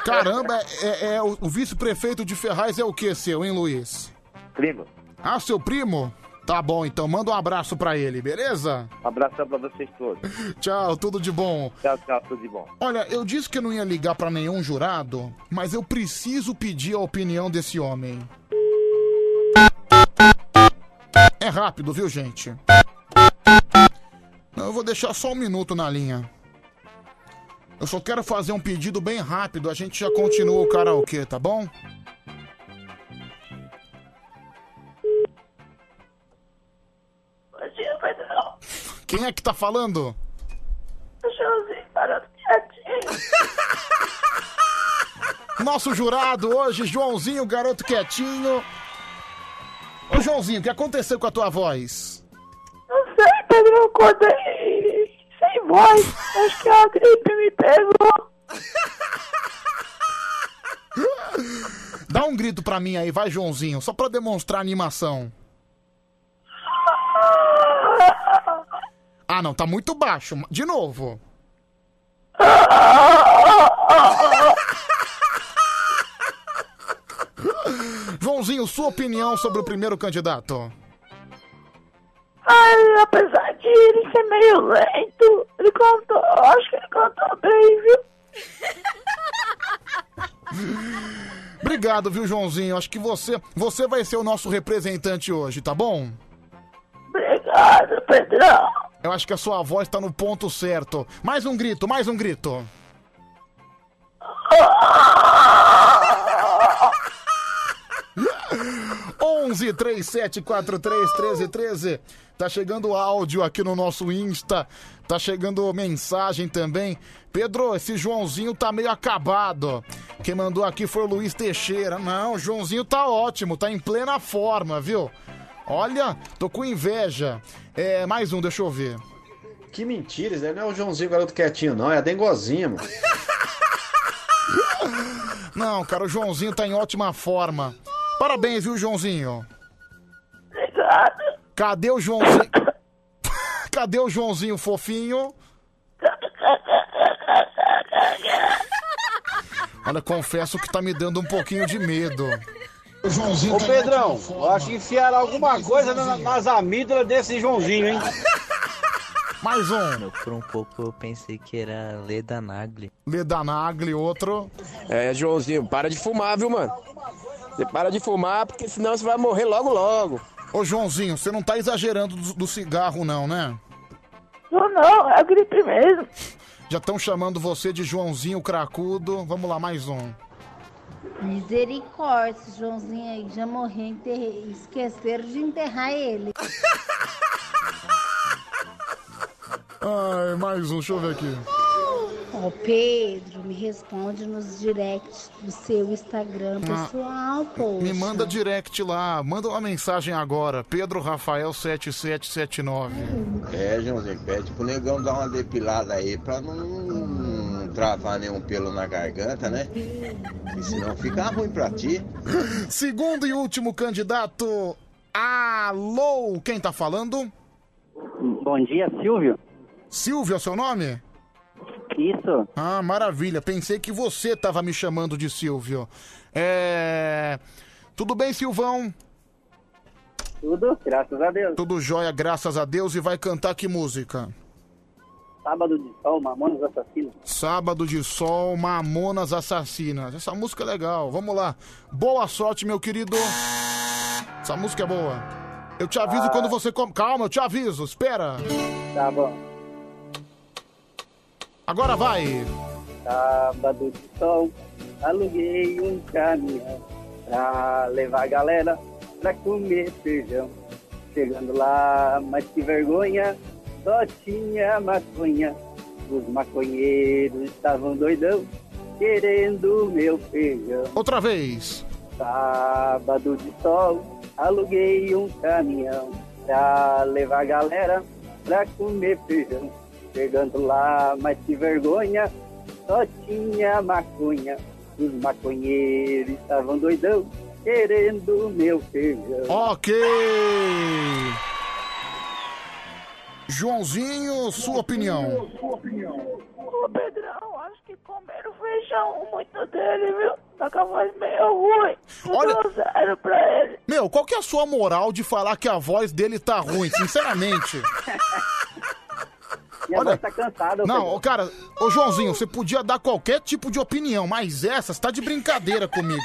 Caramba, é, é- o, o vice-prefeito de Ferraz é o que seu, hein, Luiz? Primo. Ah, seu primo? Tá bom, então manda um abraço pra ele, beleza? Um abração pra vocês *laughs* todos. Tchau, tudo de bom. Tchau, tchau, tudo de bom. Olha, eu disse que eu não ia ligar pra nenhum jurado, mas eu preciso pedir a opinião desse homem. É rápido, viu, gente? Não, eu vou deixar só um minuto na linha. Eu só quero fazer um pedido bem rápido, a gente já continua o karaokê, tá bom? Quem é que tá falando? um Nosso jurado hoje, Joãozinho, garoto quietinho. Ô, Joãozinho, o que aconteceu com a tua voz? Não sei, Pedro, eu acordei sem voz. Acho que a gripe me pegou. *laughs* Dá um grito pra mim aí, vai, Joãozinho, só pra demonstrar a animação. Ah, não, tá muito baixo. De novo. Joãozinho, sua opinião sobre o primeiro candidato? Ai, apesar de ele ser meio lento, ele cantou, acho que ele cantou bem, viu? Obrigado, viu, Joãozinho? Acho que você, você vai ser o nosso representante hoje, tá bom? Obrigado, Pedrão. Eu acho que a sua voz tá no ponto certo. Mais um grito, mais um grito. Onze três sete quatro três treze treze. Tá chegando áudio aqui no nosso Insta. Tá chegando mensagem também. Pedro, esse Joãozinho tá meio acabado. Quem mandou aqui foi o Luiz Teixeira. Não, o Joãozinho tá ótimo, tá em plena forma, viu? Olha, tô com inveja. É, mais um, deixa eu ver. Que mentira, isso daí não é o Joãozinho Garoto Quietinho, não, é a Dengozinha, mano. Não, cara, o Joãozinho tá em ótima forma. Parabéns, viu, Joãozinho? Cadê o Joãozinho? *coughs* Cadê o Joãozinho fofinho? Olha, confesso que tá me dando um pouquinho de medo. Ô Pedrão, eu acho que enfiaram alguma coisa na- nas amígdalas desse Joãozinho, hein? Mais um. Por um pouco eu pensei que era Leda Nagli. Ledanagli, outro. É, Joãozinho, para de fumar, viu, mano? Você para de fumar, porque senão você vai morrer logo logo. Ô, Joãozinho, você não tá exagerando do, do cigarro, não, né? Não, não, é gripe mesmo. Já estão chamando você de Joãozinho Cracudo. Vamos lá, mais um. Misericórdia, esse Joãozinho aí já morreu, enterrei- esqueceram de enterrar ele. Ai, mais um, deixa eu ver aqui. Ô Pedro, me responde nos directs do seu Instagram Ah, pessoal, poxa. Me manda direct lá, manda uma mensagem agora. Pedro Rafael 7779. É, Joãozinho, pede pro negão dar uma depilada aí pra não travar nenhum pelo na garganta, né? Porque senão fica ruim pra ti. Segundo e último candidato. Alô, quem tá falando? Bom dia, Silvio. Silvio é o seu nome? Isso. Ah, maravilha. Pensei que você tava me chamando de Silvio. É. Tudo bem, Silvão? Tudo, graças a Deus. Tudo jóia, graças a Deus. E vai cantar que música? Sábado de sol, Mamonas Assassinos. Sábado de Sol, Mamonas Assassinas. Essa música é legal. Vamos lá. Boa sorte, meu querido. Essa música é boa. Eu te Ah. aviso quando você. com- Calma, eu te aviso. Espera. Tá bom. Agora vai. Sábado de sol, aluguei um caminhão pra levar a galera pra comer feijão. Chegando lá, mas que vergonha, só tinha maconha. Os maconheiros estavam doidão, querendo meu feijão. Outra vez. Sábado de sol, aluguei um caminhão pra levar a galera pra comer feijão. Chegando lá, mas que vergonha, só tinha maconha. Os maconheiros estavam doidão, querendo meu *laughs* feijão. Ok. Joãozinho, sua opinião. Ô Pedrão, acho que comeram feijão muito dele, viu? Tá com a voz meio ruim. Olha. Zero pra ele. Meu, qual que é a sua moral de falar que a voz dele tá ruim? Sinceramente. Minha voz tá cansada. ô Não, Pedro. ô, cara, ô Joãozinho, você podia dar qualquer tipo de opinião, mas essa, você tá de brincadeira *laughs* comigo.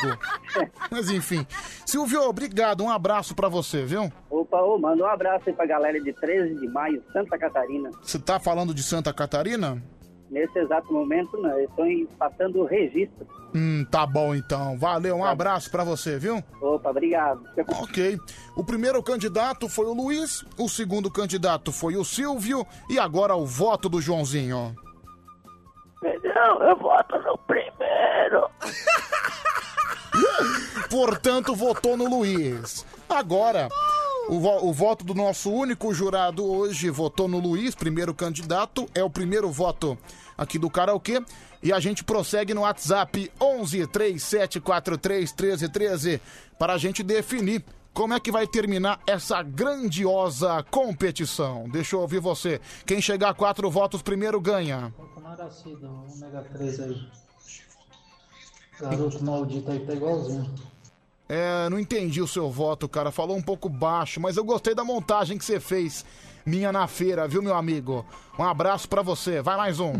Mas enfim. Silvio, obrigado, um abraço pra você, viu? Opa, ô, manda um abraço aí pra galera de 13 de maio, Santa Catarina. Você tá falando de Santa Catarina? Nesse exato momento, não, eu estou em- passando o registro. Hum, tá bom então. Valeu, um abraço pra você, viu? Tá. Opa, obrigado. Ok. O primeiro candidato foi o Luiz, o segundo candidato foi o Silvio e agora o voto do Joãozinho. Pedrão, eu voto no primeiro. Portanto, votou no Luiz. Agora, o, vo- o voto do nosso único jurado hoje votou no Luiz, primeiro candidato, é o primeiro voto aqui do karaokê. E a gente prossegue no WhatsApp 11 3743 1313 para a gente definir como é que vai terminar essa grandiosa competição. Deixa eu ouvir você. Quem chegar a quatro votos primeiro ganha. Ômega 3 aí. Garoto maldito aí tá igualzinho. É, não entendi o seu voto, cara. Falou um pouco baixo, mas eu gostei da montagem que você fez. Minha na feira, viu, meu amigo? Um abraço pra você. Vai mais um.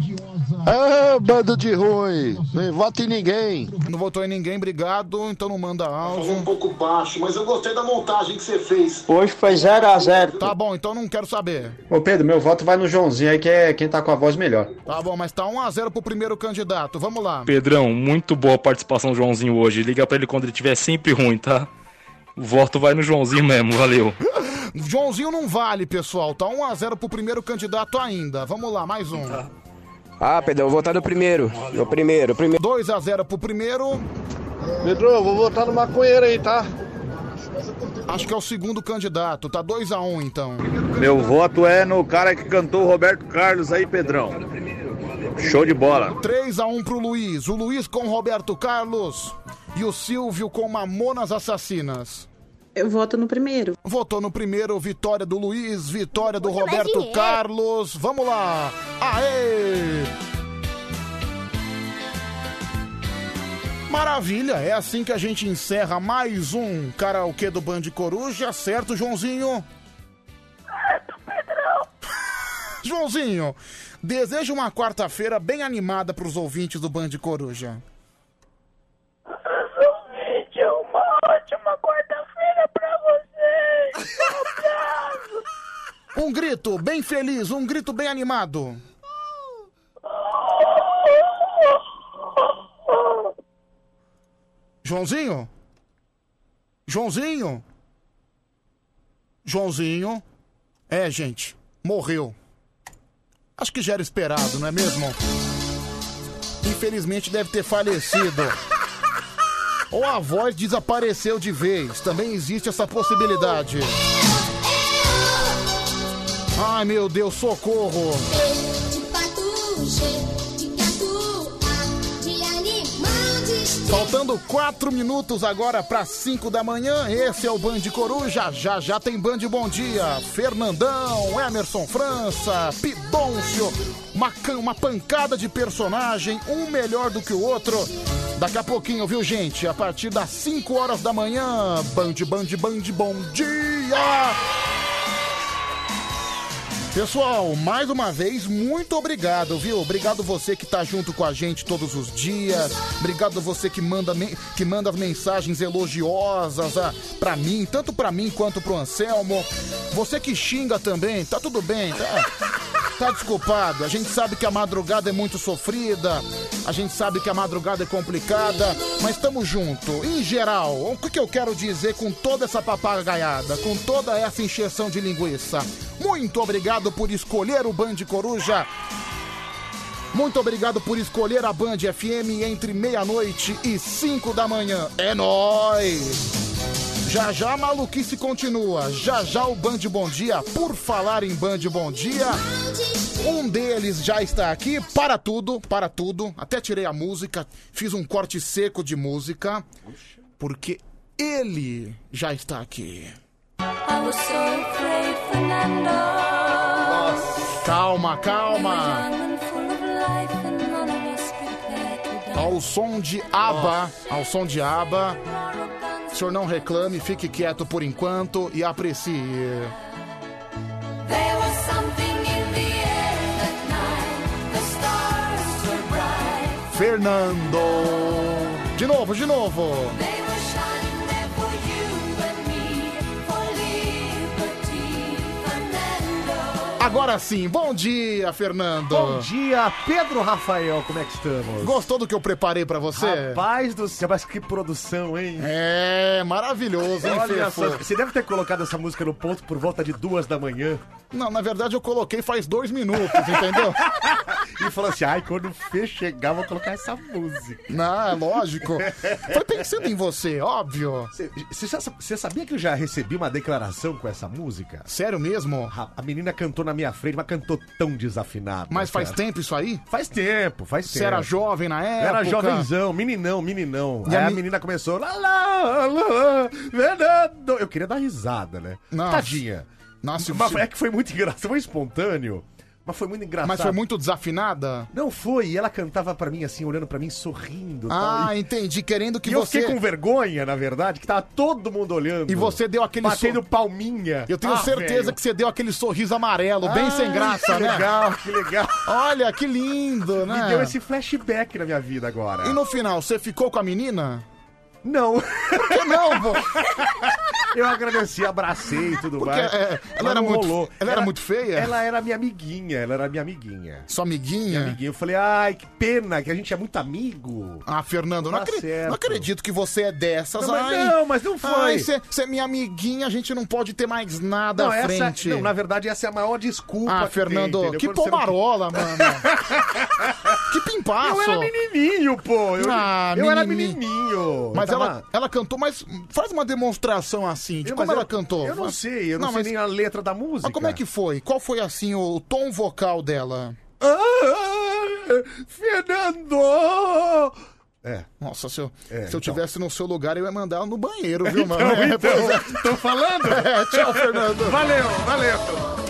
Ah, bando de ruim. Não vota em ninguém. Não votou em ninguém, obrigado. Então não manda áudio. Falou um pouco baixo, mas eu gostei da montagem que você fez. Hoje foi 0x0. Tá bom, então não quero saber. Ô Pedro, meu voto vai no Joãozinho aí, que é quem tá com a voz melhor. Tá bom, mas tá 1x0 pro primeiro candidato. Vamos lá. Pedrão, muito boa participação do Joãozinho hoje. Liga pra ele quando ele tiver sempre ruim, tá? O voto vai no Joãozinho mesmo, valeu. Joãozinho não vale, pessoal. Tá 1x0 pro primeiro candidato ainda. Vamos lá, mais um. Ah, Pedro, eu vou votar no primeiro. No primeiro, primeiro. 2x0 pro primeiro. Pedro, eu vou votar no maconheiro aí, tá? Acho que é o segundo candidato. Tá 2x1, então. Meu voto é no cara que cantou Roberto Carlos aí, Pedrão. Show de bola. 3x1 pro Luiz. O Luiz com Roberto Carlos e o Silvio com Mamonas Assassinas. Eu voto no primeiro. Votou no primeiro, vitória do Luiz, vitória do Roberto Carlos. Vamos lá! Aê! Maravilha, é assim que a gente encerra mais um karaokê do Band Coruja, certo, Joãozinho? Certo, Pedrão! *laughs* Joãozinho, deseja uma quarta-feira bem animada pros ouvintes do Band Coruja. Gente, é uma Um grito bem feliz, um grito bem animado. Joãozinho? Joãozinho? Joãozinho? É, gente, morreu. Acho que já era esperado, não é mesmo? Infelizmente deve ter falecido. Ou a voz desapareceu de vez. Também existe essa possibilidade. Ai meu Deus, socorro! De pato, G, de gato, A, de animal, de Faltando 4 minutos agora para 5 da manhã, esse é o Band Coruja, já já tem Band Bom Dia, Fernandão, Emerson França, Pidoncio, uma, can- uma pancada de personagem, um melhor do que o outro. Daqui a pouquinho, viu gente? A partir das 5 horas da manhã, Band, Band, Band, Bom Dia! Pessoal, mais uma vez, muito obrigado, viu? Obrigado você que tá junto com a gente todos os dias. Obrigado você que manda, men- que manda as mensagens elogiosas ah, pra mim, tanto pra mim quanto pro Anselmo. Você que xinga também, tá tudo bem, tá? Tá desculpado. A gente sabe que a madrugada é muito sofrida. A gente sabe que a madrugada é complicada. Mas estamos junto. Em geral, o que que eu quero dizer com toda essa papagaiada, com toda essa encheção de linguiça? Muito obrigado por escolher o Band Coruja. Muito obrigado por escolher a Band FM entre meia-noite e 5 da manhã. É nóis! Já já a maluquice continua. Já já o Band Bom Dia. Por falar em Band Bom Dia, um deles já está aqui. Para tudo, para tudo. Até tirei a música, fiz um corte seco de música, porque ele já está aqui. I was so afraid, Fernando. Calma, calma. Young and full of life, and none of us prepared to die. Ao som de aba, ao som de aba. O senhor não reclame, fique quieto por enquanto e aprecie. There was something in the air that night. The stars were bright. Fernando. De novo, de novo. They were shining there for you and me, for liberty, Fernando. Agora sim, bom dia, Fernando. Bom dia, Pedro Rafael, como é que estamos? Gostou do que eu preparei pra você? Rapaz do céu, mas que produção, hein? É, maravilhoso, hein, Olha Fefo? só, você deve ter colocado essa música no ponto por volta de duas da manhã Não, na verdade eu coloquei faz dois minutos, entendeu? e falou assim, ai, quando o Fê *laughs* chegar, vou colocar essa música. Não, é lógico. Foi pensando em você, óbvio. Você já sa- você sabia que eu já recebi uma declaração com essa música? Sério mesmo? A, a menina cantou na minha frente, mas cantou tão desafinado. Mas faz cara. tempo isso aí? Faz tempo, faz tempo. Você era jovem na Eu época? Era jovenzão, meninão, meninão. E Aí a a, me- menina começou. Lá, lá, lá, Fernando. Eu queria dar risada, né? Nossa. Tadinha. Nossa, mas eu- é que foi muito engraçado, foi espontâneo. Mas foi muito engraçado. Mas foi muito desafinada? Não foi, e ela cantava pra mim assim, olhando pra mim, sorrindo. Ah, tal, e- entendi. Querendo que e eu você. fiquei com vergonha, na verdade, que tava todo mundo olhando. E você deu aquele Batendo palminha. Eu tenho Ah, certeza velho. que você deu aquele sorriso amarelo, bem Ai, sem graça, que né? legal, que legal. Olha, que lindo, né? Me deu esse flashback na minha vida agora. E no final, você ficou com a menina? *laughs* Não. Por que não, pô? Eu agradeci, abracei e tudo Porque, mais. é, ela Mas era não muito- ela era muito feia? Ela era minha amiguinha, ela era minha amiguinha. Sua amiguinha? Minha amiguinha. Eu falei, ai, que pena, que a gente é muito amigo. Ah, Fernando, não, Tá acre- certo. não acredito que você é dessas. Não, mas Ai, não, mas não foi. Ai, você você é minha amiguinha, a gente não pode ter mais nada Não, à essa, frente. não, na verdade, essa é a maior desculpa. Ah, que tem, Fernando, entendeu? que Quando você não- pomarola, mano. *laughs* que Eu pimpaço. era menininho, pô. Eu, Ah, eu era menininho. menininho. Mas Eu tava- ela, ela cantou, mas faz uma demonstração assim, de Eu- mas como ela eu- cantou. eu não sei, eu não sei nem a letra da música. Mas como é que foi? Qual foi, assim, o, o tom vocal dela? Ah, Fernando! É. Nossa, se eu, É, se eu então. tivesse no seu lugar, eu ia mandar ela no banheiro, *laughs* viu, Então, mano? É, então, pois *laughs* é. tô falando? É, tchau, Fernando. Valeu, valeu.